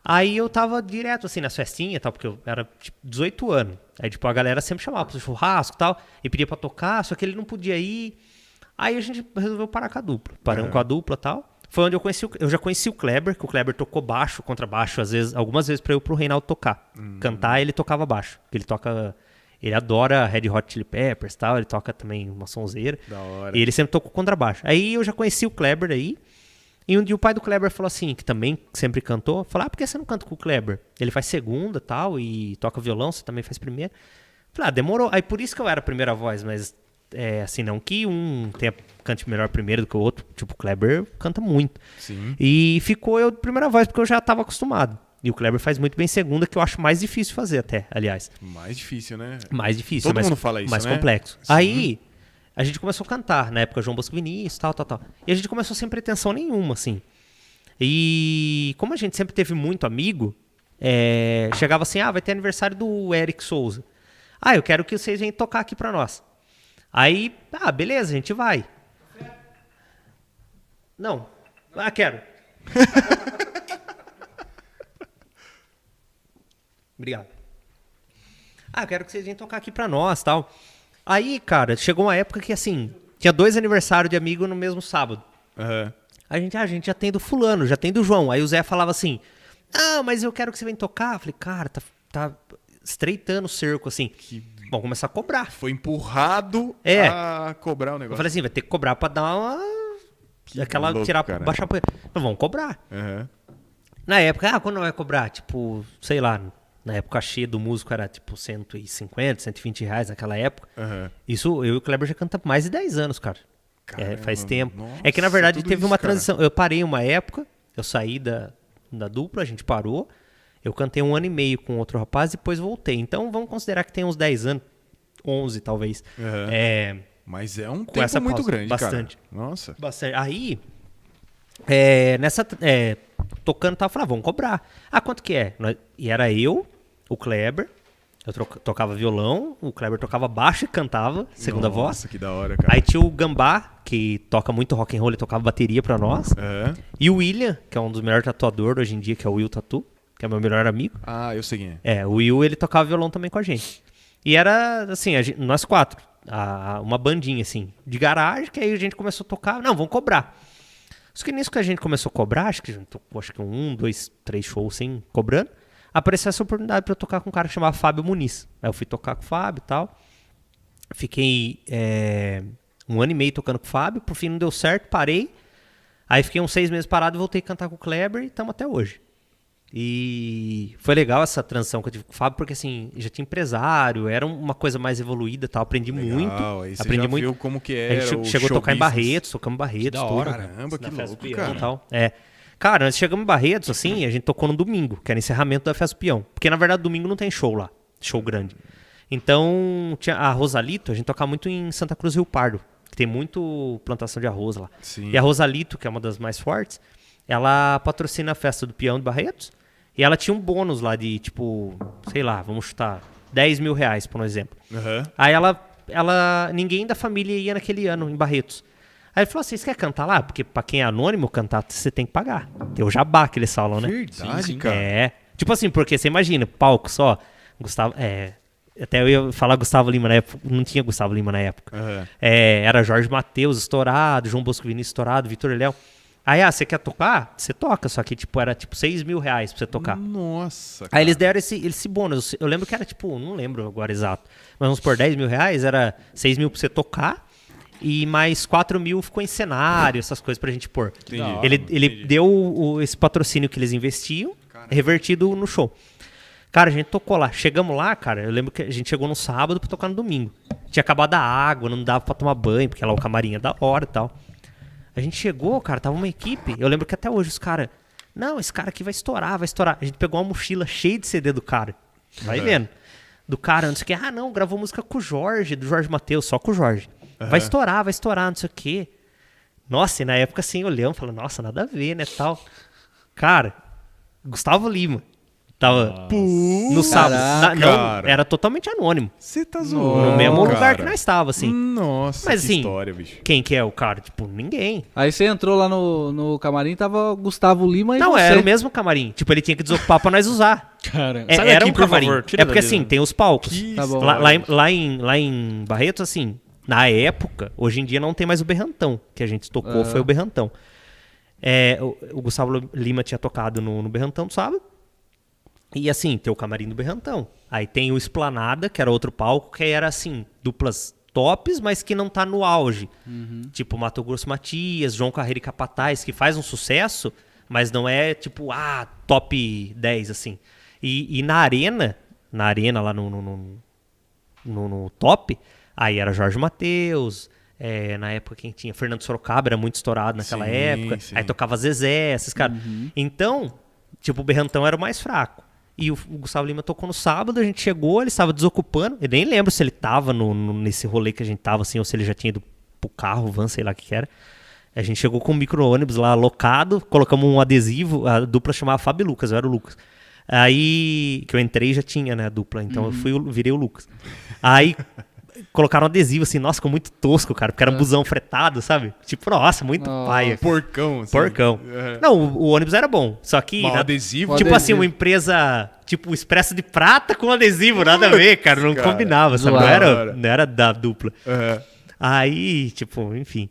B: Aí eu tava direto, assim, nas festinhas e tal, porque eu era, tipo, 18 anos. Aí, tipo, a galera sempre chamava pro churrasco e tal, e pedia pra
I: É.
B: tocar, só que ele não podia ir. Aí a gente resolveu parar com a dupla. Paramos com a dupla e tal. Foi onde eu conheci o, eu já conheci o Kleber, que o Kleber tocou baixo, contrabaixo, às vezes, algumas vezes para eu pro Reinaldo tocar.
I: Hum.
B: Cantar, ele tocava baixo. Porque ele toca. Ele adora Red Hot Chili Peppers tal, ele toca também uma sonzeira.
I: Da hora.
B: E ele sempre tocou contrabaixo. Aí eu já conheci o Kleber aí. E um dia o pai do Kleber falou assim, que também sempre cantou, falou, ah, por que você não canta com o Kleber? Ele faz segunda tal, e toca violão, você também faz primeira. Falei, ah, demorou. Aí por isso que eu era a primeira voz, mas é, assim, não que um tenha, cante melhor primeiro do que o outro. Tipo, o Kleber canta muito.
I: Sim.
B: E ficou eu de primeira voz, porque eu já estava acostumado. E o Kleber faz muito bem segunda, que eu acho mais difícil fazer até, aliás.
I: Mais difícil, né?
B: Mais difícil,
I: Todo
B: mais,
I: mundo fala isso,
B: mais
I: né?
B: complexo.
I: Sim.
B: Aí a gente começou a cantar, na época João Bosco Vinícius, tal, tal, tal. E a gente começou sem pretensão nenhuma, assim. E como a gente sempre teve muito amigo, é, chegava assim, ah, vai ter aniversário do Eric Souza. Ah, eu quero que vocês venham tocar aqui pra nós. Aí, ah, beleza, a gente vai. Não. Ah, quero. [laughs] Obrigado. Ah, eu quero que vocês venham tocar aqui pra nós tal. Aí, cara, chegou uma época que, assim, tinha dois aniversários de amigo no mesmo sábado.
I: Aham.
B: A gente, ah, a gente já tem do fulano, já tem do João. Aí o Zé falava assim, ah, mas eu quero que você venha tocar. Eu falei, cara, tá, tá estreitando o cerco, assim. Vão começar a cobrar.
I: Foi empurrado
B: É.
I: a cobrar o
B: Eu
I: negócio.
B: falei assim, vai ter que cobrar pra dar uma...
I: Que
B: aquela,
I: louco,
B: tirar,
I: cara.
B: baixar a poeira. Mas vamos cobrar.
I: Aham.
B: Na época, ah, quando vai cobrar? Tipo, sei lá, na época a cheia do músico era tipo 150, 120 reais naquela época.
I: Aham.
B: Isso, eu e o Kleber já cantamos mais de 10 anos, cara.
I: Caramba,
B: é, faz tempo.
I: nossa,
B: é que na verdade
I: tudo
B: teve
I: isso,
B: uma
I: cara.
B: transição. Eu parei uma época, eu saí da, da dupla, a gente parou. Eu cantei um ano e meio com outro rapaz e depois voltei. Então vamos considerar que tem uns 10 anos, 11 talvez.
I: Aham.
B: É,
I: Mas é um tempo
B: essa
I: muito
B: pausa,
I: grande,
B: bastante.
I: cara. Nossa.
B: Bastante. Aí, é, nessa. é, tocando, tava falando, "Ah, vamos cobrar. Ah, quanto que é? Nós- E era eu, o Kleber. Eu troca- tocava violão, o Kleber tocava baixo e cantava, segunda
I: Nossa,
B: voz.
I: que da hora, cara.
B: Aí tinha o Gambá, que toca muito rock and roll, ele tocava bateria pra nós.
D: É.
I: Aham.
B: E o William, que é um dos melhores tatuadores hoje em dia, que é o Will Tatu, que é meu melhor amigo.
I: Ah, eu sei quem é.
B: É, o Will ele tocava violão também com a gente. E era assim, a gente- nós quatro, a- uma bandinha assim, de garagem, que aí a gente começou a tocar, não, vamos cobrar. Só que nisso que a gente começou a cobrar, acho que a gente tocou, acho que um, dois, três shows sem cobrando, apareceu essa oportunidade pra eu tocar com um cara que chamava Fábio Muniz. Aí eu fui tocar com o Fábio e tal. Fiquei é, um ano e meio tocando com o Fábio, por fim não deu certo, parei. Aí fiquei uns seis meses parado, voltei a cantar com o Kleber e estamos até hoje. E foi legal essa transição que eu tive com o Fábio, porque assim, já tinha empresário, era uma coisa mais evoluída e tal, aprendi muito.
I: Aí você
B: aprendi
I: já
B: muito.
I: viu como que
B: a
I: era
B: gente
I: o
B: che- chegou a
I: show
B: tocar em
I: business.
B: Barretos, tocamos em Barretos,
C: da hora,
B: tudo.
I: Caramba, que
B: né? Na Festa
I: louco,
B: do Peão
I: cara.
B: e tal. É. Cara, nós chegamos em Barretos, assim, a gente tocou no domingo, que era encerramento da Festa do Peão. Porque, na verdade, domingo não tem show lá, show grande. Então, tinha a Rosalito, a gente tocava muito em Santa Cruz Rio Pardo, que tem muito plantação de arroz lá.
I: Sim.
B: E a Rosalito, que é uma das mais fortes, ela patrocina a Festa do Peão de Barretos. E ela tinha um bônus lá de, tipo, sei lá, vamos chutar, 10 mil reais, por um exemplo.
I: Aham.
B: Aí ela, ela, ninguém da família ia naquele ano em Barretos. Aí ele falou: "Vocês querem cantar lá? Porque pra quem é anônimo cantar, você tem que pagar. Tem o jabá que eles falam, né?
I: Verdade,
C: Sim, sim.
I: cara.
B: É. Tipo assim, porque você imagina, palco só, Gustavo, é, até eu ia falar Gustavo Lima na época, não tinha Gustavo Lima na época.
I: Aham.
B: É, era Jorge Matheus estourado, João Bosco Vinícius estourado, Vitor Léo. Aí, ah, você quer tocar? Você toca, só que tipo, era tipo 6 mil reais pra você tocar.
I: Nossa,
B: Aí eles deram esse, esse bônus. Eu lembro que era tipo, não lembro agora exato, mas vamos por 10 mil reais, era 6 mil pra você tocar e mais 4 mil ficou em cenário, essas coisas pra gente pôr.
I: Entendi.
B: Ele, ele
I: Entendi.
B: deu o- o- esse patrocínio que eles investiam, revertido no show. Cara, a gente tocou lá. Chegamos lá, cara, eu lembro que a gente chegou no sábado pra tocar no domingo. Tinha acabado a água, não dava pra tomar banho, porque lá o camarim é da hora e tal. A gente chegou, cara, tava uma equipe. Eu lembro que até hoje os caras. Não, esse cara aqui vai estourar, vai estourar. A gente pegou uma mochila cheia de CD do cara. Vai vendo. Do cara, não sei o quê. Ah, não, gravou música com o Jorge, do Jorge Matheus, só com o Jorge. Vai estourar, vai estourar, não sei o quê. Nossa, e na época assim, olhando, falando, nossa, nada a ver, né, tal. Cara, Gustavo Lima. Tava no sábado. Na- não,
I: cara.
B: era totalmente anônimo.
I: você tá zoando.
B: no mesmo lugar
I: cara.
B: que nós estávamos, assim.
I: Nossa,
B: Mas,
I: que
B: assim,
I: história, bicho.
B: Quem que é o cara? Tipo, ninguém.
A: Aí você entrou lá no, no camarim, tava Gustavo Lima e
B: Não,
A: você.
B: era o mesmo camarim. Tipo, ele tinha que desocupar pra nós
C: [laughs]
B: usar.
C: Cara,
B: É,
C: sai
B: era
C: daqui,
B: um
C: por
B: camarim.
C: favor. Tira
B: é porque
C: dali,
B: assim,
C: né?
B: tem os palcos.
A: Tá bom.
B: Lá, lá em, lá, em, lá em Barretos,
A: Ah.
B: assim, na época, hoje em dia não tem mais o Berrantão. Que a gente tocou foi o Berrantão. É, o, o Gustavo Lima tinha tocado no, no Berrantão do sábado. E assim, tem o camarim do Berrantão. Aí tem o Esplanada, que era outro palco, que era assim, duplas tops, mas que não tá no auge.
I: Uhum.
B: Tipo Mato Grosso Matias, João Carreira e Capataz, que faz um sucesso, mas não é tipo, ah, top 10, assim. E, e na arena, na arena lá no, no, no, no- no top, aí era Jorge Matheus, é, na época quem tinha Fernando Sorocaba era muito estourado naquela
I: Sim,
B: época,
I: sim.
B: aí tocava Zezé, esses caras. Então, tipo, o Berrantão era o mais fraco. E o, o Gustavo Lima tocou no sábado, a gente chegou, ele estava desocupando. Eu nem lembro se ele tava no, no- nesse rolê que a gente tava, assim, ou se ele já tinha ido pro carro, van, sei lá o que, que era. A gente chegou com um micro-ônibus lá alocado, colocamos um adesivo, a dupla chamava Fábio e Lucas, eu era o Lucas. Aí, que eu entrei já tinha, né, a dupla, então eu fui, o- virei o Lucas. Aí colocaram um adesivo assim, nossa, ficou muito tosco, cara, porque era um busão fretado, sabe? Tipo, nossa, muito paia.
I: Porcão, assim.
B: Porcão.
I: É.
B: Não, o, o ônibus era bom. Só que.
I: Mas o
B: na-
I: adesivo. né?
F: O
B: Tipo
F: adesivo.
B: assim, uma empresa. Tipo, expresso de prata com adesivo, nada a ver, cara. Não
I: cara.
B: combinava, sabe? Não
I: Zoado.
B: era, não era da dupla.
I: Aham.
B: Aí, tipo, enfim.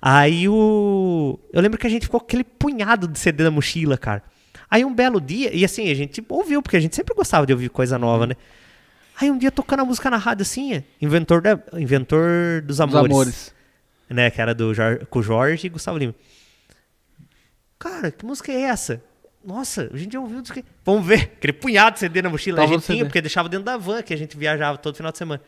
B: Aí o. Eu lembro que a gente ficou com aquele punhado de CD na mochila, cara. Aí um belo dia, e assim, a gente ouviu, porque a gente sempre gostava de ouvir coisa nova, né? Aí um dia tocando a música na rádio assim, é, Inventor, da- Inventor dos
A: Os amores.
B: né? Que era do Jor- com o Jorge e Gustavo Lima. Cara, que música é essa? Nossa, a gente já ouviu disso aqui. Vamos ver. Aquele punhado de CD na mochila.
A: Tava
B: a gente
A: no CD.
B: tinha, porque deixava dentro da van, que a gente viajava todo final de semana.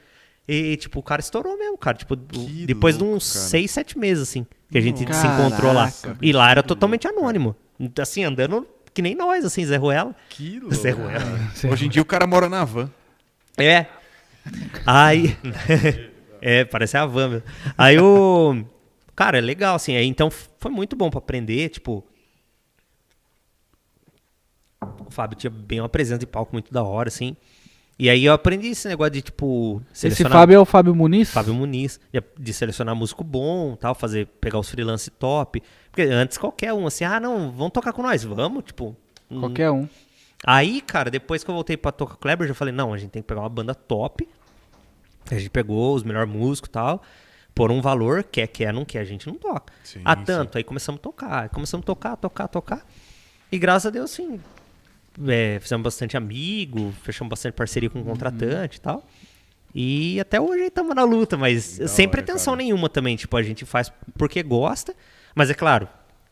B: E, tipo, o cara estourou mesmo, cara. Tipo,
I: Que
B: depois de
I: louco,
B: uns
I: cara.
B: seis, sete meses, assim, que a gente se
A: Caraca,
B: encontrou lá.
A: bicho,
B: E lá era totalmente anônimo. Assim, andando que nem nós, assim, Zé Ruela.
I: Que
B: Zé
I: louco.
B: Ruela.
I: Hoje em dia o cara mora na van.
B: É. Aí. [laughs] é, parece a van mesmo. Aí o. Cara, é legal, assim. Aí, então f- foi muito bom pra aprender, tipo. O Fábio tinha bem uma presença de palco muito da hora, assim. E aí eu aprendi esse negócio de, tipo,
A: Esse
B: selecionar.
A: Fábio é o Fábio Muniz?
B: Fábio Muniz, de- de selecionar músico bom, tal, fazer, pegar os freelance top. Porque antes qualquer um, assim, ah, não, vamos tocar com nós, vamos, tipo. hum,
A: Qualquer um.
B: Aí, cara, depois que eu voltei pra tocar Kleber, eu já falei, não, a gente tem que pegar uma banda top. A gente pegou os melhores músicos e tal, por um valor, quer, quer, não quer, a gente não toca.
I: Sim,
B: ah,
I: sim.
B: tanto, aí começamos a tocar, aí começamos a tocar, tocar, tocar. E graças a Deus, sim, é, fizemos bastante amigo, fechamos bastante parceria com o contratante e tal. E até hoje estamos na luta, mas
I: Da
B: sem
I: hora,
B: pretensão
I: cara.
B: nenhuma também. Tipo, a gente faz porque gosta, mas é claro,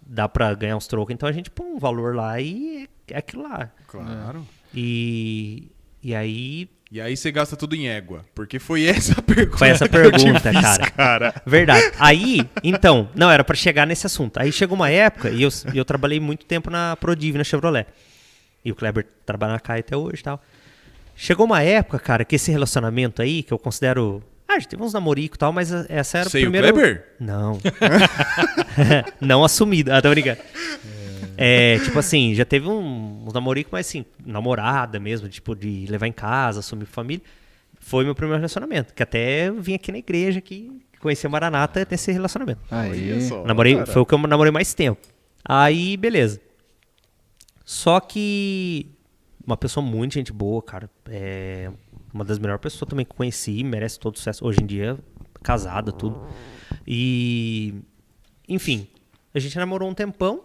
B: dá pra ganhar uns trocos, então a gente põe um valor lá e é aquilo lá.
I: Claro.
B: É. E, e aí.
I: E aí você gasta tudo em égua. Porque foi [laughs] essa a pergunta.
B: Foi [laughs] essa
I: que eu te
B: pergunta,
I: fiz,
B: cara.
I: cara.
B: Verdade. Aí, então, não, era pra chegar nesse assunto. Aí chegou uma época, e eu, e eu trabalhei muito tempo na Prodiv, na Chevrolet. E o Kleber trabalha na CAI até hoje e tal. Chegou uma época, cara, que esse relacionamento aí, que eu considero. Ah, a gente teve uns namorico e tal, mas a- essa era
I: Sei,
B: o
I: o
B: primeiro.
I: Kleber?
B: Não. [laughs] não assumido. Ah, tô brincando. É, tipo assim, já teve um, uns namorico, mas assim, namorada mesmo, tipo, de levar em casa, assumir família. Foi meu primeiro relacionamento. Que até eu vim aqui na igreja aqui, conheci a Maranata nesse relacionamento.
I: Olha
A: Aí.
I: só,
B: namorei,
I: cara.
B: foi o que eu namorei mais tempo. Aí, beleza. Só que uma pessoa muito gente boa, cara. É uma das melhores pessoas também que conheci, merece todo sucesso. Hoje em dia, casada, tudo. E. Enfim, a gente namorou um tempão.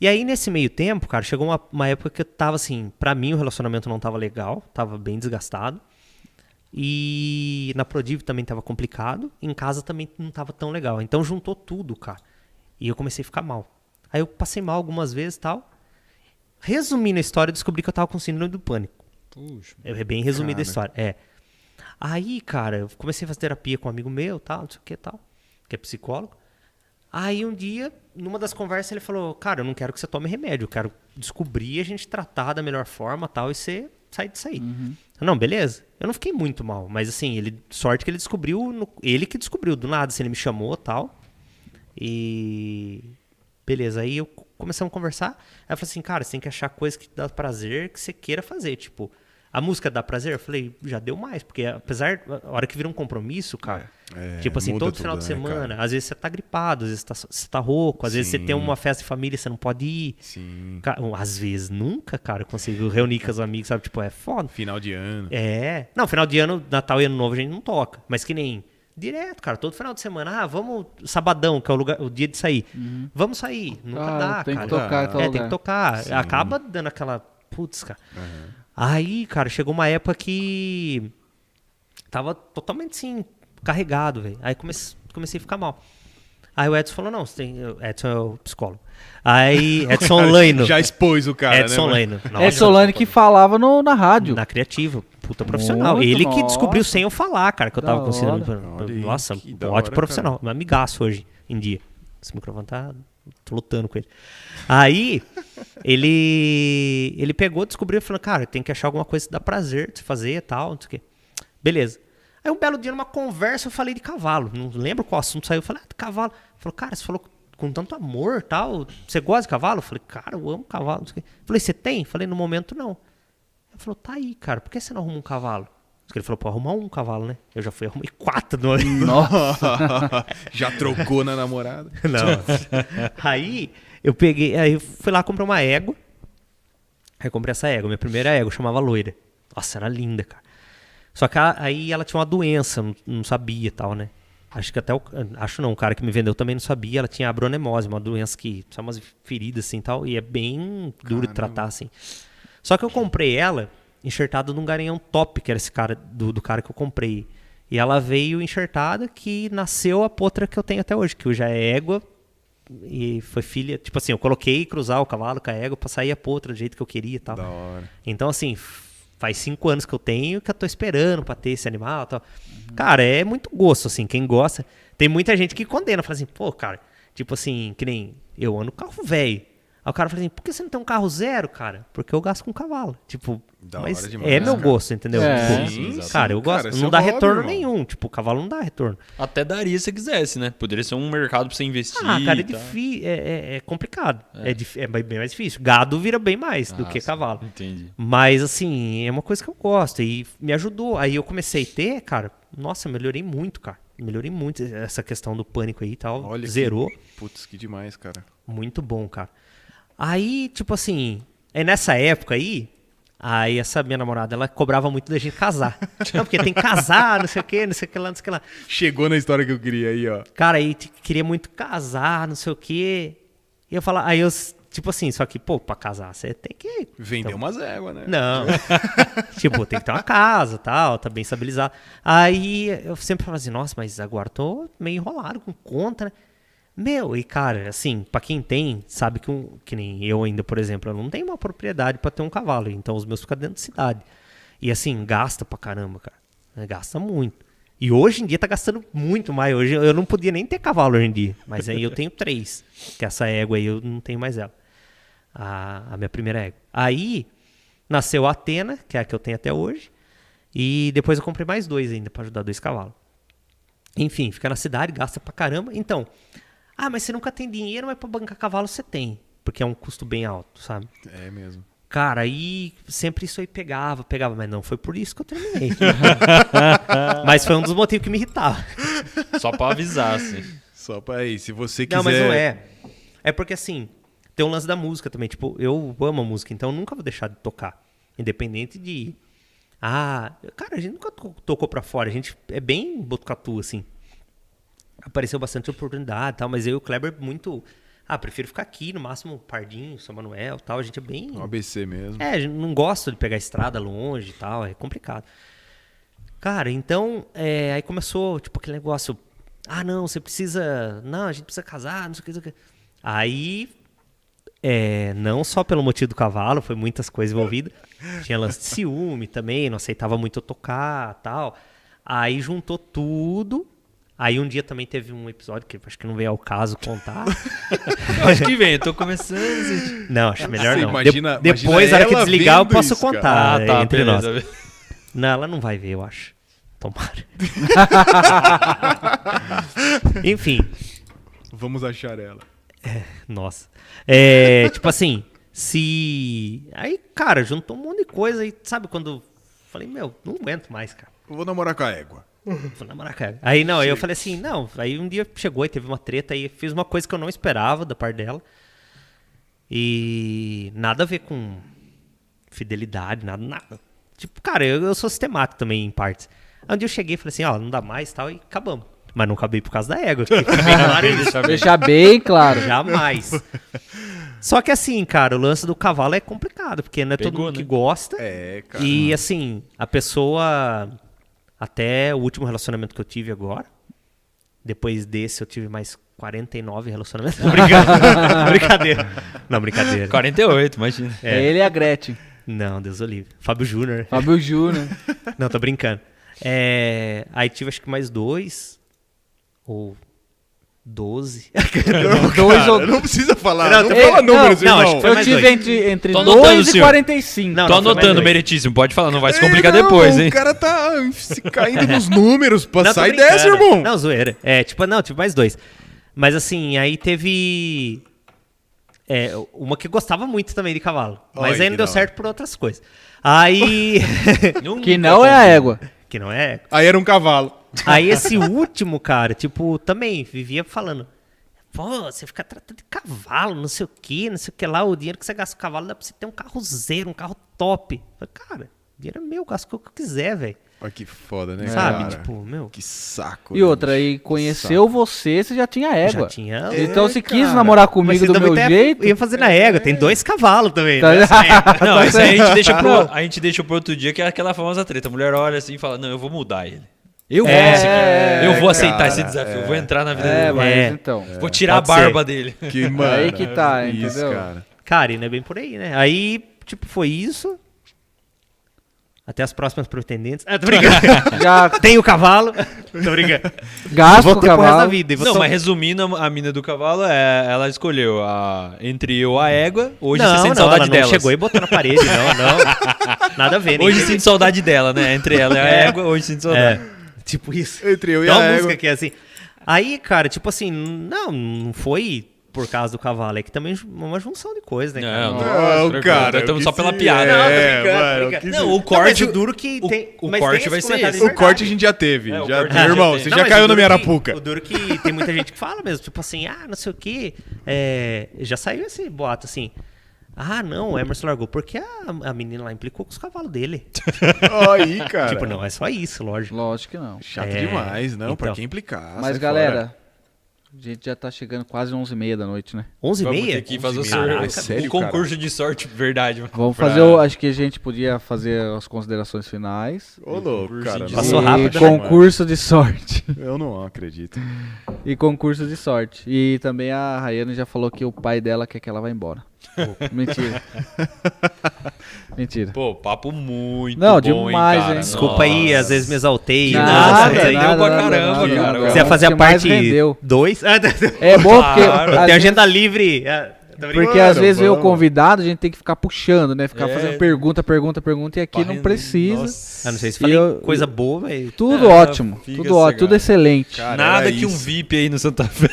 B: E aí, nesse meio tempo, cara, chegou uma, uma época que eu tava assim. Pra mim, o relacionamento não tava legal, tava bem desgastado. E na Prodiv também tava complicado. Em casa também não tava tão legal. Então juntou tudo, cara. E eu comecei a ficar mal. Aí eu passei mal algumas vezes e tal. Resumindo a história, eu descobri que eu tava com síndrome do pânico.
C: Puxa.
B: É bem resumida a história. É. Aí, cara, eu comecei a fazer terapia com um amigo meu, tal, não sei o que tal, que é psicólogo. Aí um dia, numa das conversas, ele falou: Cara, eu não quero que você tome remédio, eu quero descobrir, a gente tratar da melhor forma tal, e você sair disso aí. Eu, Não, beleza. Eu não fiquei muito mal, mas assim, ele sorte que ele descobriu, no- ele que descobriu do nada, se ele me chamou tal. E. Beleza, aí eu c- começamos a conversar. Aí eu falei assim, cara, você tem que achar coisa que te dá prazer, que você queira fazer. Tipo, a música dá prazer? Eu falei, já deu mais, porque apesar, a hora que vira um compromisso, cara,
I: É,
B: tipo assim,
I: muda
B: todo final
I: tudo,
B: de
I: né, cara?
B: semana, às vezes você tá gripado, às vezes você tá, so- você tá rouco, às vezes você
I: Sim.
B: tem uma festa de família e você não pode ir.
I: Sim.
B: Ca- Às vezes nunca, cara, eu consigo reunir com os amigos, sabe? Tipo, é foda.
I: Final de ano.
B: É. Não, final de ano, Natal e Ano Novo a gente não toca. Mas que nem Direto, cara, todo final de semana. Ah, vamos. Sabadão, que é o, lugar, o dia de sair. Vamos sair. Nunca
F: Uhum. Ah,
B: dá,
F: tem que
B: cara.
F: tocar em tal
B: é, tem
F: lugar.
B: que tocar. Acaba dando aquela. Putz, cara. Aí, cara, chegou uma época que. Tava totalmente assim, carregado, velho. Aí comecei, comecei a ficar mal. Aí o Edson falou: não, você tem. o Edson é o psicólogo.
F: [laughs]
B: Aí, Edson Laino.
F: é
I: Já expôs o cara,
B: Edson
I: né? mano?
B: Laino. Nossa,
A: Edson Lane É que falava no, na [laughs] rádio.
B: na Criativa. Puta profissional.
A: Muito,
B: Ele que
A: nossa.
B: descobriu sem eu falar, cara, que eu
A: Da
B: tava considerando.
I: Olha aí,
B: Nossa, um
I: que da
B: ótimo
I: hora,
B: profissional. Meu amigaço hoje em dia. Esse microfone tá. Tô lutando com ele. Aí, ele. Ele pegou, descobriu e falou: Cara, tem que achar alguma coisa que dá prazer de fazer e tal, não sei o quê. Beleza. Aí, um belo dia, numa conversa, eu falei de cavalo. Não lembro qual assunto saiu. Eu falei: Ah, de cavalo. Ele falou: Cara, você falou com tanto amor tal. Você gosta de cavalo? Eu falei: Cara, eu amo cavalo. Não sei o quê. Eu falei: Você tem? Eu falei: No momento, não. Ele falou, tá aí, cara, por que você não arruma um cavalo? Porque ele falou, pô, arrumar um cavalo, né? Eu já fui, arrumei quatro é? de uma vez.
I: [laughs] Já trocou na namorada.
B: Não. aí eu peguei, aí eu fui lá comprar uma égua. Aí eu comprei essa égua, minha primeira égua, chamava Loira. Nossa, era linda, cara. Só que a- aí ela tinha uma doença, não, não sabia e tal, né? Acho que até o. Acho não, o cara que me vendeu também não sabia. Ela tinha abronemose, uma doença que. Só umas feridas assim e tal. E é bem duro de tratar, assim. Só que eu comprei ela enxertada num garanhão top, que era esse cara do, do cara que eu comprei. E ela veio enxertada que nasceu a potra que eu tenho até hoje, que já é égua. E foi filha. Tipo assim, eu coloquei cruzar o cavalo com a égua pra sair a potra do jeito que eu queria e tal.
I: Da hora.
B: Então, assim, f- faz cinco anos que eu tenho que eu tô esperando pra ter esse animal e tal. Cara, é muito gosto, assim, quem gosta. Tem muita gente que condena, fala assim, pô, cara, tipo assim, que nem eu ando carro velho. Aí o cara fala assim, por que você não tem um carro zero, cara? Porque eu gasto com cavalo. Tipo,
I: Da
B: mas
I: hora demais,
B: é meu
I: cara.
B: gosto, entendeu?
F: É.
B: Tipo,
I: Sim, sim,
B: cara, eu
I: cara,
B: gosto.
I: esse é
B: não
I: o
B: dá
I: hobby,
B: retorno
I: irmão.
B: nenhum. Tipo, o cavalo não dá retorno.
C: Até daria se quisesse, né? Poderia ser um mercado pra você investir.
B: Ah, cara, é,
C: e
I: tá.
C: tal.
B: difí- é- é- é complicado. É. dif- é bem mais difícil. Gado vira bem mais do
C: Ah,
B: que
C: sim,
B: cavalo.
C: Entendi.
B: Mas, assim, é uma coisa que eu gosto e me ajudou. Aí eu comecei a ter, cara, nossa, eu melhorei muito, cara. Melhorei muito essa questão do pânico aí e tal.
I: Olha que-
B: Zerou.
I: Putz, que demais, cara.
B: Muito bom, cara. Aí, tipo assim, é nessa época aí, aí essa minha namorada, ela cobrava muito da
I: [laughs]
B: gente casar. não, porque tem que casar, não sei o quê, não sei o que lá, não sei o que lá.
I: Chegou na história que eu queria aí, ó.
B: Cara, aí t- queria muito casar, não sei o quê. E eu falava, aí eu, s- tipo assim, só que, pô, pra casar, você tem que
I: Vendeu
B: Então-
I: umas éguas, né?
B: não. [laughs] tipo, tem que ter uma casa tal, tá bem estabilizado. Aí eu sempre falava assim, nossa, mas agora tô meio enrolado com conta, né? Meu, e cara, assim, pra quem tem, sabe que um, que nem eu ainda, por exemplo, eu não tenho uma propriedade pra ter um cavalo, então os meus ficam dentro da cidade. E assim, gasta pra caramba, cara. né? Gasta muito. E hoje em dia tá gastando muito mais. Hoje eu não podia nem ter cavalo hoje em dia, mas aí eu tenho três, que é essa égua aí eu não tenho mais ela a, a minha primeira égua. Aí nasceu a Atena, que é a que eu tenho até hoje, e depois eu comprei mais dois ainda pra ajudar dois cavalos. Enfim, fica na cidade, gasta pra caramba. Então, ah, mas você nunca tem dinheiro, mas pra bancar cavalo você tem, porque é um custo bem alto, sabe?
I: É mesmo.
B: Cara, aí sempre isso aí pegava, pegava, mas não foi por isso que eu terminei. mas foi um dos motivos que me irritava.
C: Só pra avisar, assim.
I: Só pra aí, se você quiser.
B: Não, mas não é. É porque assim, tem um lance da música também. Tipo, eu amo a música, então eu nunca vou deixar de tocar. Independente de. Ah, cara, a gente nunca to- tocou pra fora. A gente é bem botucatu, assim. Apareceu bastante oportunidade e tal, mas eu e o Kleber muito. Ah, prefiro ficar aqui, no máximo Pardinho, São Manuel e tal. A gente é bem.
I: Um ABC mesmo.
B: É, a gente não gosta de pegar estrada longe e tal, é complicado. Cara, então, é, aí começou, tipo, aquele negócio, ah, não, você precisa, não, a gente precisa casar, não sei o que, não sei o que. Aí, é, não só pelo motivo do cavalo, foi muitas coisas envolvidas, tinha lance de ciúme também, não aceitava muito eu tocar tal. Aí juntou tudo, aí um dia também teve um episódio, que acho que não veio ao caso contar.
C: [laughs] Eu acho que vem, eu tô começando. gente.
B: Não, acho melhor
I: Você
B: não.
I: imagina-
B: De-
I: imagina
B: depois, na hora que
I: ela
B: desligar, eu
I: vendo
B: posso
I: isso, cara. Ah, tá,
B: contar é, entre nós.
C: Ah, tá, beleza.
B: Não, ela não vai ver, eu acho. Tomara. Enfim,
I: Vamos achar ela.
B: nossa. É, tipo assim, se. Aí, cara, juntou um monte de coisa e sabe quando. Falei, meu, não aguento mais, cara.
I: Eu vou namorar com a égua.
B: Vou namorar, cara. Aí não, aí eu falei assim, não. Aí um dia chegou e teve uma treta aí, fiz uma coisa que eu não esperava da parte dela. E nada a ver com fidelidade, nada, nada. Tipo, cara, eu, eu sou sistemático também em partes. Aí um dia eu cheguei e falei assim, ó, não dá mais tal, e acabamos. Mas não acabei por causa da égua. porque fica bem claro isso. [laughs]
A: Deixar bem claro.
B: Jamais. Só que assim, cara, o lance do cavalo é complicado, porque não é todo
C: Pegou,
B: mundo que
C: né?
B: gosta.
I: É, cara.
B: E assim, a pessoa. Até o último relacionamento que eu tive agora. Depois desse, eu tive mais 49 relacionamentos. [laughs] Não, brincadeira. brincadeira. Não, brincadeira.
C: 48, imagina.
A: É. Ele e a Gretchen.
B: Não, Deus o livre. Fábio Júnior.
A: Fábio Júnior.
B: Não, tô brincando. É, aí tive acho que mais dois. Ou 12.
A: Dois ou
I: Não precisa falar,
B: Não,
I: não,
B: tô-
I: fala
A: Ei, não,
I: números,
B: não,
I: irmão.
B: acho que foi
A: Eu
B: mais
A: tive
B: dois.
A: entre, entre
C: Tô anotando,
A: 2 e
C: senhor.
A: 45.
B: Não,
C: Tô
B: não, foi mais
C: anotando,
B: dois.
C: meritíssimo. Pode falar, não vai se
I: Ei,
C: complicar
I: não,
C: depois, hein?
I: O cara tá
B: [laughs]
I: se caindo nos números, pô.
B: Não, tô
I: Sai
B: brincando.
I: dessa, irmão.
B: Não, zoeira. É, tipo, não, tipo, mais dois. Mas assim, aí teve. é, uma que gostava muito também de cavalo. Mas
I: Olha,
B: aí
I: que
B: não deu
I: da
B: certo por outras coisas.
A: [laughs]
B: Aí.
A: Que não é a égua.
B: que não é.
I: Aí era um cavalo.
B: Aí esse último, cara, tipo, também vivia falando. Pô, você fica tratando de cavalo, não sei o que, não sei o que lá. O dinheiro que você gasta com cavalo dá pra você ter um carro zero, um carro top. Eu falei, cara, o dinheiro é meu, eu gasto com o que eu quiser, velho.
I: Olha que foda, né,
B: Sabe?
I: cara?
B: Tipo, meu.
I: Que saco.
A: E
I: né,
A: outra,
I: bicho?
A: e conheceu você, você já tinha
B: eu
A: égua.
B: Já tinha. é,
A: Então se quis
I: cara.
A: namorar
B: Mas
A: comigo
B: você
A: do
B: também
A: meu
B: tá-
A: jeito. É.
B: Ia fazer na égua, tem dois cavalos também.
A: Tá-
B: né? Essa
A: [laughs]
B: [laughs] égua.
C: [laughs] Não,
A: Tá
C: isso aí a
A: certo.
C: gente deixa pro, a gente deixa pro outro dia, que é aquela famosa treta. A mulher olha assim e fala, não, eu vou mudar ele. Eu vou
B: É,
C: conseguir. eu vou aceitar
I: cara,
C: esse desafio, eu vou entrar na vida
A: É,
C: dele.
A: mas
B: É.
A: então.
C: Vou tirar a
B: Pode ser.
C: barba dele.
I: Que, mano,
A: Aí que tá,
I: Isso,
A: entendeu?
I: cara.
B: Cara, e não é bem por aí, né? Aí, tipo, foi isso. Até as próximas pretendentes. Ah, tô
A: [laughs]
B: brincando.
A: Já
B: tem o cavalo. Tô brincando.
A: gasto
B: Vou
A: o
B: ter pro resto da
A: cavalo.
B: vida. e vou
C: Não,
B: só-
C: mas resumindo, a a mina do cavalo, é, ela escolheu a, entre eu a égua, hoje
B: não,
C: você sente
B: não,
C: saudade
B: ela
C: dela.
B: não chegou e botou na parede, não,
C: [laughs]
B: não. Nada a ver, né?
C: Hoje sinto saudade dela, né? Entre ela e a égua, hoje sinto saudade.
B: É, tipo isso.
I: Entre eu e
B: Tem uma
I: a égua.
B: música que é assim. Aí, cara, tipo assim, não, não foi por causa do cavalo, é que também é uma junção de coisas, né? cara?
C: Não,
I: Não,
C: tranquilo.
I: cara.
C: Estamos
I: eu
C: só
I: quis-
C: pela piada.
I: É,
C: Não, tô
B: brincando, tô
I: mano, eu
B: brincando.
I: quis-
C: Não, o
B: Não, mas
C: corte...
B: o duro que
C: o-
B: tem.
C: o
B: mas
C: corte
B: tem
C: vai
B: esse
C: ser
B: comentário
I: O
B: de
I: corte a
B: verdade.
I: gente já teve.
C: É, o
I: já,
C: corte a gente
I: irmão,
C: já
I: você
B: Não,
I: já
B: mas
I: caiu
B: o
I: na
B: duro
I: minha
B: que-
I: arapuca.
B: O duro que tem muita gente que fala mesmo, tipo assim, ah, não sei o quê. é, já saiu esse boato assim. Ah, não, o Emerson largou porque a, a menina lá implicou com os cavalos dele.
I: Olha
B: [laughs]
I: aí, cara.
B: Tipo, não, é só isso, lógico.
A: Lógico que não.
I: Chato
B: É,
I: demais, não. Pra
B: então.
I: quem implicar.
A: Mas
I: sai
A: galera, a gente já tá chegando quase 11h30 da noite, né?
B: 11 e
C: Vamos
B: meia?
C: ter que fazer o,
B: Caraca,
C: sur-
I: sério,
C: o concurso de sorte, verdade. mano.
A: Vamos fazer, o, acho que a gente podia fazer as considerações finais.
I: fora. Ô, louco, cara.
C: Concurso
B: Passou
A: e
B: rápido, né,
A: concurso de sorte. [laughs]
I: Eu não acredito.
A: E concurso de sorte. E também a Rayane já falou que o pai dela quer que ela vá embora. Mentira. Mentira.
C: Pô, papo muito
A: Não,
C: bom,
A: demais,
C: hein, cara?
A: hein?
B: Desculpa aí, às vezes me exaltei.
C: Nada,
B: mas
C: nada,
B: aí-
C: nada. pra caramba, cara.
A: nada. É
B: Você ia fazer
A: O que
B: a
A: mais
B: parte
A: rendeu.
B: 2? [laughs]
A: É bom porque.
C: Claro,
A: às
B: tem
A: vezes-
B: agenda livre. Ah, tô brincando.
A: Porque às
I: Claro,
A: vezes eu
I: vamos.
A: convidado, a gente tem que ficar puxando, né? Ficar
C: É.
A: fazendo pergunta, pergunta, pergunta, e aqui
C: Pai,
A: não precisa.
C: nossa.
B: Ah, não sei se
A: E
B: falei
A: eu-
B: coisa boa, mas.
A: Tudo
C: É,
A: ótimo,
C: fica
A: tudo ótimo, tudo
C: sossegado.
A: excelente.
I: Cara,
C: Nada
I: era
C: que um
I: isso.
C: VIP aí no Santa Fe.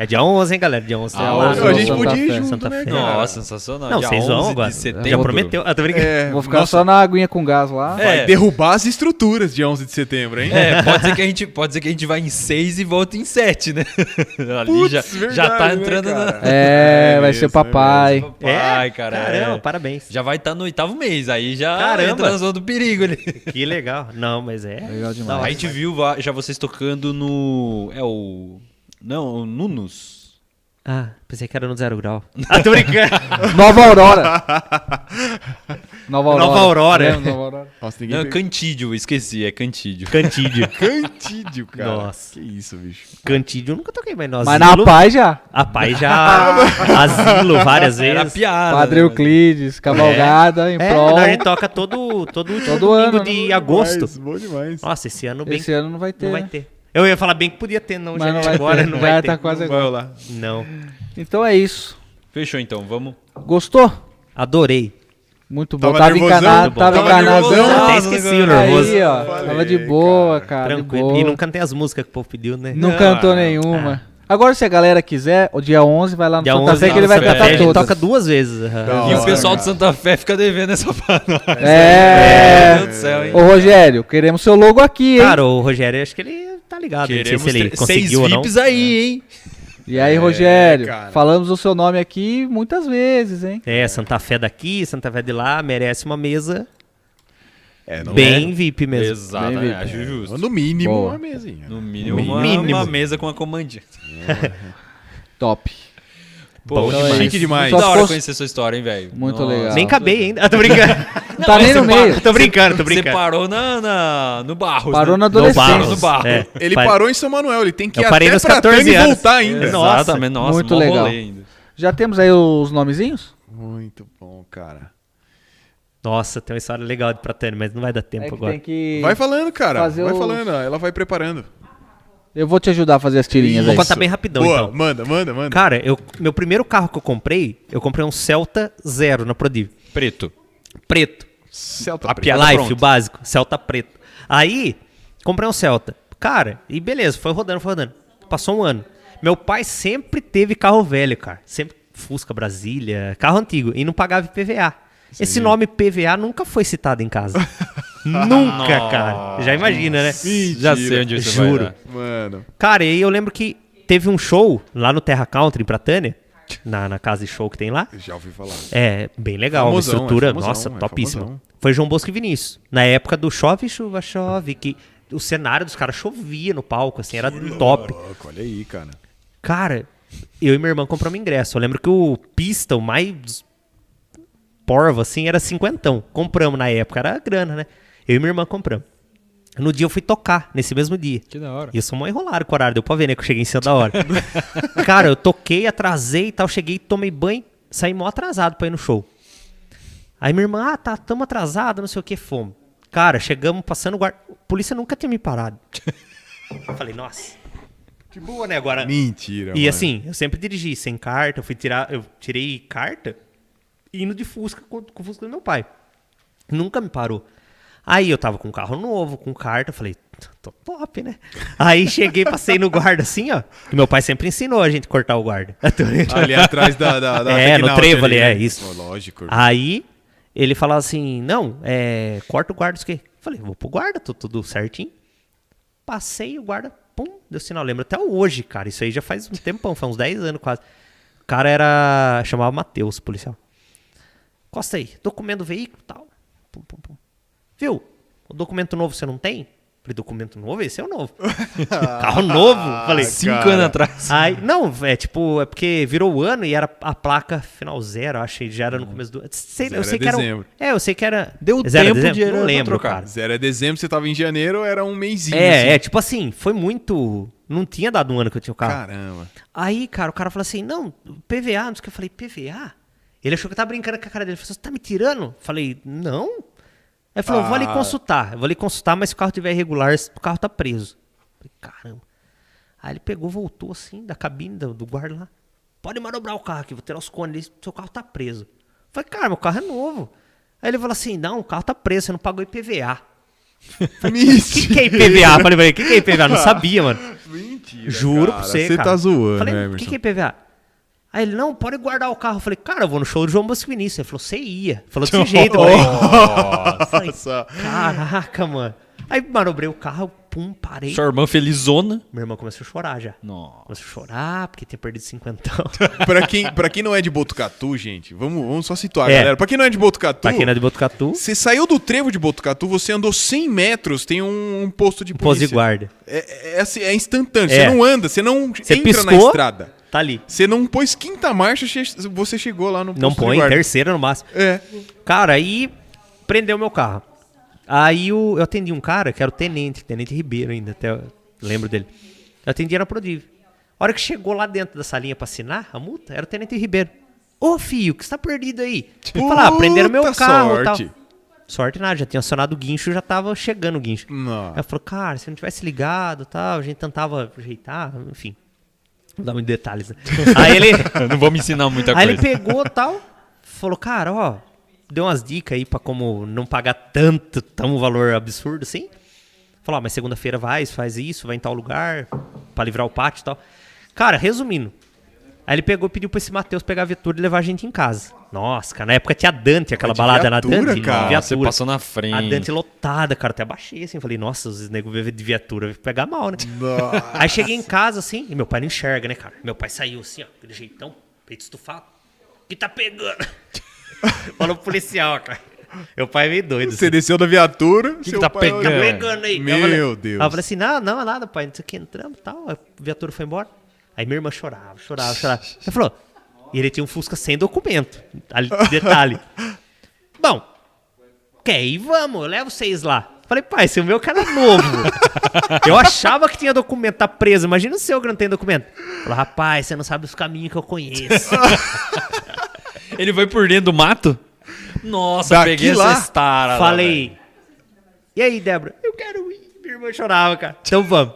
B: É dia 11, hein, galera? Dia 11.
A: Ah,
B: tá lá,
A: hoje
B: Santa
A: é
I: a gente
A: Santa
I: podia ir
A: Fé,
I: junto,
B: Santa
I: né,
B: Fé.
I: cara?
C: [laughs] Nossa, sensacional.
B: Não,
C: Dia
B: vocês vão
C: 11
B: agora.
C: de setembro.
B: Já prometeu. Ah, tô brincando.
I: É,
A: Vou ficar
I: nossa,
A: só na aguinha com gás lá.
C: É.
I: Vai derrubar as estruturas de 11 de setembro, hein?
C: É, pode ser que a gente, pode ser que a gente vai em 6 e volta em 7, né? [laughs] Ali
I: Putz,
C: já,
I: verdade,
C: já tá
I: né,
C: entrando
I: cara?
A: É, vai
I: mesmo,
A: ser papai.
C: na. Ai, cara. é.
B: Caramba, parabéns.
C: Já vai estar no oitavo mês, aí já
B: Caramba.
C: entra na zona do perigo ali.
B: Que legal. Não, mas é.
A: Legal demais.
B: Não,
C: a gente viu va- já vocês tocando no. É o. Não, é o Nunos.
B: Ah, pensei que era no zero grau. [laughs] Ah, tô brincando.
A: Nova
B: [laughs]
A: Aurora. Nova Aurora.
B: Nova Aurora. é.
A: Lembra Nova Aurora?
I: Nossa, ninguém
C: Não, é
I: pegou.
C: Cantídio, esqueci, é Cantídio.
B: Cantídio. [laughs]
I: Cantídio, cara.
B: Nossa.
I: Que isso, bicho.
B: Cantídio eu nunca toquei, mas nós.
A: Mas na paz já.
B: A pai
A: [laughs]
B: já. Asilo várias vezes.
C: Era piada.
A: Padre
C: né,
A: Euclides, Cavalgada, em
B: É,
A: prol.
B: a gente toca todo, todo último
A: Todo
B: domingo
A: ano,
B: de
A: né?
B: agosto.
I: Demais, bom demais.
B: Nossa, esse ano tá bem
A: Esse ano não vai ter.
B: não vai
A: né?
B: ter. Eu ia falar bem que podia ter, não,
A: Mas
B: gente.
A: não vai
B: agora
A: ter.
B: não
A: Já
B: vai
A: tá
B: ter.
A: quase
I: Não vai lá.
B: Não.
A: Então é isso.
C: mas- Fechou então, vamos.
A: Gostou?
B: Adorei.
A: Muito bom.
I: Tava
A: Tava,
I: nervosão?
A: encanado,
I: Muito bom.
A: tava,
I: Tava
A: enganado.
I: nervosão?
B: Até
A: Não,
B: esqueci o nervoso.
A: Aí, ó.
I: Falei,
A: tava de boa, cara. Tá de
B: Tranquilo.
A: boa.
B: E não cantei as músicas que o povo pediu, né?
A: Não cantou nenhuma. Agora, se a galera quiser, o dia 11 vai lá no
B: Dia
A: Santa
B: 11
A: Fé que ele
B: na
A: vai
B: Santa Fé,
A: cantar
B: a gente
A: todas.
B: toca duas vezes. aham.
I: Da
C: E
I: hora,
C: o pessoal
I: cara.
C: do Santa Fé fica devendo essa parada.
A: É.
C: Meu Deus do céu, hein?
A: Ô, Rogério, queremos seu logo aqui, hein?
B: Cara, o Rogério, acho que ele tá ligado.
C: Queremos
B: não sei se ele
C: tre- seis
B: conseguiu ou não.
C: VIPs aí, hein?
A: E aí, Rogério,
I: cara.
A: falamos o seu nome aqui muitas vezes, hein?
B: É, Santa Fé daqui, Santa Fé de lá, merece uma mesa
D: É, não
B: Bem VIP mesmo.
C: Exato,
A: Bem
C: né? acho
D: é.
C: justo.
D: No mínimo,
A: Boa.
D: uma mesinha.
C: No mínimo,
B: Mínimo.
C: uma,
B: Mínimo.
C: uma mesa com a comandinha.
A: Top.
C: Pô,
B: Então é
C: chique
B: isso.
C: demais.
A: Só
C: Da hora
A: fosse-
C: conhecer sua história, hein, velho.
A: Muito
C: Nossa.
A: legal.
B: Nem acabei ainda. [laughs] Ah, tô brincando.
A: Não tá nem no meio.
B: tô brincando, tô
C: Você
B: brincando.
C: parou na, na- no né? barro.
A: Parou na
B: No
A: adolescência.
B: barro.
C: No barro.
B: É,
D: Ele
B: pare-
D: parou em São Manuel, ele tem que ir
B: Eu parei
D: até
B: nos
D: pra
B: 14
D: Tânia e
B: anos. É,
D: voltar ainda.
B: Nossa.
C: Exatamente, nossa,
A: Muito
C: mó
A: legal.
C: rolê ainda.
A: Já temos aí os nomezinhos?
D: Muito bom, cara.
B: Nossa, tem uma história legal de Tânia, mas não vai dar tempo
A: É que
B: agora.
A: tem que...
D: Vai falando, cara.
A: Fazer
D: vai
A: os-
D: falando, ó, ela vai preparando.
A: Eu vou te ajudar a fazer as tirinhas
B: Vou
A: aí.
B: contar bem rapidão,
D: Boa,
B: então.
D: manda, manda, manda.
B: Cara, eu, meu primeiro carro que eu comprei, eu comprei um Celta Zero na Prodiv.
C: Preto.
B: Preto.
D: Celta
C: A
D: Preto.
C: piada
B: Life,
C: pronta.
B: o básico. Celta preto. Aí, comprei um Celta. Cara, e beleza, foi rodando, foi rodando. Passou um ano. Meu pai sempre teve carro velho, cara. Sempre Fusca, Brasília, carro antigo. E não pagava IPVA. Esse nome PVA nunca foi citado em
C: [laughs]
B: casa. nunca, cara. Já imagina, né?
C: Já sei onde você
B: Juro.
C: vai. dar.
D: Mano,
B: Cara, e aí eu lembro que teve um show lá no Terra Country, em Pratânia, na, na casa de show que tem lá.
D: já ouvi falar.
B: É, bem legal.
D: Famosão,
B: uma estrutura,
D: é famosão,
B: nossa,
D: é
B: topíssima.
D: famosão.
B: Foi João Bosco e Vinícius. Na época do Chove, Chuva, Chove, que o cenário dos caras chovia no palco, assim, era top.
D: Louco, olha aí, cara.
B: Cara, eu e minha irmã compramos ingresso. Eu lembro que o pista, o mais porvo, assim, era cinquentão. Compramos na época, era grana, né? Eu e minha irmã compramos. No dia eu fui tocar, nesse mesmo dia.
C: Que da hora.
B: E eu sou é mó enrolado com o horário, deu pra ver, né? Que eu cheguei em cima da hora. Cara, eu toquei, atrasei e tal, cheguei, tomei banho, saí mó atrasado pra ir no show. Aí minha irmã, ah, tá, tamo atrasado, não sei o que, fomos. Cara, chegamos passando guarda. A polícia nunca tinha me parado. Eu falei, nossa. Que boa, né, agora?
D: Mentira,
B: E
D: mano.
B: assim, eu sempre dirigi sem carta, eu fui tirar, eu tirei carta indo de Fusca com, com o Fusca do meu pai. Nunca me parou. Aí eu tava com um carro novo, com carta, eu falei, tô top, né? Aí cheguei, passei no guarda assim, ó. E meu pai sempre ensinou a gente cortar o guarda. [laughs]
D: Ali é atrás da... da, da
B: É, no
D: Tecnaut
B: trevo ali, é, isso.
D: Pô, lógico.
B: Aí ele falava assim: não, é, corta o guarda, isso aqui. Falei, vou pro guarda, tô tudo certinho. Passei o guarda, pum, deu sinal. Lembro até hoje, cara. Isso aí já faz um tempão, faz uns 10 anos quase. O cara era. chamava Matheus, policial. Costa aí, documento do veículo e tal. Pum, pum, pum. Viu? O documento novo você não tem? Falei, documento novo? Esse é o novo. [laughs] Carro novo? Falei,
C: Cinco anos atrás.
B: Aí, não, é tipo, é porque virou o ano e era a placa final zero, eu achei, já era no começo do ano. Sei-
D: Uhum. Zero
B: eu sei
D: é
B: que
D: dezembro.
B: era. É, eu sei que era.
C: Deu
B: zero é
C: tempo
B: dezembro?
C: de era
B: Não
C: pra
B: lembro,
C: trocar.
B: cara.
D: Zero é dezembro, você tava em janeiro, era um mêsinho.
B: É, é,
D: assim.
B: tipo assim, foi muito. Não tinha dado um ano que eu tinha o carro.
D: Caramba.
B: Aí, cara, o cara falou assim: não, PVA, não sei o que. Eu falei: PVA? Ele achou que eu tava brincando com a cara dele. Ele falou: você tá me tirando? Eu falei: não. Aí ele falou: vou ali
D: Ah.
B: consultar. Eu vou ali consultar, mas se o carro tiver irregular, o carro tá preso. Eu falei: caramba. Aí ele pegou, voltou assim, da cabine do, do guarda lá: pode manobrar o carro aqui, vou tirar os cones dele, seu carro tá preso. Eu falei: cara, meu carro é novo. Aí ele falou assim: não, o carro tá preso, você não pagou IPVA. O que, que é IPVA? Eu Falei pra ele: o que, que é IPVA? Eu Não sabia, mano.
D: [laughs] Mentira,
B: Juro pra
D: cara.
B: você,
D: Você
B: cara.
D: tá zoando,
B: Falei,
D: né,
B: o que,
D: Emerson?
B: que é IPVA? Aí ele, não, pode guardar o carro. Eu falei, cara, eu vou no show do João Bosco Vinícius. Ele falou, você ia. Falou
D: [laughs]
B: desse jeito, eu falei,
D: Nossa.
B: Caraca, mano. Aí manobrei o carro, pum, parei.
C: Sua irmã felizona.
B: Minha irmã começou a chorar já.
C: Nossa.
B: Começou a chorar porque tinha perdido
D: [laughs]
B: 50
D: pra, quem, pra quem não é de Botucatu, gente, vamos, vamos só situar,
B: É.
D: galera. Pra quem não é de Botucatu,
B: Pra quem não é de Botucatu,
D: você saiu do trevo de Botucatu, você andou 100 metros, tem um, um posto de polícia.
B: pose de guarda.
D: É, é assim, é instantâneo,
B: É.
D: você não anda, você não
B: Você
D: entra na
B: piscou?
D: estrada.
B: Tá ali.
D: Você não pôs quinta marcha, che- você chegou lá no posto
B: Não
D: de
B: põe,
D: guarda.
B: terceira no máximo.
D: É.
B: Cara, aí prendeu meu carro. Aí o- eu atendi um cara que era o tenente, tenente Ribeiro ainda, até eu lembro dele. Eu atendi na Prodiv. A hora que chegou lá dentro da salinha pra assinar a multa, era o tenente Ribeiro. Ô, filho, o que você tá perdido aí? Eu falei, ah, prenderam meu
D: Puta
B: carro e tal.
D: sorte.
B: Sorte nada, já tinha acionado o guincho, já tava chegando o guincho.
D: Não.
B: Ela falou, cara, se não tivesse ligado e tal, a gente tentava ajeitar, enfim. Não dá muitos
D: [laughs]
B: detalhes, né? Aí ele...
C: [laughs] Não vou me ensinar muita
B: Aí
C: coisa.
B: ele pegou tal, falou, cara, ó, deu umas dicas aí pra como não pagar tanto, tão um valor absurdo assim. Falou, ó, mas segunda-feira vai, faz isso, vai em tal lugar, pra livrar o pátio e tal. Cara, resumindo. Aí ele pegou e pediu pra esse Matheus pegar a viatura e levar a gente em casa. Nossa, cara, na época tinha a Dante, aquela balada na
D: viatura,
B: Dante.
D: cara,
C: Ah, você
B: viatura.
C: passou na
B: A
C: frente.
B: Dante lotada, cara, até baixei assim. Falei, nossa, os negros vivem de viatura, vai pegar mal, né?
D: Nossa.
B: Aí cheguei em casa assim, e meu pai não enxerga, né, cara? Meu pai saiu assim, ó, aquele [laughs] jeitão, peito estufado. Que tá pegando? Falou pro policial, cara. Meu pai é meio doido.
D: Você desceu da viatura. O
B: que tá pegando? Tá pegando aí.
D: Meu
B: Eu falei-
D: Deus.
B: Ela falou assim: não, não, é nada, pai. Não sei o que, entramos e tal. A viatura foi embora. Aí minha irmã chorava, chorava, chorava. Ela falou: e ele tinha um Fusca sem documento. [laughs] Ali, detalhe. Bom, quer ir? Vamos, eu levo vocês lá. Falei, pai, se o meu cara é novo. eu achava que tinha documento, tá preso. Imagina o seu que não tem documento. Falou, rapaz, você não sabe os caminhos que eu conheço.
C: Ele foi por dentro do mato? Nossa,
D: Daqui
C: peguei
D: lá?
C: essa estara. lá,
B: Falei. e aí, Débora? Eu quero ir. Minha irmã chorava, cara. Então
D: [laughs]
B: vamos.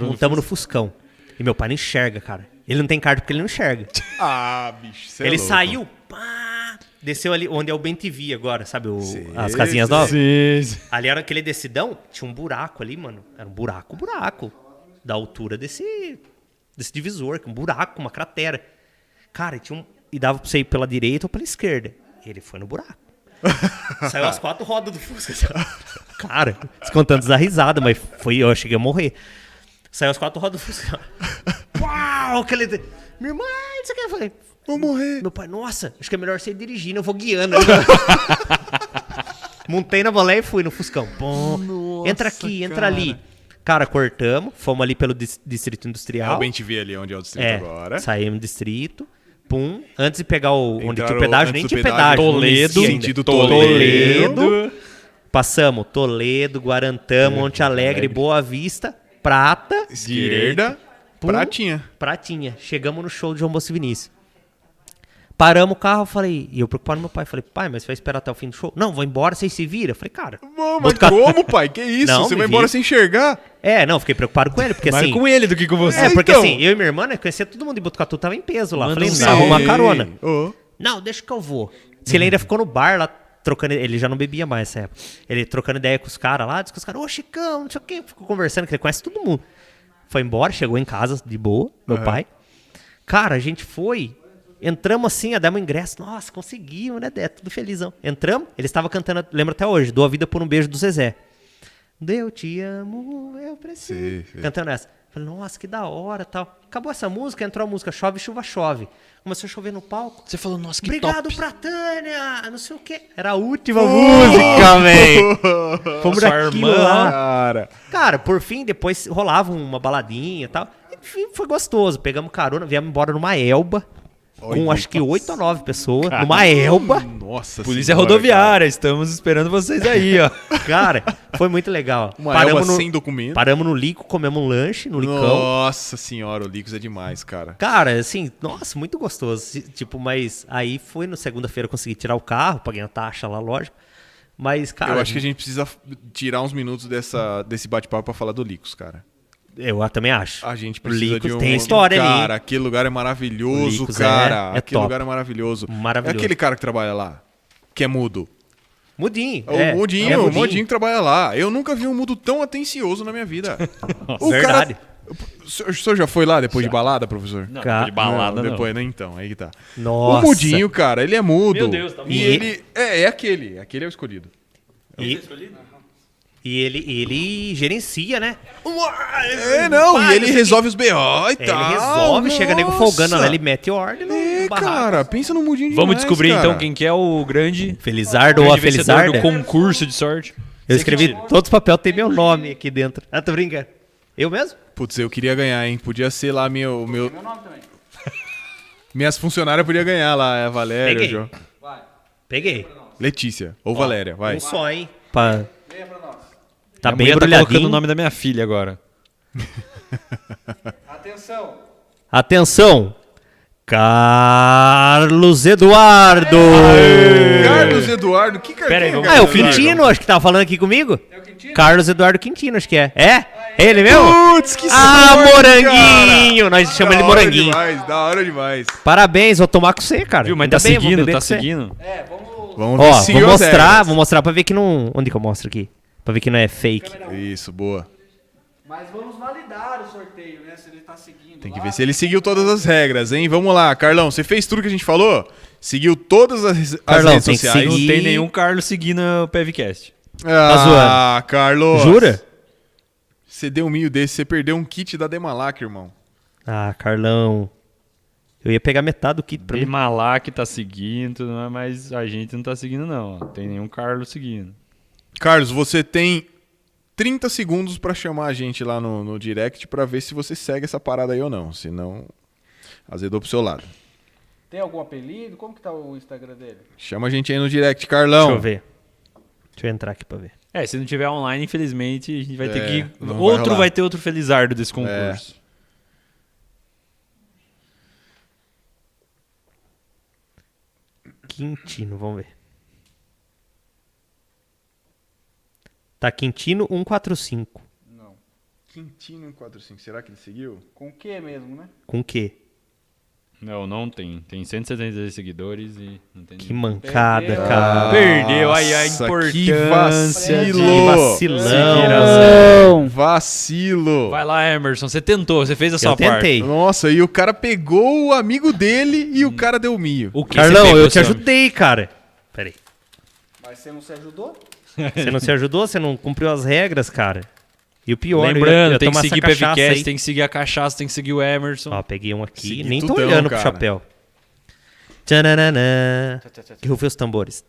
B: Montamos no Fuscão. E meu pai não enxerga, cara. Ele não tem carta porque ele não enxerga.
D: Ah, bicho. cê é
B: ele
D: louco.
B: saiu, pá, desceu ali onde é o Ben TV agora, sabe? o- as
D: é
B: casinhas novas.
C: velho. Sim, sim.
B: Ali era aquele decidão, tinha um buraco ali, mano. Era um buraco, buraco. Da altura desse, desse divisor, um buraco, uma cratera. Cara, e tinha um, e dava pra você ir pela direita ou pela esquerda. Ele foi no [laughs] buraco. Saiu as quatro rodas do Fusca. assim, ó. Cara, descontando da risada, mas foi, eu cheguei a morrer. Saiu as quatro rodas do [laughs] Fusca. ó. Uau, aquele. de- Minha irmã, ai, não sei o que. Eu falei,
D: Vou morrer.
B: meu pai, nossa, acho que é melhor você ir dirigindo, eu vou guiando. [laughs] Montei na bolé e fui no Fuscão. Bom, entra aqui, entra ali. Cara, cortamos, fomos ali pelo dis- distrito industrial.
D: Realmente vi ali onde é o distrito
B: é,
D: agora.
B: saímos do distrito. Pum, antes de pegar o onde tinha
D: Entraram
B: o pedágio,
D: antes
B: nem
D: do
B: tinha
D: pedágio,
B: pedágio. não
C: Toledo,
B: existia ainda.
D: Sentido
B: Toledo.
D: Toledo.
B: Passamos Toledo, Guarantama, Monte Alegre, Boa Vista, Prata,
D: Esquerda.
B: Pum.
D: Pratinha.
B: Pratinha. Chegamos no show de João Bosco e Vinícius. Paramos o carro, eu falei, e eu preocupado com meu pai, falei, pai, mas você vai esperar até o fim do show? Não, vou embora, vocês se viram. Eu falei, cara.
D: Mô,
B: vou
D: mas
B: tocar-
D: como, pai? Que isso?
B: Não,
D: Você
B: me
D: vai
B: vi.
D: embora sem enxergar?
B: É, não, fiquei preocupado com ele, porque
C: Mais
B: assim.
C: com ele do que com você.
B: É, porque
D: então.
B: assim, eu e minha irmã, né, conhecia todo mundo em Botucatu, tava em peso lá.
C: Manda
B: falei,
C: um
B: não,
C: salve.
B: arruma carona.
D: Ô.
B: Não, deixa que eu vou. Se
D: Uhum.
B: ele ainda ficou no bar lá, trocando. Ele já não bebia mais nessa época. Ele trocando ideia com os caras lá, disse que os caras, ô Chicão, não sei o quê. Ficou conversando, que ele conhece todo mundo. Foi embora, chegou em casa de boa, meu pai. Cara, a gente foi. Entramos assim, a demos ingresso. Nossa, conseguimos, né, Dé? Tudo felizão. Entramos, ele estava cantando, lembro até hoje, Dou a Vida por um Beijo do Zezé. Eu te amo, eu preciso.
D: Sim, sim.
B: Cantando essa. Falei, nossa, que da hora tal. Acabou essa música, entrou a música Chove, Chuva, Chove. Começou a chover no palco.
C: Você falou, nossa, que
B: Obrigado
C: top.
B: pra Tânia, não sei o que. Era a última música, velho. Fomos
C: Sua
B: daquilo
C: irmã.
B: lá.
D: Cara.
B: Cara, por fim, depois rolava uma baladinha e tal. Enfim, foi gostoso. Pegamos carona, viemos embora numa elba. com acho que oito ou nove pessoas. Numa elba.
D: Nossa
C: Polícia
D: senhora, cara.
C: rodoviária, estamos esperando vocês aí, ó.
B: Cara, foi muito legal.
D: [laughs] Uma
B: paramos,
D: elba
B: no,
D: sem documento.
B: paramos no Lico, comemos um lanche no Licão.
D: Nossa senhora, o Licos é demais, cara.
B: Cara, assim, nossa, muito gostoso. Se- Tipo, mas aí foi na segunda-feira eu consegui tirar o carro, paguei a taxa lá, lógico. Mas, cara,
D: Eu acho que a gente precisa f- tirar uns minutos dessa, desse bate-papo pra falar do Licos, cara.
B: eu também acho.
D: A gente precisa
B: Licos
D: de um...
B: tem história ali, hein?
D: Cara, aquele lugar é maravilhoso,
B: Licos é-
D: cara.
B: é
D: aquele
B: top.
D: lugar é maravilhoso.
B: Maravilhoso.
D: É aquele cara que trabalha lá, que é mudo. É
B: É, Mudinho.
D: o Mudinho, o Mudinho que trabalha lá. Eu nunca vi um mudo tão atencioso na minha
B: [laughs]
D: vida. o
B: verdade.
D: Cara... O senhor- o senhor já foi lá depois de balada, professor?
C: Não,
B: Cara,
C: de balada não.
D: Depois, né? Então, aí que tá.
B: Nossa.
D: O mudinho, cara, ele é mudo. Meu Deus, tá
B: mudo.
D: E ele. É, é aquele. Aquele é o escolhido.
B: E, e ele, ele gerencia, né?
D: É, não.
B: Vai,
D: e ele
B: não sei
D: resolve os BO e
B: É,
D: tal.
B: ele resolve, chega nego
D: Tá, nossa.
B: folgando lá, ele mete ordem no
D: É,
B: no barraco.
D: cara, pensa no mudinho
C: Vamos
D: demais,
C: descobrir
D: cara.
C: então quem que é o grande,
B: Felizardo ou a
C: grande vencedor do
B: Felizarda.
C: concurso de sorte.
B: Eu escrevi todos os papéis, tem meu nome aqui dentro. Ah, tô brincando. Eu mesmo?
D: Putz, eu queria ganhar, hein? Podia ser lá meu. meu... [laughs] Minhas funcionárias podiam ganhar lá, é a Valéria,
B: Peguei.
D: o João.
B: Peguei.
D: Letícia. Ou Valéria, vai.
B: Um só, hein? Pra... Tá
C: Minha
B: bem
C: mulher tá colocando
B: embrulhadinho.
C: o nome da minha filha agora.
B: Atenção! Carlos Eduardo!
D: Carlos Eduardo, que
B: [laughs]
D: cartão
C: Pera aí,
D: é
C: vamos-
B: Ah, é o
D: Carlos
B: Quintino, acho que tava falando aqui comigo. É o Quintino? Carlos Eduardo Quintino, acho que é. É? Ele mesmo?
D: Eduardo? Putz, que
B: Ah,
D: sorte,
B: moranguinho! Nós
D: cara.
B: chamamos ele
D: Da hora
B: moranguinho.
D: Demais, da hora demais.
B: Parabéns, vou tomar com você, cara.
C: Viu? Mas
B: Ainda
C: tá
B: bem, vou
C: seguindo,
B: beber
C: tá
B: com você.
C: seguindo.
D: Vamos
B: Ó,
D: se
B: vou
D: eu
B: mostrar, vou mostrar pra ver que não. Onde que eu mostro aqui? Pra ver que não é fake.
D: zero. Isso, boa.
A: Mas vamos validar o sorteio, né? Se ele tá seguindo.
D: Tem que ver se ele seguiu todas as regras, hein? Vamos lá, Carlão. Você fez tudo que a gente falou? Seguiu todas as, as
B: Carlão,
D: redes
B: tem que
D: sociais?
B: seguir.
C: Não
B: E-
C: tem nenhum Carlos seguindo o PevCast.
D: Ah,
B: zoando.
D: Carlos.
B: Jura?
D: Você deu um mil desse, você perdeu um kit da Demalac, irmão.
B: Ah, Carlão. Eu ia pegar metade do kit pra mim.
C: Bimalac tá seguindo, tudo mais, mas a gente não tá seguindo, não. ó. Tem nenhum Carlos seguindo.
D: Carlos, você tem 30 segundos pra chamar a gente lá no, no direct pra ver se você segue essa parada aí ou não. Senão, azedou pro seu lado.
A: Tem algum apelido? Como que tá o Instagram dele?
D: Chama a gente aí no direct,
B: Deixa eu
D: Carlão.
B: ver. Deixa eu entrar aqui pra ver.
C: É, se não tiver online, infelizmente, a gente vai ter
D: É,
C: que.
D: não vai
C: Outro
D: rolar.
C: vai, ter outro felizardo
B: É.
C: desse
B: um
D: É.
C: concurso.
B: Quintino, vamos ver. Tá Quintino 145.
A: Não.
D: Quintino 45, será que ele seguiu?
A: Com o que mesmo, né?
B: Com que?
C: Não, não tem. Tem 176 seguidores e não tem
B: Que
C: ninguém.
B: mancada,
A: Perdeu.
B: cara.
C: Perdeu aí a
D: Ah, Nossa,
C: importância
D: Que
B: Que
D: vacilo!
B: vacilão.
A: Não.
D: Vacilo!
C: Vai lá, Emerson. Você tentou, você fez a sua
B: Eu tentei.
D: Nossa, e o cara pegou o amigo dele e o cara deu mio.
C: parte. Hum. O que
B: Carlão,
C: você pegou,
B: eu te
C: Sam?
B: ajudei, cara. [laughs] Peraí.
A: Mas você não se ajudou?
B: Você não se ajudou? Você não cumpriu as regras, cara. E o pior, eu ia,
C: Lembrando,
B: ia
C: tem que
B: tomar essa
C: seguir
B: cachaça
C: PVCast,
B: aí.
C: tem que seguir a cachaça, tem que seguir o Emerson.
B: Ó, peguei um aqui.
D: Segui
B: Nem tô
D: tudão,
B: olhando
D: cara.
B: pro chapéu. Tchananana. Que rufem os tambores.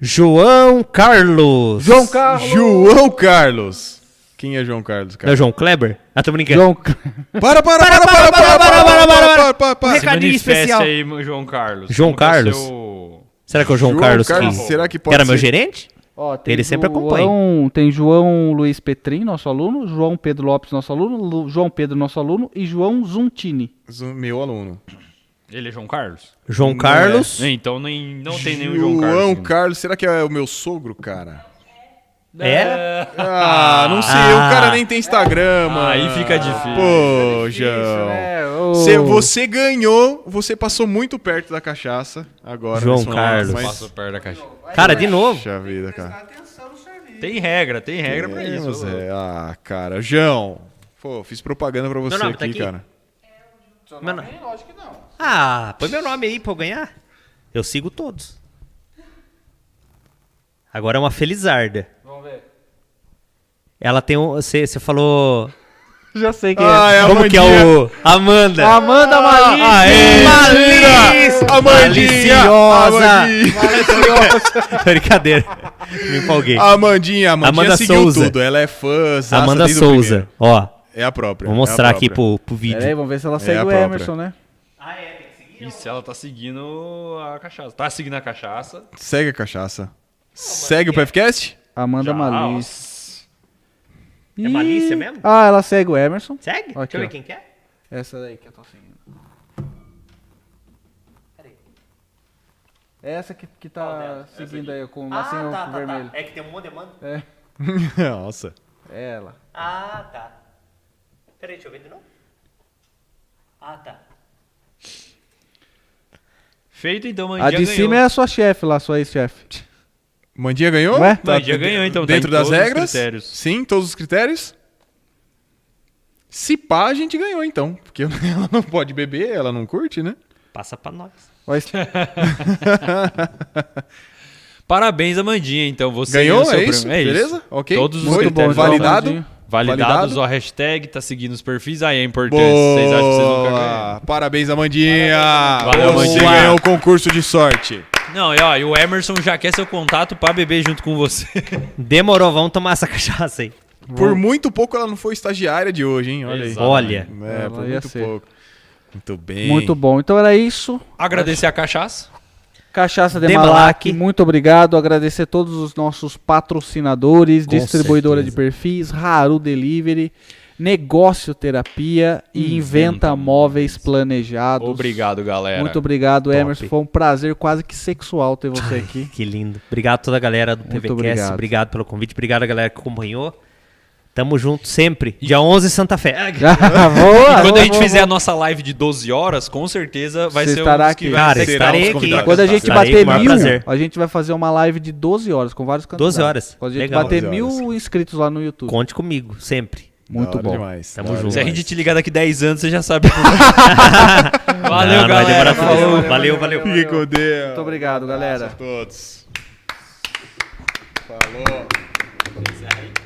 B: João Carlos.
A: João Carlos.
D: João Carlos! Quem é João Carlos,
B: Não
D: cara?
B: é João Kleber? Ah, tô brincando.
A: João Carlos.
D: Para, para, para, para, para, para, para, para, para, para, para.
C: Se
B: Recadinho
C: manifeste
B: especial.
C: aí, João Carlos.
B: João
C: Como que é o
B: Carlos.
C: seu-
B: Será que é o João,
D: João
B: Carlos,
D: Carlos,
B: que
D: será que
B: que
D: pode
B: era meu
D: ser?
B: gerente?
A: Ó, tem
B: Ele sempre acompanha.
A: João- Tem João Luiz Petrin, nosso aluno, João Pedro Lopes, nosso aluno, Lu- João Pedro, nosso aluno, e João Zuntini.
D: Zo- Meu aluno.
C: Ele é João Carlos?
B: João
D: Não
B: Carlos.
C: Então nem, não tem nenhum João Carlos. né?
D: João
C: ainda.
D: Carlos, será que é o meu
C: [laughs]
D: sogro, cara?
B: É?
D: Ah, não sei, o cara nem tem Instagram, mano.
C: Aí
B: Ah,
C: fica difícil. né?
D: Pô, João. Cê- você ganhou, você passou muito perto da cachaça agora.
B: João
D: nesse momento,
B: Carlos.
D: Mas...
C: Passou perto da caixa.
B: Cara, de novo.
D: Poxa vida, cara.
C: Tem regra, tem regra pra isso.
D: Temos, é. Ah, cara. João, pô, fiz propaganda pra você
B: Meu nome
D: aqui,
B: tá aqui?
D: cara.
B: Meu nome? Lógico que não. Ah, põe meu nome aí pra eu ganhar. Eu sigo todos. Agora é uma felizarda. Vamos ver. Ela tem um. Você você falou.
A: Já sei quem
D: Ah, é a
B: Como que é
D: Mandinha.
B: o. Amanda.
A: é. Amanda Maria.
B: Aê!
D: Mentira! A Mandinha! A
B: Maliciosa!
D: Mandinha!
B: Brincadeira. Me empolguei.
A: Ah,
D: A Mandinha, a Mandinha
B: Amanda
D: seguiu
B: Souza.
D: tudo. Ela é fã, zaça
B: Amanda
D: desde o
B: Souza.
D: primeiro.
B: Ó,
D: É a própria.
B: vou
D: é a
B: mostrar aqui
D: própria.
B: pro, pro vídeo.
A: Pera aí, vamos ver se
B: é
A: ela segue
D: a
A: o
D: própria.
A: Emerson, né?
C: Isso, ela tá seguindo a cachaça. Tá seguindo a cachaça.
D: Segue a cachaça. Segue o PFCast?
A: Amanda
C: Já,
A: Malícia.
B: É Malícia mesmo?
A: Ah, ela segue o Emerson.
B: Segue?
A: Aqui,
B: Deixa eu ver
A: ó.
B: quem que é.
A: Essa daí que eu tô seguindo. Essa que, que tá seguindo aí com o lacinho vermelho.
B: É que tem um monte de mano.
D: [laughs] Nossa.
A: É ela.
B: Ah, tá. Peraí, deixa eu ver de novo. Ah, tá.
C: Feito então,
A: A
C: Mandinha
A: de
C: ganhou.
A: cima é a sua chefe lá, sua ex-chefe.
D: Mandinha ganhou?
A: Ué?
C: Mandinha ganhou então, tá
D: Dentro
C: em
D: das
C: todos os
D: regras?
C: critérios.
D: Sim, todos os critérios. Se pá, a gente ganhou então. Porque [laughs] ela não pode beber, ela não curte, né?
B: Passa pra nós.
A: Ó, est-
C: Parabéns, Amandinha, então. Você ganhou
D: Ganhou,
C: seu
D: é
C: prêmio.
D: isso?
C: É isso.
D: Beleza? Ok.
C: Todos os
D: Muito bom,
C: critérios.
D: validado.
A: Validadinho.
C: Validados,
D: Validado.
C: ó, hashtag, tá seguindo os perfis. Aí é importante. Vocês acham que vocês nunca ganham?
D: Boa! Parabéns, Amandinha!
C: Valeu,
D: Você
C: Amandinha.
D: ganhou o concurso de sorte.
C: Não, e, ó, e o Emerson já quer seu contato pra beber junto com você. [laughs]
B: Demorou, vamos tomar essa [laughs] cachaça aí.
D: Por muito pouco ela não foi estagiária de hoje, hein? Olha aí.
C: Exato.
B: Olha.
D: É,
A: Ela
D: por
A: ia
D: muito
A: ser.
D: pouco. Muito bem.
A: Muito bom. Então era isso.
C: Agradecer a cachaça.
A: Cachaça de,
B: De
A: Malac,
B: Malac.
A: muito obrigado. Agradecer todos os nossos patrocinadores,
B: Com
A: distribuidora
B: certeza.
A: de perfis, Haru Delivery, Negócio Terapia e Inventa Móveis Planejados.
C: Obrigado, galera.
A: Muito obrigado, Emerson. Foi um prazer quase que sexual ter você
B: Ai, [laughs]
A: aqui. [laughs]
B: Que lindo. Obrigado a toda a galera do
A: Muito
B: PVCast. Obrigado.
A: obrigado.
B: pelo convite. Obrigado a galera que acompanhou. Tamo junto sempre. Dia 11, Santa Fé. Ah,
A: Já, boa,
C: Quando
A: boa,
C: a gente
A: boa,
C: fizer
A: boa.
C: a nossa live de 12 horas, com certeza vai
A: Você
C: ser
A: estará
C: um dos que
A: aqui.
C: vai
B: Cara,
C: ser
B: estarei
C: um dos
B: aqui.
C: convidados.
A: Quando a gente
B: Estarei
D: um
A: bater
B: com o maior
A: mil,
D: é
B: prazer.
A: a gente vai fazer uma live de 12 horas com vários candidatos.
B: 12 horas.
A: Quando a gente
B: Legal.
A: bater
D: 12 horas.
A: mil inscritos lá no YouTube.
B: Conte comigo, sempre.
D: Da
A: Muito
D: hora
A: bom.
D: é Demais.
B: Tamo
D: Da hora
B: junto.
C: Se a
D: demais.
C: gente te ligar daqui 10 anos, você já sabe.
D: [laughs]
C: por quê. Valeu,
B: Não, não vai demorar
C: galera.
B: tanto.
C: Falou.
B: Valeu, valeu.
D: Fique com Deus.
A: Muito obrigado,
D: Um abraço
A: galera.
D: a todos. Falou.